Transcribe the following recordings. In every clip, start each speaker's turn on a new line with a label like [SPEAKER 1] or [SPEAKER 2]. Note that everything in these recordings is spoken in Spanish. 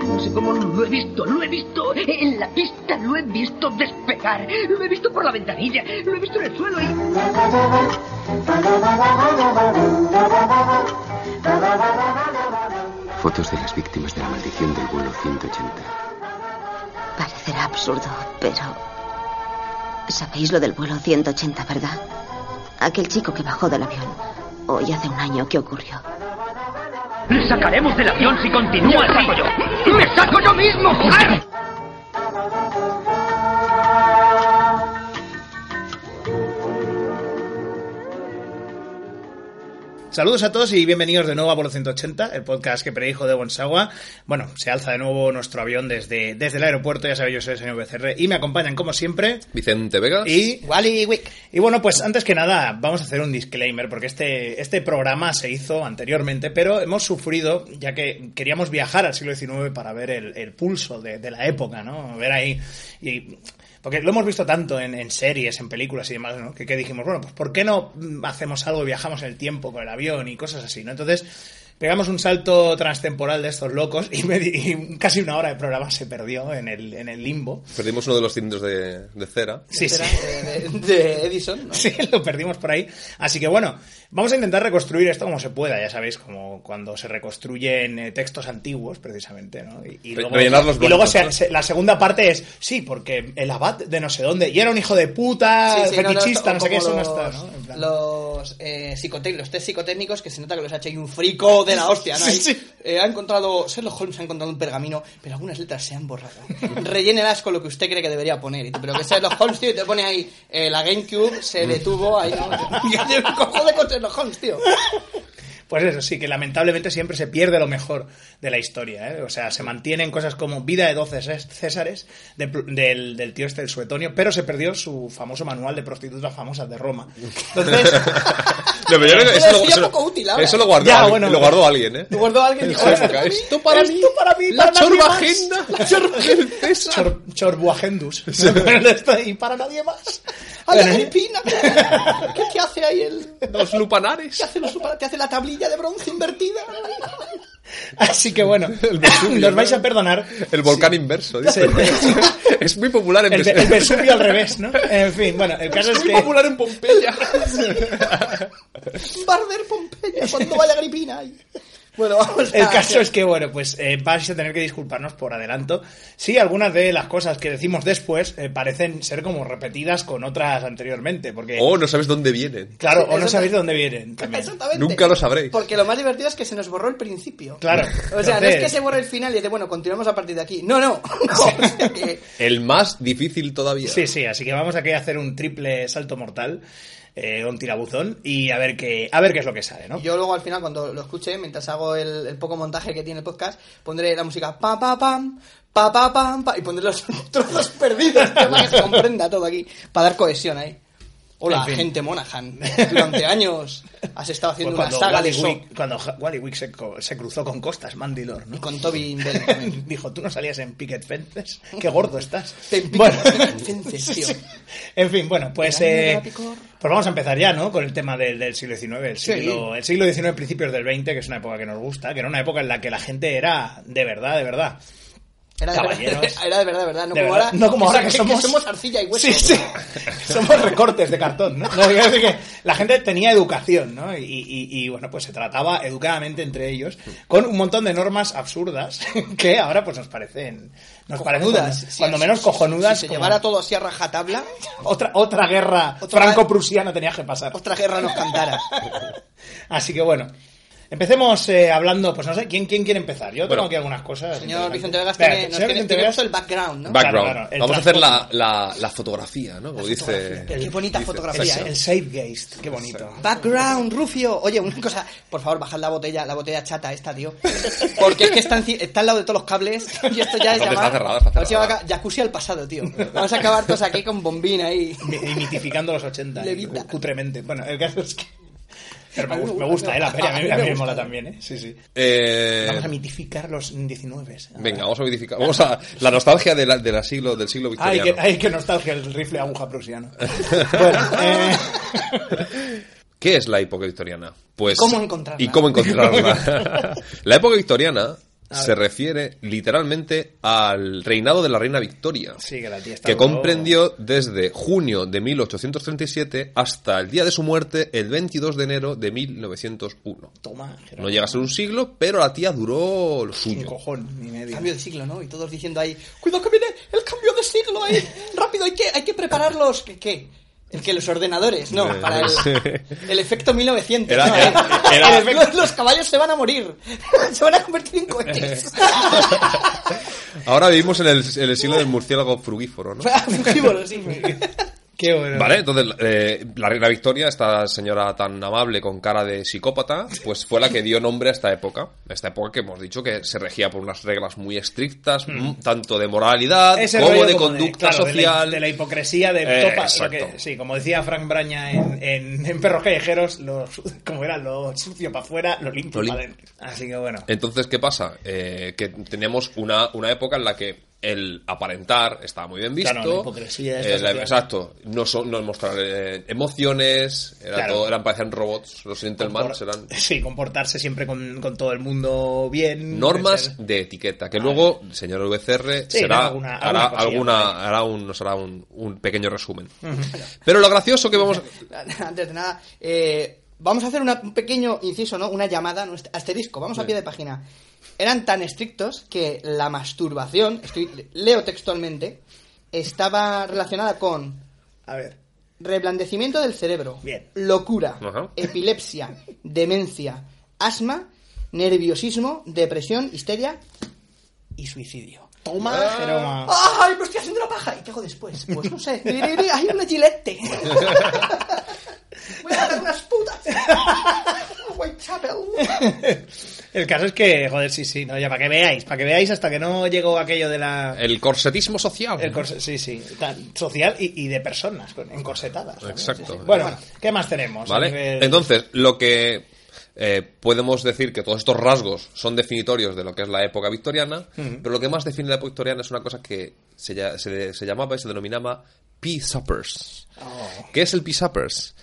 [SPEAKER 1] Lo he visto, lo he visto. En la pista lo he visto despegar. Lo he visto por la ventanilla. Lo he visto en el suelo y...
[SPEAKER 2] Fotos de las víctimas de la maldición del vuelo 180.
[SPEAKER 3] Parecerá absurdo, pero... Sabéis lo del vuelo 180, ¿verdad? Aquel chico que bajó del avión. Hoy hace un año que ocurrió.
[SPEAKER 1] ¡Le sacaremos del avión si continúa así! Saco yo. ¡Me saco yo mismo! ¡Joder!
[SPEAKER 4] Saludos a todos y bienvenidos de nuevo a Polo 180, el podcast que predijo de Bonsagua. Bueno, se alza de nuevo nuestro avión desde, desde el aeropuerto, ya sabéis, yo soy el señor BCR y me acompañan como siempre
[SPEAKER 5] Vicente Vegas
[SPEAKER 4] y
[SPEAKER 6] Wally Wick.
[SPEAKER 4] Y bueno, pues antes que nada vamos a hacer un disclaimer porque este, este programa se hizo anteriormente, pero hemos sufrido ya que queríamos viajar al siglo XIX para ver el, el pulso de, de, la época, ¿no? Ver ahí... Y, porque lo hemos visto tanto en, en, series, en películas y demás, ¿no? Que, que, dijimos, bueno, pues ¿por qué no hacemos algo y viajamos en el tiempo con el avión y cosas así, ¿no? Entonces, pegamos un salto transtemporal de estos locos y, me di, y casi una hora de programa se perdió en el, en el limbo.
[SPEAKER 5] Perdimos uno de los cilindros de, de cera.
[SPEAKER 4] Sí,
[SPEAKER 6] sí. De, de, de Edison. ¿no?
[SPEAKER 4] Sí, lo perdimos por ahí. Así que bueno, vamos a intentar reconstruir esto como se pueda, ya sabéis, como cuando se reconstruyen eh, textos antiguos, precisamente, ¿no? Y, y luego,
[SPEAKER 5] Rellenar los
[SPEAKER 4] y luego se, se, la segunda parte es, sí, porque el abad de no sé dónde, y era un hijo de puta,
[SPEAKER 6] Sí, sí, no, no,
[SPEAKER 4] fetichista, Ah, no,
[SPEAKER 6] o
[SPEAKER 4] sé qué,
[SPEAKER 6] como
[SPEAKER 4] eso no
[SPEAKER 6] los-
[SPEAKER 4] está, ¿no? En plan-
[SPEAKER 6] Los, eh, psicote- los test psicotécnicos que se nota que los ha hecho ahí un frico de la hostia, ¿no?
[SPEAKER 4] Sí,
[SPEAKER 6] Ahí,
[SPEAKER 4] sí.
[SPEAKER 6] eh, ha encontrado, Sherlock Holmes ha encontrado un pergamino, pero algunas letras se han borrado. Rellénelas con lo que usted cree que debería poner. Y tú, pero que Sherlock Holmes, tío, y te pone ahí, eh, la GameCube se detuvo ahí, ¿no? Joder con Sherlock Holmes, tío.
[SPEAKER 4] Pues eso sí, que lamentablemente siempre se pierde lo mejor de la historia, ¿eh? O sea, se mantienen cosas como Vida de 12 Cés- Césares de pl- del, del tío este, del suetonio, pero se perdió su famoso manual de prostitutas famosas de Roma. Entonces,
[SPEAKER 5] No, pero yo creo que
[SPEAKER 6] Eso
[SPEAKER 5] eso,
[SPEAKER 6] lo
[SPEAKER 5] lo-
[SPEAKER 6] decía
[SPEAKER 5] eso lo-
[SPEAKER 6] poco útil ahora.
[SPEAKER 5] eso lo guardó,
[SPEAKER 4] Ya,
[SPEAKER 5] alguien-
[SPEAKER 4] bueno.
[SPEAKER 5] lo guardó alguien, ¿eh?
[SPEAKER 6] Lo guardó alguien y dijo,
[SPEAKER 5] Esto
[SPEAKER 6] "Para mí,
[SPEAKER 5] esto para mí,
[SPEAKER 6] esto para mí,
[SPEAKER 5] la
[SPEAKER 6] para nadie más".
[SPEAKER 5] chorbagenda, la chorbagenda.
[SPEAKER 4] Chor- Chorbuagendus. Pero esto- y para nadie más.
[SPEAKER 6] ¡Ay,
[SPEAKER 4] Bueno,
[SPEAKER 5] Eh.
[SPEAKER 6] la Agripina! ¿Qué te hace ahí el...?
[SPEAKER 5] los lupanares.
[SPEAKER 6] ¿Te hace, los supra- te hace la tablilla de bronce invertida?
[SPEAKER 4] Así que bueno,
[SPEAKER 5] Vesubio,
[SPEAKER 4] nos vais
[SPEAKER 5] ¿no?
[SPEAKER 4] a perdonar.
[SPEAKER 5] El volcán inverso,
[SPEAKER 4] Sí.
[SPEAKER 5] dice. es muy popular en
[SPEAKER 4] El,
[SPEAKER 5] Ves-
[SPEAKER 4] Ve- el Vesubio al revés, ¿no? En fin, bueno, el caso es
[SPEAKER 5] muy
[SPEAKER 4] que...
[SPEAKER 5] popular en Pompeya.
[SPEAKER 6] Barder Pompeya, cuando vaya Agripina. ahí. Bueno, vamos a...
[SPEAKER 4] El caso es que, bueno, pues eh, vais a tener que disculparnos por adelanto. Sí, algunas de las cosas que decimos después eh, parecen ser como repetidas con otras anteriormente, porque...
[SPEAKER 5] Oh, no sabes dónde vienen.
[SPEAKER 4] claro, o no
[SPEAKER 6] Exacta-
[SPEAKER 4] sabéis de dónde vienen también.
[SPEAKER 6] Exactamente.
[SPEAKER 5] Nunca lo sabréis.
[SPEAKER 6] Porque lo más divertido es que se nos borró el principio.
[SPEAKER 4] Claro.
[SPEAKER 6] O sea, no es que
[SPEAKER 4] entonces-
[SPEAKER 6] se borre el final y dice, bueno, continuamos a partir de aquí. No, no. No, o sea que-
[SPEAKER 5] El más difícil todavía.
[SPEAKER 4] Sí, sí, así que vamos aquí a hacer un triple salto mortal, eh, un tirabuzón, y a ver qué, a ver qué es lo que sale, ¿no?
[SPEAKER 6] Yo luego al final, cuando lo escuche, mientras hago el, el poco montaje que tiene el podcast, pondré la música pa pa pam, pa pa pam, pa, y pondré los trozos perdidos tío, para que se comprenda todo aquí, para dar cohesión ahí. Hola,
[SPEAKER 4] En fin.
[SPEAKER 6] gente Monaghan. Durante años has estado
[SPEAKER 4] Pues
[SPEAKER 6] haciendo
[SPEAKER 4] cuando,
[SPEAKER 6] una saga
[SPEAKER 4] Wally
[SPEAKER 6] de shock.
[SPEAKER 4] Wick, cuando Ja- Wally Wick se, co- se cruzó con Costas Mandilor, ¿no?
[SPEAKER 6] Y con Toby Bell también.
[SPEAKER 4] Dijo, tú no salías en Picket Fences. Qué gordo estás.
[SPEAKER 6] Te pica- Fences,
[SPEAKER 4] sí,
[SPEAKER 6] tío.
[SPEAKER 4] sí. En fin, bueno, pues,
[SPEAKER 6] Verano de
[SPEAKER 4] eh,
[SPEAKER 6] la picor.
[SPEAKER 4] pues vamos a empezar ya, ¿no? Con el tema del, del siglo XIX. El
[SPEAKER 6] Sí.
[SPEAKER 4] siglo, el siglo XIX, principios del XX, que es una época que nos gusta, que era una época en la que la gente era de verdad, de verdad.
[SPEAKER 6] Era de, verdad,
[SPEAKER 4] Caballeros.
[SPEAKER 6] era de verdad, de verdad. No
[SPEAKER 4] De
[SPEAKER 6] como
[SPEAKER 4] verdad.
[SPEAKER 6] ahora.
[SPEAKER 4] No como ahora que
[SPEAKER 6] que
[SPEAKER 4] somos-
[SPEAKER 6] arcilla y hueso.
[SPEAKER 4] Sí, sí. Somos recortes de cartón, ¿no? No, quiero decir que la gente tenía educación, ¿no? Y, y- y, bueno, pues se trataba educadamente entre ellos con un montón de normas absurdas que ahora pues nos parecen... Nos parecen
[SPEAKER 6] Cojonudas.
[SPEAKER 4] cuando,
[SPEAKER 6] Sí,
[SPEAKER 4] cuando
[SPEAKER 6] sí,
[SPEAKER 4] menos
[SPEAKER 6] sí, sí.
[SPEAKER 4] cojonudas.
[SPEAKER 6] Si se
[SPEAKER 4] como-
[SPEAKER 6] llevara todo así a rajatabla,
[SPEAKER 4] Otra, otra guerra
[SPEAKER 6] Otra-
[SPEAKER 4] franco-prusiana tenía que pasar.
[SPEAKER 6] otra guerra nos cantara.
[SPEAKER 4] Así que bueno. Empecemos eh, hablando, pues no sé, ¿quién, quién quiere empezar? Yo
[SPEAKER 5] Bueno.
[SPEAKER 4] tengo aquí algunas cosas. interesantes.
[SPEAKER 6] Señor Vicente Vegas,
[SPEAKER 4] Espera,
[SPEAKER 6] tiene, nos
[SPEAKER 4] señor
[SPEAKER 6] tiene,
[SPEAKER 4] Vicente
[SPEAKER 6] tiene
[SPEAKER 4] Vegas,
[SPEAKER 6] puesto el background, ¿no?
[SPEAKER 5] Background.
[SPEAKER 4] Claro, claro, el
[SPEAKER 5] Vamos a hacer la,
[SPEAKER 4] transporte.
[SPEAKER 5] la, la fotografía, ¿no? Como dice.
[SPEAKER 6] Qué bonita fotografía,
[SPEAKER 5] Exacto.
[SPEAKER 6] ¿eh?
[SPEAKER 4] el Safegeist, qué bonito.
[SPEAKER 6] Background, Rufio. Oye, una cosa. Por favor, bajad la botella, la botella chata esta, tío. Porque es que está, enci- está al lado de todos los cables y esto ya es
[SPEAKER 5] No, está
[SPEAKER 6] llamar...
[SPEAKER 5] cerrada, está
[SPEAKER 6] Vamos a llamar
[SPEAKER 5] cerrada.
[SPEAKER 6] acá jacuzzi al pasado, tío. Vamos a acabar todos aquí con bombín ahí.
[SPEAKER 4] Y mitificando los 80. y
[SPEAKER 6] Levita.
[SPEAKER 4] cutremente. Bueno, el caso es que. Pero me,
[SPEAKER 6] A mí me
[SPEAKER 4] gu- me
[SPEAKER 6] gusta,
[SPEAKER 4] gusta, ¿eh? La feria, a mí,
[SPEAKER 6] a mí
[SPEAKER 4] a mí
[SPEAKER 6] me
[SPEAKER 4] me
[SPEAKER 6] gusta.
[SPEAKER 4] mola también, ¿eh? Sí, sí.
[SPEAKER 5] Eh,
[SPEAKER 4] Vamos a mitificar los 19.
[SPEAKER 5] Venga, vamos a modificar. Vamos a la nostalgia de la, de la siglo, del siglo
[SPEAKER 4] Ay,
[SPEAKER 5] victoriano.
[SPEAKER 4] Ah, que, ay, qué nostalgia el rifle aguja prusiano. bueno, eh,
[SPEAKER 5] ¿Qué es la época victoriana? Pues
[SPEAKER 6] ¿Cómo encontrarla?
[SPEAKER 5] y cómo encontrarla. la época victoriana se refiere literalmente al reinado de la reina Victoria,
[SPEAKER 4] Sí, que la tía está
[SPEAKER 5] que
[SPEAKER 4] como-
[SPEAKER 5] comprendió desde junio de 1837 hasta el día de su muerte, el 22 de enero de 1901.
[SPEAKER 4] Toma, Gerardo.
[SPEAKER 5] No llega a ser un siglo, pero la tía duró lo
[SPEAKER 4] un
[SPEAKER 5] suyo.
[SPEAKER 4] cojón y medio.
[SPEAKER 6] Cambio de siglo, ¿no? Y todos diciendo ahí, cuidado que viene el cambio de siglo ahí, rápido, hay que, hay que preparar los... ¿Qué? El que los ordenadores, no,
[SPEAKER 5] Eh,
[SPEAKER 6] para
[SPEAKER 5] sí.
[SPEAKER 6] el, el efecto 1900.
[SPEAKER 5] Era-
[SPEAKER 6] ¿no?
[SPEAKER 5] era-
[SPEAKER 6] El
[SPEAKER 5] era-
[SPEAKER 6] efecto- los caballos se van a morir, se van a convertir en cohetes.
[SPEAKER 5] Ahora vivimos en el, en el siglo del murciélago frugífero, ¿no?
[SPEAKER 6] Fungívoros, sí.
[SPEAKER 4] Qué bueno.
[SPEAKER 5] Vale, entonces eh, la reina Victoria, esta señora tan amable con cara de psicópata, pues fue la que dio nombre a esta época. Esta época que hemos dicho que se regía por unas reglas muy estrictas, mm, tanto de moralidad
[SPEAKER 4] Ese
[SPEAKER 5] como
[SPEAKER 4] rollo
[SPEAKER 5] de
[SPEAKER 4] como
[SPEAKER 5] conducta
[SPEAKER 4] claro, de la-
[SPEAKER 5] social.
[SPEAKER 4] De la, hipocresía de
[SPEAKER 5] Eh,
[SPEAKER 4] topa. lo
[SPEAKER 5] exacto.
[SPEAKER 4] que- sí, como decía Frank Braña en, en- en Perros Callejeros, los, como era lo sucio para afuera, lo limpio
[SPEAKER 5] Lo lim-
[SPEAKER 4] para adentro. Así que bueno.
[SPEAKER 5] Entonces, ¿qué pasa? Eh, que teníamos una, una época en la que el aparentar estaba muy bien visto.
[SPEAKER 4] Claro, la hipocresía esta
[SPEAKER 5] Eh, la-
[SPEAKER 4] social.
[SPEAKER 5] exacto. No, son, no mostrar eh, emociones, era
[SPEAKER 4] Claro.
[SPEAKER 5] todo, eran, parecían robots, los
[SPEAKER 4] Compor-
[SPEAKER 5] gentlemen eran...
[SPEAKER 4] Sí, comportarse siempre con, con todo el mundo bien.
[SPEAKER 5] normas
[SPEAKER 4] ser- Ah.
[SPEAKER 5] de etiqueta que luego señor VCR
[SPEAKER 4] Sí,
[SPEAKER 5] será,
[SPEAKER 4] hará alguna-
[SPEAKER 5] hará
[SPEAKER 4] alguna cosilla
[SPEAKER 5] alguna-
[SPEAKER 4] por
[SPEAKER 5] hará un nos hará un, un pequeño resumen pero lo gracioso que vamos
[SPEAKER 6] Antes de nada, eh, vamos a hacer una- un pequeño inciso, ¿no? Una llamada, ¿no? asterisco, vamos a pie de página. Eran tan estrictos que la masturbación, estoy, leo textualmente, estaba relacionada con
[SPEAKER 4] A ver.
[SPEAKER 6] reblandecimiento del cerebro,
[SPEAKER 4] Bien.
[SPEAKER 6] locura,
[SPEAKER 5] Ajá.
[SPEAKER 6] epilepsia, demencia, asma, nerviosismo, depresión, histeria y suicidio. Ah.
[SPEAKER 4] Toma, Jeroma.
[SPEAKER 6] ¡Ay, me estoy haciendo la paja! ¿Y qué hago después? Pues no sé. Hay una gilete. Voy a dar unas putas. Whitechapel.
[SPEAKER 4] El caso es que, joder, sí, sí, no, ya para que veáis, para que veáis hasta que no llegó aquello de la.
[SPEAKER 5] el corsetismo social
[SPEAKER 4] El corse- sí, sí, tan social y, y de personas con- encorsetadas. también,
[SPEAKER 5] Exacto.
[SPEAKER 4] sí, sí. Bueno, ¿qué más tenemos?
[SPEAKER 5] ¿Vale?
[SPEAKER 4] A nivel-
[SPEAKER 5] Entonces, lo que eh, podemos decir que todos estos rasgos son definitorios de lo que es la época victoriana, pero lo que más define la época victoriana es una cosa que se, lla- se- se llamaba y se denominaba pea suppers.
[SPEAKER 4] Oh.
[SPEAKER 5] ¿Qué es el pea suppers?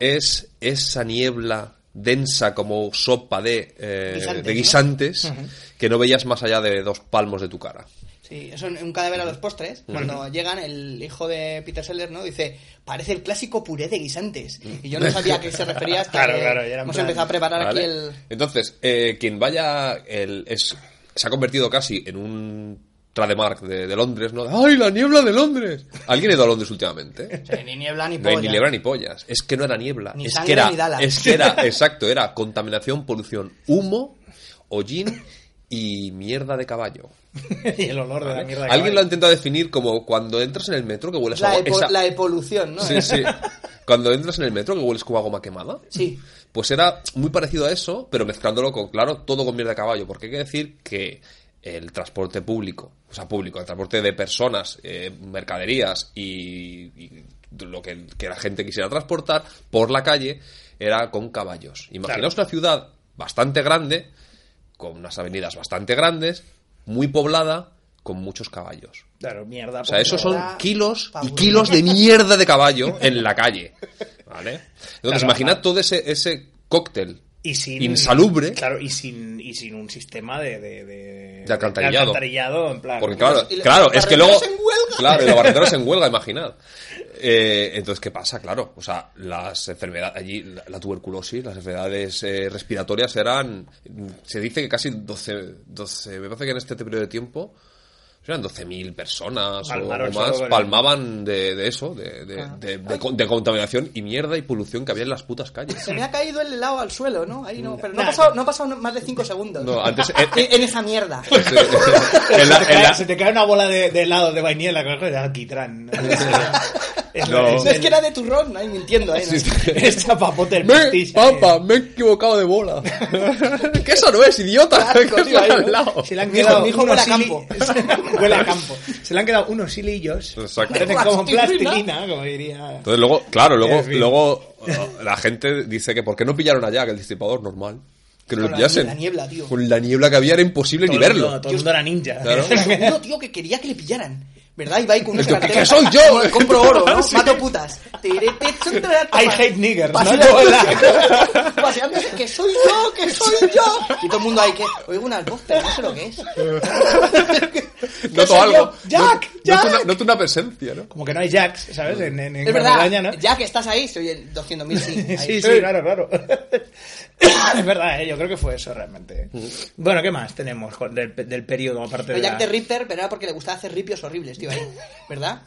[SPEAKER 5] Es esa niebla densa como sopa de, eh,
[SPEAKER 6] Guisantes,
[SPEAKER 5] de
[SPEAKER 6] ¿no?
[SPEAKER 5] guisantes que no veías más allá de dos palmos de tu cara.
[SPEAKER 6] Sí, eso en un cadáver a los postres. Cuando llegan, el hijo de Peter Sellers, ¿no? Dice, parece el clásico puré de guisantes. Y yo no sabía a qué se refería hasta
[SPEAKER 4] Claro,
[SPEAKER 6] que
[SPEAKER 4] claro, ya era en
[SPEAKER 6] hemos
[SPEAKER 4] plan-
[SPEAKER 6] empezado a preparar
[SPEAKER 5] ¿Vale?
[SPEAKER 6] aquí el...
[SPEAKER 5] Entonces, eh, quien vaya el- es- se ha convertido casi en un trademark de, de Londres, ¿no? ¡Ay, la niebla de Londres! ¿Alguien ha ido a Londres últimamente?
[SPEAKER 6] Sí, ni niebla ni
[SPEAKER 5] No hay ni
[SPEAKER 6] polla.
[SPEAKER 5] niebla ni pollas. Es que no era niebla.
[SPEAKER 6] Ni
[SPEAKER 5] es
[SPEAKER 6] sangre
[SPEAKER 5] que era,
[SPEAKER 6] ni Dallas.
[SPEAKER 5] Es que era, exacto, era contaminación, polución, humo, hollín y mierda de caballo.
[SPEAKER 4] y el olor de la mierda. que
[SPEAKER 5] Alguien lo ha
[SPEAKER 4] vale.
[SPEAKER 5] intentado definir como cuando entras en el metro que hueles a
[SPEAKER 6] La,
[SPEAKER 5] goma-
[SPEAKER 6] epo-
[SPEAKER 5] esa-
[SPEAKER 6] la epolución, ¿no?
[SPEAKER 5] Sí, sí. Cuando entras en el metro que hueles como a goma quemada.
[SPEAKER 6] Sí.
[SPEAKER 5] Pues era muy parecido a eso, pero mezclándolo con, claro, todo con mierda de caballo. Porque hay que decir que el transporte público, o sea, público, el transporte de personas, eh, mercaderías y, y lo que, que la gente quisiera transportar por la calle era con caballos. Imaginaos una ciudad bastante grande, con unas avenidas bastante grandes, muy poblada, con muchos caballos.
[SPEAKER 4] Claro, mierda.
[SPEAKER 5] O sea, esos son
[SPEAKER 6] Ahora,
[SPEAKER 5] kilos y
[SPEAKER 6] Pablo.
[SPEAKER 5] kilos de mierda de caballo en la calle. ¿Vale? Entonces,
[SPEAKER 4] Claro,
[SPEAKER 5] imaginad
[SPEAKER 4] claro.
[SPEAKER 5] todo ese, ese cóctel
[SPEAKER 4] y sin,
[SPEAKER 5] insalubre.
[SPEAKER 4] Claro, y sin, y sin un sistema de. De, de-
[SPEAKER 5] De alcantarillado.
[SPEAKER 4] alcantarillado, en plan. pues,
[SPEAKER 5] Porque claro,
[SPEAKER 6] Y los-
[SPEAKER 5] claro,
[SPEAKER 6] los
[SPEAKER 5] es que luego...
[SPEAKER 6] barrenderos en huelga.
[SPEAKER 5] Claro, y los barrenderos en huelga, imaginad. Eh, entonces, ¿qué pasa? Claro, o sea, las enfermedades allí, la, la tuberculosis, las enfermedades eh, respiratorias eran... Se dice que casi 12, 12... Me parece que en este periodo de tiempo... Eran 12.000 personas o-
[SPEAKER 4] Palmaron
[SPEAKER 5] o más,
[SPEAKER 4] solo con el-
[SPEAKER 5] palmaban de, de eso, de, de-
[SPEAKER 6] Ah.
[SPEAKER 5] de- de con- de contaminación y mierda y polución que había en las putas calles.
[SPEAKER 6] Se me ha caído el helado al suelo, ¿no? Ahí no, pero no ha
[SPEAKER 4] Nah.
[SPEAKER 6] pasado, no ha pasado más de 5 segundos.
[SPEAKER 5] No, antes- eh, Pues
[SPEAKER 6] en, en esa mierda.
[SPEAKER 5] Sí. En
[SPEAKER 4] se,
[SPEAKER 5] la-
[SPEAKER 4] te
[SPEAKER 5] en
[SPEAKER 4] cae,
[SPEAKER 5] la-
[SPEAKER 4] se te cae una bola de, de helado de vainilla con de alquitrán. Es,
[SPEAKER 5] No.
[SPEAKER 6] No, es que era de turrón, ahí me entiendo. Ahí, ¿no?
[SPEAKER 4] Es chapapote el
[SPEAKER 5] Me,
[SPEAKER 4] pastillo,
[SPEAKER 5] papa,
[SPEAKER 4] eh.
[SPEAKER 5] me he equivocado de bola. que eso no es, idiota.
[SPEAKER 6] Claro,
[SPEAKER 5] que
[SPEAKER 6] tío,
[SPEAKER 5] eso
[SPEAKER 6] ahí,
[SPEAKER 5] no
[SPEAKER 6] ¿no?
[SPEAKER 5] es lado.
[SPEAKER 4] eh. Se le han
[SPEAKER 6] Mi hijo-
[SPEAKER 4] quedado
[SPEAKER 6] mi hijo
[SPEAKER 4] unos
[SPEAKER 6] huele a
[SPEAKER 4] hili- huele a campo. Se le han quedado unos hilillos.
[SPEAKER 5] Exacto.
[SPEAKER 4] Parecen como
[SPEAKER 6] Plastilina.
[SPEAKER 4] plastilina, como diría.
[SPEAKER 5] Entonces luego, claro, luego,
[SPEAKER 4] En fin.
[SPEAKER 5] luego uh, la gente dice que ¿por qué no pillaron allá que el distripador normal? Que no
[SPEAKER 6] Con
[SPEAKER 5] lo
[SPEAKER 6] la
[SPEAKER 5] pillasen.
[SPEAKER 6] niebla, niebla, tío.
[SPEAKER 5] Con la niebla que había era imposible ni
[SPEAKER 4] Todo el
[SPEAKER 5] verlo.
[SPEAKER 4] mundo- Todo el mundo era ninja.
[SPEAKER 5] Claro.
[SPEAKER 6] Te lo juro, tío, que quería que le pillaran. ¿Verdad? Y va ahí con una
[SPEAKER 5] ¿Pero qué-
[SPEAKER 6] cartera.
[SPEAKER 5] qué soy yo?
[SPEAKER 6] Como de compro oro, ¿no?
[SPEAKER 5] Sí.
[SPEAKER 6] Mato putas. Tirete, chun, tra, tra,
[SPEAKER 4] I hate niggers, ¿no?
[SPEAKER 6] Paseándose, paseándose, que soy yo, que soy yo. Y todo el mundo ahí que, oigo unas voces, pero no sé lo que es.
[SPEAKER 5] Noto
[SPEAKER 6] soy
[SPEAKER 5] algo.
[SPEAKER 6] yo?
[SPEAKER 5] Noto-
[SPEAKER 4] Jack,
[SPEAKER 5] Noto
[SPEAKER 4] Jack.
[SPEAKER 5] una, noto una presencia, ¿no?
[SPEAKER 4] Como que no hay jacks, ¿sabes? En, en, en
[SPEAKER 6] Es
[SPEAKER 4] Gran
[SPEAKER 6] verdad,
[SPEAKER 4] Bretaña, ¿no?
[SPEAKER 6] ya que estás ahí, se oye 200.000 sí. ahí.
[SPEAKER 4] Sí, sí, claro, claro. Eh. es verdad, ¿eh? yo creo que fue eso realmente. eh. Bueno, ¿qué más tenemos jo- del, del periodo aparte
[SPEAKER 6] Pero
[SPEAKER 4] de
[SPEAKER 6] Jack
[SPEAKER 4] la-
[SPEAKER 6] the Ripper, pero era porque le gustaba hacer ripios horribles, tío, ahí. ¿Verdad?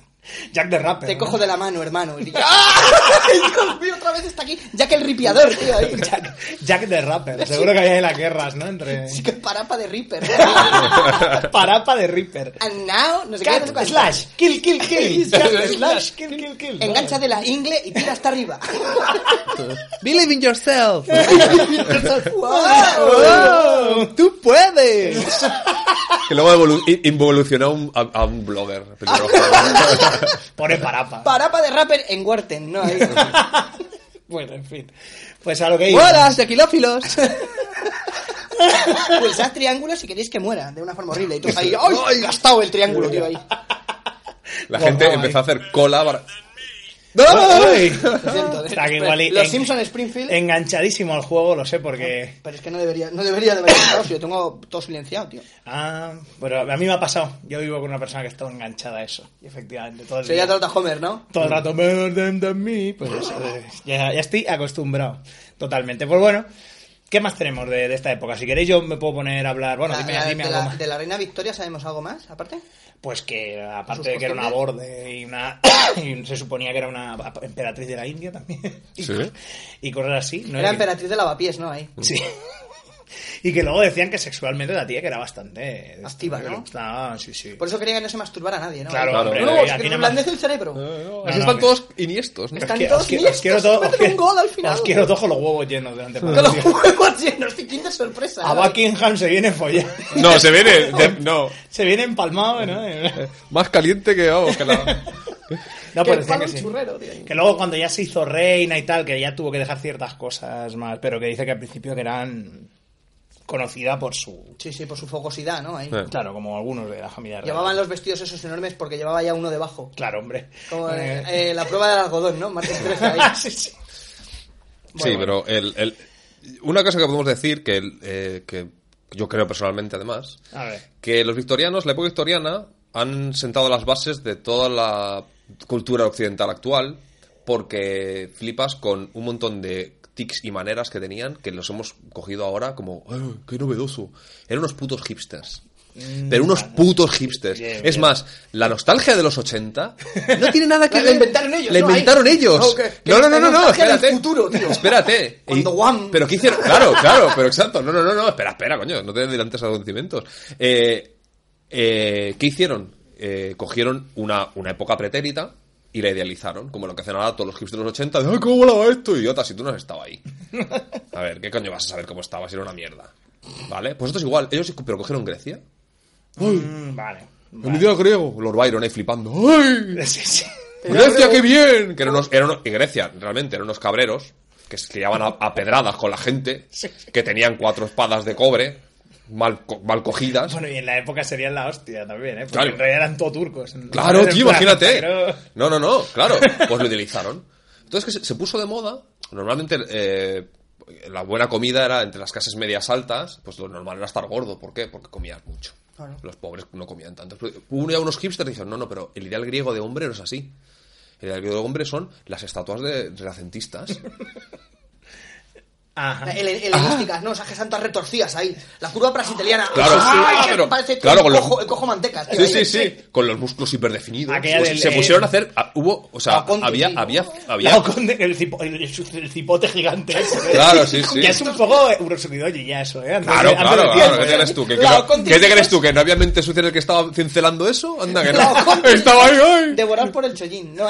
[SPEAKER 4] Jack the Rapper?
[SPEAKER 6] Te
[SPEAKER 4] ¿no?
[SPEAKER 6] cojo de la mano, hermano. Y digo, ¡Ah! Dios mío, otra vez está aquí. Jack el ripiador, tío, ahí.
[SPEAKER 4] Jack, Jack the Rapper. Seguro que había ahí las guerras, ¿no? Entre
[SPEAKER 6] Sí, que parapa de Ripper.
[SPEAKER 4] parapa de Ripper.
[SPEAKER 6] And now, no sé qué. no sé
[SPEAKER 4] Cat
[SPEAKER 6] cuánto.
[SPEAKER 4] slash, kill, kill, kill.
[SPEAKER 6] Cat
[SPEAKER 4] Cat slash,
[SPEAKER 6] slash,
[SPEAKER 4] kill, kill, kill.
[SPEAKER 6] Engancha de la ingle y tira hasta arriba.
[SPEAKER 5] Believe in yourself.
[SPEAKER 4] ¡Wow! ¡Tú puedes!
[SPEAKER 5] Que luego evolu- i- involucionó a un- a, a un blogger. primero.
[SPEAKER 4] Pone parapa.
[SPEAKER 6] Parapa de rapper en Wharton, ¿no? Ahí.
[SPEAKER 4] Bueno, en fin. Pues a lo que iba.
[SPEAKER 6] ¡Buenas, tequilófilos! Pulsad triángulo si queréis que muera de una forma horrible. Y tú ahí, ¡ay! Gastado el triángulo, tío, ahí.
[SPEAKER 5] La gente
[SPEAKER 4] Guau,
[SPEAKER 5] empezó a hacer cola. para-
[SPEAKER 4] ¡Ay!
[SPEAKER 6] Lo siento,
[SPEAKER 4] Está que
[SPEAKER 6] eh,
[SPEAKER 4] igual y-
[SPEAKER 6] Los
[SPEAKER 4] en-
[SPEAKER 6] Simpson Springfield.
[SPEAKER 4] Enganchadísimo al juego, lo sé, porque...
[SPEAKER 6] Pero es que no debería, no debería de haber estado, si yo tengo todo silenciado, tío.
[SPEAKER 4] Ah, pero a mí me ha pasado. Yo vivo con una persona que está enganchada a eso. Y efectivamente, todo el,
[SPEAKER 6] Sería
[SPEAKER 4] día-
[SPEAKER 6] Torta Homer, ¿no?
[SPEAKER 4] todo el rato... "Better than- than me", Pues eso, eh, ya, ya estoy acostumbrado totalmente. Pues bueno, ¿qué más tenemos de, de esta época? Si queréis yo me puedo poner a hablar... Bueno,
[SPEAKER 6] La-
[SPEAKER 4] dime,
[SPEAKER 6] la-
[SPEAKER 4] dime
[SPEAKER 6] de,
[SPEAKER 4] algo
[SPEAKER 6] la,
[SPEAKER 4] más.
[SPEAKER 6] de la Reina Victoria sabemos algo más, aparte.
[SPEAKER 4] Pues que aparte
[SPEAKER 6] Sus
[SPEAKER 4] de que era una
[SPEAKER 6] costumbres.
[SPEAKER 4] borde y una... y se suponía que era una emperatriz de la India también. Y,
[SPEAKER 5] Sí.
[SPEAKER 4] cos- y cosas así. ¿no?
[SPEAKER 6] Era
[SPEAKER 4] Y que-
[SPEAKER 6] emperatriz de lavapiés, ¿no? Ahí.
[SPEAKER 4] Sí. Y que luego decían que sexualmente la tía que era bastante
[SPEAKER 6] Activa,
[SPEAKER 4] que
[SPEAKER 6] ¿no?
[SPEAKER 4] le gustaba, sí, sí.
[SPEAKER 6] Por eso quería que no se masturbara nadie, ¿no?
[SPEAKER 4] Claro,
[SPEAKER 6] Ahí.
[SPEAKER 5] hombre,
[SPEAKER 6] No,
[SPEAKER 5] la-
[SPEAKER 6] es
[SPEAKER 4] la
[SPEAKER 6] que
[SPEAKER 4] tiene
[SPEAKER 6] nos
[SPEAKER 4] más-
[SPEAKER 6] blandece el cerebro.
[SPEAKER 5] Así
[SPEAKER 4] no,
[SPEAKER 5] están
[SPEAKER 4] me-
[SPEAKER 5] todos iniestos, ¿no?
[SPEAKER 6] Están
[SPEAKER 4] Que-
[SPEAKER 6] todos
[SPEAKER 4] os, que- os
[SPEAKER 6] listos,
[SPEAKER 4] quiero todo- os
[SPEAKER 6] meten
[SPEAKER 4] quiero-
[SPEAKER 6] un gol al final.
[SPEAKER 4] os quiero todos con los huevos llenos delante. por
[SPEAKER 6] Con los
[SPEAKER 4] Dios.
[SPEAKER 6] huevos llenos, qué quinta sorpresa.
[SPEAKER 4] A Buckingham se viene follado.
[SPEAKER 5] No, Mm. se viene. de- no.
[SPEAKER 4] Se viene empalmado, ¿no?
[SPEAKER 5] Más caliente que vamos. Que la...
[SPEAKER 4] No,
[SPEAKER 6] Que
[SPEAKER 4] pero
[SPEAKER 6] el
[SPEAKER 4] decían
[SPEAKER 6] palo
[SPEAKER 4] que sí.
[SPEAKER 6] churrero, tío.
[SPEAKER 4] Que luego cuando ya se hizo reina y tal, que ya tuvo que dejar ciertas cosas más, pero que dice que al principio que eran conocida por su...
[SPEAKER 6] Sí, sí, por su fogosidad, ¿no? Ahí.
[SPEAKER 5] Eh.
[SPEAKER 4] Claro, como algunos de la familia real.
[SPEAKER 6] Llevaban los vestidos esos enormes porque llevaba ya uno debajo.
[SPEAKER 4] Claro, hombre.
[SPEAKER 6] Como eh,
[SPEAKER 4] Eh, Ah,
[SPEAKER 6] eh, la prueba del algodón, ¿no? Martes 13 ahí.
[SPEAKER 4] sí, sí.
[SPEAKER 5] sí, pero el, el- una cosa que podemos decir, que, el- eh, que yo creo personalmente además,
[SPEAKER 4] A ver.
[SPEAKER 5] que los victorianos, la época victoriana, han sentado las bases de toda la cultura occidental actual, porque flipas con un montón de tics y maneras que tenían, que los hemos cogido ahora como, "Eh, ¡qué novedoso! Eran unos putos hipsters. Pero unos putos hipsters.
[SPEAKER 4] Mm, Bien,
[SPEAKER 5] es
[SPEAKER 4] bien.
[SPEAKER 5] más, la nostalgia de los 80 no tiene nada que
[SPEAKER 6] La inventaron ellos,
[SPEAKER 5] La
[SPEAKER 6] ¿no?
[SPEAKER 5] inventaron
[SPEAKER 6] Ahí.
[SPEAKER 5] ellos.
[SPEAKER 6] No, que- que
[SPEAKER 5] No, no, no, no,
[SPEAKER 6] la
[SPEAKER 5] no,
[SPEAKER 6] nostalgia del
[SPEAKER 5] espérate.
[SPEAKER 6] futuro, tío.
[SPEAKER 5] Espérate. Y-
[SPEAKER 6] Cuando Wham.
[SPEAKER 5] Pero ¿qué hicieron? Claro, claro, pero exacto. No, no, no, no. Espera, espera, coño. No te adelantes a los acontecimientos. Eh, eh, ¿Qué hicieron? Eh, cogieron una, una época pretérita y la idealizaron, como lo que hacen ahora todos los hipsters de los 80. De, ¡Ay, cómo volaba esto, idiota! Si tú no has estado ahí. A ver, ¿qué coño vas a saber cómo estaba si era una mierda? ¿Vale? Pues esto es igual. Ellos, pero cogieron Grecia.
[SPEAKER 4] Mm, Vale.
[SPEAKER 5] El idioma griego. Lord Byron ahí flipando. ¡Ay!
[SPEAKER 4] Sí, sí.
[SPEAKER 5] Grecia, qué bien. Que eran unos, eran unos- y Grecia, realmente, eran unos cabreros que se llevaban a, a pedradas con la gente, que tenían cuatro espadas de cobre mal, co- mal cogidas.
[SPEAKER 4] Bueno, y en la época serían la hostia también, ¿eh? Porque
[SPEAKER 5] Claro.
[SPEAKER 4] en realidad eran todo turcos.
[SPEAKER 5] Claro,
[SPEAKER 4] En
[SPEAKER 5] tío,
[SPEAKER 4] plan,
[SPEAKER 5] imagínate.
[SPEAKER 4] pero-
[SPEAKER 5] No, no, no, claro. Pues lo utilizaron. Entonces, que se, se puso de moda. Normalmente, eh, la buena comida era entre las clases medias altas. Pues lo normal era estar gordo. ¿Por qué? Porque comías mucho.
[SPEAKER 6] Claro.
[SPEAKER 5] Los pobres no comían tanto. Hubo ya unos hipsters que dijeron: no, no, pero el ideal griego de hombre no es así. El ideal griego de hombre son las estatuas de renacentistas.
[SPEAKER 4] Ajá.
[SPEAKER 6] Ah. El, el-
[SPEAKER 5] Ah.
[SPEAKER 6] helenísticas, ¿no? O sea, que están todas retorcidas ahí. La curva brasiliana.
[SPEAKER 5] Claro, sí,
[SPEAKER 6] ¡Ay,
[SPEAKER 5] ah,
[SPEAKER 6] que
[SPEAKER 5] pero-
[SPEAKER 6] parece
[SPEAKER 5] claro, con
[SPEAKER 6] el,
[SPEAKER 5] los-
[SPEAKER 6] cojo, el cojo mantecas. tío,
[SPEAKER 5] Sí,
[SPEAKER 6] ahí.
[SPEAKER 5] sí, sí. Con los músculos hiperdefinidos.
[SPEAKER 4] Aquella
[SPEAKER 5] Pues
[SPEAKER 4] del-
[SPEAKER 5] se
[SPEAKER 4] eh,
[SPEAKER 5] pusieron a hacer. ah, hubo, o sea,
[SPEAKER 6] la Conti,
[SPEAKER 5] había,
[SPEAKER 6] sí.
[SPEAKER 5] había, había.
[SPEAKER 4] Claro, con el, cipo- el- el cipote gigante. ese, ¿eh?
[SPEAKER 5] Claro, sí, sí.
[SPEAKER 4] Ya es un poco Urosuridoye ya eso, ¿eh? Antes
[SPEAKER 6] Pues
[SPEAKER 5] Claro,
[SPEAKER 4] de- antes
[SPEAKER 5] claro,
[SPEAKER 4] de
[SPEAKER 5] claro,
[SPEAKER 4] tiempo,
[SPEAKER 5] ¿Qué te
[SPEAKER 4] ¿eh?
[SPEAKER 5] crees tú? ¿Que, que
[SPEAKER 6] Claro,
[SPEAKER 5] no-
[SPEAKER 6] con
[SPEAKER 5] ¿qué te
[SPEAKER 6] tijeras.
[SPEAKER 5] crees tú? ¿Que no había mente sucia en el que estaba cincelando eso? Anda, que
[SPEAKER 6] Claro,
[SPEAKER 5] no.
[SPEAKER 6] con-
[SPEAKER 5] Estaba ahí, ay.
[SPEAKER 6] Devorar por el chollín, ¿no?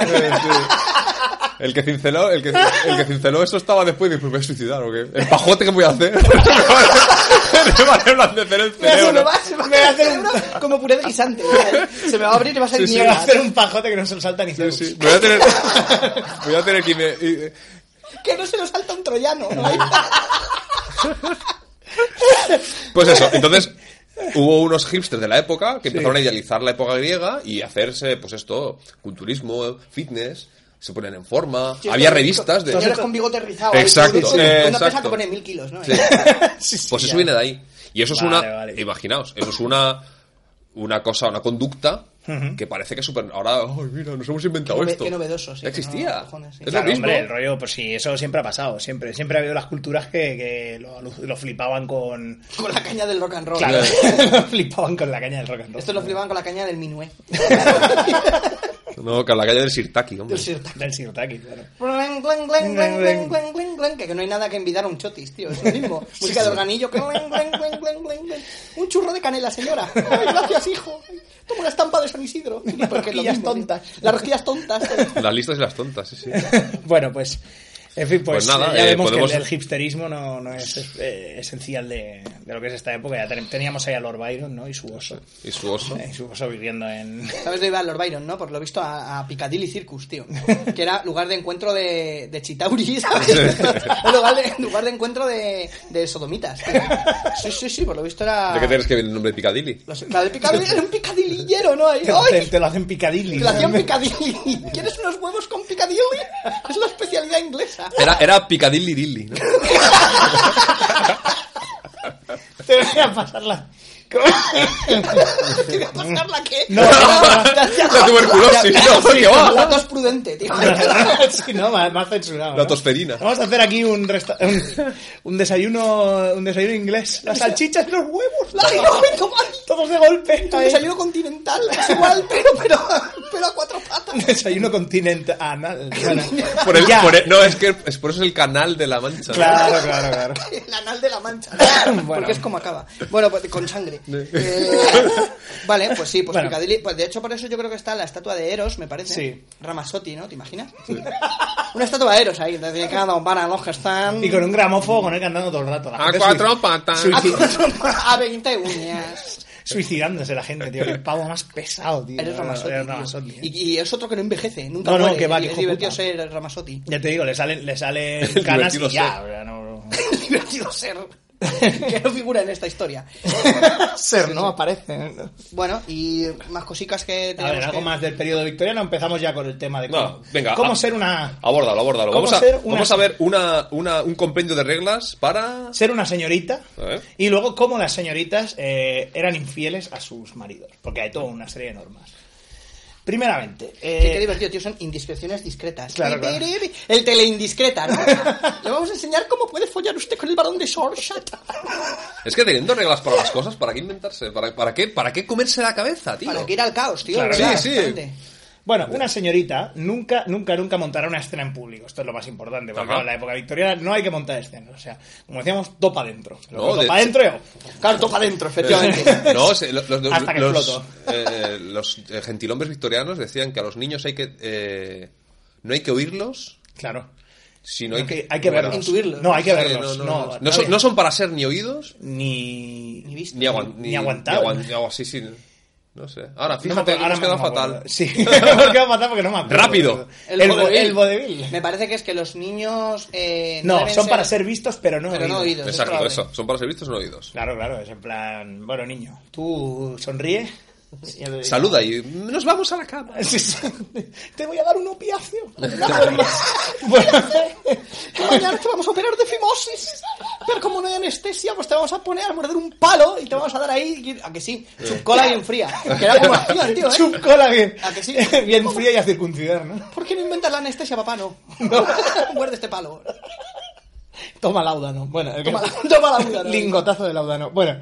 [SPEAKER 5] El que cinceló, el que, el que cinceló eso estaba después de me voy a suicidar o qué. El pajote que voy a hacer. Me va a reblandecer el
[SPEAKER 6] Me hace- me
[SPEAKER 5] cerebro.
[SPEAKER 6] va- se me va a hacer una- como puré de guisante. Se me va a abrir y va a salir
[SPEAKER 5] Sí, sí.
[SPEAKER 4] Iba a
[SPEAKER 6] mierda.
[SPEAKER 4] hacer un pajote que no se lo salta ni
[SPEAKER 5] Sí,
[SPEAKER 4] Zeus.
[SPEAKER 5] sí. Voy a tener. Voy a tener que irme- y-
[SPEAKER 6] Que no se nos salta un troyano. ¿no?
[SPEAKER 5] Pues eso, entonces Hubo unos hipsters de la época que
[SPEAKER 4] Sí.
[SPEAKER 5] empezaron a idealizar la época griega y hacerse, pues esto, culturismo, fitness, se ponen en forma. Había revistas de...
[SPEAKER 6] Señores con bigote rizado.
[SPEAKER 5] Exacto,
[SPEAKER 6] ahí, todo, todo,
[SPEAKER 5] eh,
[SPEAKER 6] Una
[SPEAKER 5] exacto.
[SPEAKER 6] pesa que pone mil kilos, ¿no?
[SPEAKER 5] Sí. pues eso viene de ahí. Y eso
[SPEAKER 4] Vale,
[SPEAKER 5] es una,
[SPEAKER 4] vale.
[SPEAKER 5] imaginaos, eso es una, una cosa, una conducta que parece que es súper... Ahora, ay, mira, nos hemos inventado
[SPEAKER 6] Qué nove-
[SPEAKER 5] esto.
[SPEAKER 6] qué novedoso, sí,
[SPEAKER 5] Ya
[SPEAKER 6] que no,
[SPEAKER 5] existía.
[SPEAKER 6] cojones, sí.
[SPEAKER 5] Es
[SPEAKER 4] Claro,
[SPEAKER 5] lo mismo.
[SPEAKER 4] hombre, el rollo, pues sí, eso siempre ha pasado. Siempre, siempre ha habido las culturas que, que lo, lo flipaban con.
[SPEAKER 6] Con la caña del rock and roll.
[SPEAKER 4] Claro, lo flipaban con la caña del rock and roll.
[SPEAKER 6] Esto lo flipaban con la caña del minué.
[SPEAKER 5] No, que a la calle del Sirtaki, hombre.
[SPEAKER 6] del sirta.
[SPEAKER 4] Del Sirtaki, claro.
[SPEAKER 6] Glen, glen, glen, glen, glen, glen, glen, glen, Que no hay nada que envidar a un chotis, tío. Es lo mismo. Música de organillo. glen, glen, glen, glen, glen, glen. Un churro de canela, señora. Ay, gracias, hijo. Ay, Toma una estampa de San Isidro. Porque es lo
[SPEAKER 4] rosquillas
[SPEAKER 6] mismo, tío.
[SPEAKER 4] tontas.
[SPEAKER 6] Las rosquillas tontas.
[SPEAKER 5] Las listas y las tontas, sí, sí.
[SPEAKER 4] bueno, pues. En fin, pues,
[SPEAKER 5] Pues nada,
[SPEAKER 4] eh, ya
[SPEAKER 5] eh,
[SPEAKER 4] vemos
[SPEAKER 5] podemos-
[SPEAKER 4] que el, el hipsterismo no, no es eh, esencial de, de lo que es esta época. Ya ten- teníamos ahí a Lord Byron, ¿no? Y su oso. Eh,
[SPEAKER 5] Y su oso.
[SPEAKER 4] Y su oso viviendo en.
[SPEAKER 6] ¿Sabes de iba Lord Byron, no? Por lo visto a, a Piccadilly Circus, tío. Que era lugar de encuentro de, de chitauri, ¿sabes? Era lugar, de, lugar de encuentro de, de sodomitas, tío. Sí, sí, sí, por lo visto era...
[SPEAKER 5] ¿De qué tienes que ver el nombre de Piccadilly?
[SPEAKER 6] Los- la de Piccadilly era un picadillero, ¿no? Ahí,
[SPEAKER 4] Te, te-
[SPEAKER 6] ¡Ay!
[SPEAKER 4] te lo hacen picadilly.
[SPEAKER 6] Te la hacían Piccadilly. ¿Quieres unos huevos con Piccadilly? Es la especialidad inglesa.
[SPEAKER 5] Era, era Piccadilly Dilly, ¿no?
[SPEAKER 4] Te voy a pasarla.
[SPEAKER 6] ¿Te voy a pasar la qué?
[SPEAKER 4] No, no, no, no.
[SPEAKER 5] La tuberculosis, no, coño,
[SPEAKER 6] La
[SPEAKER 5] va.
[SPEAKER 6] tos prudente, tío.
[SPEAKER 4] sí, no, me ha- me ha censurado.
[SPEAKER 5] La
[SPEAKER 4] ¿no?
[SPEAKER 5] tosferina.
[SPEAKER 4] Vamos a hacer aquí un, resta- un, un desayuno un desayuno inglés. Las salchichas, los huevos,
[SPEAKER 6] La de Roberto Mario.
[SPEAKER 4] todos de golpe.
[SPEAKER 6] Un
[SPEAKER 4] ahí.
[SPEAKER 6] desayuno continental, es igual, pero, pero, pero a cuatro patas.
[SPEAKER 4] Un desayuno continental. Bueno,
[SPEAKER 5] Por el-
[SPEAKER 4] ya.
[SPEAKER 5] por el- no, es que es por eso es el canal de la mancha. ¿no?
[SPEAKER 4] Claro, claro, claro.
[SPEAKER 6] El anal de la mancha.
[SPEAKER 4] Bueno.
[SPEAKER 6] Porque es como acaba. Bueno, pues con sangre. Eh, vale, pues sí, pues
[SPEAKER 4] Bueno.
[SPEAKER 6] Piccadilly. Pues de hecho, por eso yo creo que está la estatua de Eros, me parece.
[SPEAKER 4] Sí.
[SPEAKER 6] Ramasotti, ¿no? ¿Te imaginas? Una estatua de Eros ahí, desde cada van los que están.
[SPEAKER 4] Y con un gramófono con él cantando todo el rato. La
[SPEAKER 5] A
[SPEAKER 4] gente
[SPEAKER 5] Ah, cuatro
[SPEAKER 4] suici-
[SPEAKER 5] patas.
[SPEAKER 4] suici-
[SPEAKER 6] A 20 uñas.
[SPEAKER 4] suicidándose la gente, tío. El pavo más pesado, tío.
[SPEAKER 6] Eres Ramasotti.
[SPEAKER 4] Eres
[SPEAKER 6] tío.
[SPEAKER 4] Ramasotti, eh.
[SPEAKER 6] Y, y es otro que no envejece, nunca
[SPEAKER 4] No, no,
[SPEAKER 6] muere.
[SPEAKER 4] que va, que
[SPEAKER 6] y es
[SPEAKER 4] hijo
[SPEAKER 6] divertido
[SPEAKER 4] puta.
[SPEAKER 6] ser Ramasotti.
[SPEAKER 4] Ya te digo, le salen, le salen canas y
[SPEAKER 5] divertido
[SPEAKER 4] ya.
[SPEAKER 5] ser.
[SPEAKER 4] o sea, no- no.
[SPEAKER 6] divertido ser. que no figura en esta historia.
[SPEAKER 4] Ser, ¿no? Aparece.
[SPEAKER 6] Bueno, y más cositas que
[SPEAKER 4] A
[SPEAKER 6] tenemos
[SPEAKER 4] ver, algo más del periodo victoriano. Empezamos ya con el tema de cómo,
[SPEAKER 5] No, venga, ah.
[SPEAKER 4] cómo
[SPEAKER 5] a-
[SPEAKER 4] ser una
[SPEAKER 5] Abórdalo, abórdalo.
[SPEAKER 4] ¿Cómo
[SPEAKER 5] Vamos a,
[SPEAKER 4] ser una-
[SPEAKER 5] vamos a ver una, una- un compendio de reglas para...
[SPEAKER 4] ser una señorita
[SPEAKER 5] A ver.
[SPEAKER 4] y luego cómo las señoritas eh, eran infieles a sus maridos. Porque hay toda una serie de normas. Primeramente, eh,
[SPEAKER 6] Qué, qué divertido, tío, son indiscreciones discretas.
[SPEAKER 4] Claro, claro.
[SPEAKER 6] Pi, pi, pi, pi. El teleindiscreta, ¿no? Le vamos a enseñar cómo puede follar usted con el varón de Sorchat.
[SPEAKER 5] Es que teniendo reglas para las cosas, ¿para qué inventarse? ¿Para, para, qué, ¿Para qué comerse la cabeza, tío?
[SPEAKER 6] Para que ir al caos, tío.
[SPEAKER 4] Claro,
[SPEAKER 6] ¿verdad?
[SPEAKER 5] sí, sí.
[SPEAKER 6] Bastante.
[SPEAKER 4] Bueno, una señorita nunca, nunca, nunca montará una escena en público. Esto es lo más importante, porque
[SPEAKER 5] Ajá.
[SPEAKER 4] claro, en la época victoriana no hay que montar escenas. O sea, como decíamos, topa adentro.
[SPEAKER 5] No,
[SPEAKER 4] topa
[SPEAKER 5] de hecho-
[SPEAKER 4] adentro
[SPEAKER 6] Claro, topa adentro, efectivamente.
[SPEAKER 5] No, se- los, los-
[SPEAKER 4] Hasta que
[SPEAKER 5] los,
[SPEAKER 4] exploto.
[SPEAKER 5] eh, eh, los, eh, gentilhombres victorianos decían que a los niños hay que... eh, no hay que oírlos,
[SPEAKER 4] Claro.
[SPEAKER 5] sino hay que...
[SPEAKER 4] hay que
[SPEAKER 5] bueno,
[SPEAKER 4] verlos.
[SPEAKER 6] intuirlos.
[SPEAKER 4] No, hay que
[SPEAKER 5] sí,
[SPEAKER 4] verlos.
[SPEAKER 5] no,
[SPEAKER 4] No,
[SPEAKER 5] no, no. No son, no son para ser ni oídos,
[SPEAKER 4] ni...
[SPEAKER 6] Ni visto.
[SPEAKER 5] ni, aguantar.
[SPEAKER 4] Ni aguantar.
[SPEAKER 5] sí, sí. No sé. Ahora,
[SPEAKER 4] No me
[SPEAKER 5] fíjate,
[SPEAKER 4] acuerdo,
[SPEAKER 5] ahora
[SPEAKER 4] mismo
[SPEAKER 5] queda
[SPEAKER 4] me acuerdo.
[SPEAKER 5] fatal.
[SPEAKER 4] Sí, hemos quedado fatal porque no me acuerdo.
[SPEAKER 5] Rápido.
[SPEAKER 4] El, el, vo- el vodevil.
[SPEAKER 6] Me parece que es que los niños. eh,
[SPEAKER 4] No,
[SPEAKER 6] deben
[SPEAKER 4] son para ser vistos, pero no
[SPEAKER 6] Pero no
[SPEAKER 4] oídos.
[SPEAKER 6] oídos. es
[SPEAKER 5] Exacto,
[SPEAKER 6] probable.
[SPEAKER 5] eso. Son para ser vistos o no oídos.
[SPEAKER 4] Claro, claro, es en plan, bueno, niño, tú sonríe. Y el-
[SPEAKER 5] Saluda y nos vamos a la cama.
[SPEAKER 4] Sí, sí. Te voy a dar un opiáceo. bueno,
[SPEAKER 6] Mañana te vamos a operar de fimosis. Pero como no hay anestesia, pues te vamos a poner a morder un palo y te vamos a dar ahí. A que sí, chupcola bien fría. Que era como hacían, tío, ¿eh?
[SPEAKER 4] chupcola bien.
[SPEAKER 6] ¿A que sí?
[SPEAKER 4] bien fría y a circuncidar, ¿no?
[SPEAKER 6] ¿Por qué no inventas la anestesia, papá? No. Muerde este palo.
[SPEAKER 4] Toma laudano. Bueno, el que-
[SPEAKER 6] Toma la- toma la vida, ¿no?
[SPEAKER 4] lingotazo de laudano. Bueno,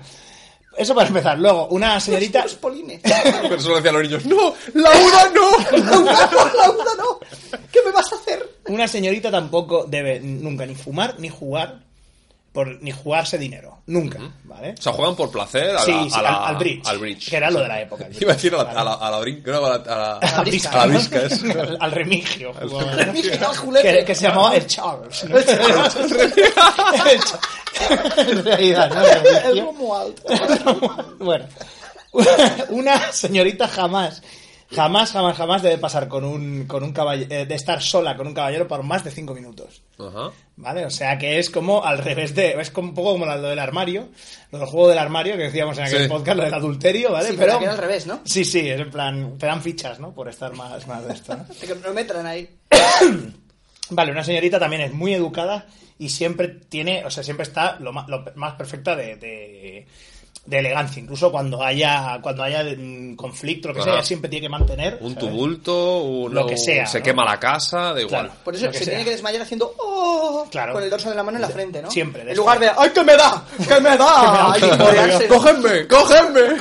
[SPEAKER 4] eso para empezar. Luego, una señorita.
[SPEAKER 6] Los polines.
[SPEAKER 5] Pero solo decían los niños, ¡No! ¡Laura, no!
[SPEAKER 6] Laura, no, Laura, no. ¿Qué me vas a hacer?
[SPEAKER 4] Una señorita tampoco debe nunca ni fumar ni jugar por ni jugarse dinero, nunca, ¿vale?
[SPEAKER 5] O sea, juegan por placer a la,
[SPEAKER 4] Sí, sí,
[SPEAKER 5] a la-
[SPEAKER 4] al, al bridge,
[SPEAKER 5] Al bridge.
[SPEAKER 4] que era lo de la época. el
[SPEAKER 5] Iba
[SPEAKER 4] bridge,
[SPEAKER 5] a decir a la,
[SPEAKER 4] ¿vale?
[SPEAKER 5] a la, a la brin- no, a la- a la-
[SPEAKER 4] A la
[SPEAKER 5] brisca.
[SPEAKER 4] brisca, ¿no?
[SPEAKER 5] eso.
[SPEAKER 4] al, al remigio. jugaba, ¿no?
[SPEAKER 6] Dije, no,
[SPEAKER 4] que,
[SPEAKER 6] Julete.
[SPEAKER 4] que se llamaba el Charles. ¿no? El Charles. en realidad, ¿no?
[SPEAKER 6] El
[SPEAKER 4] El
[SPEAKER 6] Romuald.
[SPEAKER 4] remigio. bueno, una señorita jamás Jamás, jamás, jamás debe pasar con un, con un caballero, de estar sola con un caballero por más de cinco minutos.
[SPEAKER 5] Ajá.
[SPEAKER 4] ¿Vale? O sea que es como al revés de. Es como un poco como lo del armario, lo del juego del armario que decíamos en aquel
[SPEAKER 5] Sí.
[SPEAKER 4] podcast, lo del adulterio, ¿vale?
[SPEAKER 6] Sí, pero que era al revés, ¿no?
[SPEAKER 4] Sí, sí, es en plan. Te dan fichas, ¿no? Por estar más, más de esto, ¿no?
[SPEAKER 6] Te comprometan ahí.
[SPEAKER 4] Vale, una señorita también es muy educada y siempre tiene, o sea, siempre está lo más, lo más perfecta de, de- de elegancia. Incluso cuando haya, cuando haya mm, conflicto, lo que
[SPEAKER 5] Ajá.
[SPEAKER 4] sea, siempre tiene que mantener.
[SPEAKER 5] Un
[SPEAKER 4] ¿sabes?
[SPEAKER 5] tumulto, un-
[SPEAKER 4] Lo que sea,
[SPEAKER 5] Se
[SPEAKER 4] ¿no?
[SPEAKER 5] quema la casa, da igual.
[SPEAKER 4] Claro.
[SPEAKER 6] Por
[SPEAKER 4] Lo
[SPEAKER 6] eso
[SPEAKER 4] que
[SPEAKER 6] se
[SPEAKER 4] sea.
[SPEAKER 6] tiene que desmayar haciendo ¡Oh!
[SPEAKER 4] Claro.
[SPEAKER 6] Con el dorso de la mano en la frente, ¿no?
[SPEAKER 4] Siempre, de
[SPEAKER 6] En lugar de ¡Ay, que me da! ¡Que me da!
[SPEAKER 4] Que me da,
[SPEAKER 6] Y
[SPEAKER 4] que
[SPEAKER 6] rodearse.
[SPEAKER 5] ¡Cógeme! ¡Cógeme!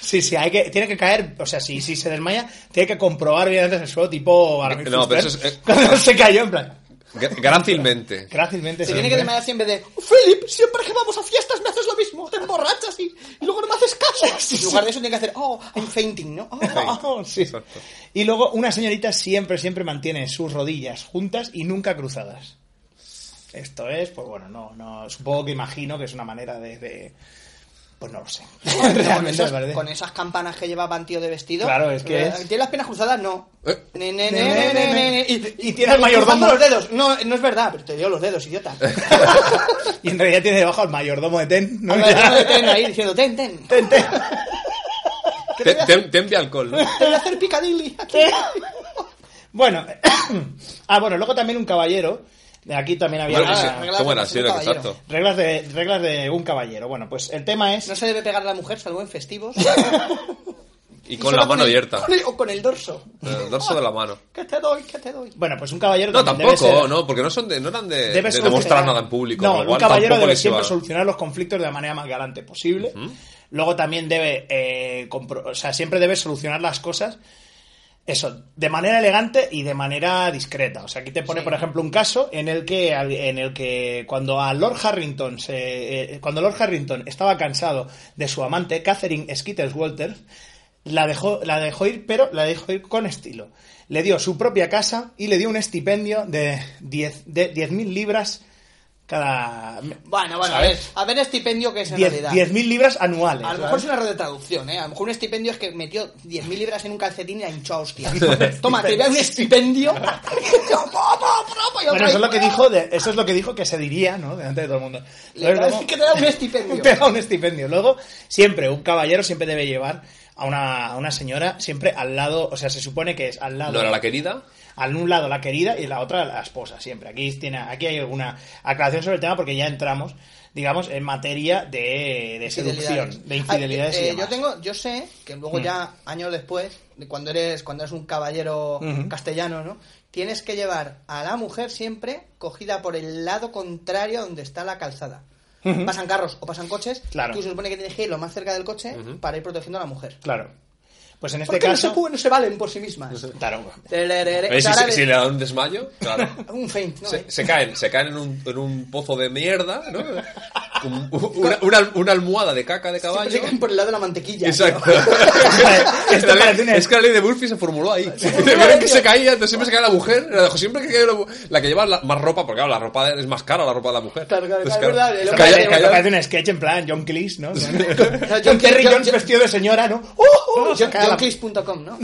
[SPEAKER 4] Sí, sí, hay que, tiene que caer, o sea, si, si se desmaya, tiene que comprobar bien antes el suelo, tipo Aramis
[SPEAKER 5] No, pero
[SPEAKER 4] Fuster,
[SPEAKER 5] eso es- eh,
[SPEAKER 4] cuando se cayó, en plan,
[SPEAKER 5] Gr- Grácilmente.
[SPEAKER 4] grácilmente.
[SPEAKER 6] Se
[SPEAKER 4] sí,
[SPEAKER 6] tiene que
[SPEAKER 4] ¿eh?
[SPEAKER 6] desmayarse en vez de ¡Philip, siempre que vamos a fiestas me haces lo mismo! ¡Te emborrachas y, y luego no me haces caso! En lugar de eso tiene que hacer ¡Oh, I'm fainting! ¿no? Oh,
[SPEAKER 4] Ah,
[SPEAKER 5] Exacto.
[SPEAKER 4] sí.
[SPEAKER 5] Exacto.
[SPEAKER 4] Y luego una señorita siempre, siempre mantiene sus rodillas juntas y nunca cruzadas. Esto es, pues bueno, no, no, supongo que imagino que es una manera de, de- pues no lo sé.
[SPEAKER 6] con,
[SPEAKER 4] Realmente me
[SPEAKER 6] esas,
[SPEAKER 4] parece.
[SPEAKER 6] con esas campanas que lleva Pantío de vestido.
[SPEAKER 4] Claro, es que
[SPEAKER 6] Eh,
[SPEAKER 4] es-
[SPEAKER 6] ¿Tiene las piernas cruzadas? No.
[SPEAKER 5] Eh.
[SPEAKER 6] Ne, ne,
[SPEAKER 4] Ne,
[SPEAKER 6] ne,
[SPEAKER 4] ne,
[SPEAKER 6] ne, ne,
[SPEAKER 4] ne.
[SPEAKER 6] ne.
[SPEAKER 4] Y tiene al
[SPEAKER 6] y
[SPEAKER 4] mayordomo.
[SPEAKER 6] cruzando los dedos. No, no es verdad, pero te dio los dedos, idiota.
[SPEAKER 4] Y en realidad tiene debajo al mayordomo de Ten, ¿no?
[SPEAKER 6] Al mayordomo de ten ahí diciendo, ten, ten.
[SPEAKER 4] Ten, ten.
[SPEAKER 6] que
[SPEAKER 5] Te,
[SPEAKER 6] te voy a
[SPEAKER 5] te-
[SPEAKER 6] hacer-
[SPEAKER 5] te envía alcohol, ¿no?
[SPEAKER 6] Te voy a hacer picadilly aquí.
[SPEAKER 4] Bueno, ah, bueno, luego también un caballero. Aquí también había
[SPEAKER 5] Bueno,
[SPEAKER 4] una-
[SPEAKER 5] sí,
[SPEAKER 6] ah, reglas
[SPEAKER 5] ¿Cómo
[SPEAKER 6] de
[SPEAKER 5] era?
[SPEAKER 6] los
[SPEAKER 5] Sí, era que
[SPEAKER 6] caballeros.
[SPEAKER 5] exacto.
[SPEAKER 4] reglas de reglas de un caballero. Bueno, pues el tema es
[SPEAKER 6] No se debe pegar a la mujer, salvo en festivos.
[SPEAKER 5] Y con la
[SPEAKER 6] solo
[SPEAKER 5] mano
[SPEAKER 6] el-
[SPEAKER 5] abierta.
[SPEAKER 6] con el- o con el dorso.
[SPEAKER 5] El dorso de la mano.
[SPEAKER 6] ¿Qué te doy? ¿Qué te doy?
[SPEAKER 4] bueno, pues un caballero
[SPEAKER 5] No,
[SPEAKER 4] también debe
[SPEAKER 5] tampoco,
[SPEAKER 4] ser-
[SPEAKER 5] no, porque no, son de, no eran de,
[SPEAKER 4] eh. debe
[SPEAKER 5] de
[SPEAKER 4] solucionar-
[SPEAKER 5] demostrar nada en público.
[SPEAKER 4] No,
[SPEAKER 5] con lo
[SPEAKER 4] un
[SPEAKER 5] cual
[SPEAKER 4] caballero
[SPEAKER 5] tampoco
[SPEAKER 4] debe
[SPEAKER 5] les iba-
[SPEAKER 4] siempre solucionar los conflictos de la manera más galante posible. Luego también debe, eh, compro- o sea, siempre debe solucionar las cosas, eso, de manera elegante y de manera discreta. O sea, aquí te pone,
[SPEAKER 6] Sí.
[SPEAKER 4] por ejemplo, un caso en el que, al- en el que cuando a Lord Harrington se, eh, cuando Lord Harrington estaba cansado de su amante Catherine Skittles Walter, la dejó, la dejó ir, pero la dejó ir con estilo. Le dio su propia casa y le dio un estipendio de 10 de 10.000 libras cada...
[SPEAKER 6] Bueno, bueno,
[SPEAKER 4] ¿sabes?
[SPEAKER 6] a ver. A ver estipendio que es en
[SPEAKER 4] Diez-
[SPEAKER 6] realidad.
[SPEAKER 4] 10.000 libras anuales.
[SPEAKER 6] A lo mejor
[SPEAKER 4] ¿sabes?
[SPEAKER 6] es una red de traducción, ¿eh? A lo mejor un estipendio es que metió 10.000 libras en un calcetín y la hinchó a hostia. Toma, te voy a dar un estipendio. Y yo, "Pa, pa, pa", pa, y
[SPEAKER 4] Bueno,
[SPEAKER 6] otra
[SPEAKER 4] eso es
[SPEAKER 6] vez,
[SPEAKER 4] lo que
[SPEAKER 6] "Ah".
[SPEAKER 4] dijo, de- eso es lo que dijo que se diría, ¿no? Delante de todo el mundo.
[SPEAKER 6] Le
[SPEAKER 4] Entonces,
[SPEAKER 6] voy a
[SPEAKER 4] luego-
[SPEAKER 6] decir que te da un estipendio.
[SPEAKER 4] Te da un estipendio. Luego, siempre, un caballero siempre debe llevar a una, a una señora siempre al lado, o sea, se supone que es al lado.
[SPEAKER 5] No era la querida.
[SPEAKER 4] Al un lado la querida y la otra la esposa, siempre. Aquí, tiene, aquí hay alguna aclaración sobre el tema porque ya entramos, digamos, en materia de, de seducción, de infidelidades
[SPEAKER 6] Ay, eh,
[SPEAKER 4] y
[SPEAKER 6] eh,
[SPEAKER 4] demás. Mm.
[SPEAKER 6] Yo tengo, yo sé que luego ya años después, de cuando eres cuando eres un caballero
[SPEAKER 4] Ujú.
[SPEAKER 6] castellano, ¿no? Tienes que llevar a la mujer siempre cogida por el lado contrario donde está la calzada.
[SPEAKER 4] Ujú.
[SPEAKER 6] Pasan carros o pasan coches,
[SPEAKER 4] Claro.
[SPEAKER 6] tú se supone que tienes que ir lo más cerca del coche para ir protegiendo a la mujer.
[SPEAKER 4] Claro. Pues en este
[SPEAKER 6] Porque
[SPEAKER 4] caso.
[SPEAKER 6] no, se, pueden- no se valen por sí mismas.
[SPEAKER 4] Claro. Eh,
[SPEAKER 6] Tererere,
[SPEAKER 5] ¿Ves? Eh, Si,
[SPEAKER 6] cara
[SPEAKER 5] si-
[SPEAKER 6] de-
[SPEAKER 5] si le dan un desmayo, claro.
[SPEAKER 6] Un feint, ¿no?
[SPEAKER 5] Se, se caen, se caen en un, en un pozo de mierda, ¿no? Un- un- una, una- una almohada de caca de
[SPEAKER 6] Siempre
[SPEAKER 5] caballo.
[SPEAKER 6] se caen por el lado de la mantequilla.
[SPEAKER 5] Exacto.
[SPEAKER 4] Esto parece una-
[SPEAKER 5] es que la ley de Murphy se formuló ahí.
[SPEAKER 6] una
[SPEAKER 5] Vieron que se caía, entonces siempre se caía la mujer. la dejó siempre que caía la, mu- la que lleva la- más ropa, porque claro, la ropa es más cara la ropa de la mujer.
[SPEAKER 6] Claro, claro,
[SPEAKER 5] Entonces,
[SPEAKER 6] claro, es verdad, el hombre
[SPEAKER 5] caía-
[SPEAKER 4] Parece,
[SPEAKER 6] tiene-
[SPEAKER 5] caía-
[SPEAKER 4] parece un sketch en plan John Cleese, ¿no?
[SPEAKER 6] John
[SPEAKER 4] John Terry
[SPEAKER 6] Cleese,
[SPEAKER 4] Jones
[SPEAKER 6] John-
[SPEAKER 4] vestido de señora, ¿no? ¡Uh!
[SPEAKER 6] Jo-
[SPEAKER 4] uh! Se cae la-
[SPEAKER 6] JohnCase.com, ¿no?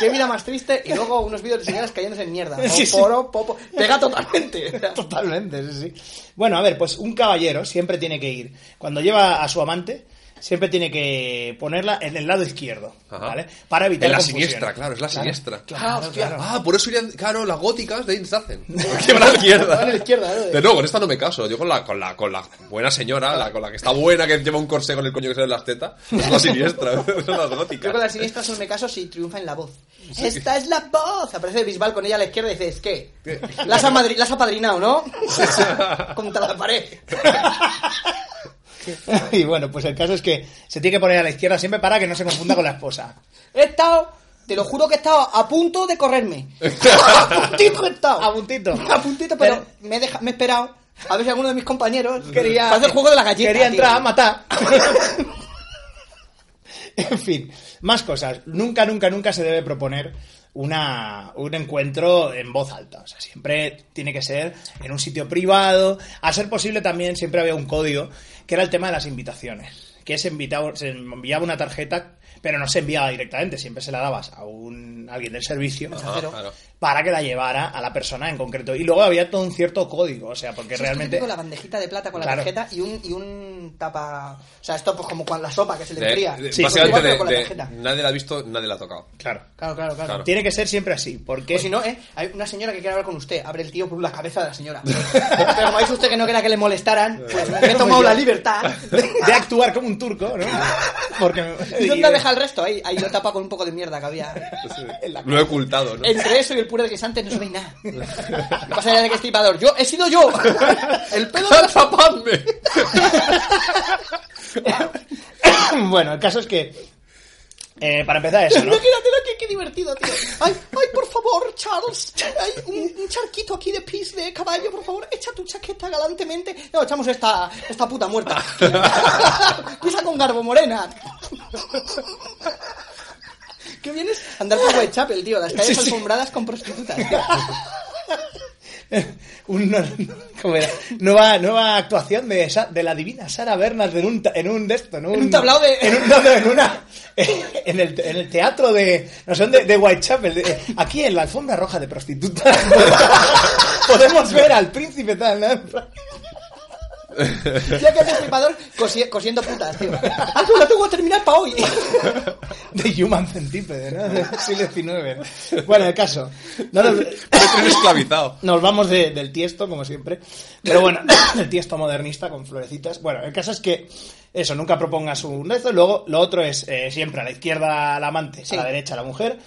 [SPEAKER 6] Qué vida más triste y luego unos vídeos de señoras cayéndose en mierda.
[SPEAKER 4] Sí, sí.
[SPEAKER 6] Poro, popo. Pega totalmente.
[SPEAKER 4] Totalmente, sí, sí. Bueno, a ver, pues un caballero siempre tiene que ir. Cuando lleva a su amante, siempre tiene que ponerla en el lado izquierdo,
[SPEAKER 5] Ajá.
[SPEAKER 4] ¿vale? Para evitar
[SPEAKER 5] En la
[SPEAKER 4] confusión.
[SPEAKER 5] siniestra, claro, es la siniestra.
[SPEAKER 6] Ah, hostia.
[SPEAKER 5] Ah, por eso irían. Claro, las góticas de ahí se hacen. Porque van a la izquierda.
[SPEAKER 6] Van a la izquierda, eh. ¿no?
[SPEAKER 5] De nuevo, con esta no me caso. Yo con la, con la, con la buena señora, la, con la que está buena, que lleva un corsé con el coño que se ve en las tetas. Es la siniestra, son las
[SPEAKER 6] Yo con
[SPEAKER 5] góticas.
[SPEAKER 6] las siniestras solo me caso si triunfa en la voz. ¡Esta es la voz! Aparece Bisbal con ella a la izquierda y dices, ¿qué?
[SPEAKER 5] ¿Qué?
[SPEAKER 6] Las ha, madri- las ha padrinado, ¿no? Contra la pared.
[SPEAKER 4] y bueno, pues el caso es que se tiene que poner a la izquierda siempre para que no se confunda con la esposa.
[SPEAKER 6] He estado, te lo juro que he estado a punto de correrme. a puntito he estado.
[SPEAKER 4] A puntito.
[SPEAKER 6] A puntito, pero, me, he deja- me he esperado. A ver si alguno de mis compañeros quería hacer el juego de la galleta.
[SPEAKER 4] Quería
[SPEAKER 6] tío.
[SPEAKER 4] entrar a matar. en fin, más cosas. Nunca, nunca, nunca se debe proponer una, un encuentro en voz alta. O sea, siempre tiene que ser en un sitio privado. A ser posible también siempre había un código que era el tema de las invitaciones. que se, invitaba, se enviaba una tarjeta, pero no se enviaba directamente, siempre se la dabas a un alguien del servicio
[SPEAKER 6] Mensajero.
[SPEAKER 5] claro.
[SPEAKER 4] para que la llevara a la persona en concreto. Y luego había todo un cierto código, o sea, porque
[SPEAKER 6] Eso es
[SPEAKER 4] realmente...
[SPEAKER 6] típico, la bandejita de plata con la
[SPEAKER 4] Claro.
[SPEAKER 6] tarjeta y un, y un tapa. O sea, esto pues como cuando la sopa que se le
[SPEAKER 5] De-
[SPEAKER 6] enfría.
[SPEAKER 5] de-
[SPEAKER 4] Sí,
[SPEAKER 5] básicamente
[SPEAKER 6] Pero
[SPEAKER 5] de-
[SPEAKER 6] con la
[SPEAKER 5] de-
[SPEAKER 6] tarjeta.
[SPEAKER 5] nadie la ha visto, nadie la ha tocado.
[SPEAKER 4] Claro.
[SPEAKER 6] Claro, claro, claro.
[SPEAKER 5] Claro.
[SPEAKER 4] Tiene que ser siempre así, porque...
[SPEAKER 6] O si no, ¿eh? Hay una señora que quiere hablar con usted. Abre el tío por la cabeza de la señora. Pero como ha dicho usted que no quería que le molestaran, pues me he tomado la libertad.
[SPEAKER 4] de actuar como un turco, ¿no? Porque...
[SPEAKER 6] ¿Y dónde deja el resto? Ahí, ahí lo tapa con un poco de mierda que había. en la
[SPEAKER 5] Lo he ocultado, ¿no?
[SPEAKER 6] Entre eso y el puré de guisantes no se ve nada. ¿Qué pasa ya de que estoy pador? ¡Yo! ¡He sido yo! ¡El pedo de la
[SPEAKER 5] ¡Tapadme!
[SPEAKER 4] bueno, el caso es que... eh, para empezar eso,
[SPEAKER 6] No,
[SPEAKER 4] ¿no?
[SPEAKER 6] mira, mira, qué, qué divertido, tío. Ay, ay, por favor, Charles. Hay un, un charquito aquí de pis de caballo, por favor. Echa tu chaqueta galantemente. No, echamos esta, esta puta muerta. Pisa con garbo morena. ¿Qué vienes? Andar por Whitechapel, tío. Las calles
[SPEAKER 4] Sí, sí.
[SPEAKER 6] alfombradas con prostitutas. tío.
[SPEAKER 4] Una ¿cómo era? Nueva, nueva actuación de, Sa- de la divina Sara Bernard en un, ta- en un de esto, en un,
[SPEAKER 6] un tablao de-
[SPEAKER 4] En un- no, no, en una... En el, en el teatro de... No sé dónde, de Whitechapel. de- aquí en la alfombra roja de prostitutas. Podemos ver al príncipe tal, ¿no?
[SPEAKER 6] Ya que haces flipador cosi- cosiendo putas, tío. Ah, tú la tengo que terminar para hoy.
[SPEAKER 4] De Human Centipede, ¿no? Del siglo XIX. Bueno, el caso. No nos,
[SPEAKER 5] Petri esclavizado.
[SPEAKER 4] nos vamos de- del tiesto, como siempre. Pero bueno, el tiesto modernista con florecitas. Bueno, el caso es que eso, nunca propongas un rezo. Luego, lo otro es eh, siempre a la izquierda la amante,
[SPEAKER 6] Sí.
[SPEAKER 4] a la derecha la mujer.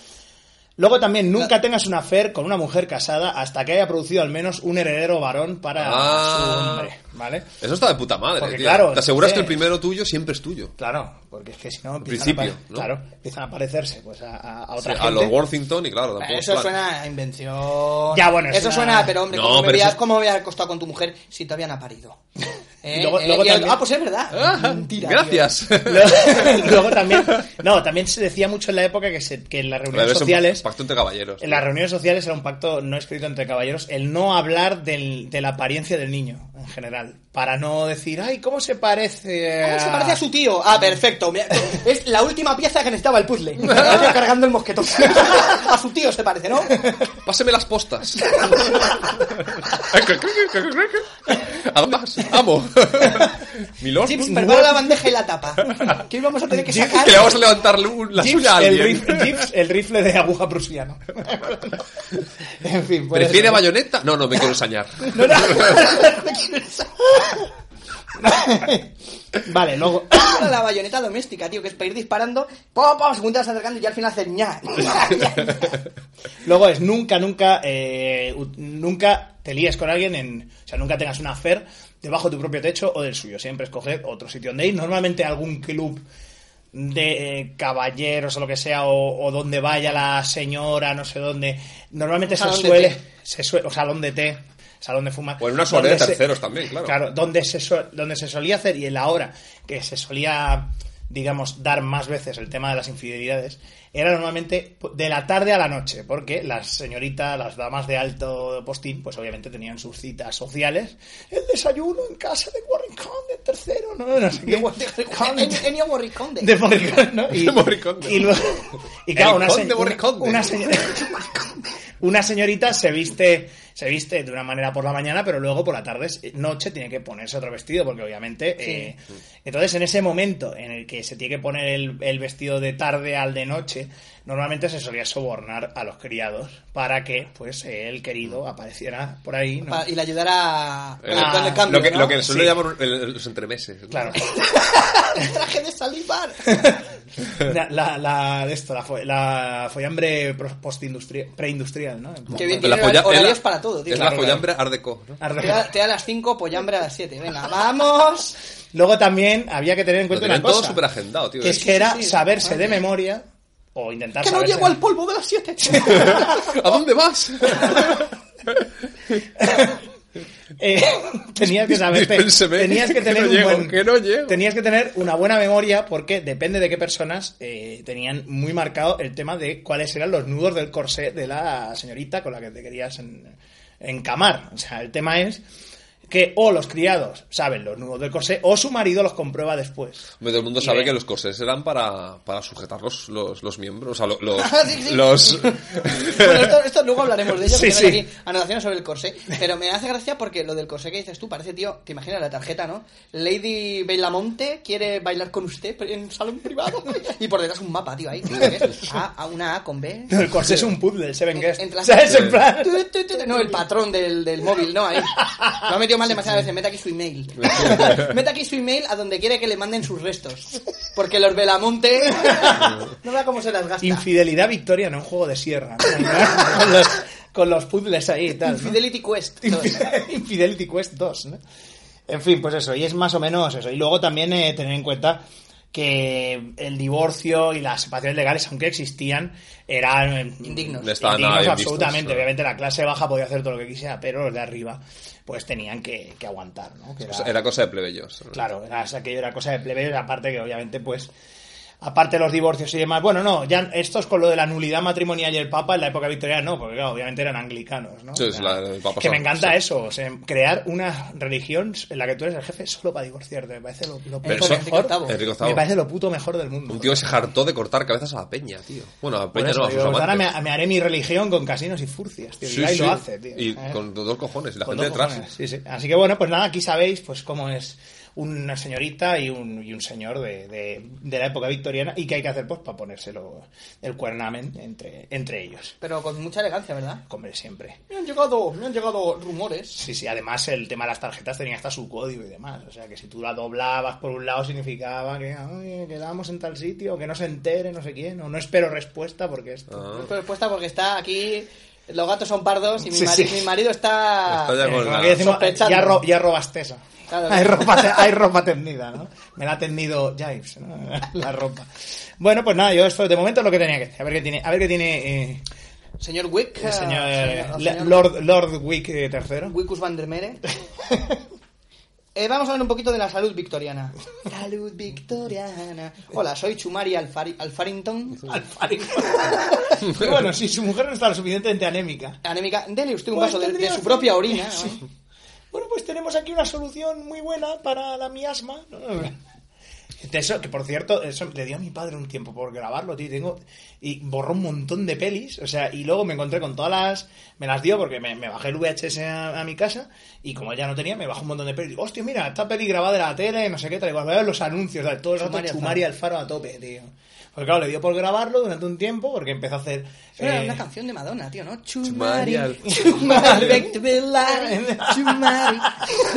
[SPEAKER 4] Luego también, nunca tengas una affair con una mujer casada hasta que haya producido al menos un heredero varón para
[SPEAKER 5] Ah.
[SPEAKER 4] su hombre, ¿vale?
[SPEAKER 5] Eso está de puta madre,
[SPEAKER 4] Porque,
[SPEAKER 5] tío.
[SPEAKER 4] claro,
[SPEAKER 5] Te aseguras
[SPEAKER 4] sí.
[SPEAKER 5] que el primero tuyo siempre es tuyo.
[SPEAKER 4] Claro, porque es que si no, empiezan,
[SPEAKER 5] principio,
[SPEAKER 4] a, apare-
[SPEAKER 5] ¿no?
[SPEAKER 4] claro, empiezan a parecerse pues, a, a- a otra
[SPEAKER 5] Sí,
[SPEAKER 4] gente.
[SPEAKER 5] a los Worthington y claro, tampoco.
[SPEAKER 6] Eso
[SPEAKER 5] es plan.
[SPEAKER 6] suena a invención.
[SPEAKER 4] Ya, bueno, es
[SPEAKER 6] eso
[SPEAKER 4] una-
[SPEAKER 6] suena, pero hombre,
[SPEAKER 5] No,
[SPEAKER 6] ¿cómo, me
[SPEAKER 5] pero
[SPEAKER 6] habías,
[SPEAKER 5] eso-
[SPEAKER 6] ¿cómo me habías acostado con tu mujer si todavía no ha parido? Eh,
[SPEAKER 4] Luego-
[SPEAKER 6] eh,
[SPEAKER 4] luego
[SPEAKER 6] y el-
[SPEAKER 4] también-
[SPEAKER 6] Ah, pues es verdad.
[SPEAKER 5] Ah,
[SPEAKER 6] Mentira.
[SPEAKER 5] gracias.
[SPEAKER 4] Luego, luego también, no, también se decía mucho en la época que, se- que en las reuniones
[SPEAKER 5] Es un
[SPEAKER 4] sociales,
[SPEAKER 5] Pacto entre caballeros.
[SPEAKER 4] en las reuniones sociales era un pacto no escrito entre caballeros, el no hablar del- de la apariencia del niño en general, para no decir, ay, ¿cómo se parece?
[SPEAKER 6] tío. ¿Cómo se parece a su tío? Ah, perfecto. Mira, Es la última pieza que necesitaba el puzzle. Me había cargando el mosquetón. A su tío se parece, ¿no?
[SPEAKER 5] Páseme las postas. Además, amo. Mi lord.
[SPEAKER 6] Chips, pues, prepara la bandeja y la tapa. Que hoy vamos a tener que
[SPEAKER 4] Chips,
[SPEAKER 6] sacar.
[SPEAKER 5] Que le vamos a levantar lu- la
[SPEAKER 4] Gips,
[SPEAKER 5] suya a
[SPEAKER 4] el,
[SPEAKER 5] alguien.
[SPEAKER 4] rifle, Gips, el rifle de aguja prusiano. en fin, pues
[SPEAKER 5] ¿Prefiere
[SPEAKER 4] eso.
[SPEAKER 5] bayoneta? No, no, me quiero ensañar.
[SPEAKER 4] Vale, luego...
[SPEAKER 6] Ahora la bayoneta doméstica, tío, que es para ir disparando, pop, pop, según te vas acercando y ya al final haces ña. ña, ña.
[SPEAKER 4] Luego es nunca, nunca, eh, u- nunca te líes con alguien en. O sea, nunca tengas una fer debajo de tu propio techo o del suyo. Siempre escoger otro sitio donde ir. Normalmente algún club de eh, caballeros o lo que sea, o, o donde vaya la señora, no sé dónde. Normalmente
[SPEAKER 6] Un
[SPEAKER 4] se
[SPEAKER 6] salón de
[SPEAKER 4] suele,
[SPEAKER 6] té.
[SPEAKER 4] se suele. O salón de té, salón de fumar.
[SPEAKER 5] O en una soirée de
[SPEAKER 4] donde se-
[SPEAKER 5] terceros también, claro.
[SPEAKER 4] Claro, donde se, su- donde se solía hacer y en la hora que se solía, digamos, dar más veces el tema de las infidelidades, era normalmente de la tarde a la noche, porque las señoritas, las damas de alto postín, pues obviamente tenían sus citas sociales. El desayuno en casa de Warren Conde, el tercero, no, no sé qué.
[SPEAKER 6] En- en- Ennio Morricone.
[SPEAKER 4] De Morricone, ¿no? Y,
[SPEAKER 5] De Morricone.
[SPEAKER 4] Y, luego- y claro, una,
[SPEAKER 5] El
[SPEAKER 4] se-
[SPEAKER 5] conde Morricone.
[SPEAKER 4] una, señorita, una señorita se viste se viste de una manera por la mañana, pero luego por la tarde, noche, tiene que ponerse otro vestido, porque obviamente... eh, entonces, en ese momento en el que se tiene que poner el, el vestido de tarde al de noche, normalmente se solía sobornar a los criados para que, pues, el
[SPEAKER 5] Mm.
[SPEAKER 4] querido apareciera por ahí, ¿no?
[SPEAKER 6] Pa- Ah, y le ayudará con
[SPEAKER 5] El-
[SPEAKER 6] el plan de cambio.
[SPEAKER 5] Ah, lo que,
[SPEAKER 6] ¿no?
[SPEAKER 5] lo que suele
[SPEAKER 4] Sí.
[SPEAKER 5] llamar el- los entremeses. ¿no?
[SPEAKER 4] Claro.
[SPEAKER 6] El traje de salivar.
[SPEAKER 4] La, la, la- de esto, la, fo- la follambre pro- postindustria- preindustrial, ¿no? En plan-
[SPEAKER 6] Qué bien
[SPEAKER 5] La
[SPEAKER 6] tiene
[SPEAKER 5] folla-
[SPEAKER 6] horarios
[SPEAKER 5] es la-
[SPEAKER 6] para todo, tío.
[SPEAKER 5] Es la
[SPEAKER 4] Claro, Ah,
[SPEAKER 5] follambre art deco, ¿no?
[SPEAKER 4] Arre.
[SPEAKER 6] Te da, te da a las 5, pollambre a las 7. Venga, vamos.
[SPEAKER 4] Luego también había que tener en
[SPEAKER 5] Lo
[SPEAKER 4] cuenta pues una
[SPEAKER 5] tenían todo
[SPEAKER 4] cosa,
[SPEAKER 5] súper agendado, tío.
[SPEAKER 4] que es que era
[SPEAKER 6] Sí, sí, sí.
[SPEAKER 4] saberse de memoria o intentar
[SPEAKER 6] Que no
[SPEAKER 4] saberse-
[SPEAKER 6] llego al polvo de las 7.
[SPEAKER 5] ¿A dónde vas?
[SPEAKER 4] Eh, tenías que saberte,
[SPEAKER 5] Dispénseme,
[SPEAKER 4] tenías que
[SPEAKER 5] que
[SPEAKER 4] tener
[SPEAKER 5] no
[SPEAKER 4] un
[SPEAKER 5] llego,
[SPEAKER 4] buen-
[SPEAKER 5] que no llego.
[SPEAKER 4] tenías que tener una buena memoria porque depende de qué personas eh, tenían muy marcado el tema de cuáles eran los nudos del corsé de la señorita con la que te querías en- encamar. O sea, el tema es que o los criados saben los nudos del corsé o su marido los comprueba después.
[SPEAKER 5] Hombre, Todo el mundo sabe
[SPEAKER 4] Bien.
[SPEAKER 5] que los corsés eran para, para sujetar los, los, los miembros, o sea, lo- los...
[SPEAKER 6] Sí, sí.
[SPEAKER 5] los
[SPEAKER 6] Bueno, esto, esto luego hablaremos de ello,
[SPEAKER 4] Sí,
[SPEAKER 6] porque tengo
[SPEAKER 4] sí.
[SPEAKER 6] aquí anotaciones sobre el corsé. Pero me hace gracia porque lo del corsé que dices tú parece, tío, te imaginas la tarjeta, ¿no? Lady Belamonte quiere bailar con usted pero en un salón privado. Y por detrás un mapa, tío, ahí. tío, que es A, a una A con B.
[SPEAKER 4] El corsé es un puzzle, se ven que es.
[SPEAKER 6] Entre las-
[SPEAKER 4] ¿Sabes? En plan-
[SPEAKER 6] Tu, tu, tu, tu. No, el patrón del, del móvil, no, ahí. Lo ha metido mal demasiadas veces. Mete aquí su email. Mete aquí su email a donde quiere que le manden sus restos. Porque los Belamonte. No vea cómo se las gasta.
[SPEAKER 4] Infidelidad victoria en un juego de sierra. ¿no? con, los, con los puzzles ahí y tal. ¿no?
[SPEAKER 6] Infidelity Quest. todo eso.
[SPEAKER 4] Infidel- Infidelity Quest 2, ¿no? En fin, pues eso, y es más o menos eso. Y luego también eh, tener en cuenta que el divorcio y las separaciones legales, aunque existían, eran eh,
[SPEAKER 6] Indignos.
[SPEAKER 5] No estaban nada bien vistos,
[SPEAKER 4] absolutamente.
[SPEAKER 5] ¿no?
[SPEAKER 4] Obviamente la clase baja podía hacer todo lo que quisiera, pero los de arriba pues tenían que, que aguantar, ¿no? Que era-
[SPEAKER 5] era cosa de plebeyos. ¿no?
[SPEAKER 4] Claro, era, aquello era cosa de plebeyos, aparte que obviamente pues... Aparte de los divorcios y demás. Bueno, no, ya esto es con lo de la nulidad matrimonial y el Papa en la época victoriana, no, porque claro, obviamente eran anglicanos, ¿no?
[SPEAKER 5] Sí,
[SPEAKER 4] O
[SPEAKER 5] sí,
[SPEAKER 4] sea,
[SPEAKER 5] la del Papa
[SPEAKER 4] que me
[SPEAKER 5] San-
[SPEAKER 4] encanta
[SPEAKER 5] sí.
[SPEAKER 4] eso, o sea, crear una religión en la que tú eres el jefe solo para divorciarte. Me parece lo, lo puto
[SPEAKER 5] Pero eso-
[SPEAKER 4] mejor.
[SPEAKER 5] Enrique VIII.
[SPEAKER 4] Me parece lo puto mejor del mundo.
[SPEAKER 5] Un tío que se hartó de cortar cabezas a la peña, tío. Bueno, a la
[SPEAKER 4] Por
[SPEAKER 5] peña
[SPEAKER 4] eso,
[SPEAKER 5] no, a sus
[SPEAKER 4] digo, pues ahora
[SPEAKER 5] amantes.
[SPEAKER 4] me, me haré mi religión con casinos y furcias, tío.
[SPEAKER 5] Sí,
[SPEAKER 4] y ahí
[SPEAKER 5] sí.
[SPEAKER 4] lo hace, tío.
[SPEAKER 5] Y
[SPEAKER 4] ¿eh?
[SPEAKER 5] con dos cojones, y la
[SPEAKER 4] Con
[SPEAKER 5] gente
[SPEAKER 4] dos
[SPEAKER 5] detrás.
[SPEAKER 4] cojones, Pues ¿eh? sí, sí. Así que bueno, pues nada, aquí sabéis pues cómo es una señorita y un, y un señor de, de- de la época victoriana y qué hay que hacer pues para ponérselo el cuernamen entre, entre ellos.
[SPEAKER 6] Pero con mucha elegancia, ¿verdad?
[SPEAKER 4] Como siempre.
[SPEAKER 6] Me han llegado, me han llegado rumores.
[SPEAKER 4] Sí, sí, además el tema de las tarjetas tenía hasta su código y demás. O sea, que si tú la doblabas por un lado significaba que "Ay, quedamos en tal sitio, que no se entere, no sé quién, o no espero respuesta porque esto...
[SPEAKER 5] Ah.
[SPEAKER 6] Estoy Respuesta porque está aquí. Los gatos son pardos y mi,
[SPEAKER 4] Sí,
[SPEAKER 6] mari-
[SPEAKER 4] sí.
[SPEAKER 6] mi marido está.
[SPEAKER 5] Está ya
[SPEAKER 4] Eh,
[SPEAKER 5] con
[SPEAKER 4] como
[SPEAKER 5] la-
[SPEAKER 4] aquí decimos,
[SPEAKER 6] Sospechando.
[SPEAKER 4] ya, ro- ya robaste esa.
[SPEAKER 6] Claro.
[SPEAKER 4] Hay, ropa, te- hay ropa tendida, ¿no? Me la ha tendido Jives, ¿no? La ropa. Bueno, pues nada, yo esto de momento es lo que tenía que decir. A ver qué tiene, a ver qué tiene eh,
[SPEAKER 6] Señor Wick.
[SPEAKER 4] el señor,
[SPEAKER 6] eh,
[SPEAKER 4] eh,
[SPEAKER 6] señor-
[SPEAKER 4] Le-
[SPEAKER 6] señor
[SPEAKER 4] Lord, Lord Wick eh, III.
[SPEAKER 6] Wicus van der Mere. Eh, vamos a hablar un poquito de la salud victoriana. Salud victoriana. Hola, soy Chumari Alfari- Alfarington.
[SPEAKER 4] Y bueno, si su mujer no está lo suficientemente anémica.
[SPEAKER 6] Anémica, dele usted un
[SPEAKER 4] Pues
[SPEAKER 6] vaso de, de
[SPEAKER 4] tendría
[SPEAKER 6] su
[SPEAKER 4] que-
[SPEAKER 6] propia orina. ¿no?
[SPEAKER 4] Sí. Bueno, pues tenemos aquí una solución muy buena para la miasma. De Eso, que por cierto, eso le dio a mi padre un tiempo por grabarlo, tío. y Tengo, y borró un montón de pelis. O sea, y luego me encontré con todas las. Me las dio porque me, me bajé el VHS a, a mi casa. Y como él ya no tenía, me bajó un montón de pelis. Digo, hostia, mira, esta peli grabada de la tele, no sé qué, tal. Igual veo los anuncios, tal, todo el rato
[SPEAKER 6] Chumari Alfaro.
[SPEAKER 4] Chumari Alfaro a tope, tío. Porque claro, le dio por grabarlo durante un tiempo porque empezó a hacer.
[SPEAKER 6] Era
[SPEAKER 4] eh,
[SPEAKER 6] una canción de Madonna, tío, ¿no?
[SPEAKER 5] Chumari al-
[SPEAKER 6] Chumari, back to the line, Chumari.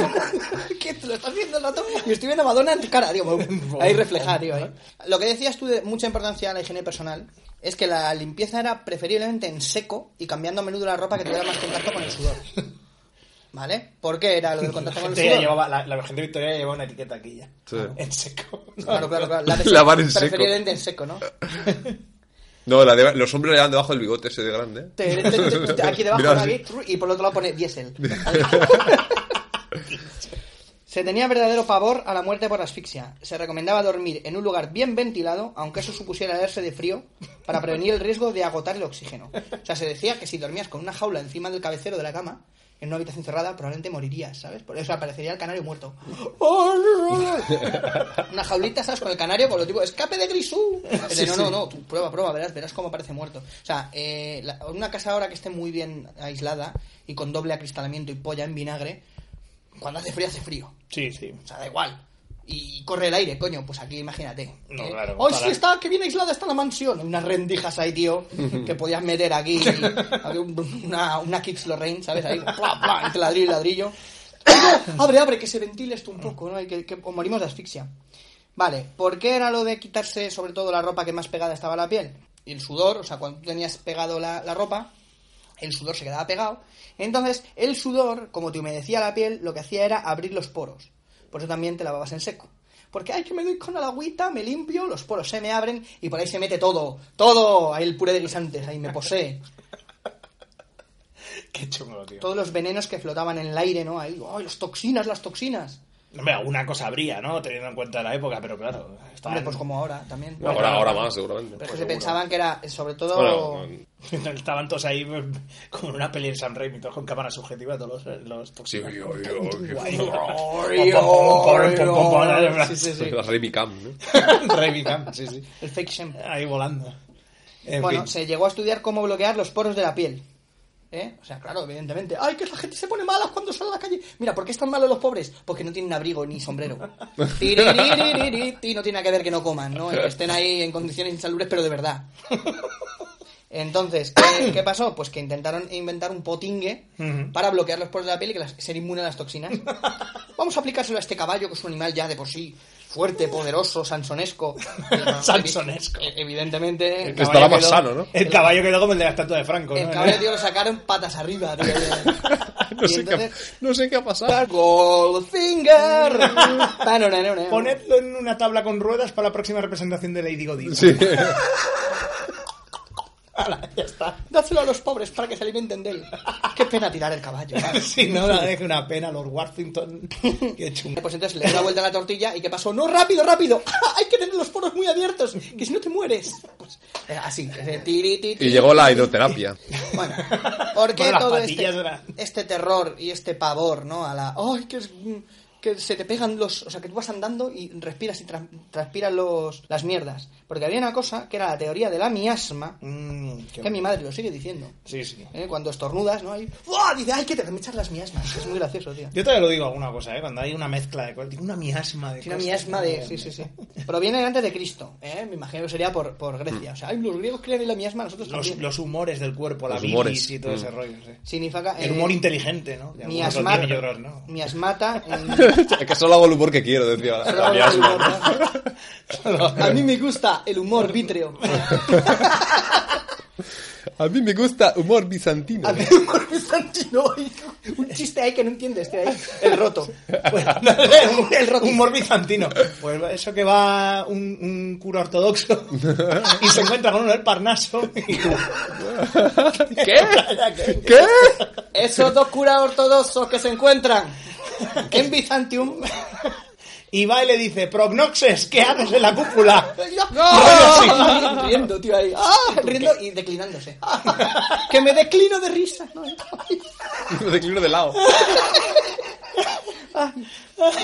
[SPEAKER 6] ¿Qué te lo estás viendo el rato? Y estoy viendo a Madonna en tu cara, tío. Ahí reflejada, tío. ahí. Lo que decías tú de mucha importancia a la higiene personal es que la limpieza era preferiblemente en seco y cambiando a menudo la ropa que tuviera más contacto con el sudor. ¿Vale? ¿Por qué era lo del
[SPEAKER 4] La
[SPEAKER 6] contacto con el
[SPEAKER 4] gente, ya
[SPEAKER 6] sudor?
[SPEAKER 4] llevaba, la, la gente victoriana llevaba una etiqueta aquí ya.
[SPEAKER 5] Sí.
[SPEAKER 4] En seco.
[SPEAKER 6] Claro, claro, claro. La de
[SPEAKER 5] Lavar en seco.
[SPEAKER 6] Preferiblemente en seco, ¿no?
[SPEAKER 5] No, la de- los hombres le dan debajo del bigote ese de grande. ¿eh?
[SPEAKER 6] Te- te- te- te- aquí debajo
[SPEAKER 5] Mira,
[SPEAKER 6] ¿no?
[SPEAKER 5] así.
[SPEAKER 6] aquí, tru- y por el otro lado pone diésel. Se tenía verdadero pavor a la muerte por asfixia. Se recomendaba dormir en un lugar bien ventilado, aunque eso supusiera leerse de frío, para prevenir el riesgo de agotar el oxígeno. O sea, se decía que si dormías con una jaula encima del cabecero de la cama, en una habitación cerrada, probablemente morirías, ¿sabes? Por eso aparecería el canario muerto. Una jaulita, ¿sabes? Con el canario, con lo tipo, escape de grisú. Es de, no, no, no, tú prueba, prueba, verás, verás cómo aparece muerto. O sea, eh, la- una casa ahora que esté muy bien aislada y con doble acristalamiento y polla en vinagre, cuando hace frío, hace frío.
[SPEAKER 4] Sí, sí.
[SPEAKER 6] O sea, da igual. Y corre el aire, coño, pues aquí imagínate. Eh,
[SPEAKER 4] No, claro,
[SPEAKER 6] Hoy
[SPEAKER 4] para-
[SPEAKER 6] sí está, que bien aislada está la mansión. Hay unas rendijas ahí, tío, que podías meter aquí. aquí un- una, una Kids Lorraine, ¿sabes? Ahí, pla, pla, entre ladrillo y ladrillo. Oiga, abre, abre, que se ventile esto un poco, ¿no? Y que, que o morimos de asfixia. Vale, ¿por qué era lo de quitarse sobre todo la ropa que más pegada estaba a la piel? Y el sudor, o sea, cuando tú tenías pegado la, la ropa, el sudor se quedaba pegado. Entonces, el sudor, como te humedecía la piel, lo que hacía era abrir los poros. Por eso también te lavabas en seco. Porque, ay, que me doy con la agüita, me limpio, los poros se me abren y por ahí se mete todo, todo. Ahí el puré de guisantes, ahí me posee.
[SPEAKER 4] Qué chungo, tío.
[SPEAKER 6] Todos los venenos que flotaban en el aire, ¿no? Ahí, ay, las toxinas, las toxinas.
[SPEAKER 4] Hombre, alguna cosa habría, ¿no? Teniendo en cuenta la época, pero claro. estaban-
[SPEAKER 6] Hombre, pues como ahora también.
[SPEAKER 4] Bueno,
[SPEAKER 5] ahora,
[SPEAKER 4] claro.
[SPEAKER 5] ahora más, seguramente.
[SPEAKER 6] Pero
[SPEAKER 5] Pues
[SPEAKER 6] es que se
[SPEAKER 5] seguro.
[SPEAKER 6] pensaban que era, sobre todo...
[SPEAKER 5] Bueno,
[SPEAKER 4] Estaban todos ahí pues, como en una peli en San Raimi, todos con cámara subjetiva, todos los, los
[SPEAKER 5] Sí,
[SPEAKER 4] toxinas.
[SPEAKER 5] yo- yo- yo-
[SPEAKER 6] Oy,
[SPEAKER 4] Pom, pom, pom, pom, pom, pom,
[SPEAKER 6] oy,
[SPEAKER 4] pom,
[SPEAKER 6] sí, sí, sí.
[SPEAKER 5] La Remy Cam, ¿no?
[SPEAKER 4] Raimi Camp, sí, sí.
[SPEAKER 6] El fake shame.
[SPEAKER 4] Ahí volando. En
[SPEAKER 6] bueno,
[SPEAKER 4] fin.
[SPEAKER 6] se llegó a estudiar cómo bloquear los poros de la piel. ¿Eh? O sea, claro, evidentemente. ¡Ay, que la gente se pone mala cuando sale a la calle! Mira, ¿por qué están malos los pobres? Porque no tienen abrigo ni sombrero. Y no tiene nada que ver que no coman, ¿no? Y que estén ahí en condiciones insalubres, pero de verdad. Entonces, ¿qué, qué pasó? Pues que intentaron inventar un potingue
[SPEAKER 4] Ujú.
[SPEAKER 6] para bloquear los poros de la piel y que las- ser inmune a las toxinas. Vamos a aplicárselo a este caballo, que es un animal ya de por sí fuerte, poderoso, sansonesco.
[SPEAKER 4] Sansonesco.
[SPEAKER 6] E- Evidentemente. el
[SPEAKER 5] Que
[SPEAKER 6] caballo
[SPEAKER 5] estaba más
[SPEAKER 6] quedó-
[SPEAKER 5] sano, ¿no?
[SPEAKER 4] El caballo quedó como el de la estatua de Franco, ¿no?
[SPEAKER 6] El caballo, tío, lo sacaron patas arriba, tío.
[SPEAKER 5] no,
[SPEAKER 6] y
[SPEAKER 5] sé qué, ha-
[SPEAKER 6] entonces...
[SPEAKER 5] no sé qué ha pasado.
[SPEAKER 6] Goldfinger. Panonanone.
[SPEAKER 4] Ponedlo en una tabla con ruedas para la próxima representación de Lady Godin.
[SPEAKER 5] Sí.
[SPEAKER 4] Ala, ya está.
[SPEAKER 6] Dáselo a los pobres para que se alimenten de él. Qué pena tirar el caballo. ¿vale?
[SPEAKER 4] Si no, la deje una pena, Lord Washington. Qué chungo.
[SPEAKER 6] Pues entonces le dio la vuelta a la tortilla y ¿qué pasó? ¡No, rápido, rápido! ¡Hay que tener los poros muy abiertos! ¡Que si no te mueres! Pues, eh, así. eh, tiri, tiri,
[SPEAKER 5] Y llegó la hidroterapia.
[SPEAKER 6] Bueno, ¿por qué
[SPEAKER 4] Bueno, las
[SPEAKER 6] todo este,
[SPEAKER 4] patillas era-
[SPEAKER 6] este terror y este pavor, no? A la. ¡Ay, que, es- que se te pegan los. O sea, que tú vas andando y respiras y tra- transpiras los, las mierdas. Porque había una cosa que era la teoría de la miasma,
[SPEAKER 4] Mm, qué
[SPEAKER 6] que mi
[SPEAKER 4] bueno.
[SPEAKER 6] madre lo sigue diciendo.
[SPEAKER 4] Sí, sí.
[SPEAKER 6] ¿eh? Cuando estornudas, ¿no? Ahí, ¡buah! Dice, ¡ay, que te echar las miasmas! Es muy gracioso, tío.
[SPEAKER 4] Yo todavía lo digo alguna cosa, ¿eh? Cuando hay una mezcla de cosas. Tiene una miasma de
[SPEAKER 6] Tiene una
[SPEAKER 4] cosas.
[SPEAKER 6] miasma de. Sí, sí, sí. Proviene antes de Cristo, ¿eh? Me imagino que sería por, por Grecia. O sea, ay, los griegos crean en la miasma, nosotros
[SPEAKER 4] Los,
[SPEAKER 6] también.
[SPEAKER 4] los humores del cuerpo, la
[SPEAKER 5] Los
[SPEAKER 4] bilis
[SPEAKER 5] humores.
[SPEAKER 4] y todo ese
[SPEAKER 5] Mm.
[SPEAKER 4] rollo, sí.
[SPEAKER 6] Significa.
[SPEAKER 4] El
[SPEAKER 6] eh,
[SPEAKER 4] humor inteligente, ¿no? Que algunos lo
[SPEAKER 6] miasmata.
[SPEAKER 4] tienen y otros no.
[SPEAKER 6] Miasmata. en-
[SPEAKER 5] es que solo hago el humor que quiero, decía. la- la miasma.
[SPEAKER 6] A mí me gusta el humor vítreo.
[SPEAKER 5] A mí me gusta humor bizantino.
[SPEAKER 6] A mí el humor bizantino. Un chiste ahí que no entiendes, tío, ahí. El roto. El roto.
[SPEAKER 4] humor bizantino. Pues eso que va un, un cura ortodoxo y se encuentra con uno del Parnaso. Y tú,
[SPEAKER 6] ¿Qué?
[SPEAKER 5] ¿Qué?
[SPEAKER 6] Esos dos curas ortodoxos que se encuentran en Bizantium.
[SPEAKER 4] y va y le dice, Prognoxes, ¿qué haces en la cúpula?
[SPEAKER 6] ¡No! Riendo, tío, ahí. ¡Ah! Riendo y declinándose. ¡Que me declino de risa!
[SPEAKER 5] Me declino de lado.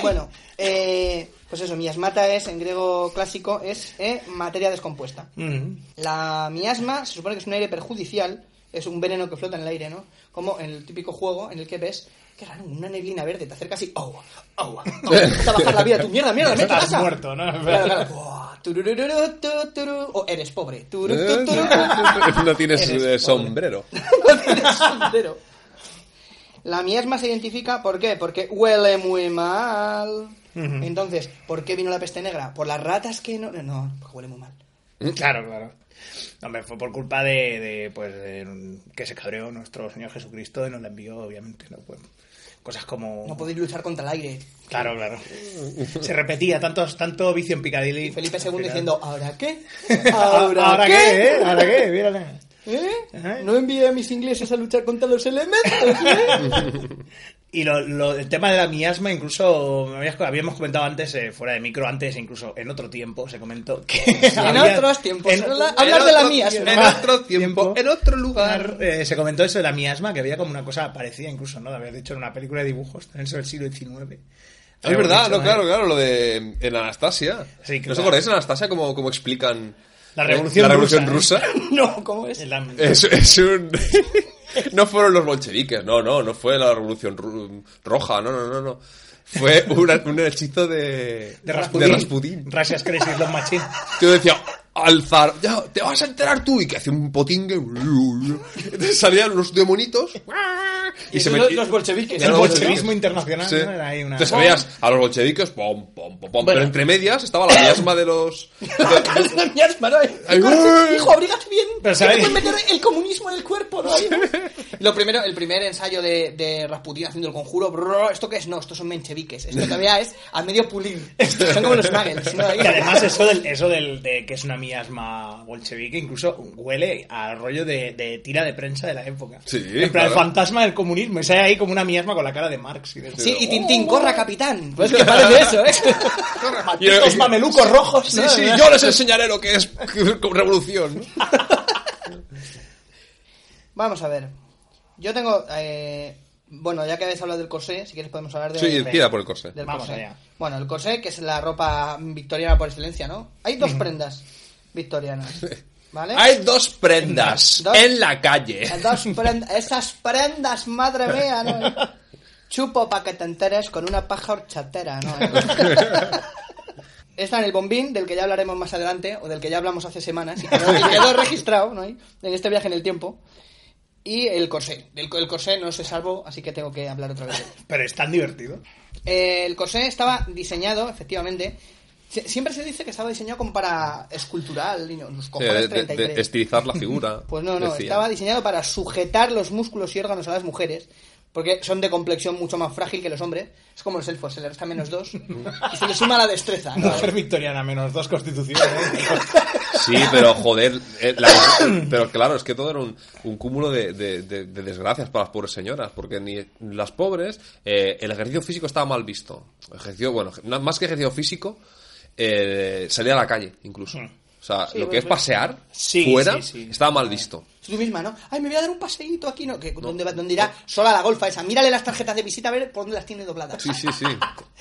[SPEAKER 6] Bueno, eh, pues eso, miasmata es, en griego clásico, es eh, materia descompuesta.
[SPEAKER 4] Mm.
[SPEAKER 6] La miasma se supone que es un aire perjudicial, es un veneno que flota en el aire, ¿no? Como en el típico juego en el que ves, que raro, una neblina verde, te acercas y ¡oh! ¡oh! ¡oh! Te bajar la vida, tu mierda, mierda, ¿qué te
[SPEAKER 4] Estás
[SPEAKER 6] pasa?
[SPEAKER 4] muerto, ¿no?
[SPEAKER 6] Claro, claro. Buah, turururu, tu, turu. O eres pobre. Turu, tu, turu.
[SPEAKER 5] ¿Eh? no tienes
[SPEAKER 6] Eres
[SPEAKER 5] eh,
[SPEAKER 6] pobre.
[SPEAKER 5] sombrero.
[SPEAKER 6] No tienes sombrero. La miasma se identifica, ¿por qué? Porque huele muy mal. Entonces, ¿por qué vino la peste negra? ¿Por las ratas que no...? No, no, porque huele muy mal.
[SPEAKER 4] Claro, claro. Hombre, fue por culpa de, de, pues, de que se cabreó nuestro Señor Jesucristo y nos la envió, obviamente, ¿no? Pues, cosas como...
[SPEAKER 6] No podéis luchar contra el aire.
[SPEAKER 4] Claro, claro. Se repetía tantos, tanto vicio en Piccadilly.
[SPEAKER 6] Y Felipe
[SPEAKER 4] Al
[SPEAKER 6] II
[SPEAKER 4] final.
[SPEAKER 6] diciendo, ¿ahora qué?
[SPEAKER 4] ¿Ahora, qué? eh? ¿Ahora qué? Mírale.
[SPEAKER 6] ¿Eh?
[SPEAKER 4] Ajá.
[SPEAKER 6] No envié a mis ingleses a luchar contra los elementos, ¿eh?
[SPEAKER 4] Y lo, lo- el tema de la miasma, incluso me habías- habíamos comentado antes, eh, fuera de micro, antes, incluso en otro tiempo, se comentó que.
[SPEAKER 6] En
[SPEAKER 4] había-
[SPEAKER 6] otros tiempos. Habla-
[SPEAKER 4] en
[SPEAKER 6] hablas de la
[SPEAKER 4] otro
[SPEAKER 6] miasma.
[SPEAKER 5] En otro tiempo, en otro
[SPEAKER 4] lugar,
[SPEAKER 5] lugar.
[SPEAKER 4] eh, se comentó eso de la miasma, que había como una cosa parecida, incluso, ¿no? De haber dicho en una película de dibujos, también sobre el siglo XIX.
[SPEAKER 5] Es verdad, no,
[SPEAKER 4] ¿eh?
[SPEAKER 5] claro, claro, lo de en Anastasia.
[SPEAKER 4] Sí,
[SPEAKER 5] ¿No
[SPEAKER 4] claro.
[SPEAKER 5] os acordáis en Anastasia cómo, cómo explican
[SPEAKER 4] La
[SPEAKER 5] eh,
[SPEAKER 4] revolución
[SPEAKER 5] la revolución
[SPEAKER 4] rusa,
[SPEAKER 5] rusa?
[SPEAKER 6] No, ¿cómo es?
[SPEAKER 4] La-
[SPEAKER 5] Es, es un... no fueron los bolcheviques, no, no, no fue la revolución ru- roja, no, no, no, no. Fue un, un hechizo de...
[SPEAKER 4] de Rasputin.
[SPEAKER 5] De Rasputin.
[SPEAKER 4] Russia's Crazy Love Machine.
[SPEAKER 5] Yo decía, alzar, ya, te vas a enterar tú. Y que hace un potingue. Entonces salían los demonitos. Y, se
[SPEAKER 6] los-
[SPEAKER 5] metían-
[SPEAKER 6] los bolcheviques.
[SPEAKER 5] Ya
[SPEAKER 4] El
[SPEAKER 5] los bolcheviques.
[SPEAKER 4] bolchevismo internacional,
[SPEAKER 5] Sí.
[SPEAKER 4] ¿no? Era ahí una-
[SPEAKER 5] Entonces veías a los bolcheviques, pom, pom, pom,
[SPEAKER 4] Bueno.
[SPEAKER 5] pom. Pero entre medias estaba la miasma de los. de-
[SPEAKER 6] Es la miasma, ¿no?
[SPEAKER 5] Ay,
[SPEAKER 6] Hijo,
[SPEAKER 5] uy.
[SPEAKER 6] hijo, abrígate bien.
[SPEAKER 4] Pero,
[SPEAKER 6] que te
[SPEAKER 4] ¿sabes?
[SPEAKER 6] pueden meter el comunismo en el cuerpo, ¿no? Lo primero, el primer ensayo de, de Rasputin haciendo el conjuro. brr, ¿Esto qué es? No, estos son mencheviques. Esto todavía es a medio pulir. Son como los nuggets, ¿no? Ahí.
[SPEAKER 4] Y además eso del, eso del de que es una miasma bolchevique incluso huele al rollo de, de tira de prensa de la época.
[SPEAKER 5] Sí,
[SPEAKER 4] en plan,
[SPEAKER 5] claro.
[SPEAKER 4] el fantasma del comunismo. Y sale ahí como una miasma con la cara de Marx. Y de
[SPEAKER 6] Sí, y Tintín,
[SPEAKER 4] Oh.
[SPEAKER 6] corra, capitán. Pues que parece eso, ¿eh?
[SPEAKER 4] Malditos mamelucos rojos.
[SPEAKER 5] Sí,
[SPEAKER 4] ¿no?
[SPEAKER 5] sí, yo les enseñaré lo que es revolución.
[SPEAKER 6] Vamos a ver. Yo tengo. eh, bueno, ya que habéis hablado del corsé, si quieres podemos hablar de.
[SPEAKER 5] Sí, tira por el corsé.
[SPEAKER 6] del
[SPEAKER 4] Vamos
[SPEAKER 6] corsé.
[SPEAKER 4] allá.
[SPEAKER 6] Bueno, el corsé, que es la ropa victoriana por excelencia, ¿no? Hay dos prendas victorianas. ¿Vale?
[SPEAKER 5] Hay dos prendas
[SPEAKER 6] ¿Eh? Dos.
[SPEAKER 5] en la calle.
[SPEAKER 6] Dos prend- Esas prendas, madre mía, ¿no? Chupo pa' que te enteres con una paja horchatera, ¿no? Está en el bombín, del que ya hablaremos más adelante, o del que ya hablamos hace semanas, y quedó, y quedó registrado, ¿no? En este viaje en el tiempo. Y el corsé. Del co- El, corsé no se salvó, así que tengo que hablar otra vez de él.
[SPEAKER 4] Pero es tan divertido.
[SPEAKER 6] Eh, El corsé estaba diseñado, efectivamente. Sie- Siempre se dice que estaba diseñado como para escultural, niño. Los
[SPEAKER 5] Sí,
[SPEAKER 6] cojones
[SPEAKER 5] Eh, de- de- de
[SPEAKER 6] 33.
[SPEAKER 5] estilizar la figura.
[SPEAKER 6] Pues no, no,
[SPEAKER 5] decía.
[SPEAKER 6] estaba diseñado para sujetar los músculos y órganos a las mujeres, porque son de complexión mucho más frágil que los hombres. Es como los elfos, se le resta menos dos y se le suma la destreza. ¿no?
[SPEAKER 4] Mujer victoriana menos dos constituciones. ¿eh?
[SPEAKER 5] Sí, pero joder. eh, la- pero claro, es que todo era un, un cúmulo de, de- de- de desgracias para las pobres señoras. Porque ni las pobres, eh, el ejercicio físico estaba mal visto. Ejercicio, bueno, na- más que ejercicio físico, eh, salir a la calle, incluso. O sea,
[SPEAKER 6] Sí, pues
[SPEAKER 5] lo
[SPEAKER 6] bueno,
[SPEAKER 5] que es
[SPEAKER 6] pero-
[SPEAKER 5] pasear
[SPEAKER 4] Hmm. Sí,
[SPEAKER 5] fuera
[SPEAKER 4] sí, sí.
[SPEAKER 5] estaba mal visto.
[SPEAKER 6] Tú misma, ¿no? Ay, me voy a dar un paseíto aquí, ¿no? Que, ¿dónde, va- dónde irá? Sola la golfa esa. Mírale las tarjetas de visita a ver por dónde las tiene dobladas.
[SPEAKER 5] Sí, sí, sí.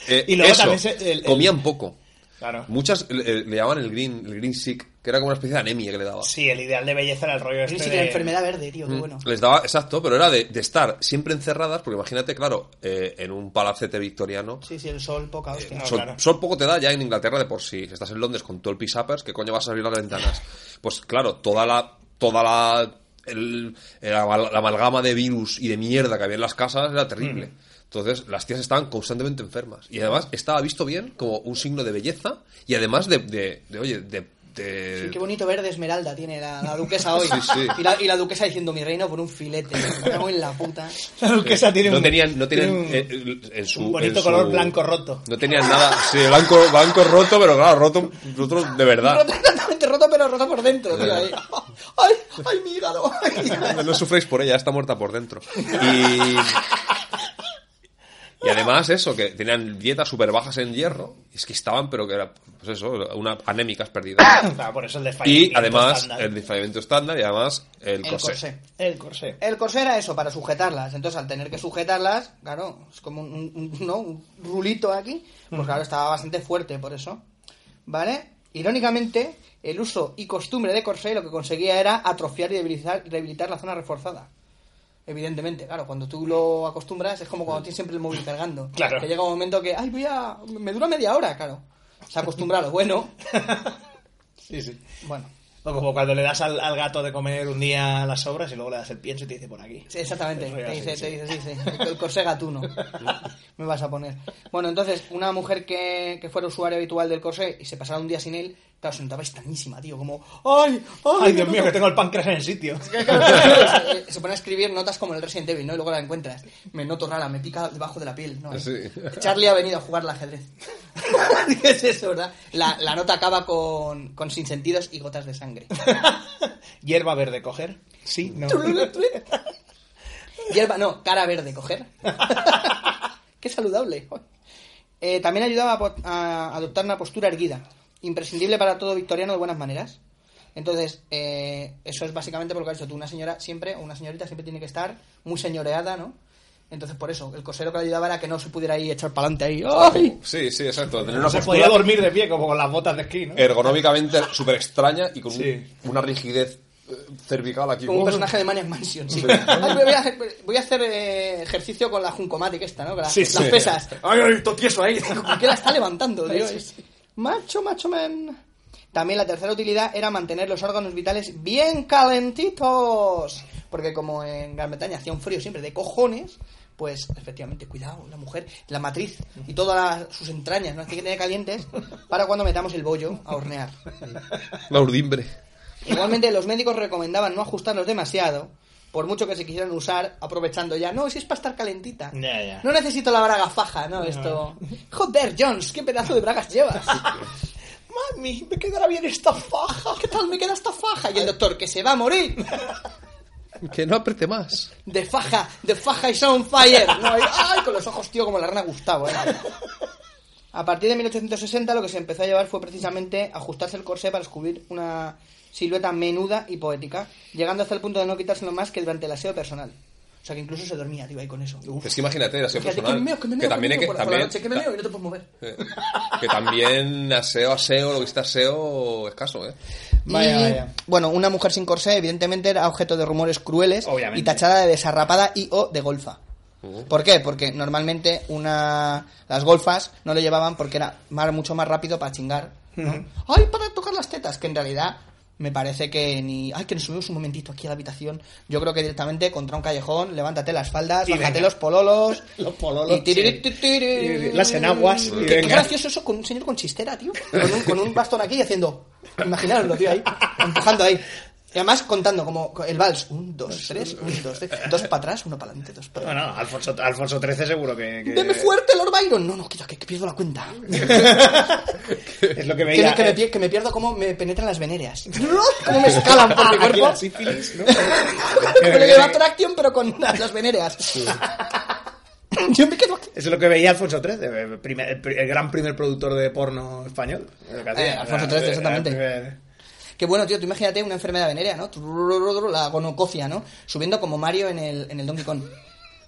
[SPEAKER 5] Eh,
[SPEAKER 4] Y luego
[SPEAKER 5] eso,
[SPEAKER 4] también se- el- el-
[SPEAKER 5] comían poco.
[SPEAKER 4] Claro.
[SPEAKER 5] Muchas le, le llamaban el green, el green sick, que era como una especie de anemia que le daba.
[SPEAKER 4] Sí, el ideal de belleza era el rollo
[SPEAKER 6] Es
[SPEAKER 4] este
[SPEAKER 6] la
[SPEAKER 4] de-
[SPEAKER 6] enfermedad verde, tío, qué bueno.
[SPEAKER 5] Les daba, exacto, pero era de, de estar siempre encerradas, porque imagínate, claro, eh, en un palacete victoriano,
[SPEAKER 6] Sí, sí, el sol, poca hostia.
[SPEAKER 4] Eh, no.
[SPEAKER 5] sol,
[SPEAKER 4] claro.
[SPEAKER 5] sol poco te da ya en Inglaterra de por sí. Si estás en Londres con todo el pisapers, ¿qué coño vas a abrir las ventanas? Pues claro, toda la, toda la, el- el amal- la amalgama de virus y de mierda que había en las casas era terrible.
[SPEAKER 6] Mm.
[SPEAKER 5] Entonces, las tías estaban constantemente enfermas. Y además, estaba visto bien como un signo de belleza y además de, de, de, oye, de, de-
[SPEAKER 6] Sí, qué bonito verde esmeralda tiene la, la duquesa hoy.
[SPEAKER 5] Sí, sí.
[SPEAKER 6] Y, la, y la duquesa diciendo mi reino por un filete. Me cago en la puta.
[SPEAKER 4] Claro, que esa tiene
[SPEAKER 5] no
[SPEAKER 4] un-
[SPEAKER 5] tenían, no
[SPEAKER 4] tiene
[SPEAKER 5] tenían
[SPEAKER 4] un-
[SPEAKER 5] eh, el- en su
[SPEAKER 4] un bonito
[SPEAKER 5] en su-
[SPEAKER 4] color blanco roto.
[SPEAKER 5] No tenían nada, sí, blanco, blanco roto, pero claro, roto, roto de verdad.
[SPEAKER 6] Roto, totalmente roto, pero roto por dentro, tío. ahí. Ay, ay, mi hígado.
[SPEAKER 5] No sufréis por ella, está muerta por dentro. Y, y además eso, que tenían dietas súper bajas en hierro, es que estaban, pero que era, pues eso, una anémicas perdidas.
[SPEAKER 4] Claro, Ah, por eso el
[SPEAKER 5] Y
[SPEAKER 4] desfallecimiento
[SPEAKER 5] además,
[SPEAKER 4] estándar.
[SPEAKER 5] el desfallecimiento estándar y además el
[SPEAKER 6] El
[SPEAKER 5] corsé.
[SPEAKER 6] corsé.
[SPEAKER 4] El corsé.
[SPEAKER 6] El corsé era eso, para sujetarlas. Entonces, al tener que sujetarlas, claro, es como un, un- un- ¿no? un rulito aquí. Pues claro, estaba bastante fuerte por eso. ¿Vale? Irónicamente, el uso y costumbre de corsé lo que conseguía era atrofiar y debilitar, debilitar la zona reforzada. Evidentemente, claro, cuando tú lo acostumbras es como cuando tienes siempre el móvil cargando.
[SPEAKER 4] Claro.
[SPEAKER 6] Que llega un momento que, ay, voy a... me dura media hora, claro. Se acostumbra a lo bueno.
[SPEAKER 4] Sí, sí.
[SPEAKER 6] Bueno,
[SPEAKER 4] O como cuando le das al, al gato de comer un día las sobras y luego le das el pienso y te dice por aquí.
[SPEAKER 6] Sí, exactamente.
[SPEAKER 4] Eso ya
[SPEAKER 6] Te
[SPEAKER 4] sí,
[SPEAKER 6] dice,
[SPEAKER 4] sí.
[SPEAKER 6] te dice, sí, sí. El, el corsé gatuno. Me vas a poner. Bueno, entonces, una mujer que, que fuera usuaria habitual del corsé y se pasara un día sin él, claro, se notaba estanísima, tío. Como, ¡ay! ¡ay!
[SPEAKER 4] Ay, Dios
[SPEAKER 6] no,
[SPEAKER 4] mío,
[SPEAKER 6] no".
[SPEAKER 4] que tengo el páncreas en el sitio.
[SPEAKER 6] se, se pone a escribir notas como en el Resident Evil, ¿no? Y luego la encuentras. Me noto rara, me pica debajo de la piel, ¿no?
[SPEAKER 5] Sí.
[SPEAKER 6] Charlie ha venido a jugar al ajedrez. ¿Qué es eso, verdad? La, la nota acaba con, con sinsentidos y gotas de sangre.
[SPEAKER 4] Hierba verde coger. Sí, no.
[SPEAKER 6] Hierba, no, cara verde, coger. Qué saludable. Eh, también ayudaba a, po- a adoptar una postura erguida, imprescindible para todo victoriano de buenas maneras. Entonces, eh, eso es básicamente por lo que has dicho tú. Una señora siempre, o una señorita siempre tiene que estar muy señoreada, ¿no? Entonces, por eso, el cosero que le ayudaba era que no se pudiera ahí echar para adelante ahí. ¡Ay!
[SPEAKER 5] Sí, sí, exacto. Tener
[SPEAKER 4] No
[SPEAKER 5] una
[SPEAKER 4] se
[SPEAKER 5] postura
[SPEAKER 4] podía dormir de pie, como con las botas de esquí, ¿no?
[SPEAKER 5] Eh, ergonómicamente súper extraña y con un-
[SPEAKER 4] Sí.
[SPEAKER 5] una rigidez eh, cervical aquí.
[SPEAKER 6] Como un personaje de Maniac Mansion, sí.
[SPEAKER 5] Sí.
[SPEAKER 6] Ay, voy a hacer, voy a hacer, eh, ejercicio con la Juncomatic esta, ¿no? Con las,
[SPEAKER 4] Sí,
[SPEAKER 6] las
[SPEAKER 4] sí.
[SPEAKER 6] pesas.
[SPEAKER 4] Ay, ay, todo tieso ahí.
[SPEAKER 6] ¿Por qué la está levantando, tío? Macho, macho, man. También la tercera utilidad era mantener los órganos vitales bien calentitos. Porque como en Gran Bretaña hacía un frío siempre de cojones, pues efectivamente, cuidado, la mujer, la matriz y todas las- sus entrañas, ¿no? Tiene que tener calientes para cuando metamos el bollo a hornear.
[SPEAKER 5] La urdimbre.
[SPEAKER 6] Igualmente, los médicos recomendaban no ajustarlos demasiado, por mucho que se quisieran usar, aprovechando ya. No, si es para estar calentita.
[SPEAKER 4] Ya, ya.
[SPEAKER 6] No necesito la braga faja, ¿no? Esto. Joder, Jones, qué pedazo de bragas llevas. Mami, me quedará bien esta faja. ¿Qué tal me queda esta faja? Y el doctor, que se va a morir.
[SPEAKER 5] Que no apriete más.
[SPEAKER 6] De faja, de faja y sound fire. No, ahí- ay, con los ojos, tío, como la rana Gustavo. ¿eh? A partir de 1860 lo que se empezó a llevar fue precisamente ajustarse el corsé para descubrir una silueta menuda y poética, llegando hasta el punto de no quitárselo más que durante el aseo personal. O sea que incluso se dormía, tío, ahí con eso.
[SPEAKER 5] Es que imagínate, aseo
[SPEAKER 6] Fíjate,
[SPEAKER 5] personal.
[SPEAKER 6] que me meo, que me meo, que
[SPEAKER 5] también
[SPEAKER 6] me
[SPEAKER 5] hay
[SPEAKER 6] meo
[SPEAKER 5] que.
[SPEAKER 6] por la- por la
[SPEAKER 5] También,
[SPEAKER 6] noche, que me meo y no te puedes mover.
[SPEAKER 5] eh, que también aseo, aseo, lo que está aseo, escaso, ¿eh?
[SPEAKER 6] Y, Bueno, una mujer sin corsé, evidentemente, era objeto de rumores crueles
[SPEAKER 4] Obviamente.
[SPEAKER 6] y tachada de desarrapada y o de golfa. ¿Por qué? Porque normalmente una las golfas no lo llevaban porque era más- mucho más rápido para chingar. ¿no? ¡Ay, para tocar las tetas! Que en realidad me parece que ni... ¡Ay, que nos subimos un momentito aquí a la habitación! Yo creo que directamente contra un callejón, levántate las faldas,
[SPEAKER 4] Y
[SPEAKER 6] bájate
[SPEAKER 4] venga.
[SPEAKER 6] los pololos...
[SPEAKER 4] Los pololos,
[SPEAKER 6] y tiri-
[SPEAKER 4] sí.
[SPEAKER 6] tiri-
[SPEAKER 4] Y
[SPEAKER 6] tiri-
[SPEAKER 4] las enaguas, y
[SPEAKER 6] Que- Qué
[SPEAKER 4] venga.
[SPEAKER 6] gracioso eso con un señor con chistera, tío. Con un, con un bastón aquí y haciendo... Imaginaroslo, tío, ahí. Empujando ahí. Y además contando como el vals. Un, dos, tres, un, dos, tres. Dos para atrás, uno para adelante, dos para
[SPEAKER 4] Bueno, Alfonso, Alfonso XIII seguro que, que-
[SPEAKER 6] ¡Deme fuerte, Lord Byron! No, no, quita, que, que pierdo la cuenta.
[SPEAKER 4] es lo que
[SPEAKER 6] Que,
[SPEAKER 4] veía.
[SPEAKER 6] que me, pier- que me pierdo cómo me penetran las venéreas. ¿Cómo me escalan por mi
[SPEAKER 4] Aquí
[SPEAKER 6] cuerpo?
[SPEAKER 4] la sífilis, ¿no? Eh,
[SPEAKER 6] pero lleva atracción, pero con las las venéreas. Yo me quedo aquí.
[SPEAKER 4] Eso es lo que veía Alfonso XIII, el, primer- el pri- el gran primer productor de porno español. Lo que hacía,
[SPEAKER 6] Eh,
[SPEAKER 4] Eh,
[SPEAKER 6] Alfonso
[SPEAKER 4] era-
[SPEAKER 6] XIII,
[SPEAKER 4] era
[SPEAKER 6] exactamente.
[SPEAKER 4] el primer-
[SPEAKER 6] Que bueno, tío, tú imagínate una enfermedad venérea, ¿no? Trururururu, La gonococia, ¿no? Subiendo como Mario en el, en el Donkey Kong.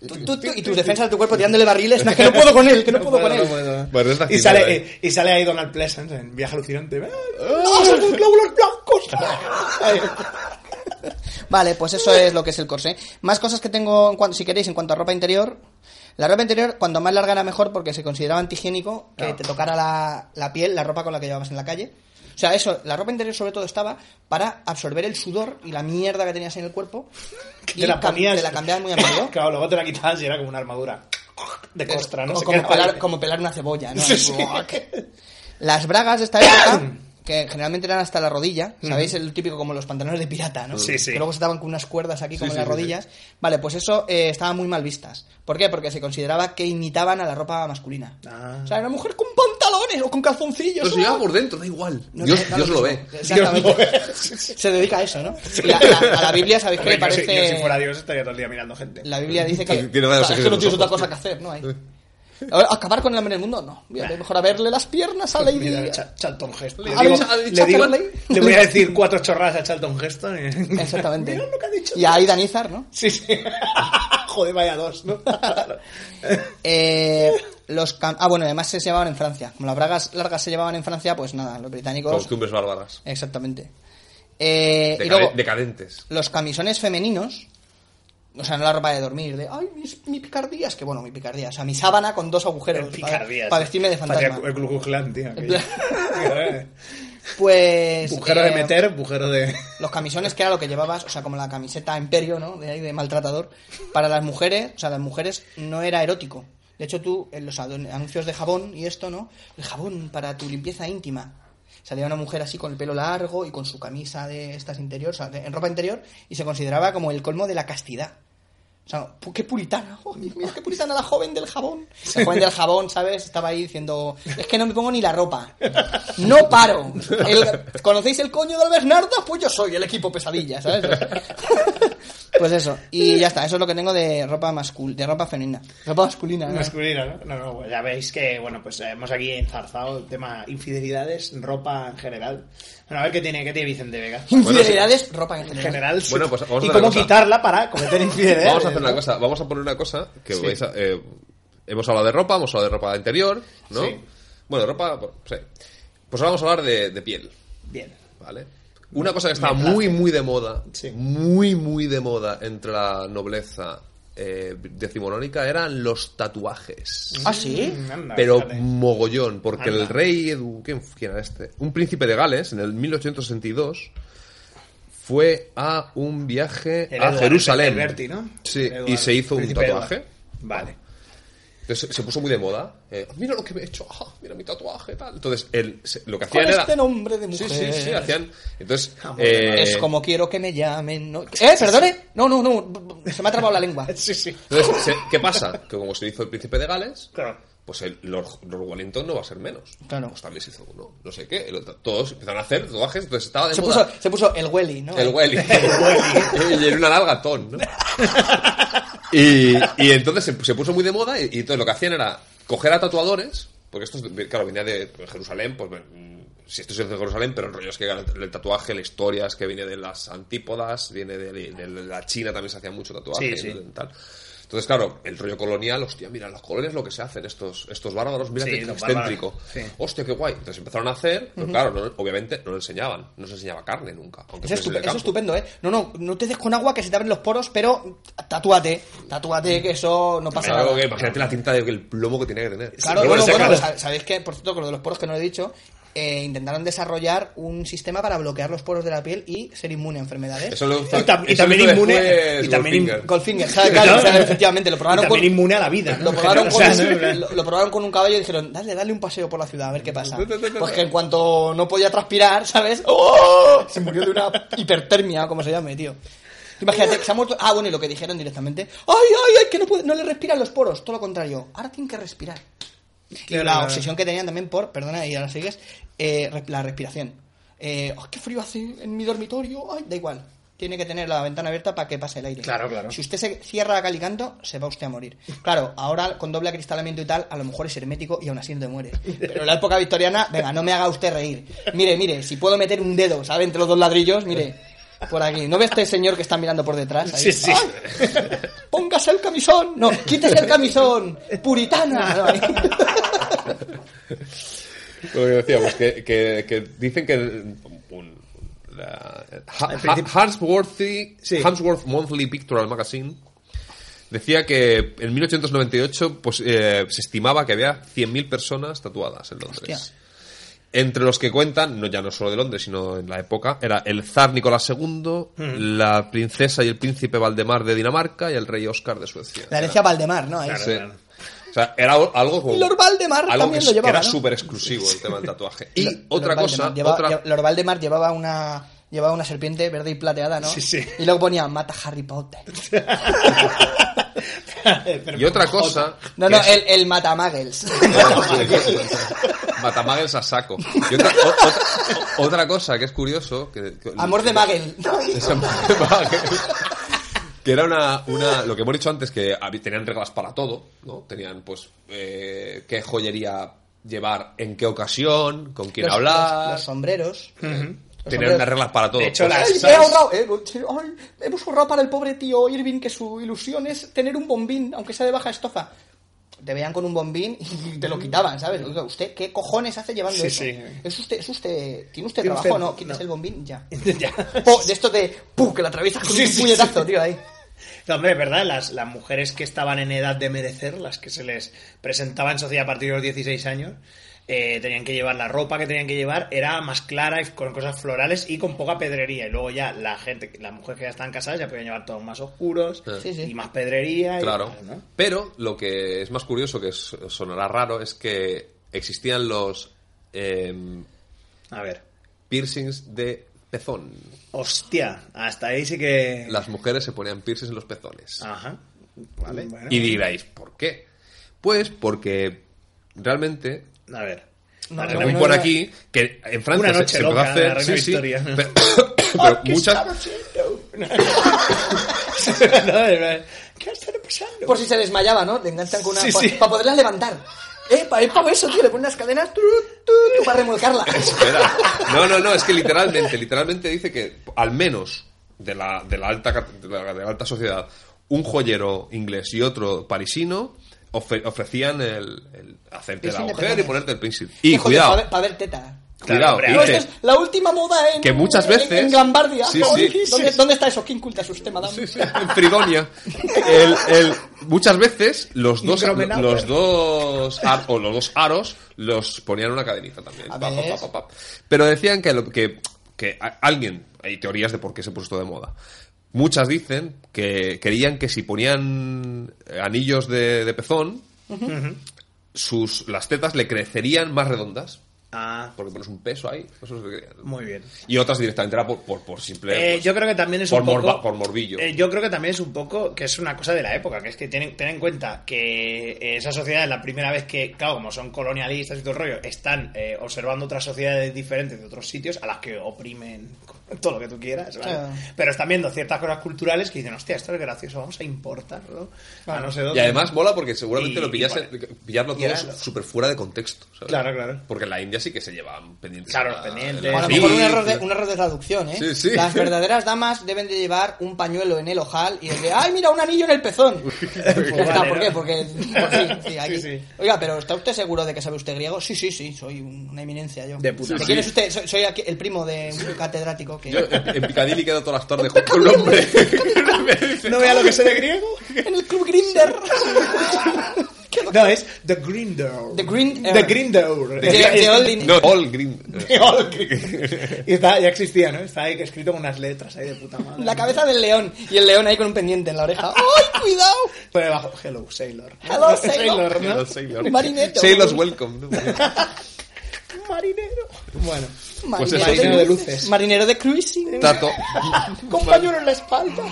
[SPEAKER 6] Tú- tú- tú- y tus defensas de tu cuerpo tirándole barriles. "No, que no puedo con él, que no puedo con él.
[SPEAKER 5] Bueno, es la
[SPEAKER 4] y,
[SPEAKER 5] final,
[SPEAKER 4] sale,
[SPEAKER 5] ¿eh?
[SPEAKER 4] y sale ahí Donald Pleasant en Viaje Alucinante. Eh,
[SPEAKER 6] ¡Ah, son los glóbulos blancos! vale, pues eso es lo que es el corsé. Más cosas que tengo, en cuanto, si queréis, en cuanto a ropa interior. La ropa interior, cuanto más larga era mejor, porque se consideraba antihigiénico que te tocara la, la piel, la ropa con la que llevabas en la calle. O sea, eso, la ropa interior sobre todo estaba para absorber el sudor y la mierda que tenías en el cuerpo.
[SPEAKER 4] te la
[SPEAKER 6] cam-
[SPEAKER 4] ponías.
[SPEAKER 6] te la cambiabas muy a menudo.
[SPEAKER 4] claro, luego te la quitabas y era como una armadura de costra, ¿no?
[SPEAKER 6] O
[SPEAKER 4] Se
[SPEAKER 6] como,
[SPEAKER 4] quedaba
[SPEAKER 6] pelar,
[SPEAKER 4] ahí.
[SPEAKER 6] como pelar una cebolla, ¿no? ah,
[SPEAKER 4] Sí,
[SPEAKER 6] Ahí,
[SPEAKER 4] sí.
[SPEAKER 6] ¡buac! Las bragas de esta época, que generalmente eran hasta la rodilla, ¿sabéis? El típico como los pantalones de pirata, ¿no?
[SPEAKER 4] Sí, sí.
[SPEAKER 6] Que luego se daban con unas cuerdas aquí como en las rodillas. Vale, pues eso eh, estaba muy mal vistas. ¿Por qué? Porque se consideraba que imitaban a la ropa masculina.
[SPEAKER 4] Ah. Pues
[SPEAKER 6] O sea, una mujer con pantalones o con calzoncillos.
[SPEAKER 5] Pero si
[SPEAKER 6] ¡ah!
[SPEAKER 5] lleva por dentro, da igual.
[SPEAKER 6] No,
[SPEAKER 5] Dios,
[SPEAKER 6] no, no,
[SPEAKER 5] Dios
[SPEAKER 6] no,
[SPEAKER 5] lo
[SPEAKER 6] no.
[SPEAKER 5] ve.
[SPEAKER 6] Exactamente. Se dedica a eso, ¿no? Y la- la- a la Biblia, ¿sabéis qué
[SPEAKER 4] Hombre,
[SPEAKER 6] le
[SPEAKER 4] yo si-
[SPEAKER 6] parece?
[SPEAKER 4] yo si, fuera Dios estaría todo el día mirando gente.
[SPEAKER 6] La Biblia dice que,
[SPEAKER 5] Tiene varios
[SPEAKER 6] es que
[SPEAKER 5] ejemplos.
[SPEAKER 6] no tienes otra cosa que hacer, ¿no? Hay. Ahora, ¿Acabar con el hambre del mundo? No. Mira, mejor a verle las piernas a Lady.
[SPEAKER 4] Mira, Ch- Charlton Heston.
[SPEAKER 6] ¿Ha
[SPEAKER 4] Le digo-
[SPEAKER 6] dicho- ha dicho
[SPEAKER 4] le digo-
[SPEAKER 6] Chamberlain?
[SPEAKER 4] le voy a decir cuatro chorradas a Charlton Heston. y-
[SPEAKER 6] Exactamente.
[SPEAKER 4] Mira lo que ha dicho.
[SPEAKER 6] Y a Aidanizar, ¿no?
[SPEAKER 4] Sí, sí. Joder, vaya dos, ¿no?
[SPEAKER 6] Eh, los cam- ah, bueno, además se llevaban en Francia. Como las bragas largas se llevaban en Francia, pues nada, los británicos.
[SPEAKER 5] Costumbres bárbaras.
[SPEAKER 6] Exactamente. Eh, y
[SPEAKER 5] Decade-
[SPEAKER 6] luego,
[SPEAKER 5] decadentes.
[SPEAKER 6] los camisones femeninos. O sea, no la ropa de dormir, de ay, mis, mi picardía, es que bueno, mi picardía, o sea, mi sábana con dos agujeros para,
[SPEAKER 4] Picardías. ¿eh?
[SPEAKER 6] para vestirme de fantasma.
[SPEAKER 4] Parecía El Ku Klux Klan, tío. aquello.
[SPEAKER 6] Pues.
[SPEAKER 4] Bujero de
[SPEAKER 6] eh,
[SPEAKER 4] meter, bujero de...
[SPEAKER 6] Los camisones que era lo que llevabas, o sea, como la camiseta imperio, ¿no? De ahí de maltratador. Para las mujeres, o sea, las mujeres no era erótico. De hecho, tú, en los adon- anuncios de jabón y esto, ¿no? El jabón para tu limpieza íntima. Salía una mujer así con el pelo largo y con su camisa de estas interior, o sea, de- en ropa interior, y se consideraba como el colmo de la castidad. O sea, pu- qué puritana, oh, mira qué puritana la joven del jabón. La joven del jabón, ¿sabes? Estaba ahí diciendo, es que no me pongo ni la ropa. No paro. El- ¿Conocéis el coño del Bernarda? Pues yo soy el equipo pesadilla, ¿sabes? Pues eso. Y ya está, eso es lo que tengo de ropa mascul de ropa femenina. Ropa masculina. ¿no?
[SPEAKER 4] Masculino, ¿no? No, no, pues ya veis que, bueno, pues hemos aquí enzarzado el tema infidelidades, ropa en general. Bueno, a ver qué tiene, qué tiene Vicente Vega.
[SPEAKER 6] Infidelidades, ropa en
[SPEAKER 4] En
[SPEAKER 6] general.
[SPEAKER 4] general, sí.
[SPEAKER 5] Bueno, pues vamos a
[SPEAKER 4] y
[SPEAKER 5] hacer
[SPEAKER 4] cómo
[SPEAKER 5] una cosa.
[SPEAKER 4] quitarla para cometer infidelidades.
[SPEAKER 5] Vamos a hacer una cosa, vamos a poner una cosa que
[SPEAKER 4] Sí.
[SPEAKER 5] vais a- eh, hemos hablado de ropa, hemos hablado de ropa interior, ¿no?
[SPEAKER 4] Sí.
[SPEAKER 5] Bueno, ropa, bueno, sí. Pues ahora vamos a hablar de, de piel,
[SPEAKER 4] Bien.
[SPEAKER 5] ¿vale? Una cosa que está muy, muy de moda,
[SPEAKER 4] Sí.
[SPEAKER 5] muy, muy de moda entre la nobleza eh, decimonónica eran los tatuajes.
[SPEAKER 6] ¿Ah, sí?
[SPEAKER 4] Anda,
[SPEAKER 5] Pero
[SPEAKER 4] fíjate.
[SPEAKER 5] mogollón, porque
[SPEAKER 4] Mm, Anda.
[SPEAKER 5] el rey Edu, ¿quién, quién era este? Un príncipe de Gales, en el 1862, fue a un viaje
[SPEAKER 4] El
[SPEAKER 5] a
[SPEAKER 4] Edward,
[SPEAKER 5] Ah, Jerusalén.
[SPEAKER 4] el Berti, ¿no?
[SPEAKER 5] Sí,
[SPEAKER 4] Edward,
[SPEAKER 5] y se hizo un
[SPEAKER 4] príncipe
[SPEAKER 5] tatuaje.
[SPEAKER 4] Edward. Vale.
[SPEAKER 5] Entonces se puso muy de moda. eh, mira lo que me he hecho, ah, mira mi tatuaje, tal. Entonces, el- se- lo que
[SPEAKER 6] Con
[SPEAKER 5] hacían era.
[SPEAKER 6] este nombre de
[SPEAKER 5] Sí,
[SPEAKER 6] mujer.
[SPEAKER 5] sí, sí, hacían. Entonces,
[SPEAKER 4] Amor,
[SPEAKER 5] eh,
[SPEAKER 6] Es como quiero que me llamen. ¿no? ¿Eh? ¿Perdone? No, no, no. Se me ha trabado la lengua.
[SPEAKER 4] Sí, sí.
[SPEAKER 5] entonces, se- ¿qué pasa? Que como se hizo el príncipe de Gales,
[SPEAKER 4] Claro.
[SPEAKER 5] pues el Lord, Lord Wellington no va a ser menos.
[SPEAKER 6] Claro.
[SPEAKER 5] Pues también se hizo uno, no sé qué. el otro- todos empezaron a hacer tatuajes, entonces estaba de
[SPEAKER 6] Se
[SPEAKER 5] moda.
[SPEAKER 6] puso, se puso el welly, ¿no?
[SPEAKER 5] El Welly. y era una larga ton, ¿no? Y, y entonces se, se puso muy de moda y, y entonces lo que hacían era coger a tatuadores, porque esto, es- claro, venía de Jerusalén, pues bueno, mm, si esto es de Jerusalén, pero el rollo es que el, el tatuaje, la historia es que viene de las antípodas, viene de, de la China, también se hacía mucho tatuaje.
[SPEAKER 4] Sí, sí.
[SPEAKER 5] ¿no? Tal. Entonces, claro, el rollo colonial, hostia, mira, las colonias lo que se hacen, estos, estos bárbaros, mira
[SPEAKER 4] Sí,
[SPEAKER 5] qué
[SPEAKER 4] los
[SPEAKER 5] excéntrico.
[SPEAKER 4] bárbaros, sí.
[SPEAKER 5] Hostia, qué guay. Entonces empezaron a hacer, pero claro, no- obviamente no lo enseñaban, no se enseñaba carne nunca. aunque
[SPEAKER 6] Eso es,
[SPEAKER 5] fuese
[SPEAKER 6] estupe-
[SPEAKER 5] del
[SPEAKER 6] eso es
[SPEAKER 5] Pues campo.
[SPEAKER 6] estupendo, ¿eh? No, no, no te des con agua que se te abren los poros, pero tatúate, tatúate, que eso no pasa
[SPEAKER 5] Claro,
[SPEAKER 6] nada.
[SPEAKER 5] que imagínate la tinta del plomo que tenía que tener.
[SPEAKER 6] Claro,
[SPEAKER 5] Pero
[SPEAKER 6] bueno, pues,
[SPEAKER 5] bueno,
[SPEAKER 6] bueno,
[SPEAKER 5] se acabó.
[SPEAKER 6] sab- sabéis que, por cierto, con lo de los poros que no lo he dicho, eh, intentaron desarrollar un sistema para bloquear los poros de la piel y ser inmune a enfermedades.
[SPEAKER 5] Eso lo-
[SPEAKER 4] Y tam- y
[SPEAKER 5] eso
[SPEAKER 4] también
[SPEAKER 5] lo hizo
[SPEAKER 4] inmune-
[SPEAKER 5] después
[SPEAKER 4] y también
[SPEAKER 5] Goldfinger.
[SPEAKER 6] Goldfinger, ¿sabes? Claro, o sea, efectivamente, lo probaron
[SPEAKER 4] Y también
[SPEAKER 6] con-
[SPEAKER 4] inmune a la vida. ¿no?
[SPEAKER 6] Lo
[SPEAKER 4] En
[SPEAKER 6] probaron, con,
[SPEAKER 4] general, o sea, ¿no?
[SPEAKER 6] lo, lo probaron con un caballo y dijeron, dale, dale un paseo por la ciudad a ver qué pasa.
[SPEAKER 5] Ta, ta, ta, ta.
[SPEAKER 6] Pues que en cuanto no podía transpirar, ¿sabes? ¡Oh! Se murió de una hipertermia, como se llame, tío. Tú Imagínate, que se ha muerto... Ah, bueno, y lo que dijeron directamente. ¡Ay, ay, ay! Que no, puede- no le respiran los poros. Todo lo contrario. Ahora tienen que respirar. Y
[SPEAKER 4] Claro,
[SPEAKER 6] la
[SPEAKER 4] claro.
[SPEAKER 6] obsesión que tenían también por... Perdona, y ahora sigues. eh, re- la respiración. Eh, ¡Ay, qué frío hace en mi dormitorio! ¡Ay, da igual! Tiene que tener la ventana abierta para que pase el aire.
[SPEAKER 4] Claro, claro.
[SPEAKER 6] Si usted se cierra a cal y canto, se va usted a morir. Claro, ahora con doble acristalamiento y tal, a lo mejor es hermético y aún así no te mueres. Pero en la época victoriana, venga, no me haga usted reír. Mire, mire, si puedo meter un dedo, ¿sabe? Entre los dos ladrillos, mire, por aquí. ¿No ve este señor que está mirando por detrás? Ahí?
[SPEAKER 4] Sí, sí.
[SPEAKER 6] ¡Ay! Póngase el camisón. No, quítese el camisón. Puritana. No, ahí.
[SPEAKER 5] Lo que decíamos, que, que, que dicen que el- un- la- Ha- Ha- Harmsworthy-
[SPEAKER 4] Sí.
[SPEAKER 5] Harmsworth Monthly Pictorial Magazine decía que en 1898 pues, eh, se estimaba que había 100.000 personas tatuadas en Londres.
[SPEAKER 6] Hostia.
[SPEAKER 5] Entre los que cuentan, no ya no solo de Londres, sino en la época, era el zar Nicolás II,
[SPEAKER 6] Mm.
[SPEAKER 5] la princesa y el príncipe Valdemar de Dinamarca y el rey Óscar de Suecia.
[SPEAKER 6] La herencia Valdemar, ¿no? Ahí.
[SPEAKER 4] Claro.
[SPEAKER 5] Sí. O sea, era o- algo como.
[SPEAKER 6] Lord Valdemar
[SPEAKER 5] algo
[SPEAKER 6] también
[SPEAKER 5] que,
[SPEAKER 6] lo
[SPEAKER 5] que
[SPEAKER 6] llevaba,
[SPEAKER 5] era
[SPEAKER 6] ¿no?
[SPEAKER 5] súper exclusivo el tema del tatuaje. Y
[SPEAKER 6] Lord-
[SPEAKER 5] otra
[SPEAKER 6] Lord
[SPEAKER 5] cosa.
[SPEAKER 6] Valdemar llevaba-
[SPEAKER 5] otra-
[SPEAKER 6] lle- Lord Valdemar llevaba una, llevaba una serpiente verde y plateada, ¿no?
[SPEAKER 4] Sí, sí.
[SPEAKER 6] Y luego ponía, mata a Harry Potter.
[SPEAKER 5] Y otra cosa.
[SPEAKER 6] No,
[SPEAKER 5] que
[SPEAKER 6] no,
[SPEAKER 5] es-
[SPEAKER 6] el, el Matamaggles.
[SPEAKER 5] Matamagues a saco. Y otra, o- otra, o- otra cosa que es curioso. Que, que-
[SPEAKER 6] Amor de Magel.
[SPEAKER 5] Es amor de Magel. Que era una, una. Lo que hemos dicho antes, que hab- tenían reglas para todo, ¿no? Tenían, pues, eh, qué joyería llevar, en qué ocasión, con quién
[SPEAKER 6] Los-
[SPEAKER 5] hablar.
[SPEAKER 6] Los, los sombreros.
[SPEAKER 5] eh,
[SPEAKER 6] los
[SPEAKER 5] tenían unas
[SPEAKER 6] sombreros.
[SPEAKER 5] reglas para todo.
[SPEAKER 4] De hecho,
[SPEAKER 5] Pues,
[SPEAKER 4] las-
[SPEAKER 6] Ay, he
[SPEAKER 4] ¿sabes?
[SPEAKER 6] ahorrado, eh, ay, hemos ahorrado para el pobre tío Irving que su ilusión es tener un bombín, aunque sea de baja estofa. Te veían con un bombín y te lo quitaban, ¿sabes? Oiga, ¿usted qué cojones hace llevando
[SPEAKER 4] Mm. Sí,
[SPEAKER 6] eso?
[SPEAKER 4] sí.
[SPEAKER 6] ¿Es usted, es usted, ¿Tiene usted
[SPEAKER 4] ¿Tiene
[SPEAKER 6] trabajo o
[SPEAKER 4] usted-
[SPEAKER 6] no? Quites
[SPEAKER 4] no.
[SPEAKER 6] el bombín ya.
[SPEAKER 4] Ya.
[SPEAKER 6] Po, de esto de ¡pum! que lo atraviesas con
[SPEAKER 4] Sí,
[SPEAKER 6] un
[SPEAKER 4] sí,
[SPEAKER 6] puñetazo,
[SPEAKER 4] sí.
[SPEAKER 6] tío, ahí.
[SPEAKER 4] No, hombre, es verdad, las, las mujeres que estaban en edad de merecer, las que se les presentaba en sociedad a partir de los 16 años, eh, tenían que llevar la ropa que tenían que llevar, era más clara, con cosas florales y con poca pedrería. Y luego ya la gente, las mujeres que ya estaban casadas ya podían llevar todos más oscuros
[SPEAKER 6] Sí, sí.
[SPEAKER 4] y más pedrería. y
[SPEAKER 5] Claro.
[SPEAKER 4] tal, ¿no?
[SPEAKER 5] Pero lo que es más curioso, que es- sonará raro, es que existían los em,
[SPEAKER 4] A ver.
[SPEAKER 5] piercings de pezón.
[SPEAKER 4] Hostia, hasta ahí sí que...
[SPEAKER 5] Las mujeres se ponían piercings en los pezones.
[SPEAKER 4] Ajá. Vale. Bueno.
[SPEAKER 5] Y diréis, ¿por qué? Pues porque realmente
[SPEAKER 4] A ver.
[SPEAKER 6] No,
[SPEAKER 4] Vale,
[SPEAKER 6] no,
[SPEAKER 5] según
[SPEAKER 4] bueno,
[SPEAKER 5] por
[SPEAKER 4] ya-
[SPEAKER 5] aquí, que en Francia
[SPEAKER 4] Una
[SPEAKER 5] se-
[SPEAKER 4] noche
[SPEAKER 5] se, empezó
[SPEAKER 4] loca
[SPEAKER 5] a
[SPEAKER 4] de la
[SPEAKER 5] hacer.
[SPEAKER 4] reina
[SPEAKER 5] sí, sí,
[SPEAKER 4] Victoria.
[SPEAKER 5] pero, pero muchas.
[SPEAKER 4] No, es verdad. ¿Qué está pasando?
[SPEAKER 6] Por si se desmayaba, ¿no? Le enganchan con una...
[SPEAKER 4] Sí, sí.
[SPEAKER 6] Para poderla levantar. Eh, para eso, tío. Le ponen unas cadenas tu, tu, tu, para remolcarla.
[SPEAKER 5] Espera. No, no, no, es que literalmente, literalmente dice que al menos de la, de la, alta, cat- de la, de la alta sociedad, un joyero inglés y otro parisino ofre- ofrecían el, el hacerte la
[SPEAKER 6] Piercing de
[SPEAKER 5] mujer y
[SPEAKER 6] pezones.
[SPEAKER 5] ponerte el piercing. Y cuidado,
[SPEAKER 6] Para ver, pa' ver teta.
[SPEAKER 4] Claro,
[SPEAKER 5] cuidado,
[SPEAKER 4] hombre,
[SPEAKER 6] No,
[SPEAKER 4] Dice-
[SPEAKER 6] esta es la última moda en...
[SPEAKER 5] Que muchas
[SPEAKER 6] en-
[SPEAKER 5] veces-
[SPEAKER 6] En, Gambardia.
[SPEAKER 5] Sí,
[SPEAKER 6] No,
[SPEAKER 5] sí.
[SPEAKER 6] ¿Dónde, dónde está eso? ¿Quién culta es usted, madame?
[SPEAKER 5] Sí, sí, en Fridonia. El- el- muchas veces los dos,
[SPEAKER 4] Micromenauer.
[SPEAKER 5] los dos ar- o los dos aros los ponían en una cadenita también.
[SPEAKER 6] A
[SPEAKER 5] Pa, pa,
[SPEAKER 6] ver.
[SPEAKER 5] pa, pa, pa. Pero decían que, lo- que, que a- alguien, hay teorías de por qué se puso esto de moda. Muchas dicen que querían que si ponían anillos de, de pezón, sus, las tetas le crecerían más redondas.
[SPEAKER 4] Ah,
[SPEAKER 5] Porque pones un peso ahí. Eso es lo que quería.
[SPEAKER 4] muy bien.
[SPEAKER 5] Y otras directamente era por, por, por simple.
[SPEAKER 4] Eh,
[SPEAKER 5] pues,
[SPEAKER 4] yo creo que también es
[SPEAKER 5] por
[SPEAKER 4] un poco
[SPEAKER 5] morba- por morbillo.
[SPEAKER 4] Eh, yo creo que también es un poco que es una cosa de la época, que es que tienen ten en cuenta que eh, esas sociedades la primera vez que, claro, como son colonialistas y todo el rollo, están eh, observando otras sociedades diferentes de otros sitios a las que oprimen con todo lo que tú quieras, ¿vale?
[SPEAKER 6] Claro.
[SPEAKER 4] Pero están viendo ciertas cosas culturales que dicen, hostia, esto es gracioso, vamos a importarlo a no sé dónde.
[SPEAKER 5] Y además mola porque seguramente
[SPEAKER 4] Y-
[SPEAKER 5] lo pillase,
[SPEAKER 4] y
[SPEAKER 5] pillarlo todo
[SPEAKER 4] Claro.
[SPEAKER 5] súper fuera de contexto. ¿sabes?
[SPEAKER 4] Claro, claro.
[SPEAKER 5] Porque en la India sí que se llevan pendientes.
[SPEAKER 4] Claro, los
[SPEAKER 5] a-
[SPEAKER 4] pendientes.
[SPEAKER 5] a
[SPEAKER 6] O
[SPEAKER 5] la-
[SPEAKER 6] a lo
[SPEAKER 5] Eh, Sí,
[SPEAKER 6] mejor un error, de,
[SPEAKER 5] sí.
[SPEAKER 6] un error de traducción, ¿eh?
[SPEAKER 5] Sí, sí.
[SPEAKER 6] Las verdaderas damas deben de llevar un pañuelo en el ojal y el de, ¡ay, mira, un anillo en el pezón!
[SPEAKER 5] Pues
[SPEAKER 6] Ya está,
[SPEAKER 4] vale,
[SPEAKER 6] ¿Por
[SPEAKER 4] ¿no?
[SPEAKER 6] qué? Porque, por sí, sí, aquí.
[SPEAKER 4] Sí, sí.
[SPEAKER 6] Oiga, pero ¿está usted seguro de que sabe usted griego? Sí, sí, sí, soy un- una eminencia yo.
[SPEAKER 4] De puta
[SPEAKER 6] ¿De
[SPEAKER 4] madre.
[SPEAKER 6] quién es usted? Soy, soy aquí el primo de un catedrático que...
[SPEAKER 5] Yo en en Picadilly quedo todas las tardes junto con un hombre.
[SPEAKER 4] No vea lo que sé de griego.
[SPEAKER 6] en el club Grinder. Qué loco.
[SPEAKER 4] No, es The Grinder.
[SPEAKER 6] The Grindr.
[SPEAKER 4] The Grindr.
[SPEAKER 6] The- The Only-
[SPEAKER 5] no, all green.
[SPEAKER 4] The All Grindr. Y está- ya existía, ¿no? Está ahí escrito con unas letras ahí de puta madre.
[SPEAKER 6] La cabeza del león y el león ahí con un pendiente en la oreja. ¡Ay, cuidado!
[SPEAKER 4] Por debajo, hello, Sailor.
[SPEAKER 6] Hello, Sailor.
[SPEAKER 4] ¿no?
[SPEAKER 5] Los sailors.
[SPEAKER 6] Marinero.
[SPEAKER 5] Sailors welcome. ¿no?
[SPEAKER 4] Marinero. Bueno,
[SPEAKER 5] Pues
[SPEAKER 6] Marinero,
[SPEAKER 5] eso.
[SPEAKER 4] Marinero de luces.
[SPEAKER 6] Marinero de cruising.
[SPEAKER 5] Tato.
[SPEAKER 6] Con pañuelo en la espalda.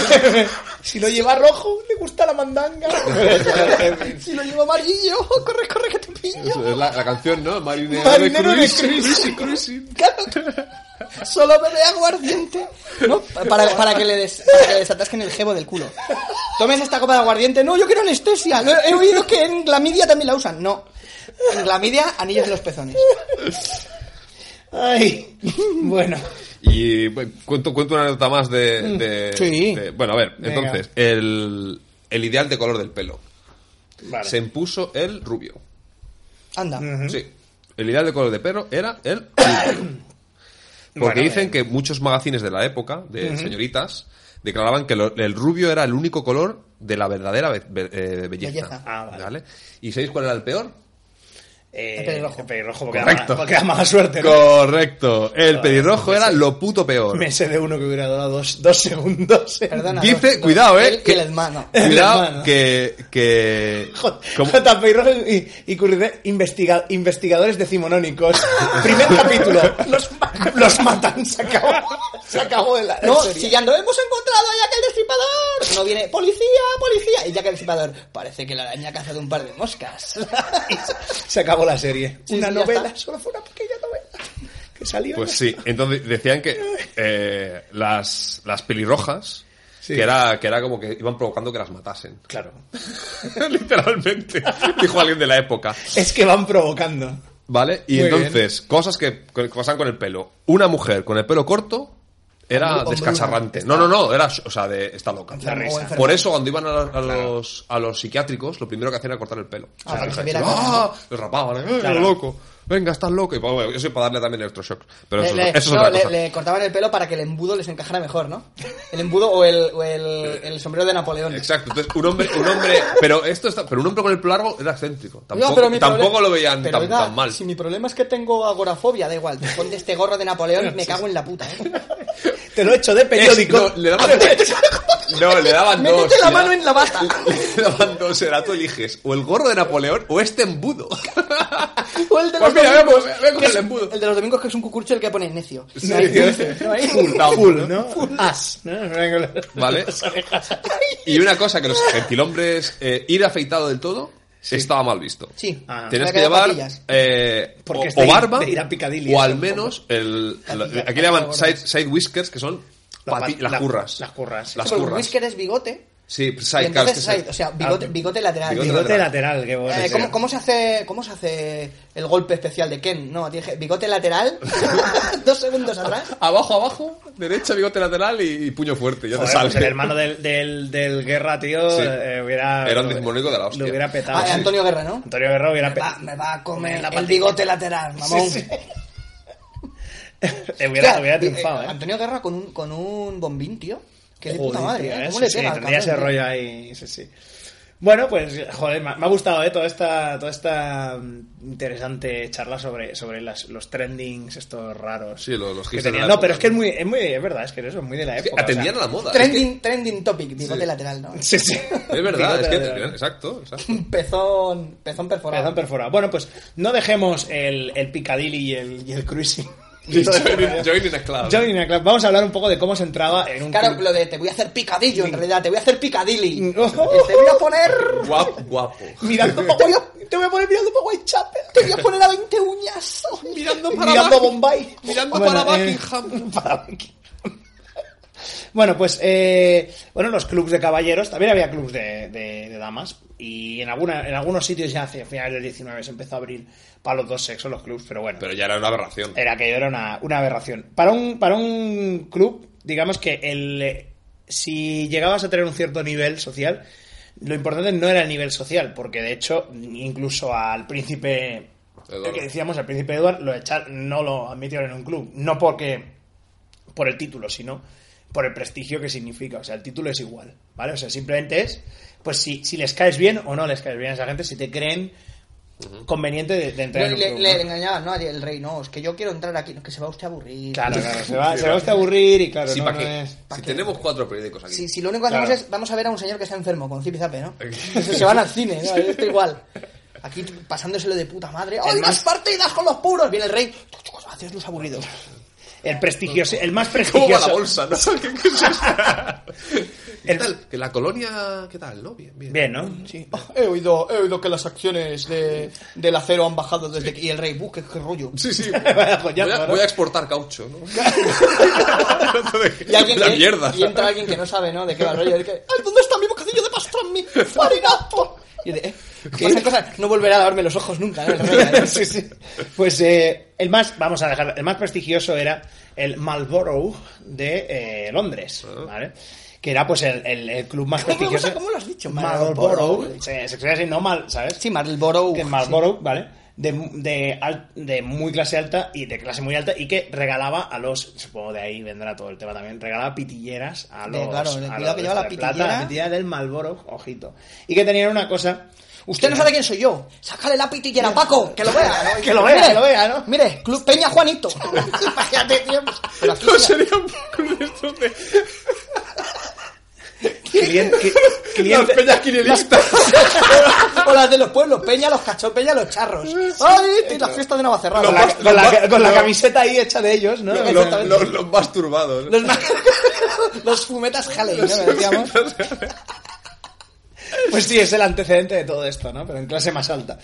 [SPEAKER 4] si lo lleva rojo, le gusta la mandanga.
[SPEAKER 6] Si lo llevo amarillo, corre, corre que te pillo.
[SPEAKER 5] Eso es La, la canción, ¿no? Marinero,
[SPEAKER 4] Marinero de
[SPEAKER 5] cruising,
[SPEAKER 4] cruising.
[SPEAKER 5] cruising, cruising.
[SPEAKER 6] Claro. Solo bebe aguardiente. No, para, para que le des, para que le desatasquen el jebo del culo. Tomes esta copa de aguardiente. No, yo quiero anestesia. Lo he, he oído que en glamidia también la usan. No. En glamidia, anillos en los pezones.
[SPEAKER 4] Ay, bueno.
[SPEAKER 5] Y bueno, cuento, cuento una anécdota más de. de-
[SPEAKER 6] Sí.
[SPEAKER 5] de- bueno, a ver,
[SPEAKER 4] Venga.
[SPEAKER 5] entonces, el, el ideal de color del pelo.
[SPEAKER 4] Vale.
[SPEAKER 5] Se impuso el rubio.
[SPEAKER 6] Anda.
[SPEAKER 4] Ujú.
[SPEAKER 5] Sí. El ideal de color de pelo era el rubio. Porque
[SPEAKER 4] Bueno, eh. bien.
[SPEAKER 5] dicen que muchos magazines de la época, de señoritas, declaraban que lo- el rubio era el único color de la verdadera be- be- eh, belleza.
[SPEAKER 6] Belleza.
[SPEAKER 4] Ah, vale.
[SPEAKER 5] ¿Y sabéis cuál era el peor?
[SPEAKER 4] Eh,
[SPEAKER 6] El pelirrojo.
[SPEAKER 4] el pelirrojo, porque,
[SPEAKER 5] Correcto.
[SPEAKER 4] Da, ma- porque da mala suerte. ¿no?
[SPEAKER 5] Correcto. El pelirrojo era lo puto peor.
[SPEAKER 4] Me sé de uno que hubiera dado dos, dos segundos.
[SPEAKER 6] Perdona.
[SPEAKER 5] Dice-
[SPEAKER 6] dos- dos-
[SPEAKER 5] cuidado, eh,
[SPEAKER 6] él y
[SPEAKER 5] que-
[SPEAKER 6] el hermano.
[SPEAKER 5] Cuidado
[SPEAKER 4] hermano.
[SPEAKER 5] que... que
[SPEAKER 4] J-
[SPEAKER 5] como-
[SPEAKER 4] J. Peiró y, y Curride, investiga- investigadores decimonónicos. Primer capítulo. Los, ma- los matan. Se acabó, se acabó de la.
[SPEAKER 6] No,
[SPEAKER 4] serie.
[SPEAKER 6] si ya no hemos encontrado a Jack el Destripador. No viene, policía, policía. Y Jack el Destripador, parece que la araña ha cazado un par de moscas.
[SPEAKER 4] Se acabó la serie.
[SPEAKER 6] Sí,
[SPEAKER 4] una
[SPEAKER 6] sí, ya
[SPEAKER 4] novela,
[SPEAKER 6] está.
[SPEAKER 4] solo fue una pequeña novela. Que salió.
[SPEAKER 5] Pues sí, entonces decían que eh, las, las pelirrojas,
[SPEAKER 4] Sí.
[SPEAKER 5] que, era, que era como que iban provocando que las matasen.
[SPEAKER 4] Claro.
[SPEAKER 5] Literalmente, dijo alguien de la época.
[SPEAKER 4] Es que van provocando.
[SPEAKER 5] ¿Vale? Y
[SPEAKER 4] Muy
[SPEAKER 5] entonces, cosas que, que pasan con el pelo. Una mujer con el pelo corto era
[SPEAKER 6] Hombre-
[SPEAKER 5] descacharrante. No, no, no, era, o sea, de, está loca.
[SPEAKER 4] La risa.
[SPEAKER 6] enfermo.
[SPEAKER 5] Por eso, cuando iban a, los- a los, a los psiquiátricos, lo primero que hacían era cortar el pelo.
[SPEAKER 6] Ah, para que se
[SPEAKER 5] fijáis,
[SPEAKER 6] viera
[SPEAKER 5] ¡Ah! Lo rapaban, ¡eh,
[SPEAKER 4] Claro.
[SPEAKER 5] loco! Venga, estás loco. Y, bueno, eso es para darle también electroshock. Pero eso,
[SPEAKER 6] Le-
[SPEAKER 5] es-
[SPEAKER 6] le-
[SPEAKER 5] eso es
[SPEAKER 6] no,
[SPEAKER 5] otra
[SPEAKER 6] le-
[SPEAKER 5] cosa.
[SPEAKER 6] le cortaban el pelo para que el embudo les encajara mejor, ¿no? El embudo o el, o el, el sombrero de Napoleón.
[SPEAKER 5] Exacto, entonces un hombre, un hombre, pero esto está, pero un hombre con el pelo largo era excéntrico. Tampoco,
[SPEAKER 6] No, pero mi
[SPEAKER 5] tampoco
[SPEAKER 6] problema-
[SPEAKER 5] lo veían
[SPEAKER 6] pero
[SPEAKER 5] tan,
[SPEAKER 6] oiga,
[SPEAKER 5] tan mal.
[SPEAKER 6] Si mi problema es que tengo agorafobia, da igual. Te pones este gorro de Napoleón y me cago en la puta, ¿eh?
[SPEAKER 4] Te lo he hecho de periódico.
[SPEAKER 5] Es- no, le daban, no, le daban dos.
[SPEAKER 6] Métete la
[SPEAKER 5] le
[SPEAKER 6] mano
[SPEAKER 5] da-
[SPEAKER 6] en la bata.
[SPEAKER 5] Le daban dos, era tú eliges o el gorro de Napoleón o este embudo.
[SPEAKER 6] O el de los
[SPEAKER 5] Pues mira,
[SPEAKER 6] domingos.
[SPEAKER 5] ve- ve con
[SPEAKER 6] que
[SPEAKER 5] el
[SPEAKER 6] es-
[SPEAKER 5] embudo.
[SPEAKER 6] el de los domingos que es un cucurcho el que pone necio.
[SPEAKER 5] Sí.
[SPEAKER 6] No hay- no hay-
[SPEAKER 4] Full, full, ¿no? As, ¿no?
[SPEAKER 5] Vale. Y una cosa que los gentilhombres, eh, ir afeitado del todo, estaba mal visto.
[SPEAKER 6] Sí. Ah.
[SPEAKER 5] Tenías
[SPEAKER 6] Me
[SPEAKER 5] que
[SPEAKER 6] quedo
[SPEAKER 5] llevar
[SPEAKER 6] patillas.
[SPEAKER 5] eh,
[SPEAKER 4] Porque
[SPEAKER 5] o-
[SPEAKER 4] es
[SPEAKER 5] o,
[SPEAKER 4] de ir-
[SPEAKER 5] barba
[SPEAKER 4] de ir a Piccadilly,
[SPEAKER 5] o
[SPEAKER 4] eso,
[SPEAKER 5] al
[SPEAKER 4] un
[SPEAKER 5] menos el, la-
[SPEAKER 6] Patillas,
[SPEAKER 5] aquí le llaman
[SPEAKER 6] patillas
[SPEAKER 5] side,
[SPEAKER 6] gordas.
[SPEAKER 5] side whiskers que son
[SPEAKER 4] La-
[SPEAKER 5] pati-
[SPEAKER 4] la-
[SPEAKER 5] las curras.
[SPEAKER 4] las curras,
[SPEAKER 5] Las
[SPEAKER 6] Porque
[SPEAKER 5] curras.
[SPEAKER 6] Whisker es bigote.
[SPEAKER 5] Sí,
[SPEAKER 6] y
[SPEAKER 5] side, claro, es
[SPEAKER 6] entonces
[SPEAKER 5] que
[SPEAKER 6] side,
[SPEAKER 5] side.
[SPEAKER 6] o sea, bigote,
[SPEAKER 4] Ah,
[SPEAKER 6] bigote lateral.
[SPEAKER 5] bigote
[SPEAKER 6] Bigote-
[SPEAKER 4] Bigote lateral, qué bueno.
[SPEAKER 6] Eh, ¿cómo, cómo se hace, ¿Cómo se hace el golpe especial de Ken? No, tiene que- bigote lateral, dos segundos atrás.
[SPEAKER 5] Abajo, abajo, derecha, bigote lateral y, y puño fuerte. Ya te
[SPEAKER 4] Joder,
[SPEAKER 5] sale.
[SPEAKER 4] pues el hermano del, del, del Guerra, tío,
[SPEAKER 5] Sí.
[SPEAKER 4] eh, hubiera...
[SPEAKER 5] Era un decimonónico de la hostia.
[SPEAKER 4] Lo hubiera petado.
[SPEAKER 6] Ah,
[SPEAKER 4] sí.
[SPEAKER 6] Antonio Guerra, ¿no?
[SPEAKER 4] Antonio Ah, Guerra hubiera
[SPEAKER 6] Me va,
[SPEAKER 4] petado.
[SPEAKER 6] me va a comer
[SPEAKER 4] La
[SPEAKER 6] el
[SPEAKER 4] patita.
[SPEAKER 6] bigote lateral, mamón.
[SPEAKER 4] Hubiera,
[SPEAKER 6] Hostia,
[SPEAKER 4] hubiera
[SPEAKER 6] eh,
[SPEAKER 4] triunfado, ¿eh?
[SPEAKER 6] Antonio Guerra con un, con un bombín, tío. Que de
[SPEAKER 4] Joder,
[SPEAKER 6] puta madre,
[SPEAKER 4] tío,
[SPEAKER 6] ¿eh?
[SPEAKER 4] ¿eh?
[SPEAKER 6] ¿Cómo
[SPEAKER 4] Sí,
[SPEAKER 6] le
[SPEAKER 4] sí,
[SPEAKER 6] pega al
[SPEAKER 4] tendría ese
[SPEAKER 6] cabrón, eh. tío?
[SPEAKER 4] rollo ahí, sí, sí. Bueno, pues, joder, me ha- me ha gustado ¿eh? toda esta toda esta mm, interesante charla sobre, sobre las- los trendings estos raros.
[SPEAKER 5] Sí, los- los
[SPEAKER 4] que
[SPEAKER 5] hipsters de
[SPEAKER 4] tenían.
[SPEAKER 5] la
[SPEAKER 4] No, pero
[SPEAKER 5] época.
[SPEAKER 4] es que es muy, es muy, es verdad, es que eso es muy de la
[SPEAKER 5] Es que
[SPEAKER 4] época. o sea.
[SPEAKER 5] atendían a la moda. Es,
[SPEAKER 6] Trending, trending topic, bigote
[SPEAKER 5] Sí.
[SPEAKER 6] lateral, ¿no?
[SPEAKER 4] Sí, sí.
[SPEAKER 5] que- es verdad, es que
[SPEAKER 4] Bigote lateral.
[SPEAKER 5] exacto, exacto.
[SPEAKER 6] Pezón, pezón perforado.
[SPEAKER 4] Perdón, perforado. Bueno, pues no dejemos el, el Piccadilly y el, y el cruising. Y todo eso.
[SPEAKER 5] Joining- Joining a club.
[SPEAKER 4] Joining a club. Vamos a hablar un poco de cómo se entraba en un
[SPEAKER 6] Claro,
[SPEAKER 4] club.
[SPEAKER 6] lo de te voy a hacer picadillo, en realidad, te voy a hacer picadilly.
[SPEAKER 4] Ojo.
[SPEAKER 6] Te voy a poner...
[SPEAKER 5] Guapo, guapo.
[SPEAKER 4] Mirando un poco- te voy a poner mirando un poco Whitechapel.
[SPEAKER 6] Te voy a poner a 20 uñas. Oh,
[SPEAKER 5] Mirando
[SPEAKER 4] mirando a Bombay.
[SPEAKER 5] Mirando
[SPEAKER 4] Bueno,
[SPEAKER 5] para
[SPEAKER 4] eh,
[SPEAKER 5] Buckingham.
[SPEAKER 4] para Buckingham. Bueno, pues eh, bueno, los clubs de caballeros, también había clubs de, de- de damas, y en alguna, en algunos sitios ya hacia finales del 19 se empezó a abrir para los dos sexos los clubs, pero bueno,
[SPEAKER 5] Pero ya era una aberración.
[SPEAKER 4] era que era una, una aberración. Para un, para un club, digamos que el eh, si llegabas a tener un cierto nivel social, lo importante no era el nivel social, porque de hecho, incluso al príncipe
[SPEAKER 5] Eduardo.
[SPEAKER 4] el que decíamos, al príncipe Eduardo lo echar, no lo admitieron en un club. No porque por el título, sino por el prestigio que significa. O sea, el título es igual, ¿vale? O sea, simplemente es, pues si, si les caes bien o no les caes bien a esa gente, si te creen conveniente de, de entrar en
[SPEAKER 6] Le,
[SPEAKER 4] un
[SPEAKER 6] le,
[SPEAKER 4] club.
[SPEAKER 6] le
[SPEAKER 4] ¿no?
[SPEAKER 6] engañaban, ¿no? El rey, no, es que yo quiero entrar aquí, no, que se va usted a aburrir.
[SPEAKER 4] Claro, claro, se va, se va usted a aburrir y claro,
[SPEAKER 5] Sí,
[SPEAKER 4] no,
[SPEAKER 5] ¿para
[SPEAKER 4] no
[SPEAKER 5] qué?
[SPEAKER 4] es-
[SPEAKER 5] Si tenemos cuatro periódicos aquí.
[SPEAKER 6] Si, si lo único que hacemos
[SPEAKER 4] Claro.
[SPEAKER 6] es, vamos a ver a un señor que está enfermo, con zipizape, ¿no? se van al cine, ¿no? Esto igual. Aquí pasándoselo de puta madre. ¡Ay, unas partidas con los puros! Viene el rey. "Tú, chicos, Hacéis los aburridos.
[SPEAKER 4] El prestigioso, el más
[SPEAKER 5] ¿Cómo va la
[SPEAKER 4] prestigioso.
[SPEAKER 5] bolsa? ¿No ¿Qué qué es esto? ¿Qué
[SPEAKER 4] El-
[SPEAKER 5] tal? Que la colonia... ¿Qué tal? ¿No? Bien, bien.
[SPEAKER 4] Bien, ¿no?
[SPEAKER 6] Sí. "Ah, he, oído, he oído que las acciones de, del acero han bajado desde que... Y el rey, "Buh, qué, qué rollo!
[SPEAKER 5] Sí, sí.
[SPEAKER 4] Vaya pues
[SPEAKER 5] Voy
[SPEAKER 4] coñazo, ¿no?
[SPEAKER 5] a, voy a exportar caucho, ¿no?
[SPEAKER 6] Y, alguien
[SPEAKER 5] la
[SPEAKER 6] que-
[SPEAKER 5] mierda.
[SPEAKER 6] y entra alguien que no sabe, ¿no? De qué va el rollo. de que, "Ay, ¿dónde está mi bocadillo de pastrami? ¡Farinato! Y de... "Eh, pasan cosas, no volverá a darme los ojos nunca, ¿no? El rey, ¿eh?
[SPEAKER 4] Sí, sí. Pues eh, el más, vamos a dejar, el más prestigioso era el Marlborough de eh, Londres, ¿vale? Que era pues el, el- el club más
[SPEAKER 6] Me gusta
[SPEAKER 4] prestigioso.
[SPEAKER 6] cómo lo has dicho, Marlborough.
[SPEAKER 4] Marlborough. Se, se escribe así, no mal, ¿sabes?
[SPEAKER 6] Sí, Marlborough.
[SPEAKER 4] que en Marlborough, ¿vale? De, de, al- de muy clase alta y de clase muy alta y que regalaba a los, supongo de ahí vendrá todo el tema también, regalaba pitilleras a
[SPEAKER 6] De-
[SPEAKER 4] los...
[SPEAKER 6] claro,
[SPEAKER 4] a
[SPEAKER 6] de
[SPEAKER 4] los
[SPEAKER 6] cuidado que lleva la
[SPEAKER 4] de plata,
[SPEAKER 6] pitillera.
[SPEAKER 4] la pitillera del Marlborough, ojito. Y que tenían una cosa...
[SPEAKER 6] Usted no sabe quién soy yo. Sácale la pitillera, Paco, que lo vea. ¿no?
[SPEAKER 4] Que lo vea, que lo vea, ¿no?
[SPEAKER 6] Mire, Club Peña Juanito. Imagínate, tío. Pero aquí,
[SPEAKER 5] No
[SPEAKER 6] mira,
[SPEAKER 5] serían con estos de...
[SPEAKER 4] Cliente, cli-
[SPEAKER 5] Las
[SPEAKER 4] cliente-
[SPEAKER 5] peñas quinilistas.
[SPEAKER 6] O las de los pueblos, Peña los cachos, Peña los charros. ¡Ay, y la fiesta de Navacerrada!
[SPEAKER 4] con la, con la- con la camiseta ahí hecha de ellos, ¿no?
[SPEAKER 5] Los- los- Los los más turbados.
[SPEAKER 6] Los, ma- los fumetas Halley, ¿no? Decíamos.
[SPEAKER 4] Pues sí, es el antecedente de todo esto, ¿no? Pero en clase más alta.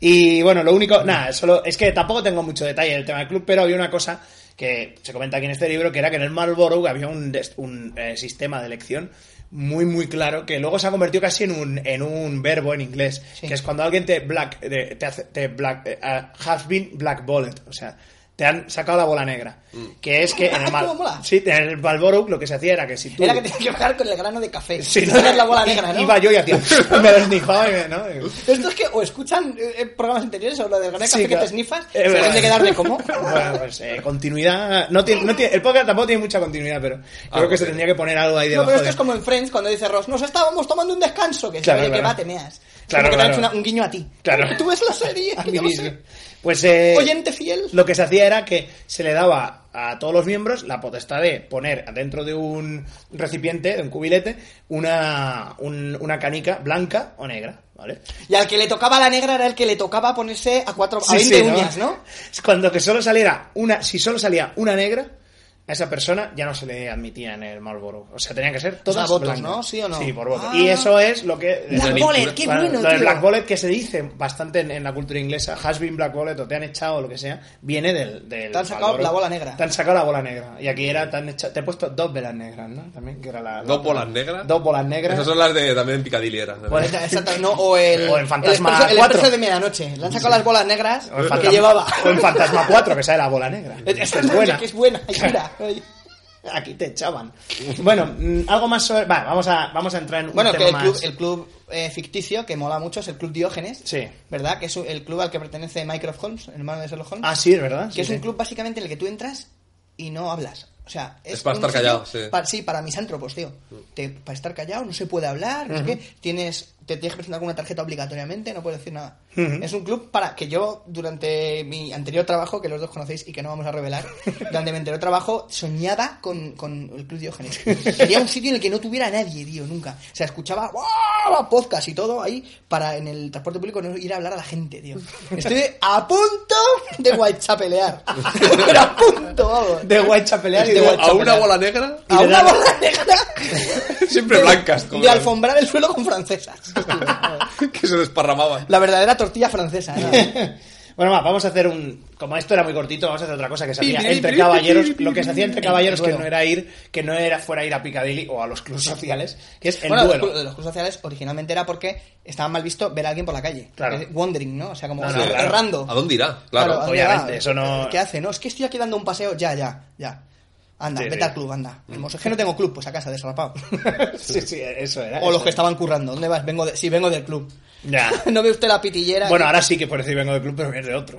[SPEAKER 4] Y bueno, lo único, nada, solo es que tampoco tengo mucho detalle del tema del club, pero había una cosa que se comenta aquí en este libro, que era que en el Marlborough había un, des- un, eh, sistema de elección muy, muy claro, que luego se ha convertido casi en un, en un verbo en inglés, que es cuando alguien te black, eh, te, hace- te black, eh, ah, has been black o sea, te han sacado la bola negra, que es que en el, Mar-
[SPEAKER 6] Mm. Ah, ¿Cómo mola?
[SPEAKER 4] sí, en el Marlborough lo que se hacía era que si tú...
[SPEAKER 6] Era que tenía que bajar con el grano de café.
[SPEAKER 4] Sí,
[SPEAKER 6] no la bola negra, ¿no?
[SPEAKER 4] Iba yo y hacía. Me lo snifaba y me. ¿no?
[SPEAKER 6] Esto es que o escuchan eh, eh, programas anteriores o lo del grano de
[SPEAKER 4] Sí,
[SPEAKER 6] café que
[SPEAKER 4] claro.
[SPEAKER 6] te snifas,
[SPEAKER 4] Es
[SPEAKER 6] se
[SPEAKER 4] verdad.
[SPEAKER 6] deben de quedar de cómo.
[SPEAKER 4] Bueno, pues eh, continuidad. No tiene, no tiene, el podcast tampoco tiene mucha continuidad, pero creo que
[SPEAKER 5] bueno.
[SPEAKER 4] se tendría que poner algo ahí
[SPEAKER 6] No,
[SPEAKER 4] debajo.
[SPEAKER 6] pero esto
[SPEAKER 4] de-
[SPEAKER 6] es como en Friends cuando dice Ross, nos estábamos tomando un descanso, que
[SPEAKER 4] Claro,
[SPEAKER 6] se oye que
[SPEAKER 4] claro.
[SPEAKER 6] va, te meas. Es
[SPEAKER 4] Claro,
[SPEAKER 6] como que te han
[SPEAKER 4] claro.
[SPEAKER 6] hecho una- un guiño a ti.
[SPEAKER 4] Claro.
[SPEAKER 6] Tú ves la serie,
[SPEAKER 4] A
[SPEAKER 6] que
[SPEAKER 4] mí
[SPEAKER 6] yo lo
[SPEAKER 4] mismo.
[SPEAKER 6] sé.
[SPEAKER 4] Pues. eh,
[SPEAKER 6] Oyente fiel.
[SPEAKER 4] Lo que se hacía era que se le daba a todos los miembros la potestad de poner dentro de un recipiente, de un cubilete, una, un- una canica blanca o negra, ¿vale?
[SPEAKER 6] Y al que le tocaba la negra era el que le tocaba ponerse a cuatro, a 20 uñas, ¿no?
[SPEAKER 4] Cuando que solo saliera una, si solo salía una negra, a esa persona ya no se le admitía en el Marlboro. O sea, tenían que ser todas
[SPEAKER 6] sea, votos,
[SPEAKER 4] blancas.
[SPEAKER 6] ¿no? ¿Sí o no?
[SPEAKER 4] Sí, por voto.
[SPEAKER 6] Ah.
[SPEAKER 4] Y eso es lo que...
[SPEAKER 6] Black
[SPEAKER 4] lo-
[SPEAKER 6] Bullet, qué
[SPEAKER 4] bueno,
[SPEAKER 6] bueno,
[SPEAKER 4] Lo del
[SPEAKER 6] tío.
[SPEAKER 4] Black Bullet que se dice bastante en, en la cultura inglesa, has been Black Bullet o te han echado o lo que sea, viene del... del
[SPEAKER 6] Te han sacado
[SPEAKER 4] Marlboro.
[SPEAKER 6] la bola negra.
[SPEAKER 4] Te han sacado la bola negra. Y aquí era, te, han hecha- te he puesto dos velas negras, ¿no? También, que era la... la
[SPEAKER 5] ¿Dos
[SPEAKER 4] otra.
[SPEAKER 5] bolas negras?
[SPEAKER 4] Dos bolas negras.
[SPEAKER 5] Esas son las de también Picadilly eran. ¿no?
[SPEAKER 4] Pues-
[SPEAKER 6] Esta- esta- no, o el,
[SPEAKER 4] O en Fantasma
[SPEAKER 6] el expreso, el
[SPEAKER 4] 4.
[SPEAKER 6] expreso de medianoche. Le han sacado las bolas negras
[SPEAKER 4] O en
[SPEAKER 6] que
[SPEAKER 4] Fantasma-
[SPEAKER 6] llevaba.
[SPEAKER 4] O en Fantasma 4, que sale la bola negra.
[SPEAKER 6] Esta
[SPEAKER 4] Esta es buena.
[SPEAKER 6] Que es buena. ay, mira, ay.
[SPEAKER 4] Aquí te echaban. Bueno, mm, algo más sobre. Vale, vamos a, vamos a entrar en un
[SPEAKER 6] Bueno,
[SPEAKER 4] tema
[SPEAKER 6] que el
[SPEAKER 4] más.
[SPEAKER 6] club, el club eh, ficticio que mola mucho es el Club Diógenes.
[SPEAKER 4] Sí.
[SPEAKER 6] ¿Verdad? Que es el club al que pertenece Mycroft Holmes, el hermano de Sherlock Holmes.
[SPEAKER 4] Ah, sí, es verdad.
[SPEAKER 6] que
[SPEAKER 4] Sí,
[SPEAKER 6] es
[SPEAKER 4] sí.
[SPEAKER 6] un club básicamente en el que tú entras y no hablas. O sea, es,
[SPEAKER 5] Es para
[SPEAKER 6] un
[SPEAKER 5] estar
[SPEAKER 6] sitio
[SPEAKER 5] callado, sí.
[SPEAKER 6] pa- sí, para misántropos, tío. Te- para estar callado, no se puede hablar, no sé qué. Tienes te tienes que presentar con una tarjeta obligatoriamente, no puedes decir nada. Es un club para que yo, durante mi anterior trabajo, que los dos conocéis y que no vamos a revelar, durante mi anterior trabajo soñaba con, con el Club Diógenes. Quería un sitio en el que no tuviera a nadie, tío, nunca. O sea, escuchaba ¡guau! podcast y todo ahí para en el transporte público no ir a hablar a la gente, tío. Estoy a punto de guachapelear. Pero a punto, vamos.
[SPEAKER 4] De Whitechapelear y
[SPEAKER 6] De
[SPEAKER 4] de
[SPEAKER 6] Whitechapelear.
[SPEAKER 5] A una bola negra,
[SPEAKER 6] a
[SPEAKER 4] de
[SPEAKER 6] una
[SPEAKER 4] dar-
[SPEAKER 6] bola negra.
[SPEAKER 5] Siempre
[SPEAKER 6] de-
[SPEAKER 5] blancas, como
[SPEAKER 6] De
[SPEAKER 5] las-
[SPEAKER 6] alfombrar el suelo con francesas.
[SPEAKER 5] que se desparramaban.
[SPEAKER 6] La verdadera tortilla francesa. ¿eh?
[SPEAKER 4] Bueno, va, vamos a hacer un. Como esto era muy cortito, vamos a hacer otra cosa que se hacía
[SPEAKER 6] Pi, pi,
[SPEAKER 4] entre
[SPEAKER 6] pi,
[SPEAKER 4] caballeros.
[SPEAKER 6] pi, pi,
[SPEAKER 4] Lo que se hacía entre caballeros que
[SPEAKER 6] duelo.
[SPEAKER 4] no era ir, que no era fuera ir a Piccadilly o a los clubs sociales, que es el
[SPEAKER 6] bueno, pues, los,
[SPEAKER 4] duelo.
[SPEAKER 6] cru- los clubes sociales originalmente era porque estaba mal visto ver a alguien por la calle.
[SPEAKER 4] Claro.
[SPEAKER 6] Es Wandering, ¿no? O sea, como
[SPEAKER 4] No, no,
[SPEAKER 6] er-
[SPEAKER 4] claro.
[SPEAKER 6] errando.
[SPEAKER 5] ¿A dónde irá?
[SPEAKER 6] Claro,
[SPEAKER 5] Claro.
[SPEAKER 6] ¿a dónde
[SPEAKER 4] obviamente,
[SPEAKER 6] va?
[SPEAKER 4] eso no-
[SPEAKER 6] ¿Qué hace? No, es que estoy aquí dando un paseo. Ya, ya, ya. Anda,
[SPEAKER 4] Sí,
[SPEAKER 6] vete
[SPEAKER 4] sí. Mm.
[SPEAKER 6] al club, anda. Hermoso. Es que no tengo club, pues a casa, desarrapado.
[SPEAKER 4] sí, sí, eso era.
[SPEAKER 6] eh, o los
[SPEAKER 4] eso era.
[SPEAKER 6] que estaban currando. ¿Dónde vas? Vengo de... Sí, vengo del club.
[SPEAKER 4] Ya.
[SPEAKER 6] ¿No ve usted la pitillera?
[SPEAKER 4] Bueno,
[SPEAKER 6] Que-
[SPEAKER 4] ahora sí que por decir vengo del club, pero vienes de otro.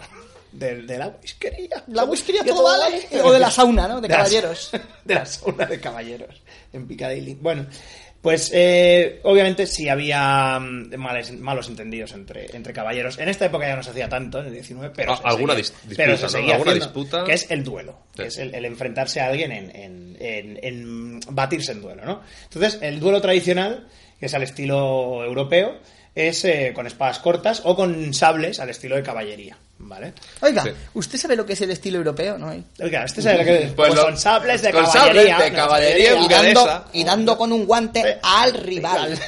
[SPEAKER 4] Del, de la whiskería.
[SPEAKER 6] La whiskería
[SPEAKER 4] Yo
[SPEAKER 6] todo vale. O de la sauna, ¿no? De
[SPEAKER 4] la-
[SPEAKER 6] caballeros.
[SPEAKER 4] de la sauna de caballeros en Piccadilly. Bueno, pues eh, obviamente sí había mm, males- malos entendidos entre, entre caballeros. En esta época ya no se hacía tanto, en el 19, pero
[SPEAKER 5] Ah,
[SPEAKER 4] se
[SPEAKER 5] alguna
[SPEAKER 4] seguía-
[SPEAKER 5] dis- disputa,
[SPEAKER 4] pero se
[SPEAKER 5] ¿no?
[SPEAKER 4] seguía
[SPEAKER 5] Alguna
[SPEAKER 4] haciendo,
[SPEAKER 5] disputa.
[SPEAKER 4] Que es el duelo, que
[SPEAKER 5] Sí.
[SPEAKER 4] es el, el enfrentarse a alguien en, en- en- en batirse en duelo, ¿no? Entonces, el duelo tradicional, que es al estilo europeo, es eh, con espadas cortas o con sables al estilo de caballería, ¿vale?
[SPEAKER 6] Oiga,
[SPEAKER 5] Sí.
[SPEAKER 6] ¿usted sabe lo que es el estilo europeo, no?
[SPEAKER 4] Oiga, este sabe lo que es.
[SPEAKER 5] Pues
[SPEAKER 4] Pues
[SPEAKER 5] lo-
[SPEAKER 4] con sables de
[SPEAKER 5] con
[SPEAKER 4] caballería.
[SPEAKER 5] sables de
[SPEAKER 4] ¿no?
[SPEAKER 5] caballería
[SPEAKER 6] Y
[SPEAKER 5] bucaresa.
[SPEAKER 6] dando, y dando con un guante al rival.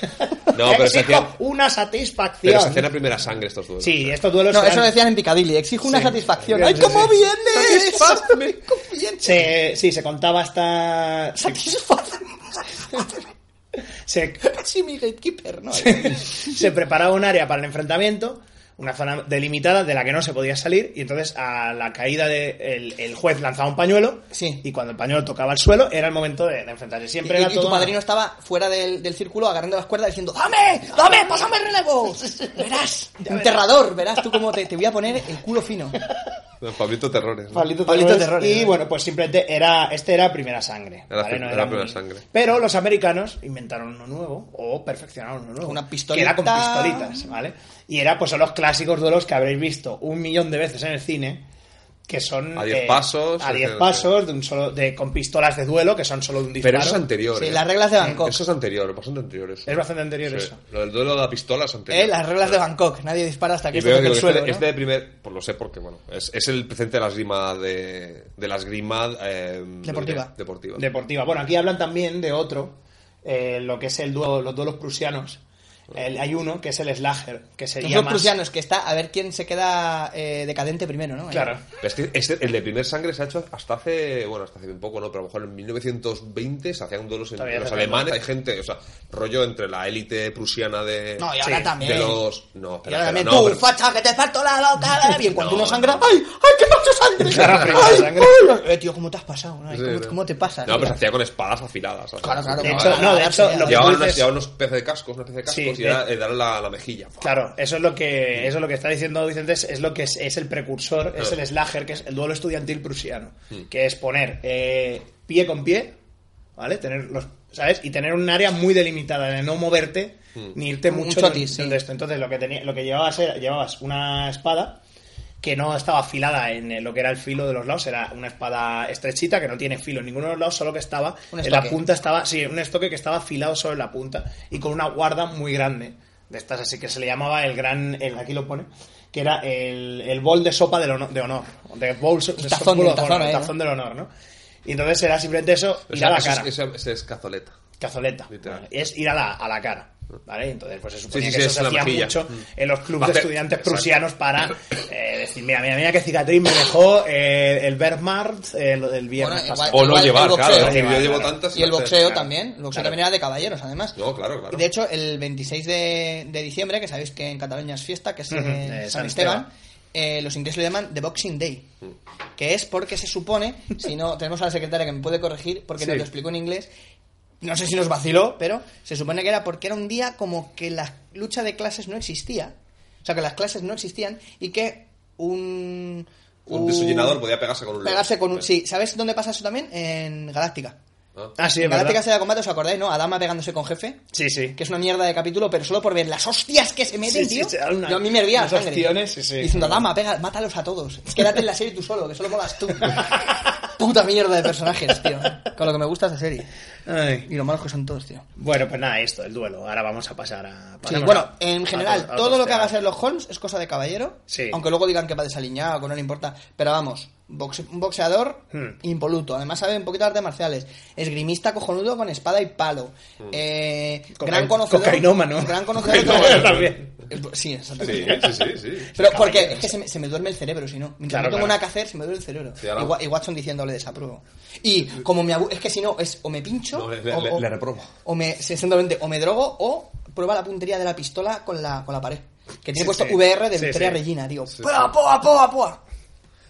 [SPEAKER 5] No, pero se
[SPEAKER 4] Exijo
[SPEAKER 5] hacía-
[SPEAKER 4] una satisfacción.
[SPEAKER 5] Pero se hacían a primera sangre estos duelos.
[SPEAKER 4] Sí, estos duelos
[SPEAKER 6] No,
[SPEAKER 4] eran-
[SPEAKER 6] eso lo decían en Piccadilly. Exijo una
[SPEAKER 4] Sí.
[SPEAKER 6] satisfacción.
[SPEAKER 4] Sí,
[SPEAKER 6] ¡Ay,
[SPEAKER 4] sí,
[SPEAKER 6] cómo
[SPEAKER 4] sí.
[SPEAKER 6] viene!
[SPEAKER 5] Satisfázme.
[SPEAKER 6] ¿Cómo viene?
[SPEAKER 4] se, sí, se contaba hasta... Se,
[SPEAKER 6] Satisfázme.
[SPEAKER 4] se,
[SPEAKER 6] Sí, mi gatekeeper, ¿no?
[SPEAKER 4] se preparaba un área para el enfrentamiento, una zona delimitada de la que no se podía salir, y entonces a la caída de el, el juez lanzaba un pañuelo,
[SPEAKER 6] Sí.
[SPEAKER 4] y cuando el pañuelo tocaba el suelo era el momento de, de enfrentarse. Siempre
[SPEAKER 6] Y,
[SPEAKER 4] era
[SPEAKER 6] y
[SPEAKER 4] todo...
[SPEAKER 6] tu padrino estaba fuera del, del círculo agarrando las cuerdas diciendo ¡Dame! ¡Dame! ¡Pásame el relevo! Verás, enterrador, verás tú cómo te, te voy a poner el culo fino.
[SPEAKER 5] Los Pablito Terrores. ¿no?
[SPEAKER 4] Pablito
[SPEAKER 6] Pablito
[SPEAKER 4] Terrores.
[SPEAKER 6] Terrores,
[SPEAKER 4] Y
[SPEAKER 6] ¿no?
[SPEAKER 4] bueno, pues simplemente era. Este era primera sangre.
[SPEAKER 5] Era
[SPEAKER 4] ¿vale?
[SPEAKER 5] prim-
[SPEAKER 4] No
[SPEAKER 5] era primera sangre.
[SPEAKER 4] Pero los americanos inventaron uno nuevo o perfeccionaron uno nuevo.
[SPEAKER 6] Una
[SPEAKER 4] Que era con
[SPEAKER 6] pistolita.
[SPEAKER 4] pistolitas, ¿vale? Y era, pues son los clásicos duelos que habréis visto un millón de veces en el cine. Que son. eh,
[SPEAKER 5] A diez pasos,
[SPEAKER 4] A 10
[SPEAKER 5] etcétera.
[SPEAKER 4] pasos, de un solo, de, con pistolas de duelo, que son solo de un disparo.
[SPEAKER 5] Pero eso es anterior.
[SPEAKER 6] Sí,
[SPEAKER 5] ¿eh?
[SPEAKER 6] las reglas de Bangkok.
[SPEAKER 5] Eso es anterior, bastante anterior eso.
[SPEAKER 4] Es bastante anterior
[SPEAKER 5] Sí,
[SPEAKER 4] eso.
[SPEAKER 5] Lo del duelo de la pistola es anterior.
[SPEAKER 6] ¿Eh? Las reglas de Bangkok. Nadie dispara hasta que
[SPEAKER 5] Y
[SPEAKER 6] esté
[SPEAKER 5] veo
[SPEAKER 6] en
[SPEAKER 5] que
[SPEAKER 6] el
[SPEAKER 5] este,
[SPEAKER 6] suelo. ¿no?
[SPEAKER 5] este de primer, pues lo sé porque, bueno, es, es el presente de la esgrima de, de la esgrima eh,
[SPEAKER 6] Deportiva.
[SPEAKER 5] de- deportiva.
[SPEAKER 4] Deportiva. Bueno, aquí hablan también de otro, eh, lo que es el duelo, los duelos prusianos. El- hay uno que es el Slager, que
[SPEAKER 6] Los
[SPEAKER 4] sería
[SPEAKER 6] dos
[SPEAKER 4] más-
[SPEAKER 6] prusianos, que está a ver quién se queda eh, decadente primero, ¿no?
[SPEAKER 4] Claro.
[SPEAKER 5] Es que este- el de primer sangre se ha hecho hasta hace, bueno, hasta hace bien poco, ¿no? Pero a lo mejor en 1920 se hacían duelos entre
[SPEAKER 4] Todavía
[SPEAKER 5] los
[SPEAKER 4] se hacían.
[SPEAKER 5] alemanes. Hay gente, o sea, rollo entre la élite prusiana de...
[SPEAKER 6] No, y ahora
[SPEAKER 4] Sí,
[SPEAKER 6] también.
[SPEAKER 5] de los... No, espera,
[SPEAKER 6] Y ahora
[SPEAKER 5] espera,
[SPEAKER 6] también,
[SPEAKER 5] no,
[SPEAKER 6] tú,
[SPEAKER 5] pero-
[SPEAKER 6] facha, que te parto la loca. Y en cuanto
[SPEAKER 5] No,
[SPEAKER 6] uno sangra,
[SPEAKER 5] no.
[SPEAKER 6] ¡ay! ¡ay, qué macho sangre!
[SPEAKER 4] Claro,
[SPEAKER 6] ¡Ay,
[SPEAKER 4] primero sangre.
[SPEAKER 6] ay! Eh, tío, ¿cómo te has pasado? no?
[SPEAKER 5] Sí,
[SPEAKER 6] ¿Cómo,
[SPEAKER 5] no.
[SPEAKER 6] cómo te pasas?
[SPEAKER 5] No, pero se
[SPEAKER 6] tío?
[SPEAKER 5] hacía con espadas afiladas. ¿sabes?
[SPEAKER 6] Claro, claro.
[SPEAKER 4] De
[SPEAKER 6] no,
[SPEAKER 4] hecho,
[SPEAKER 6] no,
[SPEAKER 4] no, de
[SPEAKER 6] no,
[SPEAKER 4] hecho,
[SPEAKER 6] no,
[SPEAKER 4] lo que
[SPEAKER 5] Llevaban,
[SPEAKER 4] tú
[SPEAKER 5] unas-
[SPEAKER 4] dices-
[SPEAKER 5] llevaban unos peces de cascos, unas piezas de
[SPEAKER 4] Sí,
[SPEAKER 5] cascos y
[SPEAKER 4] de-
[SPEAKER 5] era, era la, la mejilla.
[SPEAKER 4] Claro, eso es lo que eso es lo que está diciendo Vicente, es, es lo que es, es el precursor, es
[SPEAKER 5] Claro.
[SPEAKER 4] el slager, que es el duelo estudiantil prusiano, que es poner eh, pie con pie, ¿vale? Tener los, ¿sabes? Y tener un área muy delimitada de no moverte ni irte
[SPEAKER 6] Un
[SPEAKER 4] mucho
[SPEAKER 6] chotis,
[SPEAKER 4] de-
[SPEAKER 6] sí.
[SPEAKER 4] de esto. Entonces, lo que tenía lo que llevabas era llevabas una espada que no estaba afilada en eh, lo que era el filo de los lados, era una espada estrechita que no tiene filo en ninguno de los lados, solo que estaba
[SPEAKER 6] Un
[SPEAKER 4] en la
[SPEAKER 6] estoque.
[SPEAKER 4] punta estaba, sí, un estoque que estaba afilado sobre la punta y con una guarda muy grande de estas, así que se le llamaba el gran, el, aquí lo pone, que era el, el bol de sopa del honor, de honor, de bowl so- de sopa
[SPEAKER 6] tazón, el
[SPEAKER 4] del
[SPEAKER 6] tazón
[SPEAKER 4] honor,
[SPEAKER 6] ahí,
[SPEAKER 4] el
[SPEAKER 6] ¿no?
[SPEAKER 4] tazón del honor, ¿no? Y entonces era simplemente eso,
[SPEAKER 5] O
[SPEAKER 4] ir
[SPEAKER 5] sea,
[SPEAKER 4] a la
[SPEAKER 5] eso es-
[SPEAKER 4] cara,
[SPEAKER 5] eso es- es cazoleta.
[SPEAKER 4] cazoleta,
[SPEAKER 5] Literal.
[SPEAKER 4] es ir a la, a la cara. ¿Vale? Entonces, pues se suponía
[SPEAKER 5] sí,
[SPEAKER 4] que
[SPEAKER 5] sí,
[SPEAKER 4] eso
[SPEAKER 5] es
[SPEAKER 4] se
[SPEAKER 5] la
[SPEAKER 4] hacía
[SPEAKER 5] mejilla.
[SPEAKER 4] mucho
[SPEAKER 5] Mm.
[SPEAKER 4] en los clubes
[SPEAKER 5] Hace-
[SPEAKER 4] de estudiantes
[SPEAKER 5] Exacto.
[SPEAKER 4] prusianos para eh, decir, mira, mira, mira qué cicatriz me dejó eh, el Wehrmacht eh, el, el viernes
[SPEAKER 6] Bueno,
[SPEAKER 4] pasado.
[SPEAKER 5] O no
[SPEAKER 6] Ah, Igual que el
[SPEAKER 5] llevar,
[SPEAKER 6] boxeo.
[SPEAKER 5] claro. ¿eh?
[SPEAKER 4] No
[SPEAKER 5] Yo
[SPEAKER 4] llevar,
[SPEAKER 5] llevo
[SPEAKER 4] claro.
[SPEAKER 5] tantas.
[SPEAKER 6] Y el
[SPEAKER 5] no sé.
[SPEAKER 6] boxeo
[SPEAKER 4] claro.
[SPEAKER 6] también. El boxeo
[SPEAKER 4] Claro.
[SPEAKER 6] también era de caballeros, además.
[SPEAKER 5] No, claro, claro.
[SPEAKER 6] Y de hecho, el 26 de, de diciembre, que sabéis que en Cataluña es fiesta, que es eh,
[SPEAKER 4] Ujú, eh,
[SPEAKER 6] San,
[SPEAKER 4] San
[SPEAKER 6] Esteban,
[SPEAKER 4] Esteban.
[SPEAKER 6] eh, los ingleses lo llaman The Boxing Day. Que es porque se supone, si no, tenemos a la secretaria que me puede corregir porque
[SPEAKER 4] Sí.
[SPEAKER 6] nos lo explicó en inglés. No sé si nos vaciló, pero se supone que era porque era un día como que la lucha de clases no existía. O sea, que las clases no existían y que un. Uh.
[SPEAKER 5] Un desollinador podía pegarse con un lobo.
[SPEAKER 6] Pegarse con un. Sí, ¿sabes dónde pasa eso también? En Galáctica.
[SPEAKER 4] Ah, sí, es
[SPEAKER 6] en Galáctica
[SPEAKER 4] verdad.
[SPEAKER 6] Saga de Combate, ¿os acordáis, no? Adama pegándose con jefe.
[SPEAKER 4] Sí, sí.
[SPEAKER 6] Que es una mierda de capítulo, pero solo por ver las hostias que se meten,
[SPEAKER 4] Sí, sí,
[SPEAKER 6] tío.
[SPEAKER 4] sí, hay una-
[SPEAKER 6] yo a mí me hervía la
[SPEAKER 4] unas
[SPEAKER 6] sangre.
[SPEAKER 4] opciones, sí, sí.
[SPEAKER 6] Diciendo, Adama, pega, mátalos a todos. Quédate en la serie tú solo, que solo molas tú. Puta mierda de personajes, tío. Con lo que me gusta esa serie.
[SPEAKER 4] Ay.
[SPEAKER 6] Y lo malos que son todos, tío.
[SPEAKER 4] Bueno, pues nada, esto, el duelo. Ahora vamos a pasar a.
[SPEAKER 6] Sí,
[SPEAKER 4] pasamos
[SPEAKER 6] bueno,
[SPEAKER 4] a-
[SPEAKER 6] en
[SPEAKER 4] a
[SPEAKER 6] general,
[SPEAKER 4] otros- a
[SPEAKER 6] todo
[SPEAKER 4] otros
[SPEAKER 6] lo que haga
[SPEAKER 4] temas.
[SPEAKER 6] Sherlock Holmes es cosa de caballero.
[SPEAKER 4] Sí.
[SPEAKER 6] Aunque luego digan que va desaliñado, que no le importa. Pero vamos, boxe- un boxeador
[SPEAKER 4] Hmm.
[SPEAKER 6] impoluto. Además sabe un poquito de artes marciales. Esgrimista cojonudo con espada y palo.
[SPEAKER 5] Hmm.
[SPEAKER 6] Eh,
[SPEAKER 4] Cocaín-
[SPEAKER 6] gran conocedor...
[SPEAKER 4] cocainómano.
[SPEAKER 6] Gran conocedor...
[SPEAKER 4] Cocainómano también.
[SPEAKER 6] Eh, Sí,
[SPEAKER 5] Sí,
[SPEAKER 6] exactamente.
[SPEAKER 5] sí, sí, sí.
[SPEAKER 6] Pero porque es que se me, se me duerme el cerebro, si no. Mientras
[SPEAKER 4] Claro,
[SPEAKER 6] no
[SPEAKER 4] claro.
[SPEAKER 6] tengo nada que hacer, se me duerme el cerebro.
[SPEAKER 5] Sí, ahora-
[SPEAKER 6] y, Wa- y Watson diciéndole desapruebo. Y como me abu- es que si no, es o me pincho,
[SPEAKER 5] No, le- le-
[SPEAKER 6] o,
[SPEAKER 5] le-
[SPEAKER 6] o-
[SPEAKER 5] le reprobo.
[SPEAKER 6] O me, sí, exactamente, o me drogo, o prueba la puntería de la pistola con la, con la pared. Que tiene
[SPEAKER 4] Sí,
[SPEAKER 6] puesto
[SPEAKER 4] sí.
[SPEAKER 6] VR de
[SPEAKER 4] Sí,
[SPEAKER 6] Victoria
[SPEAKER 4] sí.
[SPEAKER 6] Regina, tío.
[SPEAKER 5] Sí,
[SPEAKER 6] ¡Poa,
[SPEAKER 5] sí.
[SPEAKER 6] poa, poa, poa!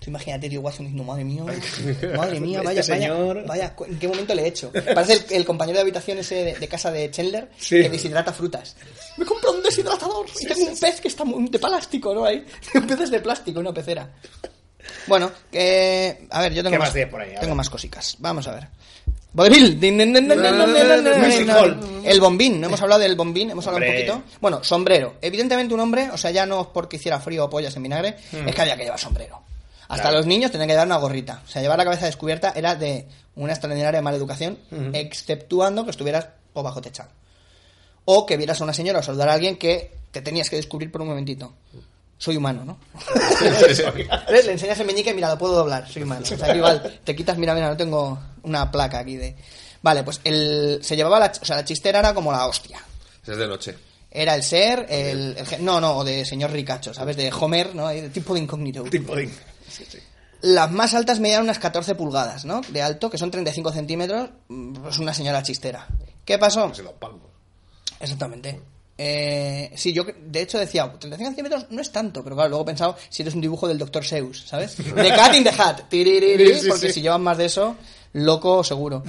[SPEAKER 6] Tú imagínate, tío, Watson diciendo, madre mía, madre mía,
[SPEAKER 4] Este
[SPEAKER 6] vaya, vaya,
[SPEAKER 4] señor.
[SPEAKER 6] vaya, cu- ¿en qué momento le he hecho? Parece el, el compañero de habitación ese de, de casa de Chandler
[SPEAKER 4] Sí.
[SPEAKER 6] que deshidrata frutas. Me compro un deshidratador y tengo un pez que está muy- de plástico, ¿no? Ahí, un pez es de plástico, una pecera. Bueno, que... A ver, yo tengo
[SPEAKER 4] ¿Qué más tienes por ahí? A
[SPEAKER 6] tengo
[SPEAKER 4] ver.
[SPEAKER 6] más cositas. Vamos a ver. Vodevil. Din, din, din, din, din, din, din, din,
[SPEAKER 4] Music
[SPEAKER 6] din.
[SPEAKER 4] Hall.
[SPEAKER 6] El bombín, no hemos hablado del bombín, hemos hablado
[SPEAKER 4] Hombre.
[SPEAKER 6] un poquito. Bueno, sombrero. Evidentemente un hombre, o sea, ya no es porque hiciera frío o pollas en vinagre, es que había que llevar sombrero. Hasta
[SPEAKER 4] Hmm. Claro.
[SPEAKER 6] los niños tenían que llevar una gorrita. O sea, llevar la cabeza descubierta era de una extraordinaria mala educación,
[SPEAKER 4] Hmm.
[SPEAKER 6] exceptuando que estuvieras o bajo techado. O que vieras a una señora o saludar a alguien que te tenías que descubrir por un momentito. Soy humano, ¿no? ¿Ves? Le enseñas el meñique, mira, lo puedo doblar, soy malo. O sea, que igual, te quitas, mira, mira, no tengo una placa aquí de... Vale, pues el, se llevaba la... ch- O sea, la chistera era como la hostia.
[SPEAKER 5] Es de noche.
[SPEAKER 6] Era el ser, el... el gen- no, no, o de señor ricacho, ¿sabes? De Homer, ¿no? Ahí, de tipo de incógnito.
[SPEAKER 4] Tipo de-
[SPEAKER 6] Las más altas medían unas 14 pulgadas, ¿no? De alto, que son 35 centímetros, mm, pues una señora chistera. ¿Qué pasó?
[SPEAKER 5] Casi los palmos.
[SPEAKER 6] Exactamente. Eh, sí, yo cre- de hecho decía, 35 centímetros no es tanto, pero claro, luego he pensado si eres un dibujo del Dr. Seuss, ¿sabes? De Cat in the Hat, tiririrí,
[SPEAKER 4] Sí, sí,
[SPEAKER 6] porque
[SPEAKER 4] sí.
[SPEAKER 6] si llevan más de eso, loco seguro.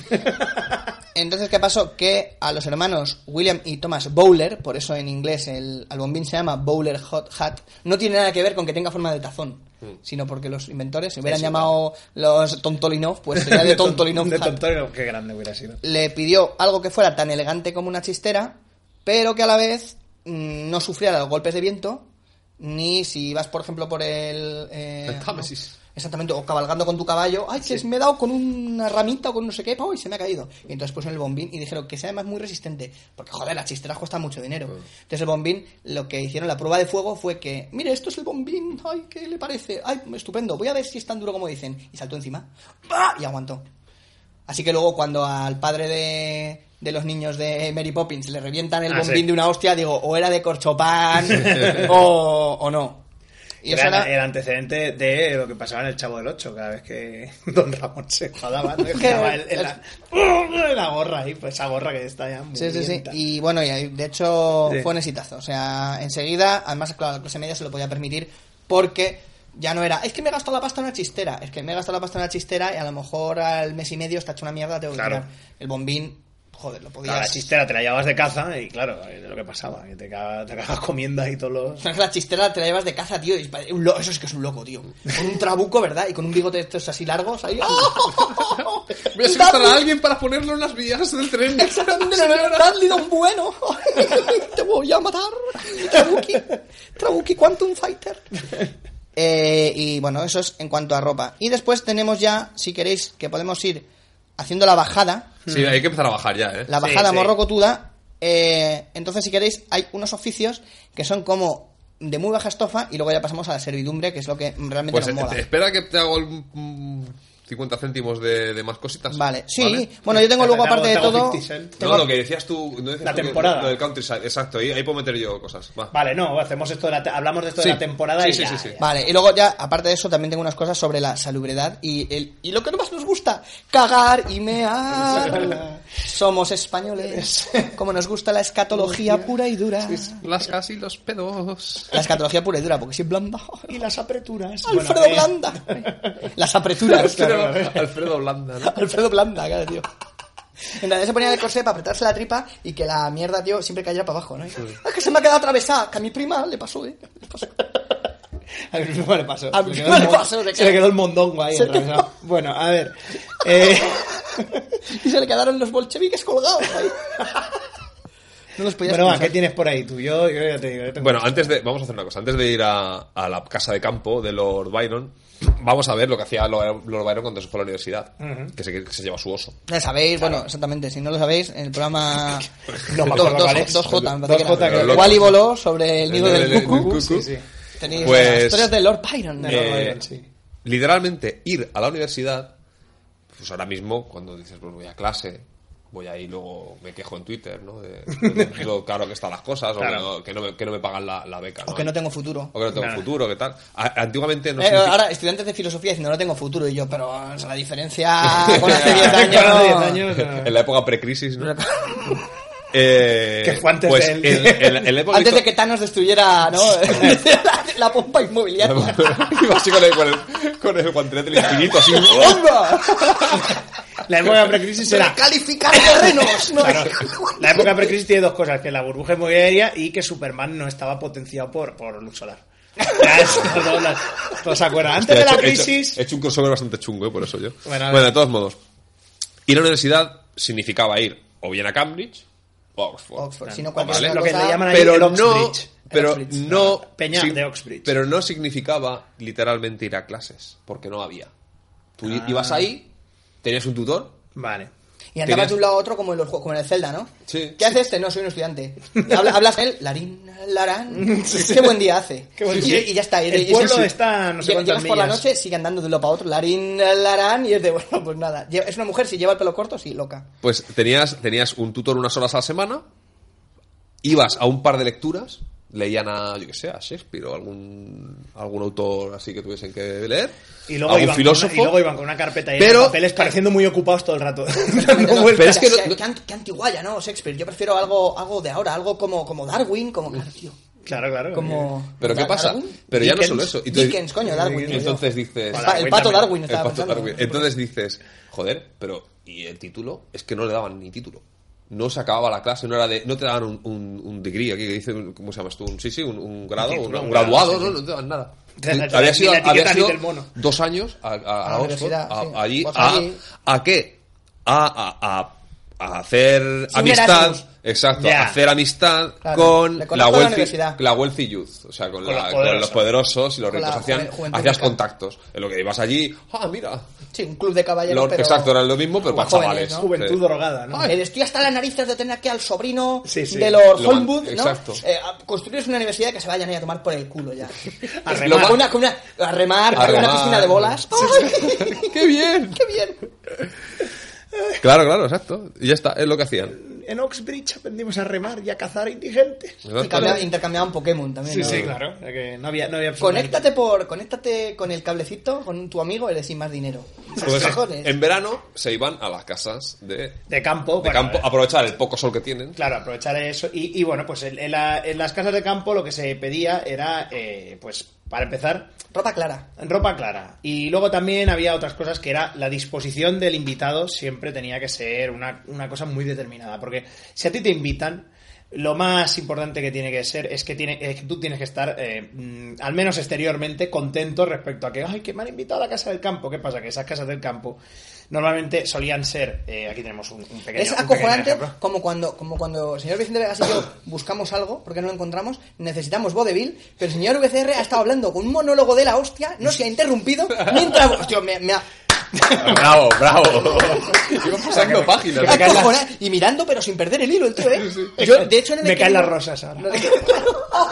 [SPEAKER 6] Entonces, ¿qué pasó? Que a los hermanos William y Thomas Bowler, por eso en inglés el albombín se llama Bowler Hot Hat, no tiene nada que ver con que tenga forma de tazón,
[SPEAKER 4] Mm.
[SPEAKER 6] sino porque los inventores se hubieran llamado los Tontolinov, pues sería de Tontolinov
[SPEAKER 4] De
[SPEAKER 6] Hat
[SPEAKER 4] Tontolinov, qué grande hubiera sido.
[SPEAKER 6] le pidió algo que fuera tan elegante como una chistera, pero que a la vez mm, no sufriera los golpes de viento, ni si vas, por ejemplo, por el... eh,
[SPEAKER 5] El Támesis.
[SPEAKER 6] ¿no? Exactamente, o cabalgando con tu caballo, ay, que me he dado con una ramita o con no sé qué, ¡pau! y se me ha caído. Y entonces pusieron el bombín y dijeron que sea además muy resistente, porque joder, las chisteras cuestan mucho dinero. Entonces el bombín, lo que hicieron, la prueba de fuego fue que, mire, esto es el bombín, ay, ¿qué le parece? Ay, estupendo, voy a ver si es tan duro como dicen. Y saltó encima, ¡bah! y aguantó. Así que luego cuando al padre de, de los niños de Mary Poppins le revientan el
[SPEAKER 4] Ah,
[SPEAKER 6] bombín
[SPEAKER 4] sí.
[SPEAKER 6] de una hostia, digo, o era de corchopán o, o no. Y eso
[SPEAKER 4] era,
[SPEAKER 6] era...
[SPEAKER 4] el antecedente de lo que pasaba en el Chavo del Ocho, cada vez que Don Ramón se enfadaba, ¿no?
[SPEAKER 6] Que-
[SPEAKER 4] Dejaba el- el- la, la gorra ahí, pues esa gorra que está ya muy
[SPEAKER 6] Sí, sí, sí. Y bueno, y ahí, de hecho
[SPEAKER 4] Sí.
[SPEAKER 6] fue un exitazo. O sea, enseguida, además, claro, la clase media se lo podía permitir porque ya no era, es que me he gastado la pasta en una chistera, es que me he gastado la pasta en una chistera y a lo mejor al mes y medio está hecho una mierda, tengo que
[SPEAKER 4] Claro.
[SPEAKER 6] tirar. El bombín, joder, lo podías...
[SPEAKER 4] la chistera te la llevabas de caza y claro, es lo que pasaba, que te acabas, te acabas comiendo ahí todos los...
[SPEAKER 6] Frank, la chistera te la llevas de caza, tío. y es- un lo- eso es que es un loco, tío. Con un trabuco, ¿verdad? Y con un bigote de estos así largos. Ahí.
[SPEAKER 5] ¡Ah! Voy a secuestrar a alguien para ponerlo en las vías del tren.
[SPEAKER 6] Dudley, don bueno. Te voy a matar. Trabuki. Trabuki Quantum Fighter. Eh, y bueno, eso es en cuanto a ropa. Y después tenemos ya, si queréis, que podemos ir haciendo la bajada.
[SPEAKER 5] Sí, hay que empezar a bajar ya, ¿eh?
[SPEAKER 6] La
[SPEAKER 4] Sí,
[SPEAKER 6] bajada
[SPEAKER 4] sí.
[SPEAKER 6] morrocotuda. eh, entonces, si queréis, hay unos oficios que son como de muy baja estofa y luego ya pasamos a la servidumbre, que es lo que realmente
[SPEAKER 5] Pues
[SPEAKER 6] nos
[SPEAKER 4] este,
[SPEAKER 5] eh,
[SPEAKER 6] mola.
[SPEAKER 5] espera que te hago el, mm, 50 céntimos de, de más cositas.
[SPEAKER 6] Vale, sí. Bueno, yo tengo
[SPEAKER 4] Te
[SPEAKER 6] luego,
[SPEAKER 4] hago-
[SPEAKER 6] aparte de
[SPEAKER 4] te hago
[SPEAKER 6] todo.
[SPEAKER 4] 50 cent.
[SPEAKER 6] tengo-
[SPEAKER 5] No, lo que decías tú. no decías
[SPEAKER 4] La
[SPEAKER 5] tú que-
[SPEAKER 4] temporada.
[SPEAKER 5] Lo del countryside, exacto. Ahí, ahí puedo meter yo cosas. Va.
[SPEAKER 4] Vale, no, hacemos esto de la te- hablamos de esto
[SPEAKER 5] Sí.
[SPEAKER 4] de la temporada
[SPEAKER 5] Sí,
[SPEAKER 4] y
[SPEAKER 5] sí,
[SPEAKER 4] ya,
[SPEAKER 5] sí, sí.
[SPEAKER 4] ya.
[SPEAKER 6] Vale, y luego ya, aparte de eso, también tengo unas cosas sobre la salubridad y, el, y lo que más nos gusta, cagar y mear. Somos españoles, como nos gusta la escatología pura y dura.
[SPEAKER 5] Las casi los pedos.
[SPEAKER 6] La escatología pura y dura, porque si es blanda.
[SPEAKER 4] Y las apreturas.
[SPEAKER 6] Alfredo
[SPEAKER 4] Bueno, eh,
[SPEAKER 6] Blanda. Las apreturas.
[SPEAKER 5] Alfredo, Alfredo Blanda, ¿no?
[SPEAKER 6] Alfredo Blanda, claro, tío. En realidad se ponía el corsé para apretarse la tripa y que la mierda, tío, siempre cayera para abajo, ¿no? Y, Es que se me ha quedado atravesada, que a mi prima le pasó, ¿eh? Le pasó.
[SPEAKER 4] A mi primo le pasó.
[SPEAKER 6] A mi
[SPEAKER 4] Se
[SPEAKER 6] primo
[SPEAKER 4] el
[SPEAKER 6] le
[SPEAKER 4] mon-
[SPEAKER 6] pasó, se
[SPEAKER 4] se le quedó el mondongo ahí.
[SPEAKER 6] Se
[SPEAKER 4] atravesado. Bueno, a ver. eh,
[SPEAKER 6] y se le quedaron los bolcheviques colgados ahí. No los podías
[SPEAKER 4] Bueno, va,
[SPEAKER 6] pensar.
[SPEAKER 4] ¿qué tienes por ahí tú? Yo, yo ya te digo, yo tengo-
[SPEAKER 5] Bueno, antes de. Vamos a hacer una cosa. Antes de ir a, a la casa de campo de Lord Byron, vamos a ver lo que hacía Lord Lord Byron cuando se fue a la universidad. Que se, que se lleva su oso.
[SPEAKER 6] Ya sabéis, bueno, exactamente, si no lo sabéis, en el programa
[SPEAKER 4] No me acuerdo cuál es.
[SPEAKER 6] 2J, me parece
[SPEAKER 4] 2J,
[SPEAKER 6] que era.
[SPEAKER 5] creo.
[SPEAKER 6] Wally voló sobre el nido del cucu.
[SPEAKER 5] cucú.
[SPEAKER 4] sí, sí.
[SPEAKER 6] Tenéis
[SPEAKER 5] Pues-
[SPEAKER 6] las historias de Lord Byron.
[SPEAKER 4] De Lord
[SPEAKER 5] Eh,
[SPEAKER 4] Byron, sí.
[SPEAKER 5] Literalmente, ir a la universidad, pues ahora mismo, cuando dices, pues voy a clase, voy ahí, luego me quejo en Twitter, ¿no? De, de lo caro que están las cosas, o que
[SPEAKER 4] Claro.
[SPEAKER 5] no, que no me, que no me pagan la, la beca.
[SPEAKER 6] O que no tengo futuro.
[SPEAKER 5] O que no tengo
[SPEAKER 4] Nada.
[SPEAKER 5] futuro, ¿qué tal? A- antiguamente no
[SPEAKER 6] Eh,
[SPEAKER 5] significa-
[SPEAKER 6] ahora, estudiantes de filosofía diciendo no tengo futuro, y yo, pero o sea, la diferencia con hace 10
[SPEAKER 4] Con
[SPEAKER 6] años.
[SPEAKER 4] hace 10 años, no.
[SPEAKER 5] En la época precrisis, ¿no? Eh,
[SPEAKER 4] Que fue antes
[SPEAKER 5] pues,
[SPEAKER 4] del-
[SPEAKER 5] en- en la- en la época
[SPEAKER 6] Antes de
[SPEAKER 5] histo-
[SPEAKER 6] que Thanos destruyera ¿no? la, la pompa inmobiliaria.
[SPEAKER 5] Iba así con el, con el, con el guantelete del infinito, así. ¡oh!
[SPEAKER 6] ¡Onda!
[SPEAKER 4] La época precrisis era...
[SPEAKER 6] ¡Calificar terrenos! ¿no?
[SPEAKER 4] Claro, la época precrisis tiene dos cosas, que la burbuja inmobiliaria y que Superman no estaba potenciado por, por luz solar. Ya, eso, no, no, no se acuerdan. Antes de
[SPEAKER 5] Hostia,
[SPEAKER 4] la
[SPEAKER 5] he hecho-
[SPEAKER 4] crisis...
[SPEAKER 5] He hecho, he hecho un crossover bastante chungo, eh, por eso yo.
[SPEAKER 4] Bueno, a
[SPEAKER 5] Bueno,
[SPEAKER 4] ver.
[SPEAKER 5] de todos modos. Ir a la universidad significaba ir o bien a Cambridge o a Oxford.
[SPEAKER 6] Oxford, si no, cualquier
[SPEAKER 5] Vale.
[SPEAKER 6] otra
[SPEAKER 4] Lo que
[SPEAKER 6] cosa-
[SPEAKER 4] le llaman ahí
[SPEAKER 5] Pero
[SPEAKER 4] el
[SPEAKER 5] no,
[SPEAKER 4] Oxbridge.
[SPEAKER 5] pero
[SPEAKER 6] Oxbridge.
[SPEAKER 5] no,
[SPEAKER 4] Peña
[SPEAKER 5] sí,
[SPEAKER 4] de Oxbridge.
[SPEAKER 5] Pero no significaba literalmente ir a clases, porque no había. Tú
[SPEAKER 4] Ah.
[SPEAKER 5] ibas ahí, tenías un tutor.
[SPEAKER 4] Vale.
[SPEAKER 6] Y andabas
[SPEAKER 5] Tenías-
[SPEAKER 6] de un lado a otro como en, los, juegos- como en el Zelda, ¿no?
[SPEAKER 5] Sí.
[SPEAKER 6] ¿Qué hace este? No, soy un estudiante. Habla- hablas con él, larín, larán. Qué buen día hace.
[SPEAKER 4] Qué buen
[SPEAKER 6] y,
[SPEAKER 4] día.
[SPEAKER 6] y ya está. y-
[SPEAKER 4] El
[SPEAKER 6] y-
[SPEAKER 4] pueblo está no sé
[SPEAKER 6] Lle-
[SPEAKER 4] cuántas
[SPEAKER 6] Llegas por la
[SPEAKER 4] millas.
[SPEAKER 6] noche, sigue andando de un lado para otro, larín, larán, y es de, bueno, pues nada. Lle- Es una mujer, si lleva el pelo corto, sí, loca.
[SPEAKER 5] Pues tenías, tenías un tutor unas horas a la semana, ibas a un par de lecturas, leían a, yo que sé, a Shakespeare o algún, algún autor así que tuviesen que leer,
[SPEAKER 4] Y
[SPEAKER 5] a
[SPEAKER 4] luego,
[SPEAKER 5] un
[SPEAKER 4] iban
[SPEAKER 5] filósofo.
[SPEAKER 4] Con una, y luego iban con una carpeta llena
[SPEAKER 5] Pero-
[SPEAKER 4] de papeles pareciendo muy ocupados todo el rato. Dando
[SPEAKER 6] No,
[SPEAKER 4] vueltas.
[SPEAKER 5] pero es que
[SPEAKER 6] o sea,
[SPEAKER 5] no- no-
[SPEAKER 6] qué, ant- qué antiguaya, ¿no? Shakespeare. Yo prefiero algo, algo de ahora, algo como, como Darwin, como. Claro, tío.
[SPEAKER 4] Claro, claro.
[SPEAKER 6] Como.
[SPEAKER 5] Pero ¿qué
[SPEAKER 6] Dar-
[SPEAKER 5] pasa?
[SPEAKER 6] Darwin.
[SPEAKER 5] Pero ya no
[SPEAKER 4] Dickens.
[SPEAKER 5] solo eso. Y tú-
[SPEAKER 6] Dickens, coño, Darwin. digo yo.
[SPEAKER 5] Entonces dices...
[SPEAKER 6] Pa- el
[SPEAKER 4] Darwin
[SPEAKER 6] pato
[SPEAKER 4] también.
[SPEAKER 6] Darwin estaba
[SPEAKER 5] El pato
[SPEAKER 6] pensando.
[SPEAKER 5] Darwin. Entonces dices, joder, pero ¿y el título? Es que no le daban ni título. No se acababa la clase, no era de, no te daban un, un, un degree aquí que dice, un- ¿cómo se llama esto? Un, sí, sí, un, un grado,
[SPEAKER 4] Un título,
[SPEAKER 5] un, un
[SPEAKER 4] un grado,
[SPEAKER 5] graduado,
[SPEAKER 4] sí,
[SPEAKER 5] no,
[SPEAKER 4] sí.
[SPEAKER 5] no te daban nada.
[SPEAKER 4] Ni la-
[SPEAKER 5] había
[SPEAKER 4] ni
[SPEAKER 5] sido,
[SPEAKER 4] la etiqueta
[SPEAKER 5] había
[SPEAKER 4] ni
[SPEAKER 5] sido
[SPEAKER 4] del mono.
[SPEAKER 5] dos años a, a- a
[SPEAKER 6] la
[SPEAKER 5] Oxford,
[SPEAKER 6] universidad,
[SPEAKER 5] a-
[SPEAKER 6] sí.
[SPEAKER 5] allí,
[SPEAKER 6] Pues
[SPEAKER 5] a,
[SPEAKER 6] allí.
[SPEAKER 5] ¿a qué? A, a, a- a hacer
[SPEAKER 6] Sin
[SPEAKER 5] amistad,
[SPEAKER 6] Erasmus.
[SPEAKER 5] exacto,
[SPEAKER 4] Ya.
[SPEAKER 5] a hacer amistad
[SPEAKER 6] Claro,
[SPEAKER 5] con
[SPEAKER 6] le
[SPEAKER 5] la
[SPEAKER 6] conozco a la
[SPEAKER 5] wealthy,
[SPEAKER 6] universidad.
[SPEAKER 5] la wealthy youth, o sea, con,
[SPEAKER 4] Con
[SPEAKER 5] la-
[SPEAKER 4] los
[SPEAKER 5] con
[SPEAKER 4] poderosos.
[SPEAKER 5] los poderosos y los
[SPEAKER 6] Con la
[SPEAKER 5] ricos pues hacían,
[SPEAKER 6] juven- juventud
[SPEAKER 5] hacías
[SPEAKER 6] rica.
[SPEAKER 5] contactos. En lo que ibas allí, ah, mira,
[SPEAKER 6] Sí, un club de
[SPEAKER 4] Eh,
[SPEAKER 6] caballeros.
[SPEAKER 5] Lord-
[SPEAKER 6] pero-
[SPEAKER 5] exacto, era lo mismo, pero para
[SPEAKER 6] jóvenes,
[SPEAKER 5] chavales.
[SPEAKER 6] ¿no?
[SPEAKER 4] Juventud
[SPEAKER 5] Sí.
[SPEAKER 4] drogada, ¿no?
[SPEAKER 6] El estoy hasta las narices de tener aquí al sobrino
[SPEAKER 4] Sí, sí.
[SPEAKER 6] de Lord
[SPEAKER 5] Lo-
[SPEAKER 6] Holmwood, ¿no?
[SPEAKER 5] exacto.
[SPEAKER 6] Eh, a- construiros una universidad que se vayan ahí a tomar por el culo ya.
[SPEAKER 4] A remar.
[SPEAKER 6] Lo más- una, con una, a remar,
[SPEAKER 5] A
[SPEAKER 6] con una
[SPEAKER 5] remar.
[SPEAKER 6] piscina de bolas. ¡Ay!
[SPEAKER 5] ¡Qué bien!
[SPEAKER 6] ¡Qué bien!
[SPEAKER 5] Claro, claro, exacto. Y ya está, es lo que hacían.
[SPEAKER 4] En Oxbridge aprendimos a remar y a cazar indigentes.
[SPEAKER 5] Exacto.
[SPEAKER 6] Y cambia- intercambiaban Pokémon también.
[SPEAKER 4] Sí,
[SPEAKER 6] ¿no?
[SPEAKER 4] sí, claro. O sea que no había, no había absolutamente-
[SPEAKER 6] Conéctate por, conéctate con el cablecito, con tu amigo, eres sin más dinero.
[SPEAKER 5] Pues,
[SPEAKER 6] Cojones.
[SPEAKER 5] en verano se iban a las casas de,
[SPEAKER 4] De campo.
[SPEAKER 5] de
[SPEAKER 4] bueno,
[SPEAKER 5] campo,
[SPEAKER 4] eh,
[SPEAKER 5] aprovechar el poco sol que tienen.
[SPEAKER 4] Claro, aprovechar eso. Y, y bueno, pues en, en la- en las casas de campo lo que se pedía era, eh, pues, para empezar,
[SPEAKER 6] Ropa clara.
[SPEAKER 4] ropa clara. Y luego también había otras cosas que era la disposición del invitado siempre tenía que ser una, una cosa muy determinada. Porque si a ti te invitan, lo más importante que tiene que ser es que, tiene, es que tú tienes que estar, eh, mm, al menos exteriormente, contento respecto a que, ay, que me han invitado a la casa del campo. ¿Qué pasa? Que esas casas del campo normalmente solían ser, eh, aquí tenemos un, un pequeño...
[SPEAKER 6] Es
[SPEAKER 4] un pequeño
[SPEAKER 6] acojonante
[SPEAKER 4] ejemplo.
[SPEAKER 6] como cuando, como cuando el señor Vicente Vegas y yo buscamos algo, porque no lo encontramos, necesitamos vodevil, pero el señor VCR ha estado hablando con un monólogo de la hostia, no se ha interrumpido, mientras... Hostia, me, me ha...
[SPEAKER 5] bravo, bravo. Iban pasando
[SPEAKER 4] Que
[SPEAKER 5] páginas.
[SPEAKER 4] me caen las-
[SPEAKER 6] acojonado, y mirando, pero sin perder el hilo, el tío, ¿eh? Yo, de hecho, no
[SPEAKER 4] Me
[SPEAKER 6] he
[SPEAKER 4] caen
[SPEAKER 6] querido-
[SPEAKER 4] las rosas ahora.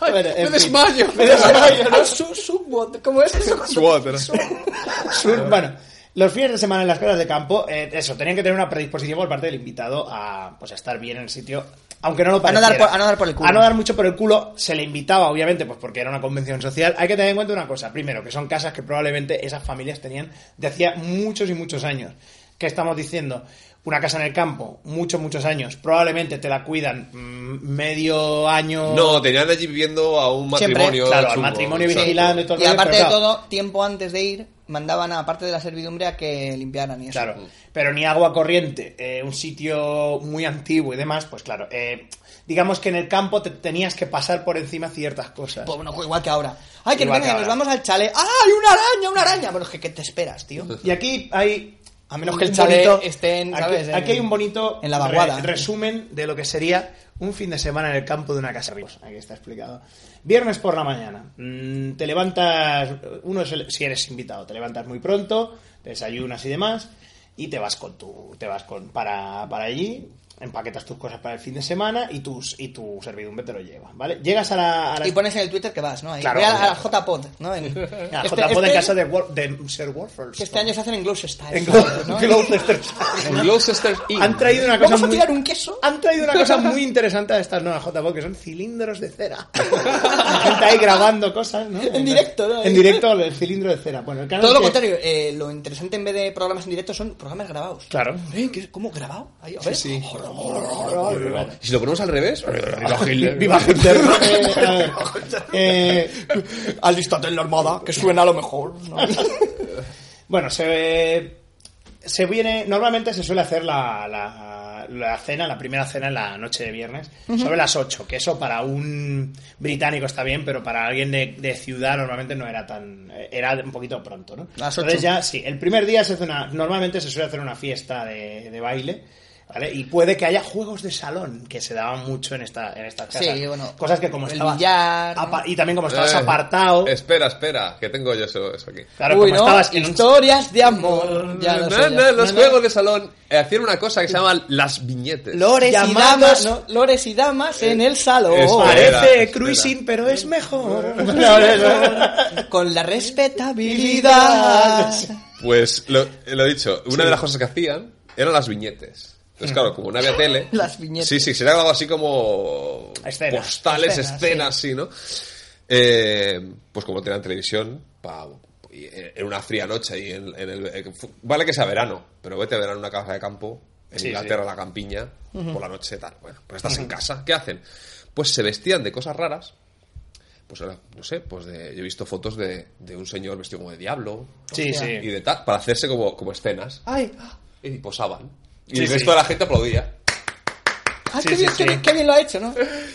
[SPEAKER 4] Bueno, en
[SPEAKER 5] Me
[SPEAKER 4] fin.
[SPEAKER 5] desmayo.
[SPEAKER 4] Me desmayo, ¿no?
[SPEAKER 6] Ah, su- su- what- ¿Cómo es eso?
[SPEAKER 5] Swat, era.
[SPEAKER 4] Sur- bueno, los fines de semana en las casas de campo, eh, eso, tenían que tener una predisposición por parte del invitado a, pues, a estar bien en el sitio, aunque no lo
[SPEAKER 6] A no
[SPEAKER 4] pareciera.
[SPEAKER 6] dar por- a no dar por el culo.
[SPEAKER 4] A no dar mucho por el culo, se le invitaba, obviamente, pues porque era una convención social. Hay que tener en cuenta una cosa, primero, que son casas que probablemente esas familias tenían de hacía muchos y muchos años. ¿Qué estamos diciendo? Una casa en el campo, muchos, muchos años, probablemente te la cuidan mm, medio año...
[SPEAKER 5] No, tenían allí viviendo a un
[SPEAKER 6] Siempre,
[SPEAKER 5] matrimonio.
[SPEAKER 4] claro, al
[SPEAKER 5] chungo,
[SPEAKER 4] matrimonio
[SPEAKER 5] exacto.
[SPEAKER 4] vigilando y todo el
[SPEAKER 6] Y
[SPEAKER 4] rollo,
[SPEAKER 6] aparte
[SPEAKER 4] pero
[SPEAKER 6] de
[SPEAKER 4] claro,
[SPEAKER 6] todo, tiempo antes de ir, mandaban, aparte de la servidumbre, a que limpiaran y eso.
[SPEAKER 4] Claro, pero ni agua corriente, eh, un sitio muy antiguo y demás, pues claro, eh, digamos que en el campo te tenías que pasar por encima ciertas cosas.
[SPEAKER 6] Pues bueno, igual que ahora. Ay, que
[SPEAKER 4] Igual
[SPEAKER 6] venga,
[SPEAKER 4] que
[SPEAKER 6] nos
[SPEAKER 4] ahora.
[SPEAKER 6] vamos al chale. ¡Ay, una araña, una araña! Bueno, es que ¿qué te esperas, tío?
[SPEAKER 4] Y aquí hay
[SPEAKER 6] A menos que el
[SPEAKER 4] un
[SPEAKER 6] chalet
[SPEAKER 4] bonito-
[SPEAKER 6] esté en,
[SPEAKER 4] aquí-
[SPEAKER 6] ¿sabes? En-
[SPEAKER 4] Aquí hay un bonito
[SPEAKER 6] en la vaguada.
[SPEAKER 4] re- resumen de lo que sería un fin de semana en el campo de una casa de ricos. Aquí está explicado. Viernes por la mañana. Mm, te levantas, uno es el- si eres invitado, te levantas muy pronto, desayunas y demás, y te vas con tu, te vas con para, para allí. Empaquetas tus cosas para el fin de semana y tus y tu servidumbre te lo lleva, ¿vale? Llegas a la, a la-
[SPEAKER 6] Y pones en el Twitter que vas, ¿no? Ahí.
[SPEAKER 4] Claro,
[SPEAKER 6] Voy a,
[SPEAKER 4] claro.
[SPEAKER 6] a la JPod, ¿no? En,
[SPEAKER 4] a
[SPEAKER 6] Este-
[SPEAKER 4] JPod en
[SPEAKER 6] este-
[SPEAKER 4] casa de, Wor- de Sir Warford.
[SPEAKER 6] que este año se hacen en Gloucestershire.
[SPEAKER 4] en
[SPEAKER 6] ¿no?
[SPEAKER 4] Gloucester.
[SPEAKER 5] Gloucester Inn.
[SPEAKER 4] Han traído una cosa
[SPEAKER 6] Vamos a
[SPEAKER 4] muy- Ah,
[SPEAKER 6] tirar un queso.
[SPEAKER 4] Han traído una cosa muy interesante a estas nuevas JPO, que son cilindros de cera. La gente ahí grabando cosas, ¿no?
[SPEAKER 6] En directo, ¿no?
[SPEAKER 4] En directo, el cilindro de cera. Bueno, el caso
[SPEAKER 6] Todo
[SPEAKER 4] es
[SPEAKER 6] lo
[SPEAKER 4] que-
[SPEAKER 6] contrario, eh, lo interesante en vez de programas en directo son programas grabados.
[SPEAKER 4] Claro.
[SPEAKER 6] Eh, ¿qué- ¿Cómo grabado? Ahí, a ver.
[SPEAKER 5] Sí. Y si lo ponemos al revés.
[SPEAKER 4] Viva Hitler. Eh, a ver, eh,
[SPEAKER 6] Alístate en la armada, que suena a lo mejor. ¿no?
[SPEAKER 4] bueno, se, se viene. Normalmente se suele hacer la, la- la cena, la primera cena en la noche de viernes, sobre las 8. Que eso para un británico está bien, pero para alguien de, de ciudad normalmente no era tan. Era un poquito pronto, ¿no?
[SPEAKER 6] Las
[SPEAKER 4] Entonces
[SPEAKER 6] 8.
[SPEAKER 4] ya, sí. El primer día se hace una. Normalmente se suele hacer una fiesta de, de baile. ¿Vale? Y puede que haya juegos de salón que se daban mucho en, esta, en estas
[SPEAKER 6] Sí,
[SPEAKER 4] casas.
[SPEAKER 6] bueno,
[SPEAKER 4] Cosas que como
[SPEAKER 6] el
[SPEAKER 4] estabas.
[SPEAKER 6] billar, ¿no?
[SPEAKER 4] apa- Y también como estabas
[SPEAKER 5] Eh,
[SPEAKER 4] apartado.
[SPEAKER 5] Espera, espera, que tengo yo eso, eso aquí.
[SPEAKER 4] Claro,
[SPEAKER 6] Uy,
[SPEAKER 4] como
[SPEAKER 6] ¿no?
[SPEAKER 4] estabas en un
[SPEAKER 6] Historias de amor. Ya lo
[SPEAKER 5] No,
[SPEAKER 6] sé,
[SPEAKER 5] no,
[SPEAKER 6] ya.
[SPEAKER 5] los
[SPEAKER 6] No, no.
[SPEAKER 5] juegos de salón eh, hacían una cosa que se llama las viñetes.
[SPEAKER 6] Lores y
[SPEAKER 4] Llamadas-
[SPEAKER 6] damas, ¿no? Lores y damas
[SPEAKER 4] Eh,
[SPEAKER 6] en el salón.
[SPEAKER 5] Espera.
[SPEAKER 4] Parece
[SPEAKER 5] espera.
[SPEAKER 4] cruising, pero es mejor.
[SPEAKER 6] Con la respetabilidad.
[SPEAKER 5] Pues lo, lo he dicho, una de las cosas que hacían eran las viñetes. Entonces, claro, como no había tele.
[SPEAKER 6] Las viñetes.
[SPEAKER 5] Sí, sí, sería algo así como.
[SPEAKER 4] Escenas.
[SPEAKER 5] Postales,
[SPEAKER 6] Escenas,
[SPEAKER 5] escenas, sí, ¿no? Eh, pues como tenían televisión, pa- y en una fría noche y en, en el. eh, fu- Vale que sea verano, pero vete a verano en una casa de campo, en
[SPEAKER 4] Sí,
[SPEAKER 5] Inglaterra, la campiña, por la noche, tal. Bueno, pues estás en casa, ¿qué hacen? Pues se vestían de cosas raras. Pues ahora, no sé, pues de- yo he visto fotos de, de un señor vestido como de diablo,
[SPEAKER 4] Sí, sí.
[SPEAKER 5] y de tal, para hacerse como, como escenas. ¡Ay! ah, Y posaban. Y
[SPEAKER 4] Sí,
[SPEAKER 5] el resto
[SPEAKER 4] sí.
[SPEAKER 5] de la gente aplaudía.
[SPEAKER 6] Ah,
[SPEAKER 4] Sí,
[SPEAKER 6] qué,
[SPEAKER 4] sí,
[SPEAKER 6] bien, qué
[SPEAKER 4] sí.
[SPEAKER 6] bien- qué bien lo ha hecho, ¿no?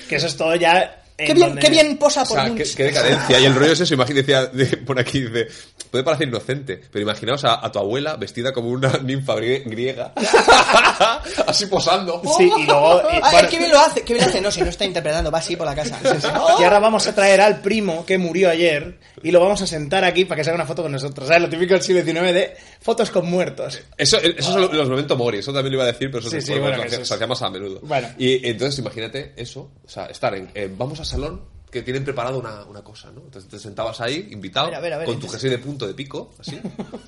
[SPEAKER 4] Que eso es todo ya. en
[SPEAKER 6] Qué bien,
[SPEAKER 4] donde-
[SPEAKER 6] qué bien posa
[SPEAKER 5] O
[SPEAKER 6] Ah, por
[SPEAKER 5] sea,
[SPEAKER 6] un-
[SPEAKER 5] qué, qué decadencia. Y el rollo es eso, imagínate, por aquí dice, puede parecer inocente, pero imaginaos a, a tu abuela vestida como una ninfa grie- griega, así posando.
[SPEAKER 6] ¡Oh,
[SPEAKER 4] Sí, y luego. y,
[SPEAKER 6] Ah,
[SPEAKER 4] bueno,
[SPEAKER 6] qué bien lo hace, qué bien lo hace. No, si no está interpretando, va así por la casa. Oh,
[SPEAKER 4] y ahora vamos a traer al primo que murió ayer y lo vamos a sentar aquí para que se haga una foto con nosotros. ¿Sabes? Lo típico del siglo XIX de fotos con muertos.
[SPEAKER 5] Eso, esos son los momentos mori, eso también lo iba a decir, pero eso
[SPEAKER 4] Sí,
[SPEAKER 5] se,
[SPEAKER 4] sí,
[SPEAKER 5] fue,
[SPEAKER 4] bueno,
[SPEAKER 5] se
[SPEAKER 4] que
[SPEAKER 5] hacía-
[SPEAKER 4] eso es-
[SPEAKER 5] se hacía más a menudo.
[SPEAKER 4] Bueno.
[SPEAKER 5] Y entonces imagínate eso, o sea, estar en, en- vamos al salón que tienen preparado una, una cosa, ¿no? Entonces te sentabas ahí, invitado,
[SPEAKER 6] A ver, a ver, a ver,
[SPEAKER 5] con tu
[SPEAKER 6] entonces-
[SPEAKER 5] jersey de punto de pico, así,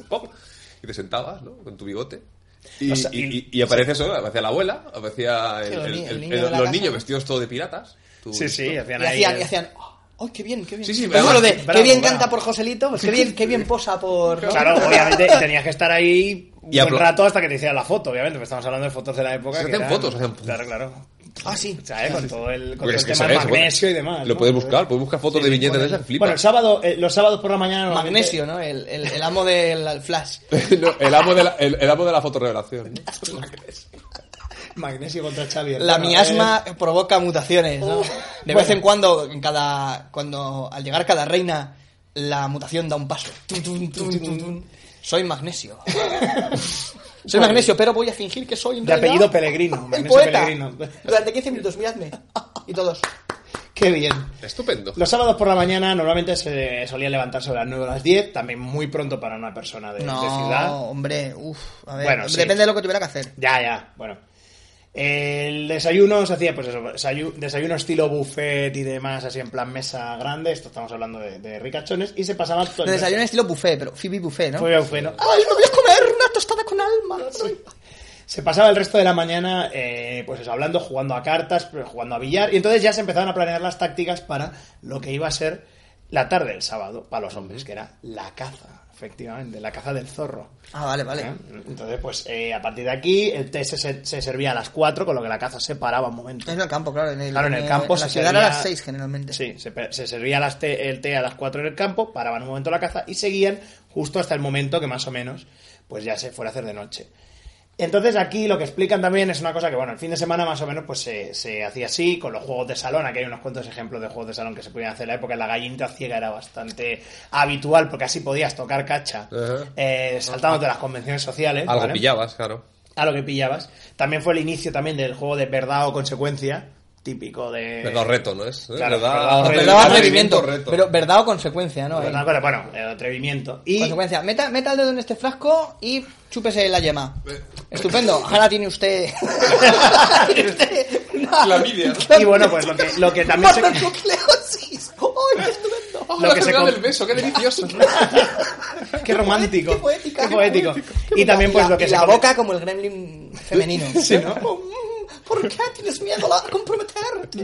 [SPEAKER 5] pop, y te sentabas, ¿no? Con tu bigote. Y,
[SPEAKER 4] O sea,
[SPEAKER 5] y-
[SPEAKER 4] y-
[SPEAKER 5] y- y aparece eso, aparecía la abuela, aparecía el-
[SPEAKER 6] Sí, los
[SPEAKER 5] el-
[SPEAKER 6] ni- el
[SPEAKER 5] el-
[SPEAKER 6] niño
[SPEAKER 5] el-
[SPEAKER 6] de la
[SPEAKER 5] los
[SPEAKER 6] casa,
[SPEAKER 5] niños
[SPEAKER 6] ¿no?
[SPEAKER 5] vestidos todo de piratas. tú
[SPEAKER 4] Sí, sí,
[SPEAKER 5] listo.
[SPEAKER 4] hacían
[SPEAKER 6] Y
[SPEAKER 4] ahí. eh.
[SPEAKER 6] hacían, y hacían, ¡ay, qué bien, qué bien!
[SPEAKER 5] Sí, sí,
[SPEAKER 6] Es como lo de,
[SPEAKER 4] bravo,
[SPEAKER 6] qué bien
[SPEAKER 4] bravo.
[SPEAKER 6] canta por Joselito, pues qué bien, qué bien posa por... ¿no?
[SPEAKER 4] Claro, obviamente, y tenías que estar ahí un
[SPEAKER 5] Y
[SPEAKER 4] buen
[SPEAKER 5] apl-
[SPEAKER 4] rato hasta que te hicieran la foto, obviamente, porque estamos hablando de fotos de la época.
[SPEAKER 5] Se
[SPEAKER 4] que
[SPEAKER 5] hacían
[SPEAKER 4] eran-
[SPEAKER 5] fotos, hacían-
[SPEAKER 4] Claro, claro.
[SPEAKER 6] Ah, sí.
[SPEAKER 4] O sea, eh, con todo el, con
[SPEAKER 5] Porque
[SPEAKER 4] todo el
[SPEAKER 5] es que
[SPEAKER 4] tema
[SPEAKER 5] se
[SPEAKER 4] del
[SPEAKER 5] ve, se puede-
[SPEAKER 4] magnesio y demás.
[SPEAKER 5] Lo
[SPEAKER 4] ¿no?
[SPEAKER 5] puedes buscar, puedes buscar fotos de viñetas de esas, flipa.
[SPEAKER 4] Bueno, el sábado, eh, los sábados por la mañana. normalmente-
[SPEAKER 6] Magnesio, ¿no? El, el, el amo del flash.
[SPEAKER 5] No, el, amo de la, el, el amo de la fotorrevelación. ¿no?
[SPEAKER 4] Magnesio contra Xavi.
[SPEAKER 6] La
[SPEAKER 4] Herrera.
[SPEAKER 6] miasma provoca mutaciones, ¿no? De vez
[SPEAKER 4] eh, Bueno.
[SPEAKER 6] en cuando, en cada, cuando al llegar cada reina, la mutación da un paso. Tun, tun, tun, tun, tun. Soy magnesio. Soy magnesio, pero voy a fingir que soy en
[SPEAKER 4] De
[SPEAKER 6] realidad
[SPEAKER 4] apellido Pellegrino,
[SPEAKER 6] El
[SPEAKER 4] Magnesio
[SPEAKER 6] poeta.
[SPEAKER 4] Pellegrino.
[SPEAKER 6] Durante 15 minutos, miradme. Y todos.
[SPEAKER 4] Qué bien.
[SPEAKER 5] Estupendo.
[SPEAKER 4] Los sábados por la mañana normalmente se solía levantar sobre las 9 o las 10, también muy pronto para una persona de, de ciudad.
[SPEAKER 6] hombre, uff. A ver,
[SPEAKER 4] Bueno, sí.
[SPEAKER 6] depende de lo que tuviera que hacer.
[SPEAKER 4] Ya, ya, bueno. El desayuno se hacía, pues eso, desayu- desayuno estilo buffet y demás, así en plan mesa grande. Esto estamos hablando de, de ricachones. Y se pasaba todo
[SPEAKER 6] El
[SPEAKER 4] el
[SPEAKER 6] desayuno estilo buffet, pero Phoebe buffet, ¿no?
[SPEAKER 4] Fue buffet, ¿no?
[SPEAKER 6] ¡Ay, me voy a comer una tostada con alma!
[SPEAKER 4] Se pasaba el resto de la mañana, eh, pues eso, hablando, jugando a cartas, pero jugando a billar. Y entonces ya se empezaban a planear las tácticas para lo que iba a ser la tarde del sábado para los hombres, que era la caza, efectivamente, la caza del zorro.
[SPEAKER 6] Ah, vale, vale.
[SPEAKER 4] ¿Eh? Entonces, pues eh, a partir de aquí, el té se, se- se servía a las 4, con lo que la caza se paraba un momento.
[SPEAKER 6] Es en el campo, claro. En el,
[SPEAKER 4] Claro, en el campo
[SPEAKER 6] en la
[SPEAKER 4] se
[SPEAKER 6] ciudad
[SPEAKER 4] servía-
[SPEAKER 6] a las 6 generalmente.
[SPEAKER 4] Sí, se, pe- se servía las té- el té a las 4 en el campo, paraban un momento la caza y seguían justo hasta el momento que más o menos pues ya se fuera a hacer de noche. Entonces aquí lo que explican también es una cosa que, bueno, el fin de semana más o menos pues se, se hacía así, con los juegos de salón, aquí hay unos cuantos ejemplos de juegos de salón que se podían hacer en la época, la gallinita ciega era bastante habitual porque así podías tocar cacha,
[SPEAKER 5] Ajá.
[SPEAKER 4] eh, saltándote las convenciones sociales.
[SPEAKER 5] Algo
[SPEAKER 4] ¿Eh? ¿vale?
[SPEAKER 5] pillabas, claro.
[SPEAKER 4] a lo que pillabas. También fue el inicio también del juego de verdad o consecuencia, típico de...
[SPEAKER 5] Verdad o reto, ¿no es?
[SPEAKER 4] Eh,
[SPEAKER 5] ¿Eh?
[SPEAKER 4] claro,
[SPEAKER 5] verdad,
[SPEAKER 4] verdad o
[SPEAKER 6] Verdad o
[SPEAKER 5] atrevimiento,
[SPEAKER 6] atrevimiento.
[SPEAKER 5] reto.
[SPEAKER 6] Pero verdad o consecuencia, ¿no? Ahí.
[SPEAKER 4] Verdad, pero bueno, el atrevimiento. Y
[SPEAKER 6] Consecuencia, meta, meta el dedo en este frasco y chúpese la yema. Estupendo, ahora tiene usted. tiene usted una-
[SPEAKER 5] Clamidia.
[SPEAKER 4] Y bueno, pues lo que, lo que también se...
[SPEAKER 6] Barranucleosis. ¡Ay, qué estupendo!
[SPEAKER 4] Lo que se
[SPEAKER 5] con...
[SPEAKER 4] con-
[SPEAKER 5] del beso, qué delicioso.
[SPEAKER 4] Qué romántico.
[SPEAKER 6] Qué poética,
[SPEAKER 4] Qué poético. Y también pues
[SPEAKER 6] la,
[SPEAKER 4] lo que
[SPEAKER 6] y
[SPEAKER 4] se...
[SPEAKER 6] la
[SPEAKER 4] come-
[SPEAKER 6] boca como el gremlin femenino.
[SPEAKER 4] Sí, ¿no?
[SPEAKER 6] Oh, mm, ¿Por qué tienes miedo a comprometerte?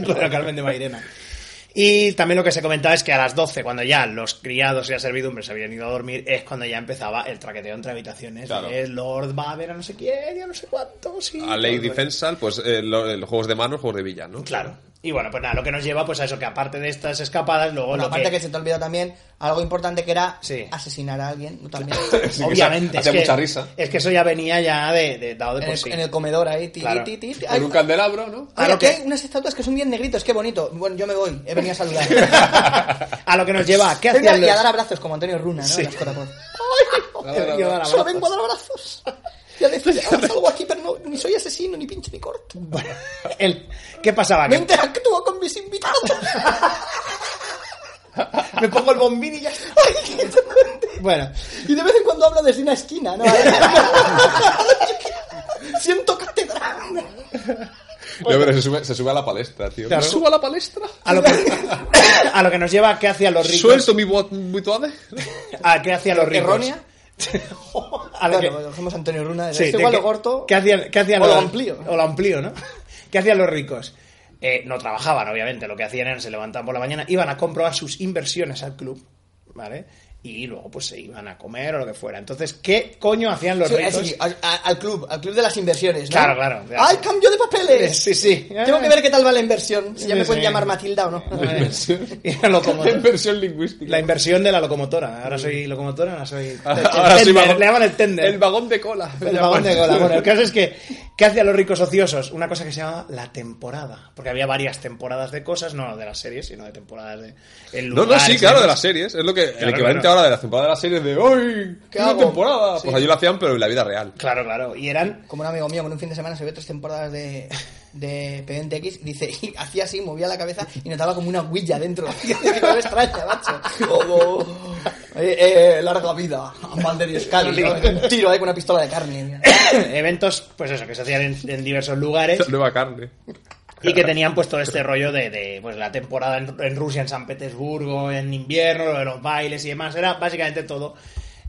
[SPEAKER 4] Lo de Carmen de Mairena. Y también lo que se comentaba es que a las 12, cuando ya los criados y la servidumbre se habían ido a dormir, es cuando ya empezaba el traqueteo entre habitaciones.
[SPEAKER 5] Claro.
[SPEAKER 4] de Lord va a ver a no sé quién y a no sé cuántos. y-
[SPEAKER 5] A Ley Defensal, pues eh, lo- los juegos de manos, juegos de villa, ¿no?
[SPEAKER 4] Claro. Y bueno, pues nada, lo que nos lleva pues a eso, que aparte de estas escapadas, luego
[SPEAKER 6] Bueno,
[SPEAKER 4] lo
[SPEAKER 6] aparte que...
[SPEAKER 4] que...
[SPEAKER 6] se te olvidó también algo importante que era
[SPEAKER 4] Sí. Pues
[SPEAKER 6] asesinar a alguien. ¿no? También.
[SPEAKER 5] Sí, que
[SPEAKER 4] obviamente...
[SPEAKER 5] sea, Hacía
[SPEAKER 4] es que-
[SPEAKER 5] mucha risa.
[SPEAKER 4] Es que eso ya venía ya de, de dado de
[SPEAKER 6] en,
[SPEAKER 4] por
[SPEAKER 6] el,
[SPEAKER 4] sí.
[SPEAKER 6] en el comedor ahí. Ti,
[SPEAKER 4] Claro.
[SPEAKER 6] ti, ti, ti. Ay,
[SPEAKER 5] Con un candelabro, ¿no?
[SPEAKER 4] Ah,
[SPEAKER 6] Oye,
[SPEAKER 4] lo
[SPEAKER 6] aquí
[SPEAKER 4] que-
[SPEAKER 6] hay unas estatuas que son bien negritos, qué bonito. Bueno, yo me voy, he venido a saludar.
[SPEAKER 4] A lo que nos lleva, ¿qué
[SPEAKER 6] Venga,
[SPEAKER 4] hacían
[SPEAKER 6] y
[SPEAKER 4] los...
[SPEAKER 6] a dar abrazos, como Antonio Runa, ¿no?
[SPEAKER 4] Sí.
[SPEAKER 6] Las corapos.
[SPEAKER 4] Y a dar
[SPEAKER 6] Solo
[SPEAKER 4] abrazos.
[SPEAKER 6] vengo a dar abrazos. Ya decía, salgo aquí, pero no- ni soy asesino, ni pincho, ni corto.
[SPEAKER 4] Bueno, el- ¿Qué pasaba?
[SPEAKER 6] No
[SPEAKER 4] Que
[SPEAKER 6] interactúo con mis invitados.
[SPEAKER 4] me pongo el bombín y ya... está.
[SPEAKER 6] Ay, qué sorprendente.
[SPEAKER 4] Bueno,
[SPEAKER 6] y de vez en cuando hablo desde una esquina, ¿no? Siento catedral.
[SPEAKER 5] No, pero se sube, se sube a la palestra, tío.
[SPEAKER 4] Claro.
[SPEAKER 5] Me subo a la palestra.
[SPEAKER 4] a lo que, a lo que nos lleva, ¿qué hacían los ricos?
[SPEAKER 5] Suelto mi bot- mi toade.
[SPEAKER 4] ¿A qué hacían los ricos?
[SPEAKER 6] Errónea.
[SPEAKER 4] A lo que-
[SPEAKER 6] Claro, cogemos a Antonio Runa.
[SPEAKER 4] Sí,
[SPEAKER 6] Sí,
[SPEAKER 4] de
[SPEAKER 6] igual
[SPEAKER 4] que-
[SPEAKER 6] lo este corto.
[SPEAKER 4] ¿Qué hacían, qué hacían
[SPEAKER 6] o lo
[SPEAKER 4] los-
[SPEAKER 6] amplío.
[SPEAKER 4] O lo amplío, ¿no? ¿Qué hacían los ricos? Eh, no trabajaban, obviamente. Lo que hacían era se levantaban por la mañana, iban a comprobar sus inversiones al club, ¿vale? Y luego, pues se iban a comer o lo que fuera. Entonces, ¿qué coño hacían los
[SPEAKER 6] Sí,
[SPEAKER 4] ricos?
[SPEAKER 6] así, al, a- al club, al club de las inversiones, ¿no?
[SPEAKER 4] Claro, claro.
[SPEAKER 6] ¡Ay, cambio de papeles!
[SPEAKER 4] Sí, sí. Eh.
[SPEAKER 6] Tengo que ver qué tal va la inversión. Si ya
[SPEAKER 4] Sí,
[SPEAKER 6] me pueden
[SPEAKER 4] sí.
[SPEAKER 6] llamar Matilda o no.
[SPEAKER 4] La
[SPEAKER 5] inversión.
[SPEAKER 4] La locomotora.
[SPEAKER 5] Inversión lingüística.
[SPEAKER 4] La inversión de la locomotora. Ahora soy locomotora, ahora soy.
[SPEAKER 5] Ahora
[SPEAKER 4] el
[SPEAKER 5] soy
[SPEAKER 4] tender,
[SPEAKER 5] vagón-
[SPEAKER 4] le llaman el tender.
[SPEAKER 5] El vagón de cola.
[SPEAKER 4] El vagón de cola. Bueno, el caso es que, ¿qué hacían los ricos ociosos? Una cosa que se llamaba la temporada. Porque había varias temporadas de cosas, no de las series, sino de temporadas de. en
[SPEAKER 5] No, no,
[SPEAKER 4] lugares
[SPEAKER 5] sí,
[SPEAKER 4] y
[SPEAKER 5] claro, de las
[SPEAKER 4] demás.
[SPEAKER 5] series. Es lo que.
[SPEAKER 4] Claro,
[SPEAKER 5] el equivalente
[SPEAKER 4] claro.
[SPEAKER 5] ahora de la temporada de las series de ¡Ay! ¡Qué
[SPEAKER 6] hago?
[SPEAKER 5] temporada!
[SPEAKER 6] Sí.
[SPEAKER 5] Pues allí lo hacían, pero en la vida real.
[SPEAKER 4] Claro, claro. Y eran.
[SPEAKER 6] Como un amigo mío, con un fin de semana se ve tres temporadas de, de Expediente X, dice, y hacía así, movía la cabeza y notaba como una huilla dentro. Digo, "Me extraña, macho. Como, eh, eh, larga vida, a Valder y Scali, ¿no? Un tiro ahí con una pistola de carne. mira.
[SPEAKER 4] eventos, pues eso, que se hacían en, en diversos lugares
[SPEAKER 5] Nueva carne.
[SPEAKER 4] y que tenían pues todo este rollo de, de, pues la temporada en, en Rusia, en San Petersburgo, en invierno, lo de los bailes y demás. Era básicamente todo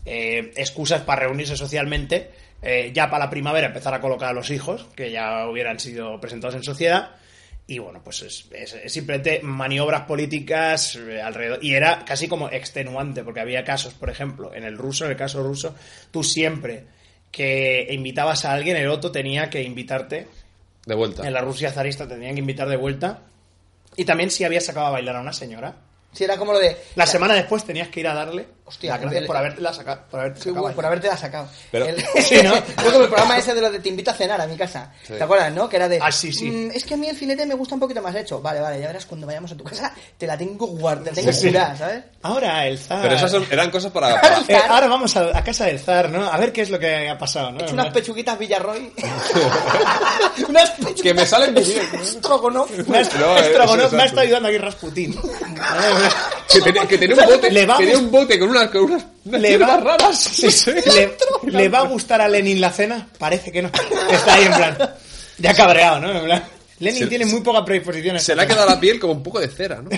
[SPEAKER 4] eh, excusas para reunirse socialmente. eh, ya para la primavera empezar a colocar a los hijos, que ya hubieran sido presentados en sociedad. Y bueno, pues es, es- es simplemente maniobras políticas eh, alrededor. Y era casi como extenuante, porque había casos, por ejemplo, en el ruso, en el caso ruso, tú siempre que invitabas a alguien, el otro tenía que invitarte
[SPEAKER 5] De vuelta.
[SPEAKER 4] en la Rusia zarista tendrían que invitar de vuelta. Y también si habías sacado a bailar a una señora.
[SPEAKER 6] Si era como lo de...
[SPEAKER 4] La semana después tenías que ir a darle.
[SPEAKER 6] Hostia,
[SPEAKER 4] las gracias
[SPEAKER 6] el-
[SPEAKER 4] por haberte sacado. Por haberte
[SPEAKER 6] Sí,
[SPEAKER 4] sacado a
[SPEAKER 6] por
[SPEAKER 4] bailar.
[SPEAKER 6] haberte la sacado.
[SPEAKER 5] Pero-
[SPEAKER 6] El-
[SPEAKER 4] Sí, ¿no?
[SPEAKER 6] Fue como el programa ese de lo de te invito a cenar a mi casa.
[SPEAKER 5] Sí.
[SPEAKER 6] ¿Te acuerdas, no? Que era de.
[SPEAKER 4] Ah, sí, sí.
[SPEAKER 6] "Mm, es que a mí el filete me gusta un poquito más hecho. Vale, vale, ya verás cuando vayamos a tu casa, te la tengo guardada, te la tengo
[SPEAKER 4] Sí, sí.
[SPEAKER 6] curada, ¿sabes?
[SPEAKER 4] Ahora el zar.
[SPEAKER 5] Pero esas son- eran cosas para. para-
[SPEAKER 4] Eh, ahora vamos a, a casa del zar, ¿no? A ver qué es lo que ha pasado, ¿no?
[SPEAKER 6] He hecho unas pechuguitas Villarroy. unas pechuguitas.
[SPEAKER 5] Que me salen muy bien.
[SPEAKER 6] Estrogonoff.
[SPEAKER 4] Me ha-
[SPEAKER 5] No, eh,
[SPEAKER 4] Estrogonoff
[SPEAKER 5] eso,
[SPEAKER 4] me ha
[SPEAKER 5] exacto.
[SPEAKER 4] estado ayudando aquí Rasputín.
[SPEAKER 5] que tenía, que tenía un bote.
[SPEAKER 4] Le va a
[SPEAKER 5] tenía
[SPEAKER 4] gust-
[SPEAKER 5] un bote con unas, con unas, unas
[SPEAKER 4] Le va,
[SPEAKER 5] hierbas raras.
[SPEAKER 4] Sí, sí. Le, ¿le va a gustar a Lenin la cena? Parece que no. Está ahí en plan. Ya cabreado, ¿no? En plan, Lenin
[SPEAKER 5] Se-
[SPEAKER 4] tiene muy poca predisposición.
[SPEAKER 5] Se le ha quedado la piel como un poco de cera, ¿no?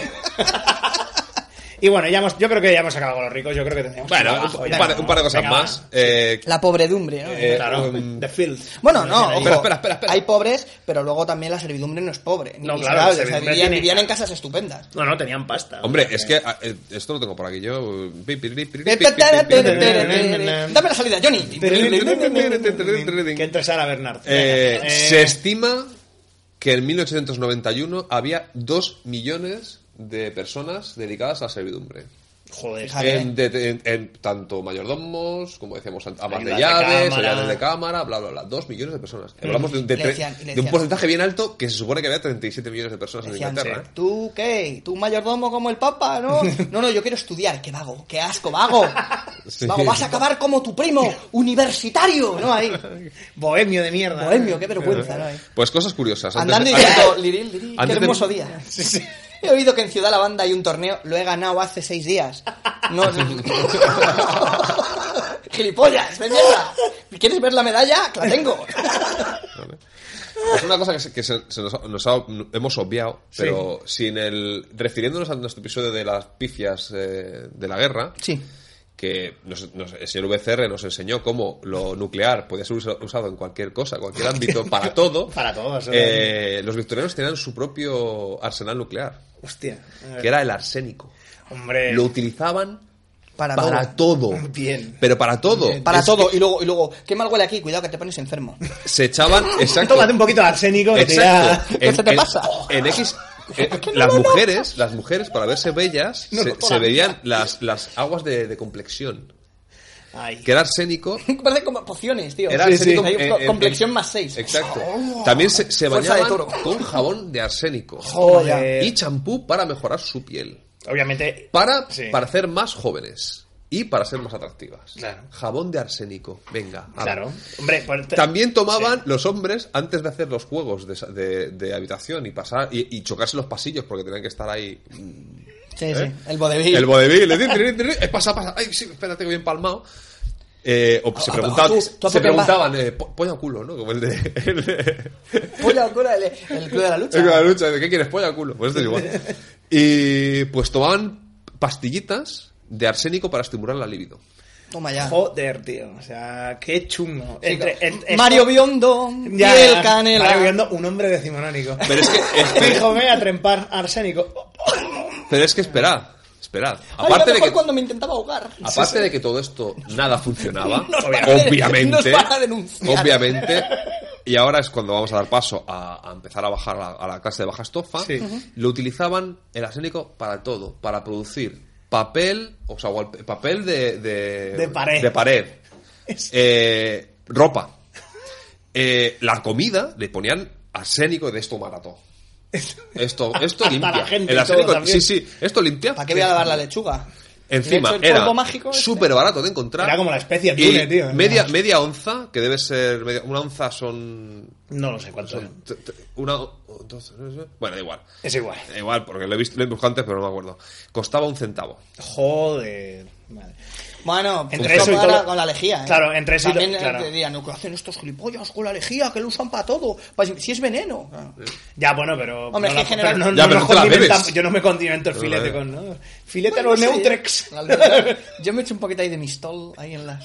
[SPEAKER 4] Y bueno, ya hemos, yo creo que ya hemos acabado con los ricos. Yo creo que tendríamos que ir
[SPEAKER 5] Bueno, un,
[SPEAKER 4] abajo ya,
[SPEAKER 5] un par, de-
[SPEAKER 4] ¿no?
[SPEAKER 5] un par de cosas
[SPEAKER 4] Venga,
[SPEAKER 5] más.
[SPEAKER 4] va.
[SPEAKER 5] Eh,
[SPEAKER 6] La pobredumbre, ¿no?
[SPEAKER 5] Eh,
[SPEAKER 4] Claro,
[SPEAKER 5] um,
[SPEAKER 4] The Filth.
[SPEAKER 6] Bueno, no, ojo,
[SPEAKER 5] Espera, espera, espera, espera.
[SPEAKER 6] hay pobres, pero luego también la servidumbre no es pobre. Ni
[SPEAKER 4] No, claro,
[SPEAKER 6] miserable,
[SPEAKER 4] la
[SPEAKER 6] o sea,
[SPEAKER 4] servidumbre
[SPEAKER 6] vivían,
[SPEAKER 4] tiene-
[SPEAKER 6] vivían en casas estupendas.
[SPEAKER 4] No, no, tenían pasta.
[SPEAKER 5] hombre, es que ah, eh, esto lo tengo por aquí yo. Pi, pi, pi, pi, Eh, pi, pi, pi, pi, pi, pi.
[SPEAKER 6] Dame la salida, Johnny.
[SPEAKER 4] Que entre Sara Bernard.
[SPEAKER 5] Eh,
[SPEAKER 4] Eh,
[SPEAKER 5] se estima que en 1891 había 2 millones de personas dedicadas a la servidumbre.
[SPEAKER 4] Joder.
[SPEAKER 6] Fíjate.
[SPEAKER 5] En, de- en- en tanto mayordomos, como decíamos, an- amas de
[SPEAKER 4] Ayudas de
[SPEAKER 5] llaves,
[SPEAKER 4] cámara.
[SPEAKER 5] ayudas de cámara, bla, bla, bla. Dos millones de personas. Hablamos de, un- de
[SPEAKER 6] Mm. Le
[SPEAKER 5] tre-
[SPEAKER 6] decían- le
[SPEAKER 5] de un
[SPEAKER 6] decían-
[SPEAKER 5] porcentaje bien alto que se supone que había 37 millones de personas en
[SPEAKER 6] Decían,
[SPEAKER 5] Inglaterra. ¿eh?
[SPEAKER 6] ¿tú qué? ¿Tú un mayordomo como el papa? No, no, no, yo quiero estudiar. ¡Qué vago! ¡Qué asco, vago!
[SPEAKER 5] Sí.
[SPEAKER 6] Vago, vas a acabar como tu primo, universitario, ¿no? Ahí.
[SPEAKER 4] Bohemio de mierda. ¿eh?
[SPEAKER 6] Bohemio, qué vergüenza, ¿no? Ahí.
[SPEAKER 5] Pues cosas curiosas. Antes-
[SPEAKER 6] Andando y
[SPEAKER 5] antes-
[SPEAKER 6] diciendo, Liril, Liril, qué
[SPEAKER 5] antes de-
[SPEAKER 6] hermoso día.
[SPEAKER 4] Sí, sí.
[SPEAKER 6] He oído que en Ciudad La Banda hay un torneo, lo he ganado hace seis días. No, no. ¡Gilipollas! ¡De mierda! ¿Quieres ver la medalla? ¡La tengo!
[SPEAKER 5] Vale. Es una cosa que, se, que se- se nos, ha- nos ha- hemos obviado, pero sin el refiriéndonos a nuestro episodio de las pifias eh, de la guerra,
[SPEAKER 6] Sí.
[SPEAKER 5] que nos- nos- el señor VCR nos enseñó cómo lo nuclear podía ser usa- usado en cualquier cosa, cualquier ámbito, para todo.
[SPEAKER 4] Para todo, eso
[SPEAKER 5] Eh, los victorianos tenían su propio arsenal nuclear,
[SPEAKER 4] Hostia. Eh,
[SPEAKER 5] que era el arsénico.
[SPEAKER 4] Hombre.
[SPEAKER 5] Lo utilizaban
[SPEAKER 6] Para
[SPEAKER 5] para, todo.
[SPEAKER 4] Bien.
[SPEAKER 5] Pero para todo.
[SPEAKER 6] Para
[SPEAKER 5] Es-
[SPEAKER 6] todo. Y luego, y luego, qué mal huele aquí, cuidado que te pones enfermo.
[SPEAKER 5] Se echaban. Exacto.
[SPEAKER 4] Tómate un poquito de arsénico que te irá-
[SPEAKER 5] Exacto.
[SPEAKER 6] ¿Qué se te pasa?
[SPEAKER 5] En X. eh, las mujeres, las mujeres para verse bellas,
[SPEAKER 4] No,
[SPEAKER 5] se,
[SPEAKER 4] no,
[SPEAKER 5] se
[SPEAKER 4] la
[SPEAKER 5] veían las, las aguas de, de complexión.
[SPEAKER 4] Ay.
[SPEAKER 5] Que era arsénico.
[SPEAKER 6] Parece como pociones, tío.
[SPEAKER 5] Era
[SPEAKER 6] Sí, sí.
[SPEAKER 5] arsénico
[SPEAKER 6] Hay
[SPEAKER 4] eh,
[SPEAKER 5] en- en-
[SPEAKER 6] complexión
[SPEAKER 5] en-
[SPEAKER 6] más 6.
[SPEAKER 5] Eh, Exacto. También se, se
[SPEAKER 6] Fuerza de
[SPEAKER 5] bañaban
[SPEAKER 6] toro.
[SPEAKER 5] con jabón de arsénico.
[SPEAKER 4] Oh. Joder.
[SPEAKER 5] Y champú para mejorar su piel.
[SPEAKER 4] Obviamente.
[SPEAKER 5] Para
[SPEAKER 4] Sí.
[SPEAKER 5] parecer más jóvenes. Y para ser más atractivas.
[SPEAKER 4] Claro.
[SPEAKER 5] Jabón de arsénico. Venga. a ver.
[SPEAKER 4] Claro. Hombre, pues, te-
[SPEAKER 5] Ah. También tomaban los hombres antes de hacer los juegos de, sa- de- de habitación y pasar y, y chocarse los pasillos porque tenían que estar ahí.
[SPEAKER 6] Sí,
[SPEAKER 5] ¿Eh?
[SPEAKER 6] sí. El vodevil.
[SPEAKER 5] El vodevil, eh, tin, tin, tin, eh, pasa, pasa. Ay, sí, espérate que bien palmado. Eh, o se
[SPEAKER 6] Ah,
[SPEAKER 5] preguntaban,
[SPEAKER 6] tú- tú
[SPEAKER 5] se
[SPEAKER 6] apoyabas.
[SPEAKER 5] preguntaban eh, po- polla o culo, ¿no? Como el de. El de
[SPEAKER 6] Polla o cura, el, el club de la lucha.
[SPEAKER 5] el de la lucha, de, ¿qué quieres, polla o culo? Pues esto es igual. Y pues tomaban pastillitas de arsénico para estimular la libido.
[SPEAKER 6] Toma ya.
[SPEAKER 4] Joder, tío. O sea, qué chungo. Entre- en- esto-
[SPEAKER 6] Mario Biondo
[SPEAKER 4] Ya,
[SPEAKER 6] y el
[SPEAKER 4] ya.
[SPEAKER 6] Canela.
[SPEAKER 4] Mario Biondo, un hombre decimonónico.
[SPEAKER 5] Pero es que. este- es-
[SPEAKER 4] Fíjome a trempar arsénico.
[SPEAKER 5] pero es que esperad, esperad.
[SPEAKER 6] Ay, era
[SPEAKER 5] Aparte de
[SPEAKER 6] mejor
[SPEAKER 5] que.
[SPEAKER 6] cuando me intentaba ahogar.
[SPEAKER 5] Aparte de que todo esto nada funcionaba,
[SPEAKER 6] Nos van a-
[SPEAKER 5] obviamente,
[SPEAKER 6] nos van a denunciar.
[SPEAKER 5] obviamente, y ahora es cuando vamos a dar paso a, a empezar a bajar a, a la clase de baja estofa,
[SPEAKER 4] Sí. Ujú.
[SPEAKER 5] lo utilizaban el arsénico para todo, para producir papel, o sea, wallp- papel de, de,
[SPEAKER 4] De pared.
[SPEAKER 5] de pared, eh, ropa, Eh, la comida le ponían arsénico de esto maratón. Esto, esto
[SPEAKER 4] Hasta
[SPEAKER 5] limpia.
[SPEAKER 4] la gente y
[SPEAKER 5] el
[SPEAKER 4] todo
[SPEAKER 5] arsénico,
[SPEAKER 4] también.
[SPEAKER 5] sí, sí, esto limpia.
[SPEAKER 6] ¿Para qué voy a lavar la lechuga?
[SPEAKER 5] Encima,
[SPEAKER 6] Le echo el
[SPEAKER 5] era
[SPEAKER 6] polvo mágico este.
[SPEAKER 5] súper barato de encontrar.
[SPEAKER 4] Era como la especie
[SPEAKER 5] Y
[SPEAKER 4] Dune, tío.
[SPEAKER 5] Media, media onza, que debe ser. media- una onza son.
[SPEAKER 4] No lo sé cuánto.
[SPEAKER 5] son t- t- una. o- dos, tres, tres. bueno, da igual.
[SPEAKER 4] Es igual.
[SPEAKER 5] Da igual, porque lo he visto lo he buscado antes, pero no me acuerdo. Costaba un centavo.
[SPEAKER 4] Joder. Madre.
[SPEAKER 6] Bueno,
[SPEAKER 4] Entre eso
[SPEAKER 6] esto
[SPEAKER 4] y
[SPEAKER 6] para
[SPEAKER 4] todo-
[SPEAKER 6] con la lejía. ¿eh?
[SPEAKER 4] Claro, entre eso y
[SPEAKER 6] También,
[SPEAKER 4] lo-
[SPEAKER 6] eh,
[SPEAKER 4] claro.
[SPEAKER 6] te dirían, ¿qué hacen estos gilipollas con la lejía? Que lo usan para todo. Pa- si es veneno.
[SPEAKER 4] Ya, bueno, pero.
[SPEAKER 6] Hombre, es que
[SPEAKER 4] la-
[SPEAKER 6] en general-
[SPEAKER 4] pero no-
[SPEAKER 5] Ya,
[SPEAKER 4] no
[SPEAKER 5] pero
[SPEAKER 4] nos
[SPEAKER 5] te la
[SPEAKER 4] condimenta-
[SPEAKER 5] bebes.
[SPEAKER 4] Yo no me condimento el
[SPEAKER 5] Pero
[SPEAKER 4] filete
[SPEAKER 5] la
[SPEAKER 4] con. ¿no? Filete a
[SPEAKER 6] Bueno,
[SPEAKER 4] los
[SPEAKER 6] sí, ¿eh?
[SPEAKER 4] Neutrex.
[SPEAKER 6] La verdad, Yo me echo un poquito ahí de mistol ahí en las,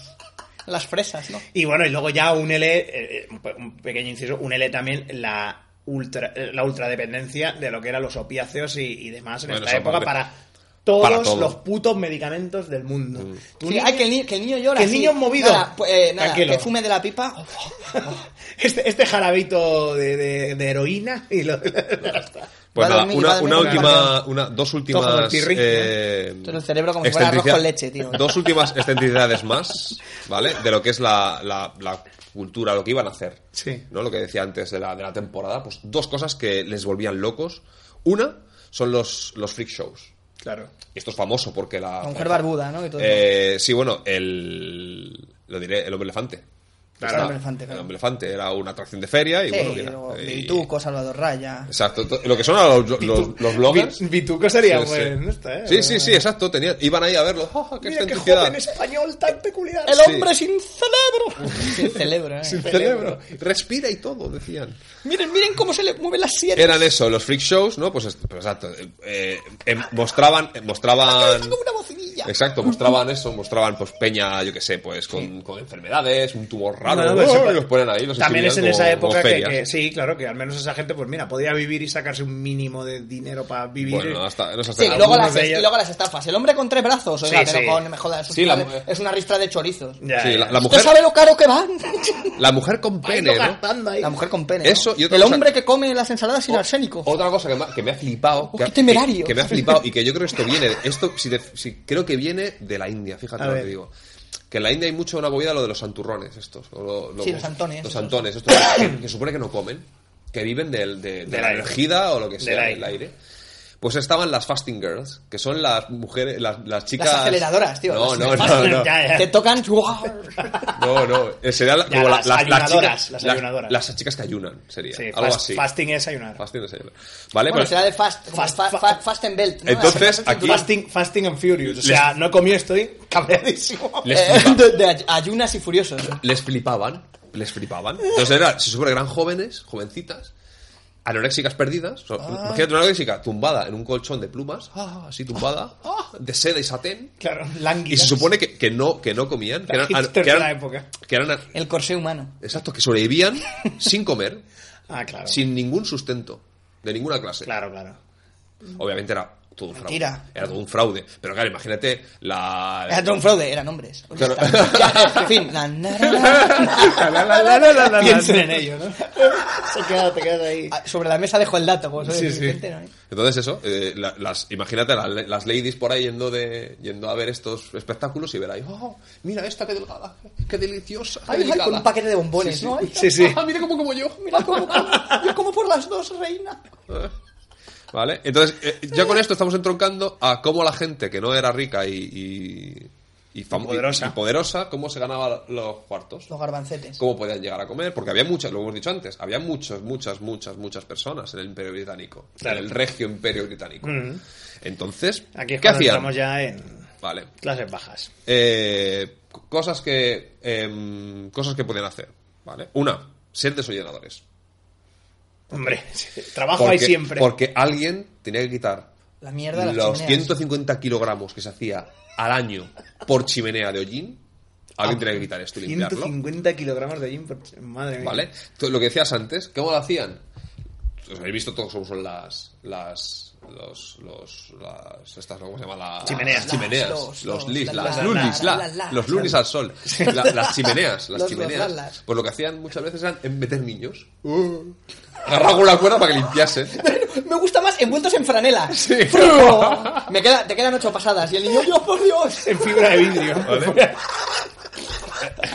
[SPEAKER 6] en las fresas, ¿no?
[SPEAKER 4] Y bueno, y luego ya un L, eh, un pe- un pequeño inciso, un L también la ultra eh, la ultradependencia de lo que eran los opiáceos y, y demás en
[SPEAKER 5] Bueno,
[SPEAKER 4] esta
[SPEAKER 5] eso
[SPEAKER 4] época
[SPEAKER 5] aparte.
[SPEAKER 4] para todos
[SPEAKER 5] Para todo. Mm.
[SPEAKER 4] los putos medicamentos del mundo. Tu
[SPEAKER 6] Sí,
[SPEAKER 4] niño-
[SPEAKER 6] ay, que el, ni- que el niño llora.
[SPEAKER 4] que el
[SPEAKER 6] sí.
[SPEAKER 4] niño movido.
[SPEAKER 6] Nada, pues, eh, nada,
[SPEAKER 4] Tranquilo.
[SPEAKER 6] que fume de la pipa.
[SPEAKER 4] este, este jarabito de, de- de heroína y lo-
[SPEAKER 5] Pues
[SPEAKER 6] Va a
[SPEAKER 5] nada,
[SPEAKER 6] dormir, va
[SPEAKER 5] una,
[SPEAKER 6] a
[SPEAKER 5] una
[SPEAKER 6] dormir con
[SPEAKER 5] última, una, dos
[SPEAKER 4] Todo con
[SPEAKER 5] últimas.
[SPEAKER 4] el pirri,
[SPEAKER 5] eh,
[SPEAKER 6] Todo el cerebro como si fuera arroz
[SPEAKER 5] excentricidad-
[SPEAKER 6] con leche, tío.
[SPEAKER 5] Dos últimas excentricidades más, ¿vale? De lo que es la, la- la cultura, lo que iban a hacer.
[SPEAKER 4] Sí.
[SPEAKER 5] ¿no? Lo que decía antes de la, de la temporada, pues dos cosas que les volvían locos. Una son los, los freak shows.
[SPEAKER 4] Claro.
[SPEAKER 5] Y esto es famoso porque la.
[SPEAKER 6] La mujer barbuda, ¿no? Y todo.
[SPEAKER 5] Eh, sí, bueno, el. Lo diré, el hombre elefante.
[SPEAKER 4] Claro,
[SPEAKER 5] Está-
[SPEAKER 6] el hombre elefante, claro.
[SPEAKER 5] El hombre elefante era una atracción de feria y
[SPEAKER 6] sí,
[SPEAKER 5] bueno,
[SPEAKER 6] y
[SPEAKER 5] mira, eh,
[SPEAKER 6] luego
[SPEAKER 5] y-
[SPEAKER 6] Bituco, Salvador Raya.
[SPEAKER 5] Exacto, to- lo que son ahora los, los, los bloggers.
[SPEAKER 4] Vi- Vituco sería
[SPEAKER 5] Sí, sí.
[SPEAKER 4] bueno. está, eh.
[SPEAKER 5] Sí, sí, sí, exacto. tenía- iban ahí a verlo. ¡Ja, ja, qué
[SPEAKER 4] Mira qué
[SPEAKER 5] excentricidad!
[SPEAKER 4] joven español tan peculiar.
[SPEAKER 6] ¡El
[SPEAKER 5] Sí.
[SPEAKER 6] hombre sin cerebro! sin cerebro, ¿eh?
[SPEAKER 5] Sin cerebro. Respira y todo, decían.
[SPEAKER 6] Miren, miren cómo se le mueven las sienes.
[SPEAKER 5] Eran eso, los freak shows, ¿no? Pues, est- pues exacto. eh, eh, em- mostraban. eh, mostraban
[SPEAKER 6] Está como una bocinilla.
[SPEAKER 5] Exacto, mostraban eso, mostraban pues peña, yo qué sé, pues con, con enfermedades, un tumor raros.
[SPEAKER 4] No, no, pero
[SPEAKER 5] ¡Oh!
[SPEAKER 4] se-
[SPEAKER 5] y los ponen ahí, los
[SPEAKER 4] También es en
[SPEAKER 5] exhiben
[SPEAKER 4] esa
[SPEAKER 5] como-
[SPEAKER 4] época
[SPEAKER 5] como
[SPEAKER 4] que,
[SPEAKER 5] ferias.
[SPEAKER 4] que sí, claro, que al menos esa gente, pues mira, podía vivir y sacarse un mínimo de dinero para vivir.
[SPEAKER 5] Bueno, hasta, no es hasta
[SPEAKER 6] Sí,
[SPEAKER 5] la-
[SPEAKER 6] luego las,
[SPEAKER 4] de ellas-
[SPEAKER 6] y luego las estafas. El hombre con tres brazos, oiga,
[SPEAKER 4] Sí,
[SPEAKER 6] pero
[SPEAKER 4] sí.
[SPEAKER 6] con, me jodas, es,
[SPEAKER 5] Sí,
[SPEAKER 6] una,
[SPEAKER 5] la-
[SPEAKER 6] es una ristra de chorizos.
[SPEAKER 4] Ya,
[SPEAKER 5] Sí,
[SPEAKER 4] ya.
[SPEAKER 5] la, la
[SPEAKER 6] ¿Usted
[SPEAKER 5] mujer,
[SPEAKER 6] sabe lo caro que van?
[SPEAKER 5] la mujer con
[SPEAKER 4] Ahí
[SPEAKER 5] pene, ¿no?
[SPEAKER 4] gastando ahí.
[SPEAKER 6] La mujer con pene.
[SPEAKER 5] Eso
[SPEAKER 6] ¿no?
[SPEAKER 5] y otra
[SPEAKER 6] El
[SPEAKER 5] cosa-
[SPEAKER 6] hombre que come las ensaladas sin arsénico.
[SPEAKER 5] Otra cosa que me, ha- que me ha flipado.
[SPEAKER 6] Oh,
[SPEAKER 5] que, ha-
[SPEAKER 6] qué temerario.
[SPEAKER 5] que- que me ha flipado y que yo creo que esto viene. Esto si te- si- creo que viene de la India, fíjate
[SPEAKER 4] A
[SPEAKER 5] lo que
[SPEAKER 4] ver.
[SPEAKER 5] digo. Que en la India hay mucho una movida lo de los santurrones, estos. o lo- lo-
[SPEAKER 6] Sí, los antones,
[SPEAKER 5] Los
[SPEAKER 6] esos.
[SPEAKER 5] antones, estos que, que supone que no comen. Que viven del- de, de
[SPEAKER 4] Del
[SPEAKER 5] la
[SPEAKER 4] aire.
[SPEAKER 5] energía o lo que sea,
[SPEAKER 4] aire.
[SPEAKER 5] del aire. Pues estaban las fasting girls, que son las mujeres, las, las chicas.
[SPEAKER 6] Las aceleradoras, tío,
[SPEAKER 5] No,
[SPEAKER 6] las-
[SPEAKER 5] no,
[SPEAKER 6] las
[SPEAKER 5] no,
[SPEAKER 4] fasting-
[SPEAKER 5] no.
[SPEAKER 4] Ya, ya.
[SPEAKER 6] Te tocan.
[SPEAKER 5] No, no, eh, sería la-
[SPEAKER 4] Ya,
[SPEAKER 5] como la-
[SPEAKER 4] las
[SPEAKER 5] las, las
[SPEAKER 4] ayunadoras,
[SPEAKER 5] chicas,
[SPEAKER 4] las
[SPEAKER 5] las-
[SPEAKER 4] ayunadoras.
[SPEAKER 5] las chicas que ayunan, sería.
[SPEAKER 4] Sí,
[SPEAKER 5] algo
[SPEAKER 4] fast-
[SPEAKER 5] así.
[SPEAKER 4] Fasting es ayunar.
[SPEAKER 5] Fasting de desayuno. Vale,
[SPEAKER 6] Bueno,
[SPEAKER 5] pues-
[SPEAKER 6] será de fast, como
[SPEAKER 4] Fast-
[SPEAKER 6] fa-
[SPEAKER 4] fast-
[SPEAKER 6] fa- fast and belt. ¿no?
[SPEAKER 5] Entonces,
[SPEAKER 6] Las-
[SPEAKER 5] aquí-
[SPEAKER 4] Fasting, fasting and furious. O sea, no he comido, estoy cabreadísimo.
[SPEAKER 5] Les
[SPEAKER 6] Eh,
[SPEAKER 5] flipa.
[SPEAKER 6] de, de ay- ayunas y furiosos.
[SPEAKER 5] les flipaban, les flipaban. Entonces era, se supone que eran jóvenes, jovencitas, anoréxicas perdidas. O sea, Imagínate una anoréxica tumbada en un colchón de plumas, ah, así tumbada, ah, de seda y satén.
[SPEAKER 4] Claro,
[SPEAKER 5] Y
[SPEAKER 4] lánguidas.
[SPEAKER 5] se supone que, que no, que no comían, que
[SPEAKER 4] La
[SPEAKER 5] eran, an-
[SPEAKER 4] hipster
[SPEAKER 5] que
[SPEAKER 4] de
[SPEAKER 5] eran-
[SPEAKER 4] la época.
[SPEAKER 5] que eran an-
[SPEAKER 6] El corsé humano.
[SPEAKER 5] exacto, que sobrevivían sin comer,
[SPEAKER 4] Ah, claro.
[SPEAKER 5] sin ningún sustento, de ninguna clase.
[SPEAKER 4] Claro, claro.
[SPEAKER 5] Obviamente era todo un fraude.
[SPEAKER 6] Mentira.
[SPEAKER 5] Era todo un fraude. Pero claro, imagínate la...
[SPEAKER 6] Era todo un fraude, eran hombres. Oye,
[SPEAKER 5] Claro.
[SPEAKER 6] está- Ya, en fin. la- na- na- na- na-
[SPEAKER 4] Piensen en ello, ¿no? Se queda, te quedas ahí.
[SPEAKER 6] Ah, Sobre la mesa dejo el dato. como soy
[SPEAKER 4] Sí,
[SPEAKER 6] de
[SPEAKER 4] sí.
[SPEAKER 6] gente, ¿no?
[SPEAKER 5] Entonces eso, eh, la- las, imagínate la- las ladies por ahí yendo de yendo a ver estos espectáculos y ver ahí, oh, mira esta qué delgada, qué deliciosa, qué
[SPEAKER 6] Ay, ay,
[SPEAKER 5] delicada".
[SPEAKER 6] con un paquete de bombones, ¿no? Ay,
[SPEAKER 4] Sí, sí.
[SPEAKER 6] ah, mira cómo como yo, mira cómo como, yo como por las dos, reina.
[SPEAKER 5] Vale, entonces eh, ya con esto estamos entroncando a cómo la gente que no era rica y y, y fam-
[SPEAKER 4] Y poderosa.
[SPEAKER 5] y- y poderosa, cómo se ganaba los cuartos.
[SPEAKER 6] Los garbancetes.
[SPEAKER 5] cómo podían llegar a comer, porque había muchas, lo hemos dicho antes, había muchas, muchas, muchas, muchas personas en el Imperio Británico,
[SPEAKER 4] Claro.
[SPEAKER 5] en el regio Imperio Británico.
[SPEAKER 4] Mm.
[SPEAKER 5] Entonces,
[SPEAKER 4] Aquí es
[SPEAKER 5] ¿qué
[SPEAKER 4] cuando
[SPEAKER 5] hacían?
[SPEAKER 4] entramos ya en
[SPEAKER 5] Vale.
[SPEAKER 4] clases bajas.
[SPEAKER 5] Eh, cosas que em, cosas que podían hacer, ¿vale? Una, ser desollenadores.
[SPEAKER 4] Hombre, trabajo ahí siempre.
[SPEAKER 5] Porque alguien tenía que quitar
[SPEAKER 6] La mierda de las
[SPEAKER 5] los
[SPEAKER 6] chimeneas.
[SPEAKER 5] 150 kilogramos que se hacía al año por chimenea de hollín. Alguien tenía que quitar esto y limpiarlo.
[SPEAKER 4] 150 kilogramos de gym, por- madre mía.
[SPEAKER 5] ¿Vale? Tú- Lo que decías antes, ¿cómo lo hacían? Os habéis visto todos cómo son las. las. los. los. las. estas, ¿no? ¿cómo se llama? Las
[SPEAKER 4] Chimeneas.
[SPEAKER 5] las chimeneas.
[SPEAKER 6] Las,
[SPEAKER 5] los
[SPEAKER 6] los, los,
[SPEAKER 5] lis,
[SPEAKER 6] la,
[SPEAKER 5] las
[SPEAKER 6] la,
[SPEAKER 5] lunis,
[SPEAKER 6] la,
[SPEAKER 5] la-
[SPEAKER 6] la, la.
[SPEAKER 5] los lunis al sol. La- las chimeneas, las
[SPEAKER 6] Los- los
[SPEAKER 5] chimeneas.
[SPEAKER 6] lalas.
[SPEAKER 5] Pues lo que hacían muchas veces era meter niños. Uh. Agarrar con una cuerda para que limpiasen.
[SPEAKER 6] Me gusta más envueltos en franela.
[SPEAKER 5] Sí.
[SPEAKER 6] Fru- Me queda, te quedan ocho pasadas y el niño, yo por Dios.
[SPEAKER 4] En fibra de vidrio.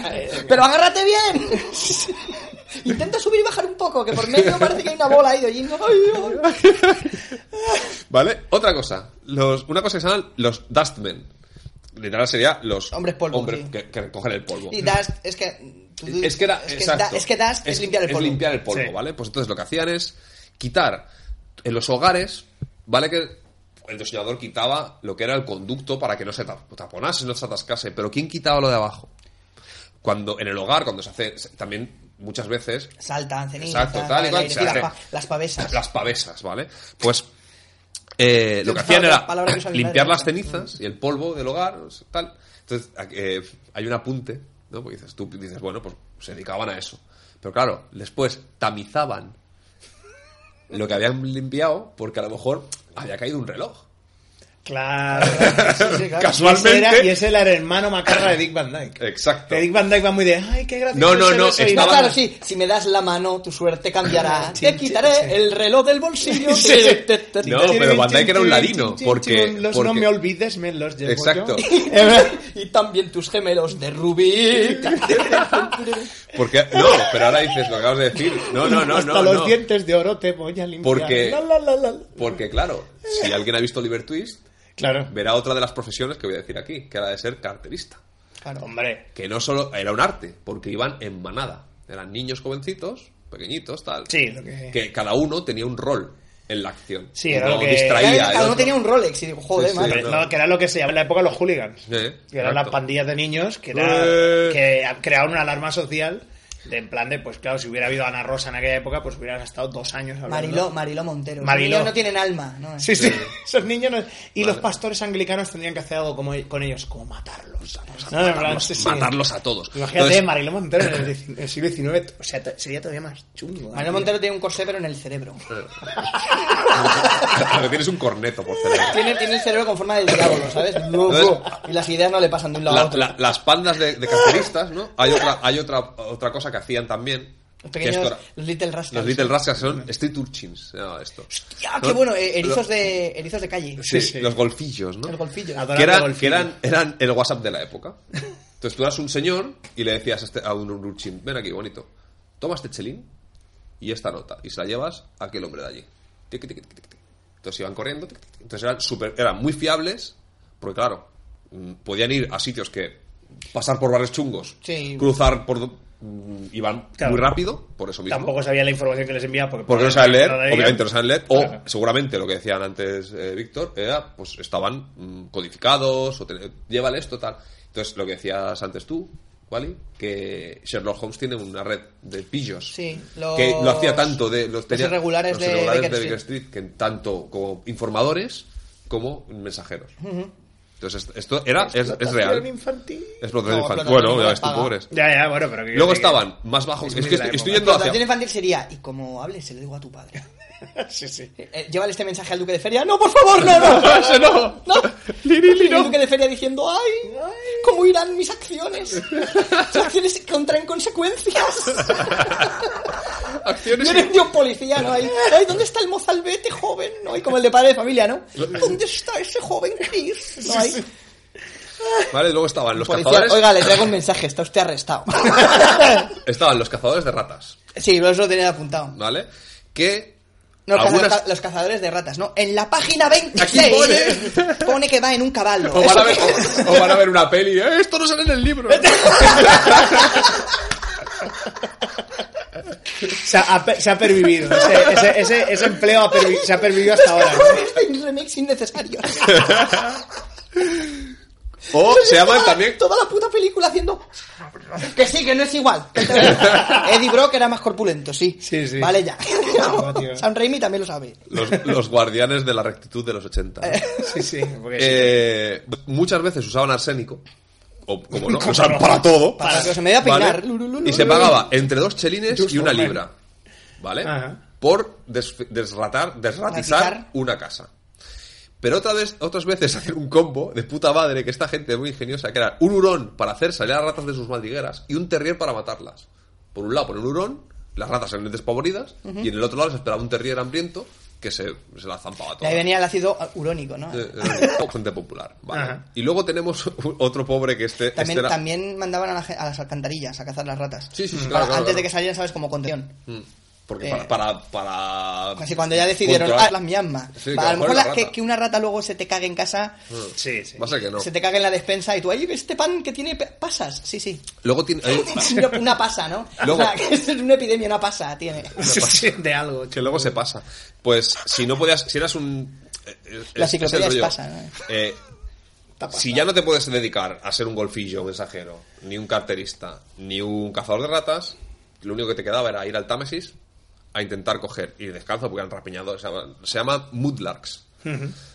[SPEAKER 5] ¿Vale?
[SPEAKER 6] Pero agárrate bien. Intenta subir y bajar un poco, que por medio parece que hay una bola ahí de hollín. Ay, ay.
[SPEAKER 5] ¿Vale? Otra cosa. Los, una cosa que se llaman los dustmen. Literal sería los
[SPEAKER 6] Hombres polvo, sí.
[SPEAKER 5] que, que recogen el polvo.
[SPEAKER 6] Y Dust es que. tú-
[SPEAKER 5] Es que, era,
[SPEAKER 6] es, que
[SPEAKER 5] exacto.
[SPEAKER 6] da- es que Dust es, limpiar el polvo.
[SPEAKER 5] Es limpiar el polvo,
[SPEAKER 4] Sí.
[SPEAKER 5] ¿vale? Pues entonces lo que hacían es quitar en los hogares, ¿vale? Que el diseñador quitaba lo que era el conducto para que no se tap- taponase, no se atascase. Pero ¿quién quitaba lo de abajo? Cuando en el hogar, cuando se hace. se- También muchas veces
[SPEAKER 6] Saltan, cenizas.
[SPEAKER 5] Exacto, tal y cual,
[SPEAKER 6] aire,
[SPEAKER 5] se
[SPEAKER 6] y las,
[SPEAKER 5] hace.
[SPEAKER 6] pa- las pavesas.
[SPEAKER 5] las pavesas, ¿vale? Pues eh, lo que
[SPEAKER 6] Las
[SPEAKER 5] hacían era
[SPEAKER 6] palabras que usa mi
[SPEAKER 5] limpiar
[SPEAKER 6] madre.
[SPEAKER 5] las cenizas y el polvo del hogar, tal. Entonces, a- eh, hay un apunte, ¿no? Porque dices, tú dices, bueno, pues se dedicaban a eso. Pero claro, después tamizaban lo que habían limpiado porque a lo mejor había caído un reloj.
[SPEAKER 4] Claro.
[SPEAKER 6] Sí, sí, claro.
[SPEAKER 5] Casualmente.
[SPEAKER 4] Y ese, era, y ese era el hermano macarra de Dick Van Dyke.
[SPEAKER 5] Exacto.
[SPEAKER 4] Que Dick Van Dyke va muy de, ay, qué gracioso.
[SPEAKER 5] No, no,
[SPEAKER 4] es
[SPEAKER 5] no,
[SPEAKER 4] eso", y
[SPEAKER 6] No,
[SPEAKER 5] estaba-
[SPEAKER 6] claro, sí. Si me das la mano, tu suerte cambiará.
[SPEAKER 4] Chin,
[SPEAKER 6] Te
[SPEAKER 4] chin, chin.
[SPEAKER 6] quitaré el reloj del bolsillo.
[SPEAKER 4] Sí, sí.
[SPEAKER 6] Te- te- te-
[SPEAKER 5] No, pero Van Dyke era un ladino, porque-
[SPEAKER 4] Los
[SPEAKER 5] porque-
[SPEAKER 4] no me olvides, me los llevo
[SPEAKER 5] Exacto.
[SPEAKER 4] yo.
[SPEAKER 6] Y también tus gemelos de rubí.
[SPEAKER 5] Porque, no, pero ahora dices lo que acabas de decir. No, no, no,
[SPEAKER 4] Hasta
[SPEAKER 5] no.
[SPEAKER 4] los
[SPEAKER 5] no.
[SPEAKER 4] dientes de oro te voy a limpiar.
[SPEAKER 5] Porque-
[SPEAKER 4] La, la, la, la, la.
[SPEAKER 5] Porque, claro, si alguien ha visto Oliver Twist,
[SPEAKER 4] Claro.
[SPEAKER 5] verá otra de las profesiones que voy a decir aquí, que era de ser carterista.
[SPEAKER 4] Ah, Hombre.
[SPEAKER 5] que no solo era un arte, porque iban en manada. Eran niños jovencitos, pequeñitos, tal.
[SPEAKER 4] Sí, lo que-
[SPEAKER 5] cada uno tenía un rol en la acción.
[SPEAKER 4] Sí,
[SPEAKER 5] Uno
[SPEAKER 4] era lo que-
[SPEAKER 5] distraía.
[SPEAKER 6] Cada
[SPEAKER 5] el
[SPEAKER 6] uno
[SPEAKER 5] otro.
[SPEAKER 6] tenía un Rolex y digo, joder,
[SPEAKER 5] Sí, sí.
[SPEAKER 6] madre.
[SPEAKER 4] Pero,
[SPEAKER 5] no.
[SPEAKER 4] no, que era lo que se llamaba en la época los hooligans.
[SPEAKER 5] Eh,
[SPEAKER 4] que eran
[SPEAKER 5] exacto.
[SPEAKER 4] las pandillas de niños que, era-
[SPEAKER 5] Eh.
[SPEAKER 4] que crearon una alarma social De en plan de, pues claro, si hubiera habido Ana Rosa en aquella época, pues hubieran estado dos años hablando.
[SPEAKER 6] Mariló, Mariló Montero.
[SPEAKER 4] Mariló.
[SPEAKER 6] Los niños no tienen alma. ¿no?
[SPEAKER 4] Sí, sí, esos niños. no- Y los pastores anglicanos tendrían que hacer algo como, con ellos, como matarlos. No, en plan,
[SPEAKER 5] matarlos,
[SPEAKER 4] sí, sí.
[SPEAKER 5] matarlos a todos.
[SPEAKER 4] Imagínate,
[SPEAKER 5] Entonces,
[SPEAKER 4] Mariló Montero en el dieci- en el siglo XIX, o sea, to- sería todavía más chungo. ¿eh?
[SPEAKER 6] Mariló Montero tiene un corsé, pero en el cerebro.
[SPEAKER 5] Pero tienes un corneto por cerebro.
[SPEAKER 6] Tiene, tiene el cerebro con forma de diablo, ¿sabes? Y las ideas no le pasan de un lado a
[SPEAKER 5] La-
[SPEAKER 6] otro.
[SPEAKER 5] la- las pandas de, de caceristas, ¿no? Hay otra, hay otra, otra cosa que hacían también.
[SPEAKER 6] Los
[SPEAKER 5] que esto
[SPEAKER 6] pequeños,
[SPEAKER 5] era-
[SPEAKER 6] los Little Rascals.
[SPEAKER 5] los Little Rascals son Street Urchins, se llamaba esto.
[SPEAKER 6] ¡Ah, qué
[SPEAKER 5] ¿No?
[SPEAKER 6] bueno! eh,
[SPEAKER 5] Los-
[SPEAKER 6] erizos, de, erizos de calle.
[SPEAKER 5] Sí,
[SPEAKER 4] Sí, sí.
[SPEAKER 5] Los golfillos, ¿no?
[SPEAKER 6] El golfillo.
[SPEAKER 4] Adorable
[SPEAKER 5] que eran,
[SPEAKER 4] golfillo.
[SPEAKER 5] que eran, eran el WhatsApp de la época. Entonces tú eras un señor y le decías a, este- a un urchin, ven aquí, bonito, toma este chelín y esta nota y se la llevas a aquel hombre de allí. Tic, tic, tic, tic, tic. Entonces iban corriendo, tic, tic, tic. entonces eran, super, eran muy fiables, porque claro, mm, podían ir a sitios que pasar por barrios chungos,
[SPEAKER 6] Sí.
[SPEAKER 5] cruzar por... do- mm, Iban
[SPEAKER 4] Claro.
[SPEAKER 5] muy rápido, por eso mismo.
[SPEAKER 4] Tampoco sabía la información que les enviaba porque,
[SPEAKER 5] Porque no saben leer,
[SPEAKER 4] leían.
[SPEAKER 5] obviamente no saben leer, o
[SPEAKER 4] Claro.
[SPEAKER 5] seguramente lo que decían antes eh, Víctor era, pues estaban mm, codificados, o te- llévale esto, tal. Entonces, lo que decías antes tú, Wally, que Sherlock Holmes tiene una red de pillos.
[SPEAKER 6] Sí, los-
[SPEAKER 5] que lo hacía tanto de los,
[SPEAKER 6] los irregulares
[SPEAKER 5] los
[SPEAKER 6] de
[SPEAKER 5] irregulares
[SPEAKER 6] Baker
[SPEAKER 5] de Baker Street. que tanto como informadores como mensajeros. Entonces, esto era, es, es real.
[SPEAKER 4] Explotación infantil.
[SPEAKER 5] Explotación
[SPEAKER 6] No,
[SPEAKER 5] infantil.
[SPEAKER 6] explotación
[SPEAKER 5] Bueno,
[SPEAKER 6] no
[SPEAKER 5] ya
[SPEAKER 6] la
[SPEAKER 5] ves tú,
[SPEAKER 6] paga.
[SPEAKER 5] pobres.
[SPEAKER 4] Ya, ya, bueno, pero que-
[SPEAKER 5] Luego
[SPEAKER 4] que-
[SPEAKER 5] estaban más bajos.
[SPEAKER 4] Es
[SPEAKER 5] Es
[SPEAKER 4] muy de
[SPEAKER 5] que
[SPEAKER 4] la
[SPEAKER 5] estoy estoy
[SPEAKER 4] época.
[SPEAKER 5] yendo hacia...
[SPEAKER 6] Explotación infantil sería, y como hables, se lo digo a tu padre.
[SPEAKER 4] Sí, sí.
[SPEAKER 6] Eh, llévale este mensaje al duque de feria. ¡No, por favor, no, no! ¡Ese no! ¡No! Y el duque de feria diciendo, ¡ay! ¿Cómo irán mis acciones? Mis acciones contraen consecuencias.
[SPEAKER 5] Acciones
[SPEAKER 6] Yo era un tío policía, ¿no? Ahí, ay, ¿dónde está el mozalbete joven? ¿No? Y como el de padre de familia, ¿no? ¿Dónde está ese joven Chris? ¿No? Ahí,
[SPEAKER 5] Vale, luego estaban los
[SPEAKER 6] policía,
[SPEAKER 5] cazadores.
[SPEAKER 6] Oiga, le traigo un mensaje, está usted arrestado.
[SPEAKER 5] Estaban los cazadores de ratas,
[SPEAKER 6] sí, pero eso lo tenía apuntado.
[SPEAKER 5] ¿vale? Que
[SPEAKER 6] No, los
[SPEAKER 5] algunas-
[SPEAKER 6] caza- los cazadores de ratas, ¿no? En la página 26
[SPEAKER 5] Aquí pone.
[SPEAKER 6] pone que va en un caballo.
[SPEAKER 5] o, van a ver,
[SPEAKER 6] Eso que-
[SPEAKER 5] o- o van a ver una peli. "Eh, esto no sale en el libro.
[SPEAKER 4] Se ha, pe- se ha pervivido. Ese, ese- ese- ese empleo ha pervi- se ha pervivido hasta ahora. ¿no?
[SPEAKER 6] Este remix innecesario.
[SPEAKER 4] Oh,
[SPEAKER 5] O se llaman
[SPEAKER 6] Toda-
[SPEAKER 5] también.
[SPEAKER 6] Toda la puta película haciendo. Que sí, que no es igual. Eddie Brock era más corpulento, sí.
[SPEAKER 4] Sí, sí.
[SPEAKER 6] Vale, ya.
[SPEAKER 4] No, tío.
[SPEAKER 6] San Raimi también lo sabe.
[SPEAKER 5] Los, los guardianes de la rectitud de los 80. ¿no?
[SPEAKER 4] Sí, sí. porque
[SPEAKER 5] Eh, muchas veces usaban arsénico. O como no, usaban para todo.
[SPEAKER 6] Para que se me vaya a peinar.
[SPEAKER 5] Y se pagaba entre dos chelines y una libra. ¿Vale?
[SPEAKER 4] Ajá.
[SPEAKER 5] Por desf- desratar, desratizar
[SPEAKER 6] Ratizar.
[SPEAKER 5] una casa. Pero otra vez, otras veces hacían un combo de puta madre que esta gente muy ingeniosa, que era un hurón para hacer salir a las ratas de sus madrigueras y un terrier para matarlas. Por un lado, por el hurón, las ratas eran despavoridas, y en el otro lado se esperaba un terrier hambriento que se, se la zampaba
[SPEAKER 6] De
[SPEAKER 5] toda.
[SPEAKER 6] ahí venía el ácido urónico, ¿no?
[SPEAKER 5] Eh, eh, gente popular. Vale.
[SPEAKER 4] Ajá.
[SPEAKER 5] Y luego tenemos otro pobre que este, este
[SPEAKER 6] También,
[SPEAKER 5] era-
[SPEAKER 6] también mandaban a, la ge- a las alcantarillas a cazar las ratas.
[SPEAKER 5] Sí, sí, sí,
[SPEAKER 6] Para-
[SPEAKER 5] claro, claro,
[SPEAKER 6] Antes de
[SPEAKER 5] claro.
[SPEAKER 6] que salieran, ¿sabes? Como contención.
[SPEAKER 5] Mm, Porque
[SPEAKER 6] Eh,
[SPEAKER 5] para, para, para-
[SPEAKER 6] Casi cuando ya decidieron,
[SPEAKER 5] controlar-
[SPEAKER 6] ah, las miasmas.
[SPEAKER 5] Sí,
[SPEAKER 6] Va, a lo
[SPEAKER 5] que la
[SPEAKER 6] mejor la-
[SPEAKER 5] rata.
[SPEAKER 6] que, que una rata luego se te cague en casa,
[SPEAKER 4] Sí, sí.
[SPEAKER 5] Va a ser que no.
[SPEAKER 6] se te cague en la despensa y tú, ay, este pan que tiene pe- pasas. Sí, sí.
[SPEAKER 5] Luego tiene. hay-
[SPEAKER 6] Una- una pasa, ¿no?
[SPEAKER 5] Luego-
[SPEAKER 6] O sea, que es una epidemia, una pasa tiene.
[SPEAKER 4] Sí, sí, de algo.
[SPEAKER 5] que luego se pasa. Pues si no podías. Si eras un. eh, eh,
[SPEAKER 6] La
[SPEAKER 5] es- es el
[SPEAKER 6] enciclopedia es
[SPEAKER 5] rollo.
[SPEAKER 6] pasa, ¿no?
[SPEAKER 5] Eh, si ya no te puedes dedicar a ser un golfillo, un mensajero, ni un carterista, ni un cazador de ratas, lo único que te quedaba era ir al Támesis a intentar coger. Y descalzo porque han rapiñado. Se llama, se llama Mudlarks.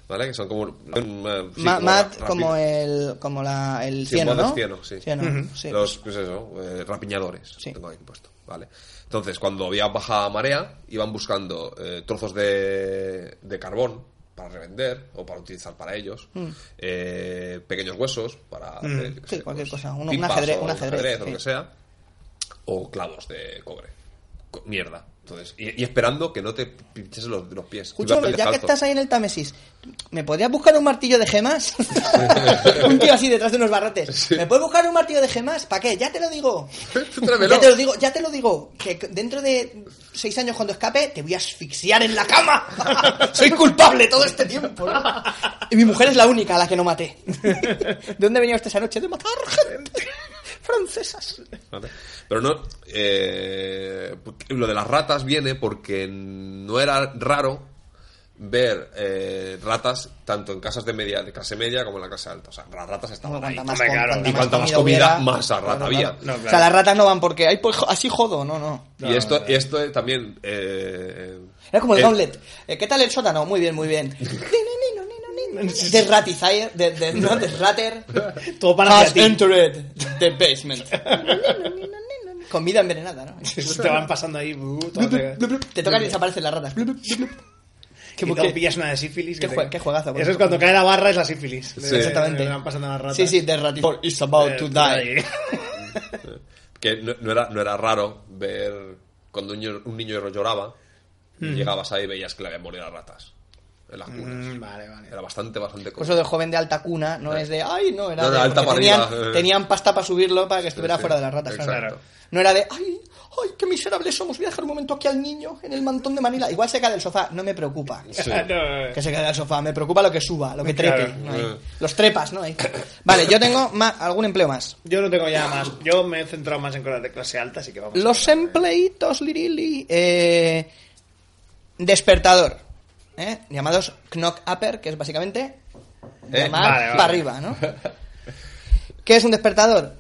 [SPEAKER 5] ¿Vale? Que son como. eh, sí,
[SPEAKER 6] Ma-
[SPEAKER 5] como
[SPEAKER 6] Matt
[SPEAKER 5] rapi-
[SPEAKER 6] como el como la, el
[SPEAKER 5] Sí,
[SPEAKER 6] cieno,
[SPEAKER 5] Matt es
[SPEAKER 6] ¿no?
[SPEAKER 5] cieno, sí.
[SPEAKER 6] sí.
[SPEAKER 5] Los, pues eso, eh, rapiñadores.
[SPEAKER 6] Sí.
[SPEAKER 5] Tengo ahí puesto, ¿vale? Entonces, cuando había baja marea, iban buscando eh, trozos de, de carbón para revender o para utilizar para ellos, eh, pequeños huesos para... hacer, yo qué
[SPEAKER 6] Mm.
[SPEAKER 5] pues,
[SPEAKER 6] Sí, cualquier cosa, un- un
[SPEAKER 5] pipas
[SPEAKER 6] ajedrez-
[SPEAKER 5] o
[SPEAKER 6] un ajedrez,
[SPEAKER 5] o
[SPEAKER 6] sí.
[SPEAKER 5] lo que sea, o clavos de cobre. Co- Mierda. Entonces, y, y esperando que no te pinches los, los pies.
[SPEAKER 6] Escucha,
[SPEAKER 5] Ibas
[SPEAKER 6] ya que
[SPEAKER 5] descalzo.
[SPEAKER 6] estás ahí en el Támesis, ¿me podrías buscar un martillo de gemas? un tío así detrás de unos barrotes.
[SPEAKER 5] Sí.
[SPEAKER 6] ¿Me puedes buscar un martillo de gemas? ¿Para qué? Ya te lo digo.
[SPEAKER 5] Tú tráemelo.
[SPEAKER 6] ya te lo digo, ya te lo digo. Que dentro de seis años cuando escape, te voy a asfixiar en la cama. Soy culpable todo este tiempo. ¿no? Y mi mujer es la única a la que no maté. ¿De dónde venía usted esa noche? De matar gente. Francesas.
[SPEAKER 5] Vale. Pero no. eh, porque lo de las ratas viene porque no era raro ver eh, ratas tanto en casas de media de clase media como en la clase alta. O sea, las ratas
[SPEAKER 6] Bueno,
[SPEAKER 5] estaban ahí.
[SPEAKER 6] cuanta más
[SPEAKER 4] hombre,
[SPEAKER 6] com-
[SPEAKER 4] claro.
[SPEAKER 5] Y cuanta más comida,
[SPEAKER 6] hubiera-
[SPEAKER 5] más a rata
[SPEAKER 6] Claro,
[SPEAKER 5] había.
[SPEAKER 6] claro.
[SPEAKER 4] No,
[SPEAKER 6] O sea,
[SPEAKER 4] claro.
[SPEAKER 6] las ratas no van porque "Ay, pues, jo- así jodo, no, no.
[SPEAKER 4] No,
[SPEAKER 5] y esto,
[SPEAKER 4] no, no.
[SPEAKER 5] y esto eh, también. eh,
[SPEAKER 6] Era como el
[SPEAKER 5] eh,
[SPEAKER 6] Gauntlet. Eh, ¿Qué tal el sótano? Muy bien, muy bien. Desratifier, de, de, no, desrater.
[SPEAKER 4] Todo para
[SPEAKER 6] Has
[SPEAKER 4] hacia ti.
[SPEAKER 6] entered the basement. Comida envenenada, ¿no?
[SPEAKER 4] Te van pasando ahí. uh, todo te-
[SPEAKER 6] Te tocan y desaparecen las ratas.
[SPEAKER 4] y
[SPEAKER 6] bu-
[SPEAKER 4] no pillas una de sífilis.
[SPEAKER 6] qué
[SPEAKER 4] que
[SPEAKER 6] jue-
[SPEAKER 4] te-
[SPEAKER 6] qué juegazo, por
[SPEAKER 4] Eso es
[SPEAKER 6] ejemplo.
[SPEAKER 4] cuando cae la barra, es la sífilis.
[SPEAKER 5] Sí.
[SPEAKER 6] Exactamente.
[SPEAKER 4] Le van pasando las ratas.
[SPEAKER 6] Sí, sí, desratifier. It's about to
[SPEAKER 4] Eh,
[SPEAKER 6] die.
[SPEAKER 5] que no, no era, no era raro ver cuando un niño, un niño lloraba, y llegabas ahí y veías que le habían morido a ratas en las cunas.
[SPEAKER 4] Mm, Pues Vale, vale.
[SPEAKER 5] Era bastante, bastante
[SPEAKER 6] Por eso del joven de alta cuna no es de, ay, no, era
[SPEAKER 5] No,
[SPEAKER 6] de,
[SPEAKER 5] no, alta
[SPEAKER 6] porque
[SPEAKER 5] para arriba,
[SPEAKER 6] tenían,
[SPEAKER 5] eh.
[SPEAKER 6] tenían pasta para subirlo para que estuviera
[SPEAKER 5] sí.
[SPEAKER 6] fuera de las ratas, claro.
[SPEAKER 5] Exacto.
[SPEAKER 6] No era de, ay, ay, qué miserables somos, voy a dejar un momento aquí al niño en el mantón de Manila. Igual se cae del sofá, no me preocupa.
[SPEAKER 5] Sí.
[SPEAKER 4] Ah, no, eh.
[SPEAKER 6] Que se caiga del sofá, me preocupa lo que suba, lo que trepe.
[SPEAKER 4] Claro.
[SPEAKER 6] ¿no? Ahí.
[SPEAKER 5] Eh.
[SPEAKER 6] Los trepas, ¿no? Ahí. Vale, yo tengo más, algún empleo más.
[SPEAKER 4] Yo no tengo ya más. Yo me he centrado más en cosas de clase alta, así que vamos.
[SPEAKER 6] Los empleitos, lirili. Eh, despertador. ¿eh? Llamados knock upper, que es básicamente llamar
[SPEAKER 4] Eh, vale, vale.
[SPEAKER 6] para arriba, ¿no? ¿Qué es un despertador?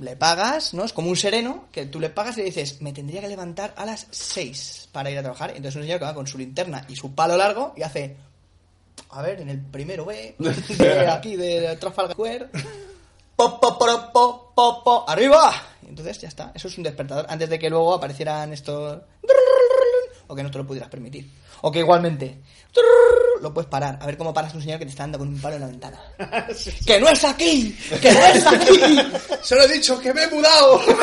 [SPEAKER 6] Le pagas, ¿no? Es como un sereno que tú le pagas y le dices, me tendría que levantar a las 6 para ir a trabajar. Entonces un señor que va con su linterna y su palo largo y hace, a ver, en el primero B, de aquí de Trafalgar Square, po, po, poro, po, po, po, arriba. Y Entonces ya está, eso es un despertador. Antes de que luego aparecieran estos... O que no te lo pudieras permitir. O que igualmente... Lo puedes parar. A ver cómo paras a un señor que te está dando con un palo en la ventana. ¡Que no es aquí! ¡Que no es aquí!
[SPEAKER 5] Se lo he dicho, que me he mudado.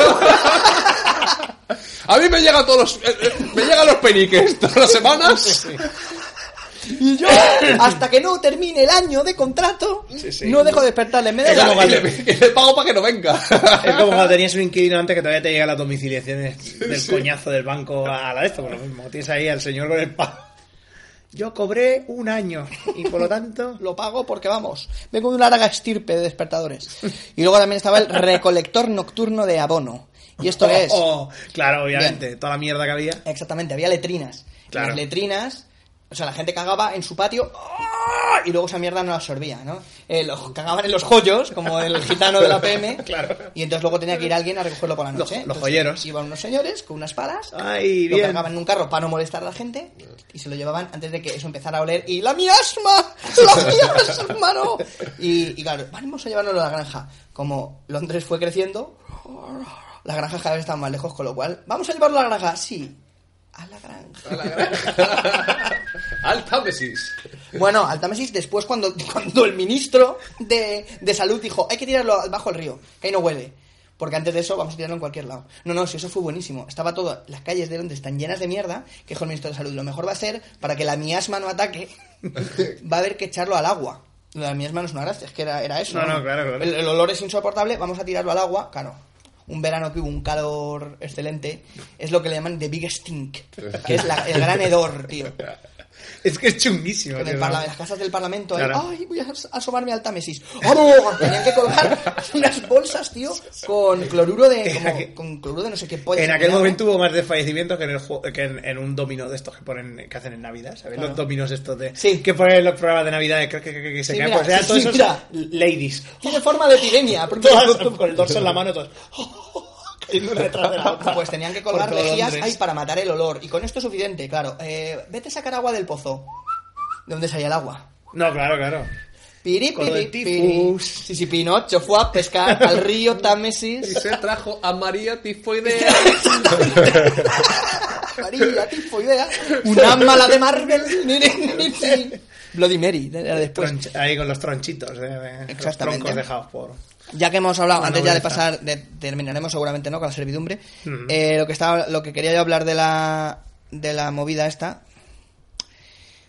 [SPEAKER 5] A mí me llegan todos los, eh, eh, me llegan los peniques todas las semanas.
[SPEAKER 6] Y yo, hasta que no termine el año de contrato,
[SPEAKER 4] Sí, sí.
[SPEAKER 6] no dejo de despertarle. En vez de
[SPEAKER 5] Y
[SPEAKER 4] Es como
[SPEAKER 6] la-
[SPEAKER 5] le, y le pago para que no venga.
[SPEAKER 4] Es como cuando tenías un inquilino antes que todavía te llega las domiciliaciones del coñazo del banco a la de esto, por lo mismo. Tienes ahí al señor con el palo. Yo cobré un año y por lo tanto.
[SPEAKER 6] lo pago porque vamos, vengo de una larga estirpe de despertadores. Y luego también estaba el recolector nocturno de abono. ¿Y esto qué es?
[SPEAKER 4] Oh, claro, obviamente.
[SPEAKER 6] Bien.
[SPEAKER 4] Toda la mierda que había.
[SPEAKER 6] Exactamente, había letrinas.
[SPEAKER 4] Claro.
[SPEAKER 6] Las letrinas, o sea, la gente cagaba en su patio ¡ah! y luego esa mierda no la absorbía, ¿no? Eh, lo- cagaban en los joyos, como el gitano de la PM.
[SPEAKER 4] Claro.
[SPEAKER 6] Y entonces luego tenía que ir alguien a recogerlo por la noche.
[SPEAKER 4] Los- los
[SPEAKER 6] Entonces,
[SPEAKER 4] joyeros.
[SPEAKER 6] Iban unos señores con unas palas.
[SPEAKER 4] Ay,
[SPEAKER 6] lo
[SPEAKER 4] bien.
[SPEAKER 6] cargaban en un carro para no molestar a la gente y se lo llevaban antes de que eso empezara a oler y la miasma la miasma no y, y claro vamos a llevárnoslo a la granja como Londres fue creciendo las granjas cada vez están más lejos con lo cual vamos a llevarlo a la granja sí a la granja
[SPEAKER 5] Alta mesis.
[SPEAKER 6] bueno Altamesis después cuando, cuando el ministro de, de salud dijo hay que tirarlo bajo el río que ahí no huele porque antes de eso vamos a tirarlo en cualquier lado. No, no, si eso fue buenísimo. Estaba todo, las calles de Londres están llenas de mierda, que dijo el ministro de salud, lo mejor va a ser, para que la miasma no ataque, va a haber que echarlo al agua. Lo de La miasma no es una gracia, es que era, era eso.
[SPEAKER 4] No, no, claro, claro.
[SPEAKER 6] El- el olor es insoportable, vamos a tirarlo al agua, claro. Un verano que hubo un calor excelente, es lo que le llaman the big stink, que es la- el gran hedor, tío.
[SPEAKER 4] Es que es chunguísimo.
[SPEAKER 6] En, el
[SPEAKER 4] tío.
[SPEAKER 6] parla- en las casas del Parlamento, ahí,
[SPEAKER 4] Claro.
[SPEAKER 6] ay, voy a as- asomarme al Támesis. ¡Vamos! Tenían que colgar unas bolsas, tío, con cloruro de.
[SPEAKER 4] En
[SPEAKER 6] como-
[SPEAKER 4] aquel-
[SPEAKER 6] con cloruro de no sé qué polla.
[SPEAKER 4] En
[SPEAKER 6] se
[SPEAKER 4] aquel
[SPEAKER 6] llama.
[SPEAKER 4] momento hubo más desfallecimientos que en, el ju- que en, en un domino de estos que ponen que hacen en Navidad, ¿sabes?
[SPEAKER 6] Claro.
[SPEAKER 4] Los dominos estos de
[SPEAKER 6] Sí.
[SPEAKER 4] que ponen en los programas de Navidad de crack, que, que, que, que se
[SPEAKER 6] Sí,
[SPEAKER 4] caen.
[SPEAKER 6] mira,
[SPEAKER 4] Pues eran
[SPEAKER 6] sí,
[SPEAKER 4] todos
[SPEAKER 6] sí,
[SPEAKER 4] esos
[SPEAKER 6] mira.
[SPEAKER 4] ladies.
[SPEAKER 6] Tiene forma de epidemia. porque-
[SPEAKER 4] Todas con el dorso en la mano, todos. cayendo una detrás de la otra.
[SPEAKER 6] Pues tenían que colgar
[SPEAKER 4] Por todo
[SPEAKER 6] rejillas
[SPEAKER 4] Londres.
[SPEAKER 6] ahí para matar el olor. Y con esto es suficiente, claro. Eh, vete a sacar agua del pozo. ¿De dónde salía el agua?
[SPEAKER 4] No, claro, claro.
[SPEAKER 6] Piri,
[SPEAKER 4] Con lo
[SPEAKER 6] piri,
[SPEAKER 4] del
[SPEAKER 6] piri.
[SPEAKER 4] tifus.
[SPEAKER 6] Sí, sí, Pinocho fue a pescar al río Támesis.
[SPEAKER 5] se trajo a María Tifoidea.
[SPEAKER 6] Amarilla, tipo idea. Una mala de Marvel. Ni, ni, ni, ni. Bloody Mary, de- de- después.
[SPEAKER 4] Tronch- ahí con los tronchitos, de, de- los
[SPEAKER 6] Pues Exactamente.
[SPEAKER 4] troncos dejados por.
[SPEAKER 6] Ya que hemos hablado,
[SPEAKER 4] Una
[SPEAKER 6] antes ya de
[SPEAKER 4] nobleza.
[SPEAKER 6] pasar, de- terminaremos seguramente no con la servidumbre.
[SPEAKER 4] Ujú.
[SPEAKER 6] Eh, lo que estaba, lo que quería yo hablar de la de la movida esta.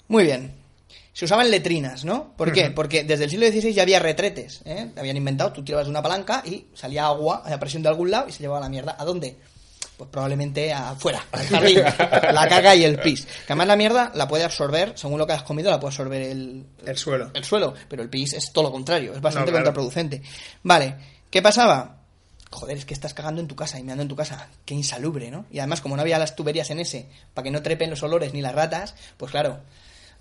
[SPEAKER 6] Muy bien. Se usaban letrinas, ¿no? ¿Por qué? Porque desde el siglo XVI ya había retretes. ¿eh? Habían inventado, tú tirabas de una palanca y salía agua a la presión de algún lado y se llevaba la mierda. ¿A dónde? Pues probablemente afuera, al jardín, la caca y el pis. Que además la mierda la puede absorber, según lo que has comido, la puede absorber el,
[SPEAKER 4] El suelo.
[SPEAKER 6] el suelo, pero el pis es todo lo contrario, es bastante
[SPEAKER 4] No, claro.
[SPEAKER 6] contraproducente. Vale, ¿qué pasaba? Joder, es que estás cagando en tu casa y meando en tu casa. Qué insalubre, ¿no? Y además, como no había las tuberías en ese, para que no trepen los olores ni las ratas, pues claro.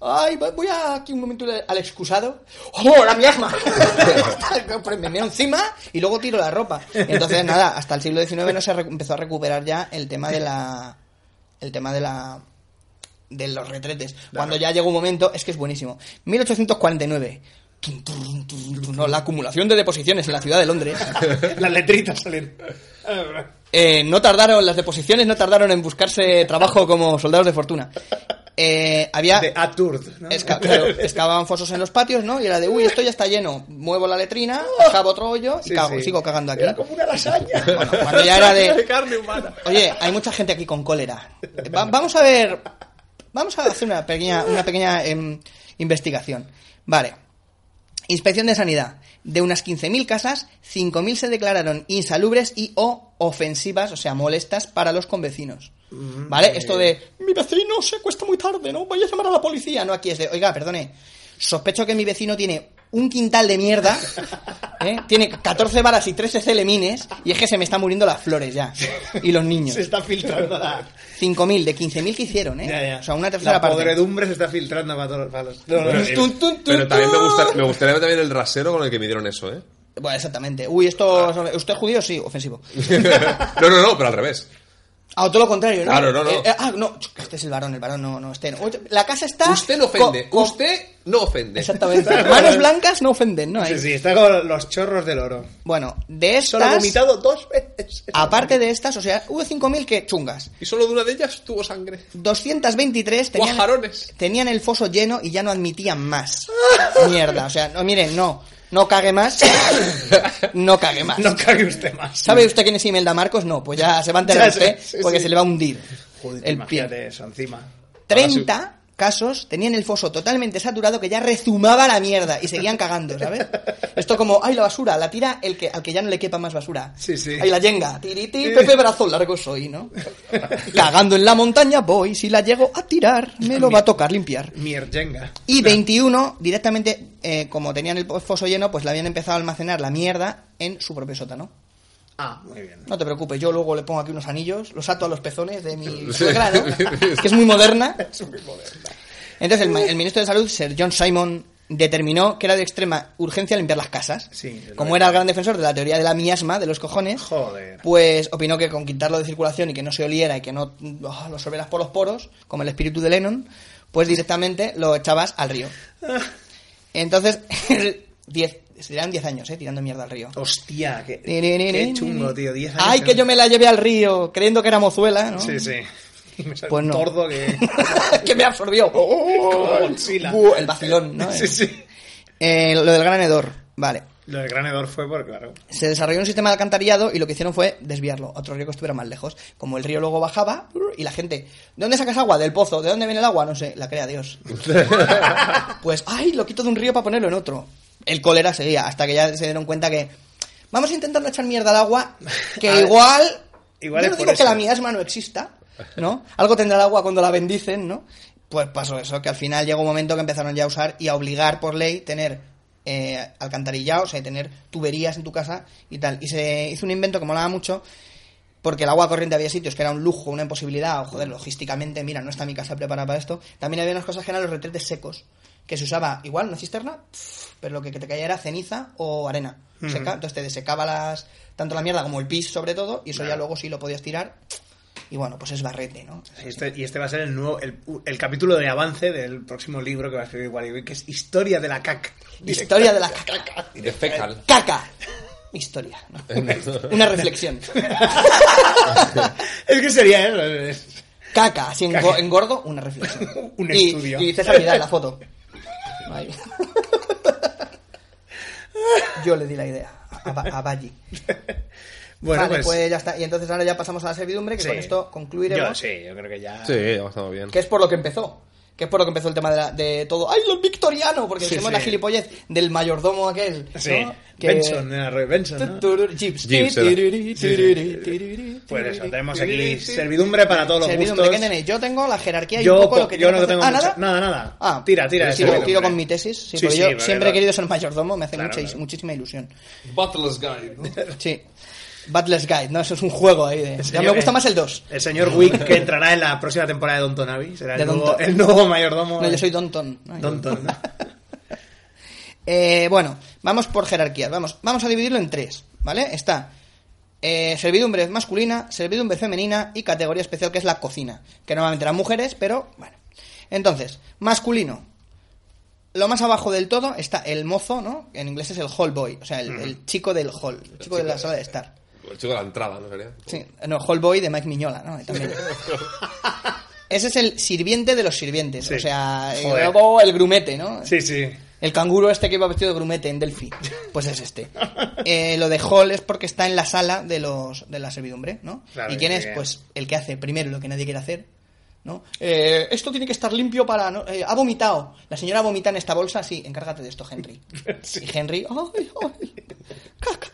[SPEAKER 6] Ay, va- voy a- aquí un momento al excusado. ¡Oh, la mi asma! me meo encima y luego tiro la ropa. Entonces, nada, hasta el siglo XIX no se re- empezó a recuperar ya el tema de la. El tema de la. De los retretes. Cuando ya llegó un momento, es que es buenísimo. 1849. Tun, turun, turun, turun, no, la acumulación de deposiciones en la ciudad de Londres.
[SPEAKER 4] Las letritas salen.
[SPEAKER 6] Eh, no tardaron, las deposiciones no tardaron en buscarse trabajo como soldados de fortuna. Eh, había.
[SPEAKER 4] De Aturd, ¿no?
[SPEAKER 6] Esca- claro, excavaban fosos en los patios, ¿no? Y era de, uy, esto ya está lleno. Muevo la letrina, excavo otro hoyo y
[SPEAKER 4] Sí,
[SPEAKER 6] cago,
[SPEAKER 4] sí.
[SPEAKER 6] sigo cagando aquí.
[SPEAKER 4] Era como una lasaña.
[SPEAKER 6] Bueno, cuando ya era de,
[SPEAKER 4] carne humana.
[SPEAKER 6] oye, hay mucha gente aquí con cólera. Va- vamos a ver, vamos a hacer una pequeña, una pequeña em, investigación. Vale. Inspección de Sanidad. De unas 15.000 casas, 5.000 se declararon insalubres y o ofensivas, o sea, molestas para los convecinos.
[SPEAKER 4] Mm, eh,
[SPEAKER 6] ¿Vale? Esto de, mi vecino se cuesta muy tarde, ¿no? Vaya a llamar a la policía. No, aquí es de, oiga, perdone, sospecho que mi vecino tiene un quintal de mierda, ¿eh? tiene 14 varas y 13 celemines, y es que se me están muriendo las flores ya, y los niños.
[SPEAKER 4] Se está filtrando la.
[SPEAKER 6] 5.000 de 15.000 que hicieron, ¿eh?
[SPEAKER 4] Ya, ya.
[SPEAKER 6] O sea, una tercera
[SPEAKER 4] la eh,
[SPEAKER 6] parte.
[SPEAKER 4] podredumbre se está filtrando para todos para los.
[SPEAKER 5] Pero, eh,
[SPEAKER 6] Tun, tun, tun,
[SPEAKER 5] pero también me,
[SPEAKER 6] tun.
[SPEAKER 5] gusta- me gustaría ver también el rasero con el que midieron eso, ¿eh?
[SPEAKER 6] Bueno, exactamente. Uy,
[SPEAKER 4] Ah.
[SPEAKER 6] esto... ¿Usted es judío? Sí, ofensivo.
[SPEAKER 5] no, no, no, pero al revés.
[SPEAKER 6] Ah, todo lo contrario, ¿no?
[SPEAKER 5] Claro, no, no.
[SPEAKER 6] Eh, eh, ah, no, ch- este es el varón, el varón no, no, este no. Oye, La casa está...
[SPEAKER 5] Usted no ofende.
[SPEAKER 6] co- co-
[SPEAKER 5] Usted no ofende.
[SPEAKER 6] Exactamente. Manos blancas no ofenden, ¿no? Ahí.
[SPEAKER 4] Sí, sí, está con los chorros del oro.
[SPEAKER 6] Bueno, de
[SPEAKER 4] Solo ha
[SPEAKER 6] estas...
[SPEAKER 4] vomitado dos veces.
[SPEAKER 6] Aparte de estas, o sea, hubo 5.000 que chungas.
[SPEAKER 5] Y solo de una de ellas tuvo sangre.
[SPEAKER 6] 223 tenían,
[SPEAKER 5] Guajarones.
[SPEAKER 6] tenían el foso lleno y ya no admitían más. Mierda, o sea, no, miren, no. No cague más. No cague más.
[SPEAKER 4] No cague usted más.
[SPEAKER 6] ¿Sabe usted quién es Imelda Marcos? No, pues ya se va a
[SPEAKER 4] Ya
[SPEAKER 6] enterar
[SPEAKER 4] sé,
[SPEAKER 6] usted
[SPEAKER 4] sí,
[SPEAKER 6] porque
[SPEAKER 4] sí.
[SPEAKER 6] se le va a hundir
[SPEAKER 4] Joder,
[SPEAKER 6] el pie.
[SPEAKER 4] imagínate eso encima.
[SPEAKER 6] 30 casos tenían el foso totalmente saturado que ya rezumaba la mierda y seguían cagando, ¿sabes? Esto como, ay, la basura, la tira el que, al que ya no le quepa más basura.
[SPEAKER 4] Sí, sí.
[SPEAKER 6] Ay, la yenga, tiriti, Pepe brazo largo soy, ¿no? Cagando en la montaña voy, si la llego a tirar, me lo va a tocar limpiar.
[SPEAKER 4] Mierjenga.
[SPEAKER 6] Y 21 directamente, eh, como tenían el foso lleno, pues la habían empezado a almacenar la mierda en su propio sótano.
[SPEAKER 4] Ah, muy bien.
[SPEAKER 6] No te preocupes, yo luego le pongo aquí unos anillos, los ato a los pezones de mi suegra, ¿no? que es muy moderna. Entonces, el, ma- el ministro de Salud, Sir John Simon, determinó que era de extrema urgencia limpiar las casas.
[SPEAKER 4] Sí, es
[SPEAKER 6] Como
[SPEAKER 4] verdad.
[SPEAKER 6] era el gran defensor de la teoría de la miasma, de los cojones,
[SPEAKER 4] Joder.
[SPEAKER 6] pues opinó que con quitarlo de circulación y que no se oliera y que no oh, lo sorberas por los poros, como el espíritu de Lennon, pues directamente lo echabas al río.
[SPEAKER 4] Ah.
[SPEAKER 6] Entonces, 10 serán 10 años, ¿eh? Tirando mierda al río.
[SPEAKER 4] Hostia, qué,
[SPEAKER 6] Ni, ni, ni,
[SPEAKER 4] qué
[SPEAKER 6] ni,
[SPEAKER 4] chungo,
[SPEAKER 6] ni.
[SPEAKER 4] tío. 10 años.
[SPEAKER 6] Ay, que yo me la llevé al río creyendo que era mozuela, ¿no?
[SPEAKER 4] Sí, sí. Y me sale
[SPEAKER 6] Pues
[SPEAKER 4] un
[SPEAKER 6] no.
[SPEAKER 4] tordo que.
[SPEAKER 6] que me absorbió.
[SPEAKER 4] Como Godzilla.
[SPEAKER 6] Uh, el vacilón, ¿no?
[SPEAKER 4] Sí, sí.
[SPEAKER 6] Eh, lo del gran hedor, vale.
[SPEAKER 4] Lo del gran hedor fue por, claro.
[SPEAKER 6] Se desarrolló un sistema de alcantarillado y lo que hicieron fue desviarlo a otro río que estuviera más lejos. Como el río luego bajaba y la gente, ¿de dónde sacas agua? Del pozo. ¿De dónde viene el agua? No sé, la crea Dios. pues, ay, lo quito de un río para ponerlo en otro. El cólera seguía hasta que ya se dieron cuenta que vamos a intentar no echar mierda al agua, que
[SPEAKER 4] A ver,
[SPEAKER 6] igual...
[SPEAKER 4] igual
[SPEAKER 6] yo
[SPEAKER 4] es
[SPEAKER 6] no
[SPEAKER 4] por
[SPEAKER 6] digo que
[SPEAKER 4] eso.
[SPEAKER 6] la miasma no exista, ¿no? Algo tendrá el agua cuando la bendicen, ¿no? Pues pasó eso, que al final llegó un momento que empezaron ya a usar y a obligar por ley tener eh, alcantarillados, o sea, tener tuberías en tu casa y tal. Y se hizo un invento que molaba mucho, porque el agua corriente había sitios que era un lujo, una imposibilidad, o joder, logísticamente, mira, no está mi casa preparada para esto. También había unas cosas que eran los retretes secos, que se usaba igual una cisterna, pf, pero lo que te caía era ceniza o arena seca, entonces te desecaba las, tanto la mierda como el pis sobre todo, y eso ya luego sí lo podías tirar, y bueno, pues es barrete, ¿no?
[SPEAKER 4] Sí, este- y este va a ser el nuevo el, el capítulo de avance del próximo libro que va a escribir Wally, que es Historia de la CAC.
[SPEAKER 6] Historia de la caca.
[SPEAKER 5] Y de fecal.
[SPEAKER 6] Caca. Historia. ¿no?
[SPEAKER 5] Eh,
[SPEAKER 6] Una reflexión.
[SPEAKER 4] es que sería eso. es-
[SPEAKER 6] Caca, así en, go- en gordo, una reflexión.
[SPEAKER 4] Un
[SPEAKER 6] y,
[SPEAKER 4] estudio.
[SPEAKER 6] Y César Vidal, la foto. Ahí. Yo le di la idea a, Ba- a Baggi.
[SPEAKER 4] Bueno,
[SPEAKER 6] vale,
[SPEAKER 4] pues.
[SPEAKER 6] pues... ya está. Y entonces ahora ya pasamos a la servidumbre, que
[SPEAKER 4] sí.
[SPEAKER 6] con esto concluiremos.
[SPEAKER 4] Yo, sí, yo creo que ya.
[SPEAKER 5] Sí, ya estado bien.
[SPEAKER 6] Que es por lo que empezó. Que es por lo que empezó el tema de, la- de todo. ¡Ay, los victorianos! Porque
[SPEAKER 4] Sí,
[SPEAKER 6] hicimos
[SPEAKER 4] sí.
[SPEAKER 6] la gilipollez del mayordomo aquel. ¿no?
[SPEAKER 4] Sí.
[SPEAKER 6] Que-
[SPEAKER 4] Benson, era Roy Benson. ¿no?
[SPEAKER 6] Tururú, Jeeps.
[SPEAKER 5] Jeeps, era.
[SPEAKER 6] Tirurú, tirurú, tirurú,
[SPEAKER 4] Pues eso,
[SPEAKER 6] tirurú,
[SPEAKER 4] tenemos
[SPEAKER 6] tirurú,
[SPEAKER 4] aquí
[SPEAKER 6] tirurú.
[SPEAKER 4] servidumbre para todos los
[SPEAKER 6] Servidumbre, ¿qué
[SPEAKER 4] gustos.
[SPEAKER 6] tenéis? Yo tengo la jerarquía y
[SPEAKER 4] Yo
[SPEAKER 6] un poco lo
[SPEAKER 4] po-
[SPEAKER 6] que
[SPEAKER 4] yo
[SPEAKER 6] tengo
[SPEAKER 4] no
[SPEAKER 6] que
[SPEAKER 4] tengo
[SPEAKER 6] hacer.
[SPEAKER 4] mucho-
[SPEAKER 6] Ah, nada.
[SPEAKER 4] nada, nada.
[SPEAKER 6] Ah,
[SPEAKER 4] Tira, tira,
[SPEAKER 6] pues
[SPEAKER 4] de
[SPEAKER 6] Tiro,
[SPEAKER 4] servidumbre.
[SPEAKER 6] tiro con mi tesis. Sí,
[SPEAKER 4] Sí,
[SPEAKER 6] porque
[SPEAKER 4] sí,
[SPEAKER 6] yo
[SPEAKER 4] porque
[SPEAKER 6] siempre he
[SPEAKER 4] claro.
[SPEAKER 6] querido ser mayordomo, me hace
[SPEAKER 4] Claro,
[SPEAKER 6] muchis-
[SPEAKER 4] claro.
[SPEAKER 6] muchísima ilusión.
[SPEAKER 5] Butler's Guide.
[SPEAKER 6] Sí. Battles Guide, ¿no? Eso es un juego ahí. De...
[SPEAKER 4] eh.
[SPEAKER 6] Ya me gusta más el 2.
[SPEAKER 4] El señor Wick que entrará en la próxima temporada de Don Tonavi. Será
[SPEAKER 6] De
[SPEAKER 4] el
[SPEAKER 6] Don
[SPEAKER 4] nuevo,
[SPEAKER 6] Ton.
[SPEAKER 4] el nuevo mayordomo.
[SPEAKER 6] No, yo soy Donton. ¿no?
[SPEAKER 4] Don Ton, ¿no?
[SPEAKER 6] Eh, bueno, vamos por jerarquías. Vamos, vamos a dividirlo en tres, ¿vale? Está eh, servidumbre masculina, servidumbre femenina y categoría especial que es la cocina. Que normalmente eran mujeres, pero bueno. Entonces, masculino. Lo más abajo del todo está el mozo, ¿no? En inglés es el hall boy, o sea, el, el chico del hall, Mm. el chico de la sala de estar.
[SPEAKER 5] El chico de Pues la entrada, ¿no sería?
[SPEAKER 6] Sí, no, hall boy de Mike Miñola, ¿no? También. Ese es el sirviente de los sirvientes,
[SPEAKER 4] Sí.
[SPEAKER 6] o sea, y
[SPEAKER 4] Joder.
[SPEAKER 6] luego el grumete, ¿no?
[SPEAKER 4] Sí, sí.
[SPEAKER 6] El canguro este que iba vestido de grumete en Delphi. Pues es este. Eh, lo de Hall es porque está en la sala de los de la servidumbre, ¿no?
[SPEAKER 4] Claro,
[SPEAKER 6] ¿Y quién
[SPEAKER 4] que-
[SPEAKER 6] es? Pues el que hace primero lo que nadie quiere hacer, ¿no? Eh, esto tiene que estar limpio para... ¿no? Eh, ha vomitado. La señora vomita en esta bolsa. Sí, encárgate de esto, Henry. Y Henry... ¡Ay, ay! ¡Caca!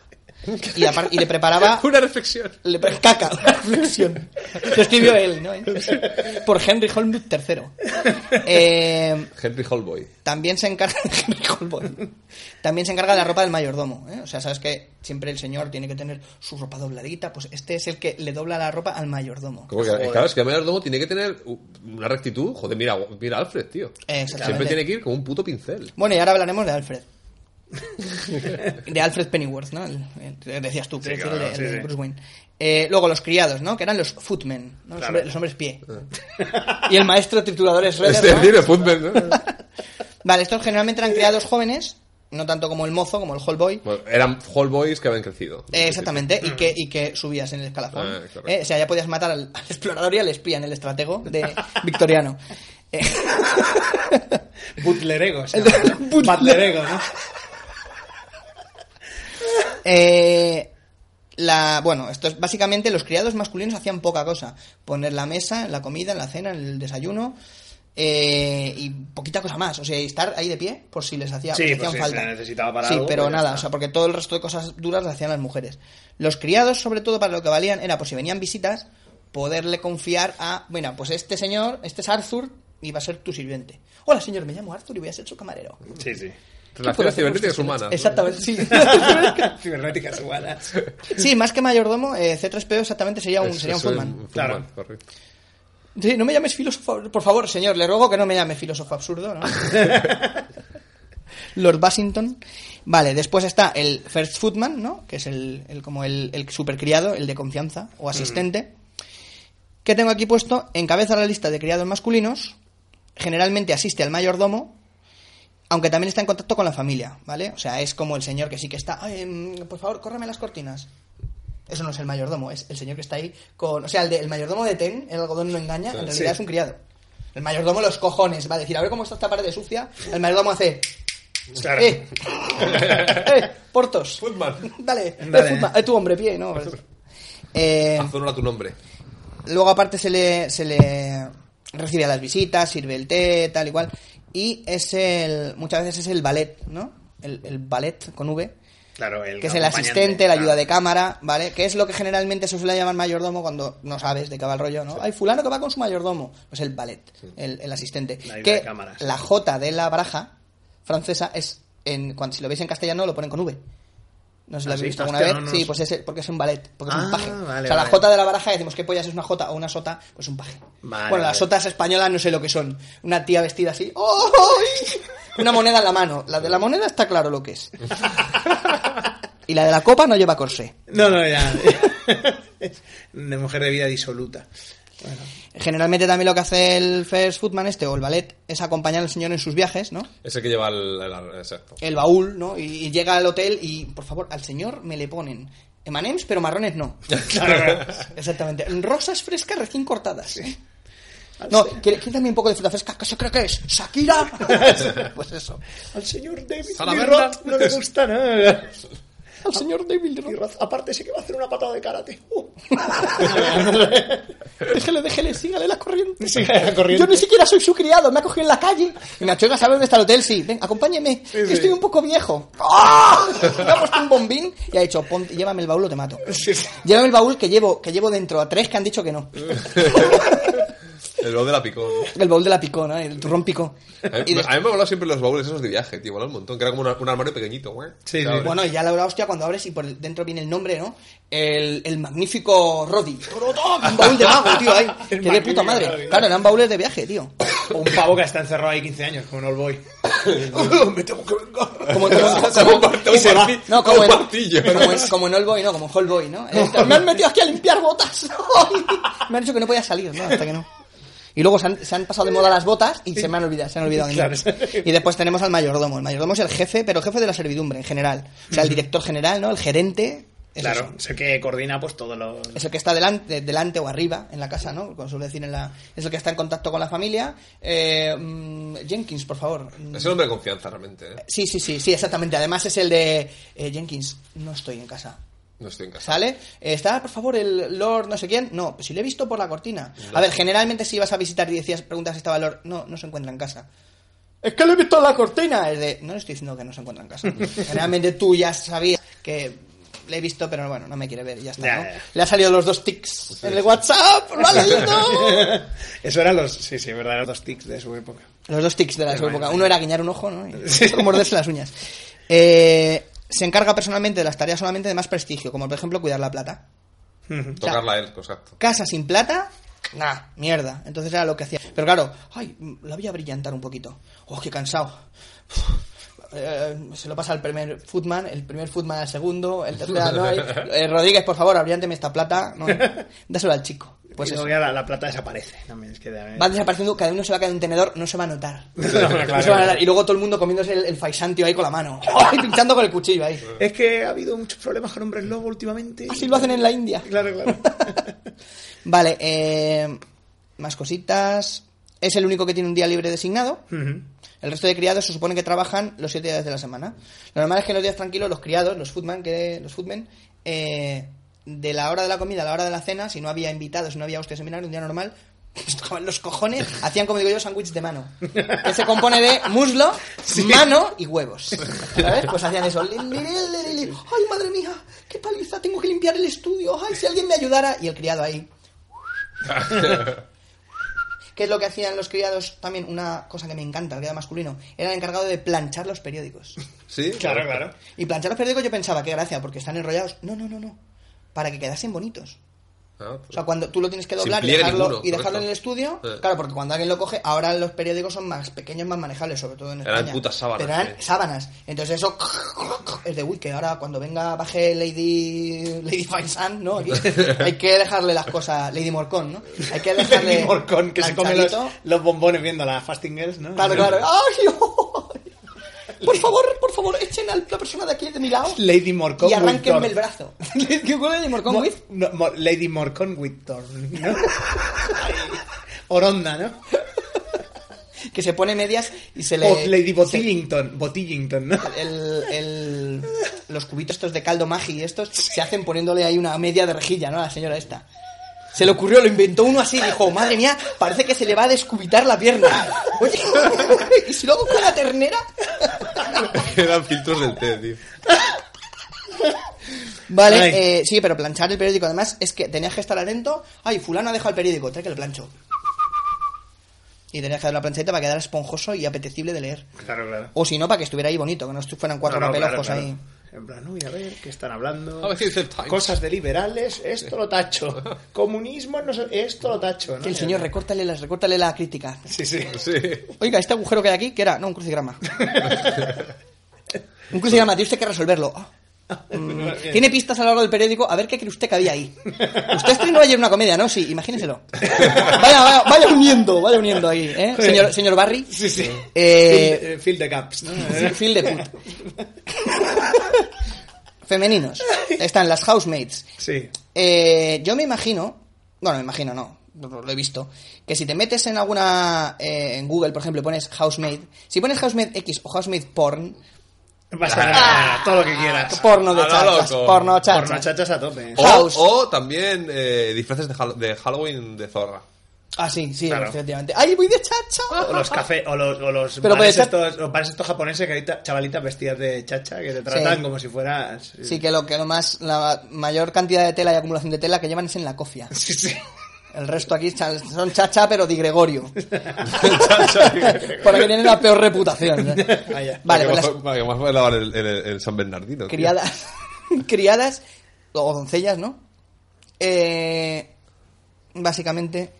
[SPEAKER 6] Y, apar- y le preparaba...
[SPEAKER 5] Una reflexión.
[SPEAKER 6] Le pre- caca, una reflexión. Lo escribió él, ¿no? ¿Eh? Por Henry Holmwood III. Eh,
[SPEAKER 5] Henry Holboy.
[SPEAKER 6] también se encarga Henry Holborn. También se encarga de la ropa del mayordomo. ¿eh? O sea, sabes que siempre el señor tiene que tener su ropa dobladita. Pues este es el que le dobla la ropa al mayordomo.
[SPEAKER 5] Como que, claro, es que el mayordomo tiene que tener una rectitud. Joder, mira, mira Alfred, tío.
[SPEAKER 6] Exactamente.
[SPEAKER 5] Siempre tiene que ir con un puto pincel.
[SPEAKER 6] Bueno, y ahora hablaremos de Alfred. de Alfred Pennyworth, ¿no? El- el- el- decías tú, quiero
[SPEAKER 4] claro,
[SPEAKER 6] decir, el de- el
[SPEAKER 4] sí,
[SPEAKER 6] de
[SPEAKER 4] sí.
[SPEAKER 6] Bruce Wayne. Eh, luego los criados, ¿no? Que eran los footmen, ¿no? los,
[SPEAKER 4] Claro.
[SPEAKER 6] hombres, los hombres pie. y el maestro titulador es Redder,
[SPEAKER 5] Ah. Es
[SPEAKER 6] ¿no?
[SPEAKER 5] decir, el fútbol, ¿no?
[SPEAKER 6] Vale, estos generalmente eran criados jóvenes, no tanto como el mozo, como el hallboy.
[SPEAKER 5] Bueno, Pues eran Holboys que habían crecido.
[SPEAKER 6] Eh, exactamente, y que, y que subías en el escalafón.
[SPEAKER 5] Ah, correcto.
[SPEAKER 6] Eh, o sea, ya podías matar al, al explorador y al espía en el estratego de Victoriano. Eh,
[SPEAKER 4] Butlerego. se llama, ¿no?
[SPEAKER 6] Butler-
[SPEAKER 4] Butlerego, ¿no?
[SPEAKER 6] eh, la, bueno, esto es básicamente los criados masculinos hacían poca cosa. Poner la mesa, la comida, la cena, el desayuno eh, y poquita cosa más. O sea, y estar ahí de pie por si les hacía
[SPEAKER 4] Sí,
[SPEAKER 6] les
[SPEAKER 4] por
[SPEAKER 6] hacían
[SPEAKER 4] si
[SPEAKER 6] falta.
[SPEAKER 4] se necesitaba para
[SPEAKER 6] sí,
[SPEAKER 4] algo,
[SPEAKER 6] pero
[SPEAKER 4] pues ya
[SPEAKER 6] nada,
[SPEAKER 4] está.
[SPEAKER 6] o sea, porque todo el resto de cosas duras las hacían las mujeres. Los criados, sobre todo, para lo que valían era, pues si venían visitas, poderle confiar a, bueno, pues este señor, este es Arthur y va a ser tu sirviente. Hola, señor, me llamo Arthur y voy a ser su camarero.
[SPEAKER 4] Sí, sí.
[SPEAKER 6] ¿Qué puedo
[SPEAKER 5] Relaciones cibernéticas
[SPEAKER 6] hacer por usted, señor?
[SPEAKER 5] humanas. ¿no?
[SPEAKER 6] Exactamente, sí.
[SPEAKER 4] Cibernéticas humanas.
[SPEAKER 6] sí, más que mayordomo, eh, C3PO exactamente sería un,
[SPEAKER 5] Es-
[SPEAKER 6] sería un
[SPEAKER 5] eso es
[SPEAKER 6] footman.
[SPEAKER 5] Claro.
[SPEAKER 4] Claro.
[SPEAKER 5] correcto.
[SPEAKER 6] Sí, no me llames filósofo, por favor, señor, le ruego que no me llame filósofo absurdo, ¿no? Lord Basington. Vale, después está el First Footman, ¿no? Que es el, el- como el, el supercriado, el de confianza
[SPEAKER 5] Mm.
[SPEAKER 6] o asistente. Que tengo aquí puesto, encabeza la lista de criados masculinos, generalmente asiste al mayordomo, aunque también está en contacto con la familia, ¿vale? O sea, es como el señor que sí que está, "Ay, mm, por favor, córreme las cortinas. Eso no es el mayordomo, es el señor que está ahí con. O sea, el, de- el mayordomo de Ten, el algodón no engaña, en realidad
[SPEAKER 4] Sí.
[SPEAKER 6] es un criado. El mayordomo los cojones, va a decir, a ver cómo está esta pared de sucia. El mayordomo hace.
[SPEAKER 4] Claro.
[SPEAKER 6] ¡Eh! ¡Eh! ¡Portos!
[SPEAKER 5] Footman.
[SPEAKER 6] Dale,
[SPEAKER 4] Dale.
[SPEAKER 6] Eh, footman. Eh, tu hombre, pie, ¿no? Eh,
[SPEAKER 5] Haz honor a tu nombre.
[SPEAKER 6] Luego aparte se le, se le recibe a las visitas, sirve el té, tal y cual. Y es el, muchas veces es el ballet, ¿no? El, el ballet con V,
[SPEAKER 4] Claro, el
[SPEAKER 6] que es el asistente, la ayuda de cámara, ¿vale? Que es lo que generalmente se suele llamar mayordomo cuando no sabes de qué va el rollo, ¿no? Hay fulano que va con su mayordomo, pues el ballet, el, el asistente.
[SPEAKER 4] La ayuda
[SPEAKER 6] que
[SPEAKER 4] de cámara, sí.
[SPEAKER 6] la J de la baraja francesa es, en, cuando, si lo veis en castellano, lo ponen con V. No sé si
[SPEAKER 4] Ah,
[SPEAKER 6] lo habéis
[SPEAKER 4] sí,
[SPEAKER 6] visto alguna
[SPEAKER 4] hostia,
[SPEAKER 6] vez.
[SPEAKER 4] no, no
[SPEAKER 6] Sí,
[SPEAKER 4] sé.
[SPEAKER 6] pues es el- porque es un ballet, porque es un
[SPEAKER 4] Ah,
[SPEAKER 6] paje.
[SPEAKER 4] vale,
[SPEAKER 6] o sea, la
[SPEAKER 4] vale.
[SPEAKER 6] J de la baraja decimos que pollas es una jota o una sota, pues un paje.
[SPEAKER 4] Vale,
[SPEAKER 6] bueno,
[SPEAKER 4] vale.
[SPEAKER 6] las sotas españolas no sé lo que son. Una tía vestida así. ¡ay! Una moneda en la mano. La de la moneda está claro lo que es. Y la de la copa no lleva corsé.
[SPEAKER 4] No, no, ya. de mujer de vida disoluta.
[SPEAKER 6] Generalmente también lo que hace el first footman este o el ballet es acompañar al señor en sus viajes, ¿no?
[SPEAKER 5] Ese que lleva el, el- Exacto.
[SPEAKER 6] El baúl, ¿no? Y, y llega al hotel y, por favor, al señor me le ponen emanems, pero marrones no. Exactamente. Rosas frescas recién cortadas. No, ¿quiere, quiere también un poco de fruta fresca? ¿Qué se cree que es? ¿Shakira? pues eso.
[SPEAKER 4] Al señor David
[SPEAKER 5] Lee Roth
[SPEAKER 4] no le gusta nada.
[SPEAKER 6] Al señor David Roth.
[SPEAKER 4] aparte, sé que va a hacer una patada de karate. Uh.
[SPEAKER 6] Déjele, déjele, sígale la corriente.
[SPEAKER 4] Sígale la corriente.
[SPEAKER 6] Yo ni siquiera soy su criado, me ha cogido en la calle. Y me ha hecho, "Oiga, ¿sabe dónde está el hotel? Sí, ven, acompáñeme, que
[SPEAKER 4] sí.
[SPEAKER 6] estoy un poco viejo. ¡Ah! Me ha puesto un bombín y ha dicho, "Ponte, llévame el baúl o te mato.
[SPEAKER 4] Sí, sí.
[SPEAKER 6] Llévame el baúl que llevo, que llevo dentro a tres que han dicho que no.
[SPEAKER 5] El baúl de la picón.
[SPEAKER 6] El baúl de la picona, el turrón picó.
[SPEAKER 5] A
[SPEAKER 4] Eh,
[SPEAKER 5] mí,
[SPEAKER 6] Y
[SPEAKER 5] a mí me volaban siempre los baúles esos de viaje, tío. Molan un montón. Que era como una- un armario pequeñito, güey.
[SPEAKER 4] Sí, sí.
[SPEAKER 5] Claro.
[SPEAKER 6] Bueno, y ya la hora hostia cuando abres y por dentro viene el nombre, ¿no? El, el magnífico Roddy. ¡Torotón! Un baúl de mago, tío, ahí.
[SPEAKER 4] El
[SPEAKER 6] Que de
[SPEAKER 4] magnífico
[SPEAKER 6] puta
[SPEAKER 4] Roddy.
[SPEAKER 6] madre. Claro, eran baúles de viaje, tío.
[SPEAKER 4] O un pavo que está encerrado ahí 15 años, como un old boy.
[SPEAKER 5] me tengo que vengar.
[SPEAKER 6] Como,
[SPEAKER 5] Saca un mar-
[SPEAKER 6] y se
[SPEAKER 5] un
[SPEAKER 6] va.
[SPEAKER 5] martillo.
[SPEAKER 6] No, como
[SPEAKER 5] Un
[SPEAKER 6] en,
[SPEAKER 5] martillo.
[SPEAKER 6] como en- como en Oldboy, no, como en Hallboy, ¿no? Este, me han metido aquí a limpiar botas. me han dicho que no podía salir, ¿no? Hasta que no. Y luego se han, se han pasado de moda las botas y se me han olvidado, se han olvidado. de mí.
[SPEAKER 4] Claro.
[SPEAKER 6] Y después tenemos al mayordomo. El mayordomo es el jefe, pero el jefe de la servidumbre en general. O sea, el director general, ¿no? El gerente. es eso.
[SPEAKER 4] Claro, es el que coordina pues todos los...
[SPEAKER 6] Es el que está delante, delante o arriba en la casa, ¿no? Como suele decir en la... Es el que está en contacto con la familia. Eh, mm, Jenkins, por favor. Mm,
[SPEAKER 5] Es un hombre de confianza, realmente. ¿eh?
[SPEAKER 6] Sí, sí, sí, sí, exactamente. Además es el de eh, Jenkins. No estoy en casa.
[SPEAKER 5] No estoy en casa.
[SPEAKER 6] ¿Sale? Eh, ¿Está, por favor, el Lord no sé quién? No, pues si lo he visto por la cortina. A ver, generalmente si ibas a visitar y decías, preguntas si estaba el Lord, no, no se encuentra en casa. Es que lo he visto en la cortina. Es de, no le estoy diciendo que no se encuentra en casa. generalmente tú ya sabías que le he visto, pero bueno, no me quiere ver y ya está,
[SPEAKER 4] Ya,
[SPEAKER 6] ¿no?
[SPEAKER 4] ya.
[SPEAKER 6] Le ha salido los dos tics en el WhatsApp, lo ha leído.
[SPEAKER 4] Eso eran los... Sí, sí, verdad, los dos tics de su época.
[SPEAKER 6] Los dos tics de la su época.
[SPEAKER 4] vale.
[SPEAKER 6] Uno era guiñar un ojo, ¿no? Y otro morderse las uñas. Eh, se encarga personalmente de las tareas solamente de más prestigio, como por ejemplo cuidar la plata.
[SPEAKER 5] Tocarla a él, exacto.
[SPEAKER 6] Casa sin plata, nah, mierda. Entonces era lo que hacía. Pero claro, ay, la voy a brillantar un poquito. Oh, qué cansado. Uf, eh, se lo pasa al primer footman, el primer footman al segundo, el tercero, ¿no? Eh, Rodríguez, por favor, abríanteme esta plata. No, dáselo al chico. Pues
[SPEAKER 4] Pues
[SPEAKER 6] eso.
[SPEAKER 4] la, la plata desaparece también, es que... de-
[SPEAKER 6] Va desapareciendo, cada uno se va a quedar en un tenedor, no se va a notar.
[SPEAKER 4] No, claro,
[SPEAKER 6] No se va a notar. Y luego todo el mundo comiéndose el, el faisantio ahí con la mano. Y pinchando con el cuchillo ahí.
[SPEAKER 4] Es que ha habido muchos problemas con hombres lobo últimamente.
[SPEAKER 6] Así Ah, lo hacen en la India.
[SPEAKER 4] Claro, claro.
[SPEAKER 6] Vale, eh, más cositas. Es el único que tiene un día libre designado.
[SPEAKER 4] Ujú.
[SPEAKER 6] El resto de criados se supone que trabajan los siete días de la semana. Lo normal es que en los días tranquilos los criados, los footman, que los footmen, eh, de la hora de la comida a la hora de la cena, si no había invitados, si no había hostias seminario, un día normal, les tocaban los cojones, hacían como digo yo sándwich de mano. Que se compone de muslo, mano y huevos. ¿Sabes? Pues hacían eso. Li, li, li, li, li. Ay, madre mía, qué paliza, tengo que limpiar el estudio. Ay, si alguien me ayudara. Y el criado ahí. ¿Qué es lo que hacían los criados? También una cosa que me encanta, el criado masculino. Era el encargado de planchar los periódicos.
[SPEAKER 5] ¿Sí? Ah,
[SPEAKER 4] Claro, claro.
[SPEAKER 6] Y planchar los periódicos yo pensaba, qué gracia, porque están enrollados. No, no, no, no. Para que quedasen bonitos.
[SPEAKER 5] Ah, pues-
[SPEAKER 6] O sea, cuando tú lo tienes que
[SPEAKER 5] Sin
[SPEAKER 6] doblar y
[SPEAKER 5] pliegue
[SPEAKER 6] dejarlo,
[SPEAKER 5] ninguno,
[SPEAKER 6] y dejarlo
[SPEAKER 5] correcto.
[SPEAKER 6] en el estudio,
[SPEAKER 5] Eh.
[SPEAKER 6] claro, porque cuando alguien lo coge, ahora los periódicos son más pequeños, más manejables, sobre todo en
[SPEAKER 5] Eran
[SPEAKER 6] España.
[SPEAKER 5] putas sábanas,
[SPEAKER 6] Pero eran
[SPEAKER 5] sí.
[SPEAKER 6] sábanas. Entonces eso es de, uy, que ahora cuando venga, baje Lady Lady Faisán, ¿no? Aquí hay que dejarle las cosas, Lady Morcón, ¿no? Hay que dejarle...
[SPEAKER 4] Lady Morcón, que se come los,
[SPEAKER 6] planchadito.
[SPEAKER 4] los bombones viendo las Fasting Girls, ¿no?
[SPEAKER 6] Claro, claro. ¡Ay, ay! Por favor, por favor, echen a la persona de aquí de mi lado
[SPEAKER 4] Lady Morcón
[SPEAKER 6] y arránquenme
[SPEAKER 4] with
[SPEAKER 6] el brazo. ¿Qué huele de Morcón
[SPEAKER 4] Mo-
[SPEAKER 6] with?
[SPEAKER 4] no, mo- Lady Morcón with Thorn, ¿no? Oronda, ¿no?
[SPEAKER 6] Que se pone medias y se
[SPEAKER 4] O
[SPEAKER 6] le...
[SPEAKER 4] Lady
[SPEAKER 6] se-
[SPEAKER 4] Botillington, Botillington, ¿no?
[SPEAKER 6] el, el- los cubitos estos de caldo magi estos se hacen poniéndole ahí una media de rejilla, ¿no? A la señora esta. Se le ocurrió, lo inventó uno así, dijo, madre mía, parece que se le va a descubitar la pierna. Oye, ¿y si lo hago con la ternera?
[SPEAKER 5] Eran pues, filtros del té, tío.
[SPEAKER 4] Ay.
[SPEAKER 6] Vale, eh, sí, pero planchar el periódico, además, es que tenías que estar atento. Ay, fulano ha dejado el periódico, trae que lo plancho. Y tenías que dar la plancheta para quedar esponjoso y apetecible de leer.
[SPEAKER 4] Claro, claro.
[SPEAKER 6] O si no, para que estuviera ahí bonito, que no estu- fueran cuatro
[SPEAKER 4] No, no,
[SPEAKER 6] papelojos
[SPEAKER 4] claro,
[SPEAKER 6] ahí.
[SPEAKER 4] claro. En plan, uy, a ver, ¿qué están hablando?
[SPEAKER 5] A ver qué dice el Times.
[SPEAKER 4] Cosas de liberales, esto lo tacho. Comunismo, no sé, esto lo tacho, ¿no?
[SPEAKER 6] Que el señor, recórtale, las, recórtale la crítica.
[SPEAKER 4] Sí, sí.
[SPEAKER 5] Sí.
[SPEAKER 6] Oiga, este agujero que hay aquí, ¿qué era? No, un crucigrama. un crucigrama, tiene usted que resolverlo. Ah. Tiene pistas a lo largo del periódico, a ver qué cree usted que había ahí. Usted estrenó ayer una comedia, ¿no? Sí, imagínenselo. Vaya, vaya, vaya uniendo, vaya uniendo ahí, ¿eh? Señor, señor Barry.
[SPEAKER 4] Sí, sí.
[SPEAKER 6] Eh,
[SPEAKER 4] Fill, eh, fill the gaps, ¿no?
[SPEAKER 6] Phil de put. Femeninos. Están las housemates.
[SPEAKER 4] Sí.
[SPEAKER 6] Eh, yo me imagino, bueno, me imagino no, lo, lo he visto, que si te metes en alguna, eh, en Google, por ejemplo, y pones housemaid, si pones housemaid X o housemaid porn,
[SPEAKER 4] Vas a todo lo que quieras.
[SPEAKER 6] porno de
[SPEAKER 5] a lo
[SPEAKER 6] chachas,
[SPEAKER 5] loco.
[SPEAKER 6] porno chachas.
[SPEAKER 4] Ah,
[SPEAKER 6] Oh.
[SPEAKER 4] Porno chachas a tope.
[SPEAKER 5] O,
[SPEAKER 6] House.
[SPEAKER 5] o también eh, disfraces de, Hall- de Halloween de zorra.
[SPEAKER 6] Ah, sí, sí,
[SPEAKER 4] Claro. Ah.
[SPEAKER 6] efectivamente. ¡Ay, voy de chacha!
[SPEAKER 4] O los cafés, o los, o los
[SPEAKER 6] Pero
[SPEAKER 4] bares,
[SPEAKER 6] puede ser-
[SPEAKER 4] estos, los bares estos japoneses que hay ta- chavalitas vestidas de chacha que te tratan
[SPEAKER 6] Sí.
[SPEAKER 4] como si fueras...
[SPEAKER 6] Sí, que lo que lo más, la mayor cantidad de tela y acumulación de tela que llevan es en la cofia.
[SPEAKER 4] eh, sí, sí.
[SPEAKER 6] El resto aquí cha- son chacha, pero di Gregorio. Por aquí tienen la peor reputación. ¿eh?
[SPEAKER 4] Vaya.
[SPEAKER 6] Vale,
[SPEAKER 5] Para
[SPEAKER 6] pues
[SPEAKER 5] que
[SPEAKER 6] las
[SPEAKER 5] más- para que más pueda lavar el, el- el San Bernardino. tío.
[SPEAKER 6] criadas, criadas o doncellas, ¿no? Eh, básicamente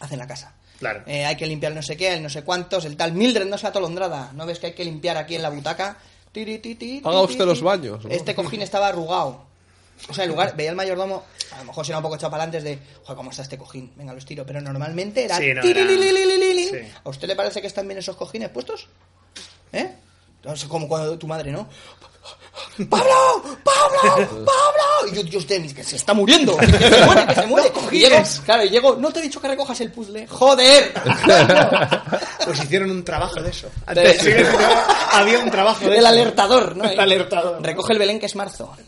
[SPEAKER 6] hacen la casa.
[SPEAKER 4] Claro.
[SPEAKER 6] Eh, hay que limpiar el no sé qué, el no sé cuántos, el tal Mildred no sea atolondrada. ¿No ves que hay que limpiar aquí en la butaca? Tiri, ti, ti, ti,
[SPEAKER 5] Haga
[SPEAKER 6] ti,
[SPEAKER 5] usted
[SPEAKER 6] ti.
[SPEAKER 5] los baños, ¿no?
[SPEAKER 6] Este cojín estaba arrugado. O sea, el lugar, veía el mayordomo, a lo mejor si era un poco echado para antes de, joder, ¿cómo está este cojín? Venga, los tiro. Pero normalmente era...
[SPEAKER 4] Sí, no,
[SPEAKER 6] tirililililililin.
[SPEAKER 4] era- sí.
[SPEAKER 6] ¿A usted le parece que están bien esos cojines puestos? ¿Eh? No sé, como cuando tu madre, ¿no? ¡Pablo! ¡Pablo! ¡Pablo! Y yo, Dios de mí, que se está muriendo. Que se muere, que se muere. Y llego, claro, y llego, no te he dicho que recojas el puzzle. ¡Joder!
[SPEAKER 4] Pues hicieron un trabajo de eso.
[SPEAKER 6] De-
[SPEAKER 4] Antes sí que había un trabajo de
[SPEAKER 6] El
[SPEAKER 4] eso.
[SPEAKER 6] alertador, ¿no?
[SPEAKER 4] El alertador.
[SPEAKER 6] Recoge el Belén que es marzo.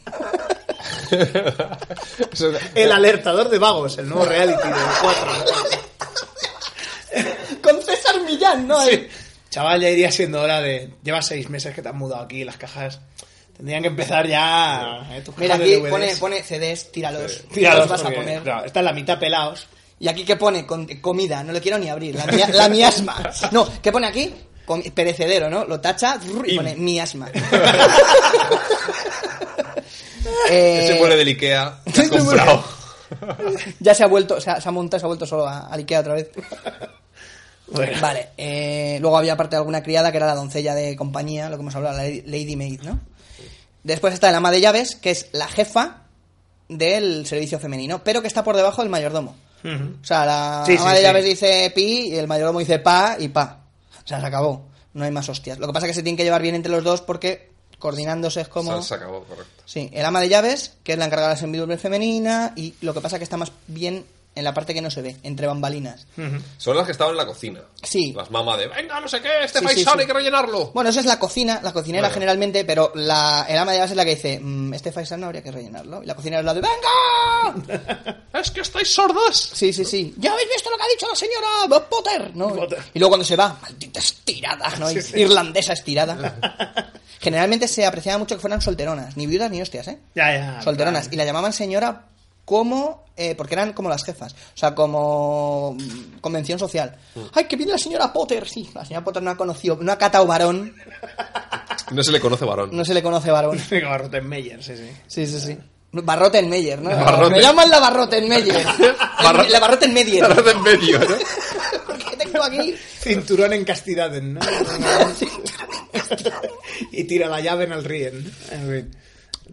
[SPEAKER 5] Eso es-
[SPEAKER 6] Eh,
[SPEAKER 4] El alertador de vagos, el nuevo reality de 4.
[SPEAKER 6] Con César Millán, ¿no?
[SPEAKER 4] Sí. Chaval, ya iría siendo hora de. Llevas seis meses que te han mudado aquí, las cajas. Tendrían que empezar ya. eh, tus
[SPEAKER 6] Mira,
[SPEAKER 4] cajas
[SPEAKER 6] aquí
[SPEAKER 4] de DVDs.
[SPEAKER 6] pone, pone CDs, tíralos.
[SPEAKER 4] Tíralos,
[SPEAKER 6] Los vas a
[SPEAKER 4] porque,
[SPEAKER 6] poner.
[SPEAKER 4] claro, está en la mitad pelados.
[SPEAKER 6] Y aquí que pone con, comida, no le quiero ni abrir, la, mia- la miasma. No, ¿qué pone aquí? Com- perecedero, ¿no? Lo tacha zurr, y
[SPEAKER 4] Im.
[SPEAKER 6] pone miasma.
[SPEAKER 5] Ese
[SPEAKER 6] Eh,
[SPEAKER 5] mueble del Ikea que has
[SPEAKER 6] Ese mueble.
[SPEAKER 5] comprado.
[SPEAKER 6] ya se ha vuelto, se ha, se ha montado, se ha vuelto solo a, al Ikea otra vez.
[SPEAKER 4] Bueno.
[SPEAKER 6] Vale, eh, luego había aparte alguna criada que era la doncella de compañía, lo que hemos hablado, la Lady Maid, ¿no? Después está el ama de llaves, que es la jefa del servicio femenino, pero que está por debajo del mayordomo.
[SPEAKER 4] Ujú.
[SPEAKER 6] O sea, la
[SPEAKER 4] Sí, sí,
[SPEAKER 6] ama de
[SPEAKER 4] sí.
[SPEAKER 6] llaves dice pi y el mayordomo dice pa y pa. O sea, se acabó. No hay más hostias. Lo que pasa es que se tienen que llevar bien entre los dos porque coordinándose es como...
[SPEAKER 5] Se- Se acabó, correcto.
[SPEAKER 6] Sí, el ama de llaves, que es la encargada de la servidumbre femenina, y lo que pasa es que está más bien en la parte que no se ve, entre bambalinas.
[SPEAKER 4] Hmm.
[SPEAKER 5] Son las que estaban en la cocina.
[SPEAKER 6] Sí.
[SPEAKER 5] Las mamás de, venga, no sé qué, este
[SPEAKER 6] Sí, sí,
[SPEAKER 5] paisano
[SPEAKER 6] sí.
[SPEAKER 5] hay que rellenarlo.
[SPEAKER 6] Bueno, esa es la cocina, la cocinera
[SPEAKER 5] Bueno.
[SPEAKER 6] generalmente, pero la, el ama de llaves es la que dice, "Mm, este faisano habría que rellenarlo. Y la cocinera es la de, ¡venga!
[SPEAKER 5] Es que estáis sordos.
[SPEAKER 6] Sí, sí, sí. Ya habéis visto lo que ha dicho la señora Bob Potter, ¿no?
[SPEAKER 4] Potter.
[SPEAKER 6] Y luego cuando se va, maldita estirada, ¿no?
[SPEAKER 4] Sí, sí.
[SPEAKER 6] Irlandesa estirada. Generalmente se apreciaba mucho que fueran solteronas, ni viudas ni hostias, ¿eh?
[SPEAKER 4] Ya,
[SPEAKER 5] Ah,
[SPEAKER 4] ya.
[SPEAKER 6] solteronas. Y la llamaban señora como... eh, porque eran como las jefas, o sea, como mm, convención social.
[SPEAKER 5] Mm.
[SPEAKER 6] ¡Ay, que viene la señora Potter! Sí, la señora Potter no ha conocido, no ha catado varón,
[SPEAKER 5] No se le conoce varón.
[SPEAKER 6] no se le conoce varón.
[SPEAKER 4] Meyer, sí, sí.
[SPEAKER 6] Sí, sí, sí. Barrottenmeyer, ¿no?
[SPEAKER 5] Barrotten.
[SPEAKER 6] Me llaman la Barrottenmeyer.
[SPEAKER 5] Barro-
[SPEAKER 6] La Barrottenmeyer.
[SPEAKER 5] Ahora de en medio, ¿no?
[SPEAKER 6] Porque tengo aquí...
[SPEAKER 4] Cinturón en castidad, ¿no? y tira la llave en el ríen. En fin.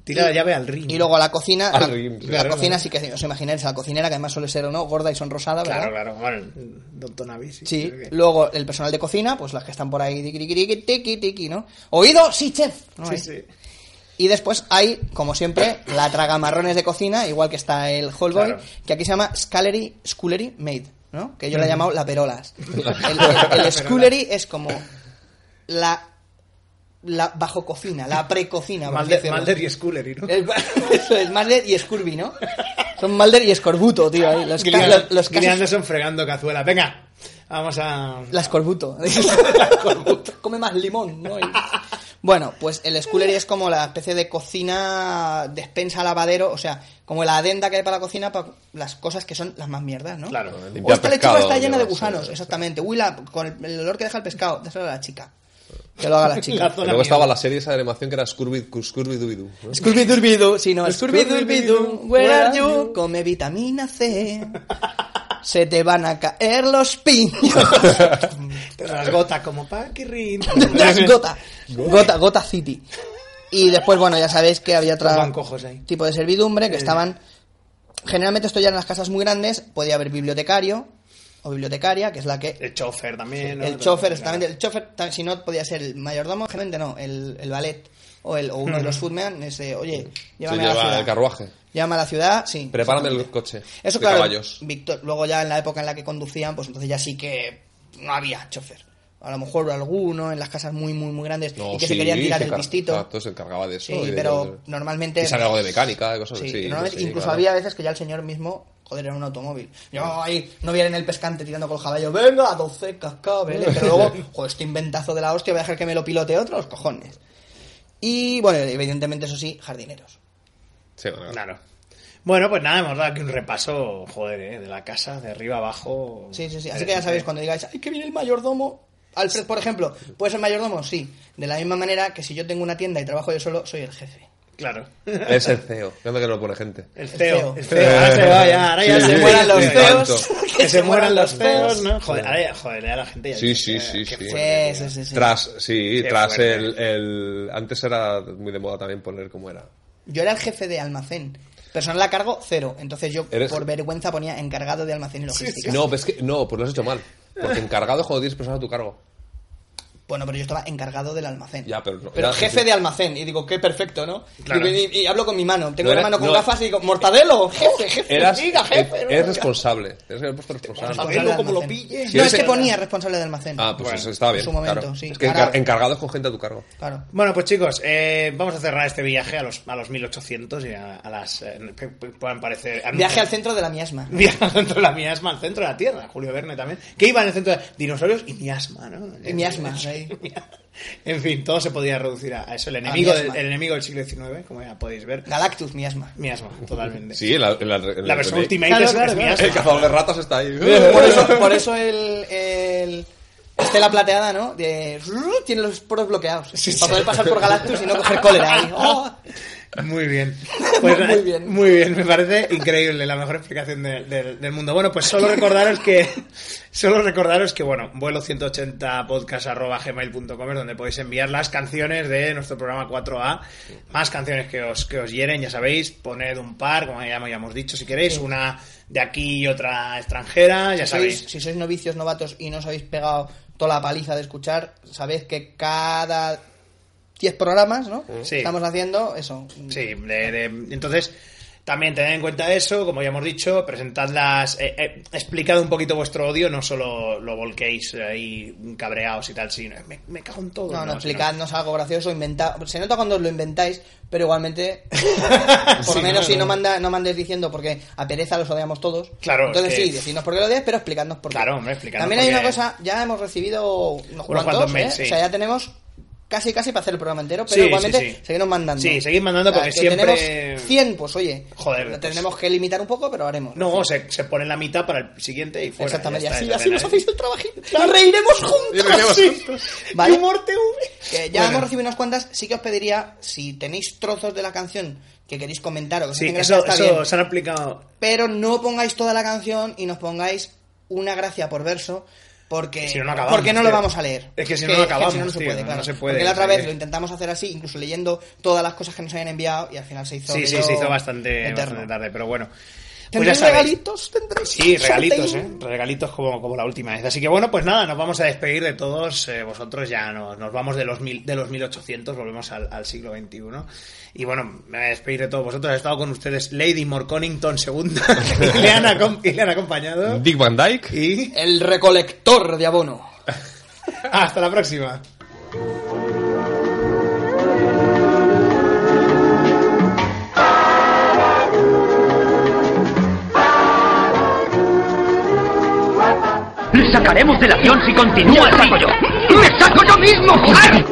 [SPEAKER 4] Tira la llave al ríen.
[SPEAKER 6] Y luego a la cocina...
[SPEAKER 5] Al
[SPEAKER 6] la-
[SPEAKER 5] rim,
[SPEAKER 6] la,
[SPEAKER 5] claro.
[SPEAKER 6] cocina sí que os imagináis, a la cocinera que además suele ser, ¿no? Gorda y sonrosada, ¿verdad?
[SPEAKER 4] Claro, claro. Bueno, Don Tonavi, sí.
[SPEAKER 6] Sí,
[SPEAKER 4] creo que-
[SPEAKER 6] luego el personal de cocina, pues las que están por ahí, tiqui, tiqui, tiqui, tiqui, tiqui, ¿no? ¿Oído? Sí, chef. ¿no?
[SPEAKER 4] Sí,
[SPEAKER 6] Ahí.
[SPEAKER 4] sí.
[SPEAKER 6] Y después hay, como siempre, la tragamarrones de cocina, igual que está el Hallboy,
[SPEAKER 4] Claro.
[SPEAKER 6] que aquí se llama Scullery, Scullery Maid, ¿no? Que yo le he llamado la perolas. El, el- el Scullery es como la, la bajo cocina, la precocina. por así
[SPEAKER 4] Malder,
[SPEAKER 6] decirlo.
[SPEAKER 4] Malder y Scullery, ¿no?
[SPEAKER 6] El- eso es Mulder y Scurvy, ¿no? Son Mulder y Escorbuto, tío. ahí, Los, ca- los, los
[SPEAKER 4] Gillian
[SPEAKER 6] casos-
[SPEAKER 4] Anderson fregando cazuela. Venga, vamos a...
[SPEAKER 6] La escorbuto. Come más limón, ¿no? Y- Bueno, pues el Scullery es como la especie de cocina, despensa, lavadero, o sea, como la adenda que hay para la cocina para las cosas que son las más mierdas, ¿no?
[SPEAKER 4] Claro.
[SPEAKER 6] O
[SPEAKER 5] Limpiar
[SPEAKER 6] esta
[SPEAKER 5] pescado,
[SPEAKER 6] lechuga está llena de
[SPEAKER 5] llevarse-
[SPEAKER 6] gusanos, exactamente. Uy, la- con el, el olor que deja el pescado, déselo a la chica. Que lo haga la
[SPEAKER 4] La
[SPEAKER 6] chica.
[SPEAKER 5] Y
[SPEAKER 4] zona
[SPEAKER 5] luego estaba
[SPEAKER 4] mierda.
[SPEAKER 5] la serie esa de animación que era Scurvy, Scurvy Dooby-Doo. ¿no?
[SPEAKER 6] Scurvy Durbidu, sí, no, Scurvy Durbidu, where are you? Come vitamina C. Se te van a caer los piños.
[SPEAKER 4] Te rasgota como Paquirrin.
[SPEAKER 6] Las gota. Gota, gota City. Y después, bueno, ya sabéis que había
[SPEAKER 4] Los
[SPEAKER 6] otro
[SPEAKER 4] bancojos ahí.
[SPEAKER 6] tipo de servidumbre que estaban. Generalmente esto ya en las casas muy grandes, podía haber bibliotecario o bibliotecaria, que es la que.
[SPEAKER 4] El chofer también. ¿no?
[SPEAKER 6] El chofer, exactamente. El chofer, ta- si no, podía ser el mayordomo, generalmente no, el, el ballet o, el, o uno de los footmen, ese, oye,
[SPEAKER 5] Se
[SPEAKER 6] llévame a la
[SPEAKER 5] lleva
[SPEAKER 6] ciudad.
[SPEAKER 5] el carruaje.
[SPEAKER 6] Llama a la ciudad, sí.
[SPEAKER 5] Prepárame el coche.
[SPEAKER 6] Eso,
[SPEAKER 5] de
[SPEAKER 6] claro.
[SPEAKER 5] caballos.
[SPEAKER 6] Víctor, luego ya en la época en la que conducían, pues entonces ya sí que no había chofer. A lo mejor alguno en las casas muy, muy, muy grandes
[SPEAKER 5] No,
[SPEAKER 6] y que
[SPEAKER 5] sí,
[SPEAKER 6] se querían tirar
[SPEAKER 5] se
[SPEAKER 6] del
[SPEAKER 5] car-
[SPEAKER 6] pistito.
[SPEAKER 5] Exacto, se encargaba de eso.
[SPEAKER 6] Sí,
[SPEAKER 5] y de-
[SPEAKER 6] pero normalmente.
[SPEAKER 5] Y sabe algo de mecánica, de cosas
[SPEAKER 6] Sí,
[SPEAKER 5] así.
[SPEAKER 6] normalmente
[SPEAKER 5] sí,
[SPEAKER 6] incluso
[SPEAKER 5] claro.
[SPEAKER 6] había veces que ya el señor mismo, joder, era un automóvil. Yo ahí no viera en el pescante tirando con el caballo, venga, 12 cascabel, Pero luego, joder, este inventazo de la hostia, voy a dejar que me lo pilote otro, los cojones. Y bueno, evidentemente, eso sí, jardineros.
[SPEAKER 5] Sí, bueno,
[SPEAKER 4] Claro. Bueno, pues nada, hemos dado aquí un repaso, joder, ¿eh? de la casa, de arriba abajo. Eh,
[SPEAKER 6] Sí, sí, sí. Así que ya sabéis, cuando digáis, ¡ay, que viene el mayordomo! Alfred, por ejemplo, ¿puede ser mayordomo? Sí. De la misma manera que si yo tengo una tienda y trabajo yo solo, soy el jefe.
[SPEAKER 4] Claro.
[SPEAKER 5] Es el CEO. Fíjate que no lo pone gente.
[SPEAKER 4] El CEO.
[SPEAKER 6] CEO.
[SPEAKER 4] El CEO. Ahora se va ya, ahora ya
[SPEAKER 5] Eh, Sí,
[SPEAKER 4] se
[SPEAKER 5] sí,
[SPEAKER 4] mueran
[SPEAKER 5] sí,
[SPEAKER 4] los
[SPEAKER 5] sí,
[SPEAKER 4] CEOs.
[SPEAKER 5] tanto.
[SPEAKER 4] Que se mueran los CEOs, ¿no? Joder, ahora ya, joder, ya la gente ya
[SPEAKER 5] Sí,
[SPEAKER 4] dice,
[SPEAKER 5] sí,
[SPEAKER 4] eh,
[SPEAKER 5] sí,
[SPEAKER 4] qué
[SPEAKER 5] sí.
[SPEAKER 4] fuerte,
[SPEAKER 6] Sí,
[SPEAKER 4] tío.
[SPEAKER 6] sí, sí, sí.
[SPEAKER 5] Tras, sí,
[SPEAKER 4] Qué
[SPEAKER 5] tras
[SPEAKER 4] fuerte.
[SPEAKER 5] el, el- Antes era muy de moda también poner cómo era.
[SPEAKER 6] Yo era el jefe de almacén. Personal a cargo, cero. Entonces yo,
[SPEAKER 5] Eres-
[SPEAKER 6] por vergüenza, ponía encargado de almacén y logística.
[SPEAKER 5] No, pues es que, no, pues lo has hecho mal. Porque encargado es cuando tienes personas a tu cargo.
[SPEAKER 6] Bueno, pero yo estaba encargado del almacén.
[SPEAKER 5] Ya, pero no- ya,
[SPEAKER 6] jefe
[SPEAKER 5] sí.
[SPEAKER 6] de almacén. Y digo, qué perfecto, ¿no? Y-
[SPEAKER 4] Claro.
[SPEAKER 6] Y, y hablo con mi mano. Tengo
[SPEAKER 5] No
[SPEAKER 6] la
[SPEAKER 5] era-
[SPEAKER 6] mano con
[SPEAKER 5] no-
[SPEAKER 6] gafas y digo, mortadelo, jefe, jefe, Pues
[SPEAKER 5] Eras,
[SPEAKER 6] diga, jefe.
[SPEAKER 5] e-
[SPEAKER 6] ¿no?
[SPEAKER 5] eres responsable. Eres el puesto responsable.
[SPEAKER 6] Responsable de
[SPEAKER 4] Pablo, como lo
[SPEAKER 6] almacén.
[SPEAKER 4] pilles.
[SPEAKER 6] No,
[SPEAKER 5] Sí,
[SPEAKER 6] es que
[SPEAKER 5] sí.
[SPEAKER 6] ponía responsable de almacén.
[SPEAKER 5] Ah, pues
[SPEAKER 4] Bueno,
[SPEAKER 5] eso está bien.
[SPEAKER 6] en su momento,
[SPEAKER 5] claro.
[SPEAKER 6] sí.
[SPEAKER 5] Es que
[SPEAKER 6] Ahora-
[SPEAKER 5] encar- encargado es con gente a tu cargo.
[SPEAKER 6] Claro.
[SPEAKER 4] Bueno, pues chicos, eh, vamos a cerrar este viaje a los, a los 1800 y a, a las... eh, que- que puedan parecer...
[SPEAKER 6] Viaje al centro de la miasma.
[SPEAKER 4] Viaje al centro de la miasma, al centro de la Tierra, Julio Verne también. Que iba en el centro de dinosaurios y miasma, ¿no?
[SPEAKER 6] Y miasma, ahí.
[SPEAKER 4] En fin, todo se podía reducir a eso. El enemigo, del,
[SPEAKER 6] miasma.
[SPEAKER 4] el enemigo del siglo XIX, como ya podéis ver.
[SPEAKER 6] Galactus miasma.
[SPEAKER 4] Miasma, totalmente.
[SPEAKER 5] Sí, en la, en la- en
[SPEAKER 4] La versión
[SPEAKER 5] en-
[SPEAKER 4] Ultimate
[SPEAKER 6] Claro,
[SPEAKER 4] es,
[SPEAKER 6] claro,
[SPEAKER 4] es
[SPEAKER 6] claro.
[SPEAKER 5] El
[SPEAKER 4] miasma.
[SPEAKER 5] cazador de ratas está ahí.
[SPEAKER 6] Por eso, por eso el, el- Estela plateada, ¿no? De- tiene los poros bloqueados.
[SPEAKER 4] Sí, sí.
[SPEAKER 6] para poder pasar por Galactus y no coger cólera. ahí. ¡Oh!
[SPEAKER 4] Muy bien. Pues,
[SPEAKER 6] Muy
[SPEAKER 4] eh,
[SPEAKER 6] bien.
[SPEAKER 4] Muy bien, me parece increíble la mejor explicación de- del- del mundo. Bueno, pues solo recordaros que solo recordaros que bueno, vuelo 180 podcast@gmail.com es donde podéis enviar las canciones de nuestro programa 4A, más canciones que os que os hieren, ya sabéis, poned un par, como ya, ya hemos dicho si queréis, una de aquí y otra extranjera, ya
[SPEAKER 6] Si sois,
[SPEAKER 4] sabéis.
[SPEAKER 6] si sois novicios, novatos y no os habéis pegado toda la paliza de escuchar, sabéis que cada 10 programas, ¿no?
[SPEAKER 4] Sí.
[SPEAKER 6] Estamos haciendo eso.
[SPEAKER 4] Sí, de- de- entonces también tened en cuenta eso, como ya hemos dicho, presentadlas, eh, eh, explicad un poquito vuestro odio, no solo lo volquéis ahí cabreados y tal, sino "Eh, me, me cago en todo.
[SPEAKER 6] No, no,
[SPEAKER 4] sino-
[SPEAKER 6] explicadnos algo gracioso, inventa Se nota cuando os lo inventáis, pero igualmente, por lo menos si no, manda, no mandéis diciendo porque a pereza los odiamos todos.
[SPEAKER 4] Claro,
[SPEAKER 6] Entonces
[SPEAKER 4] es que-
[SPEAKER 6] sí, decidnos por qué lo odiáis, pero explicadnos por qué.
[SPEAKER 4] Claro, hombre, explicadnos
[SPEAKER 6] También hay
[SPEAKER 4] por
[SPEAKER 6] una
[SPEAKER 4] qué.
[SPEAKER 6] cosa, ya hemos recibido unos cuantos,
[SPEAKER 4] cuantos
[SPEAKER 6] ¿eh?
[SPEAKER 4] mails, sí.
[SPEAKER 6] O sea, ya tenemos casi casi para hacer el programa entero,
[SPEAKER 4] Sí,
[SPEAKER 6] pero
[SPEAKER 4] sí,
[SPEAKER 6] igualmente
[SPEAKER 4] sí.
[SPEAKER 6] seguimos mandando.
[SPEAKER 4] Sí, seguid mandando
[SPEAKER 6] O sea,
[SPEAKER 4] porque
[SPEAKER 6] que
[SPEAKER 4] siempre-
[SPEAKER 6] tenemos 100, pues oye,
[SPEAKER 4] Joder,
[SPEAKER 6] lo
[SPEAKER 4] pues-
[SPEAKER 6] tendremos que limitar un poco, pero haremos.
[SPEAKER 4] No, se, se pone la mitad para el siguiente y fuera.
[SPEAKER 6] Exactamente,
[SPEAKER 4] ya está,
[SPEAKER 6] así,
[SPEAKER 4] ya
[SPEAKER 6] así
[SPEAKER 4] está,
[SPEAKER 6] nos
[SPEAKER 4] ¿eh?
[SPEAKER 6] hacéis el trabajito. Nos reiremos juntos.
[SPEAKER 5] Y reiremos
[SPEAKER 6] Sí.
[SPEAKER 5] juntos.
[SPEAKER 6] Vale.
[SPEAKER 4] Humor TV.
[SPEAKER 6] Que ya
[SPEAKER 4] Bueno.
[SPEAKER 6] hemos recibido unas cuantas, sí que os pediría, si tenéis trozos de la canción que queréis comentar o que os
[SPEAKER 4] Sí,
[SPEAKER 6] hacen gracia,
[SPEAKER 4] eso,
[SPEAKER 6] está
[SPEAKER 4] eso
[SPEAKER 6] bien.
[SPEAKER 4] se han aplicado.
[SPEAKER 6] Pero no pongáis toda la canción y nos pongáis una gracia por verso. Porque,
[SPEAKER 4] Si no, no acabamos,
[SPEAKER 6] porque no lo
[SPEAKER 4] tío.
[SPEAKER 6] vamos a leer.
[SPEAKER 4] Es que si no, no acabamos,
[SPEAKER 6] no se
[SPEAKER 4] tío,
[SPEAKER 6] puede,
[SPEAKER 4] no
[SPEAKER 6] claro.
[SPEAKER 4] se puede,
[SPEAKER 6] Porque la otra
[SPEAKER 4] o sea
[SPEAKER 6] vez
[SPEAKER 4] que-
[SPEAKER 6] lo intentamos hacer así, incluso leyendo todas las cosas que nos habían enviado y al final se hizo.
[SPEAKER 4] Sí, sí,
[SPEAKER 6] aquello
[SPEAKER 4] se hizo bastante,
[SPEAKER 6] eterno.
[SPEAKER 4] bastante tarde, pero bueno. Pues ya
[SPEAKER 6] ¿Tendréis
[SPEAKER 4] sabéis.
[SPEAKER 6] regalitos? ¿Tendréis
[SPEAKER 4] Sí, regalitos, ¿eh?
[SPEAKER 6] sorteo?
[SPEAKER 4] Regalitos como, como la última vez. Así que bueno, pues nada, nos vamos a despedir de todos. eh, vosotros ya nos, nos vamos de los, mil, de los 1800, volvemos al, al siglo XXI. Y bueno, me voy a despedir de todos vosotros. Ha estado con ustedes Lady Morconington II, que le han, acom- y le han acompañado.
[SPEAKER 5] Dick Van Dyke.
[SPEAKER 4] Y
[SPEAKER 6] El recolector de abono.
[SPEAKER 4] hasta la próxima.
[SPEAKER 1] ¡Le sacaremos del avión si continúa, saco yo! ¡Me saco yo mismo, joder!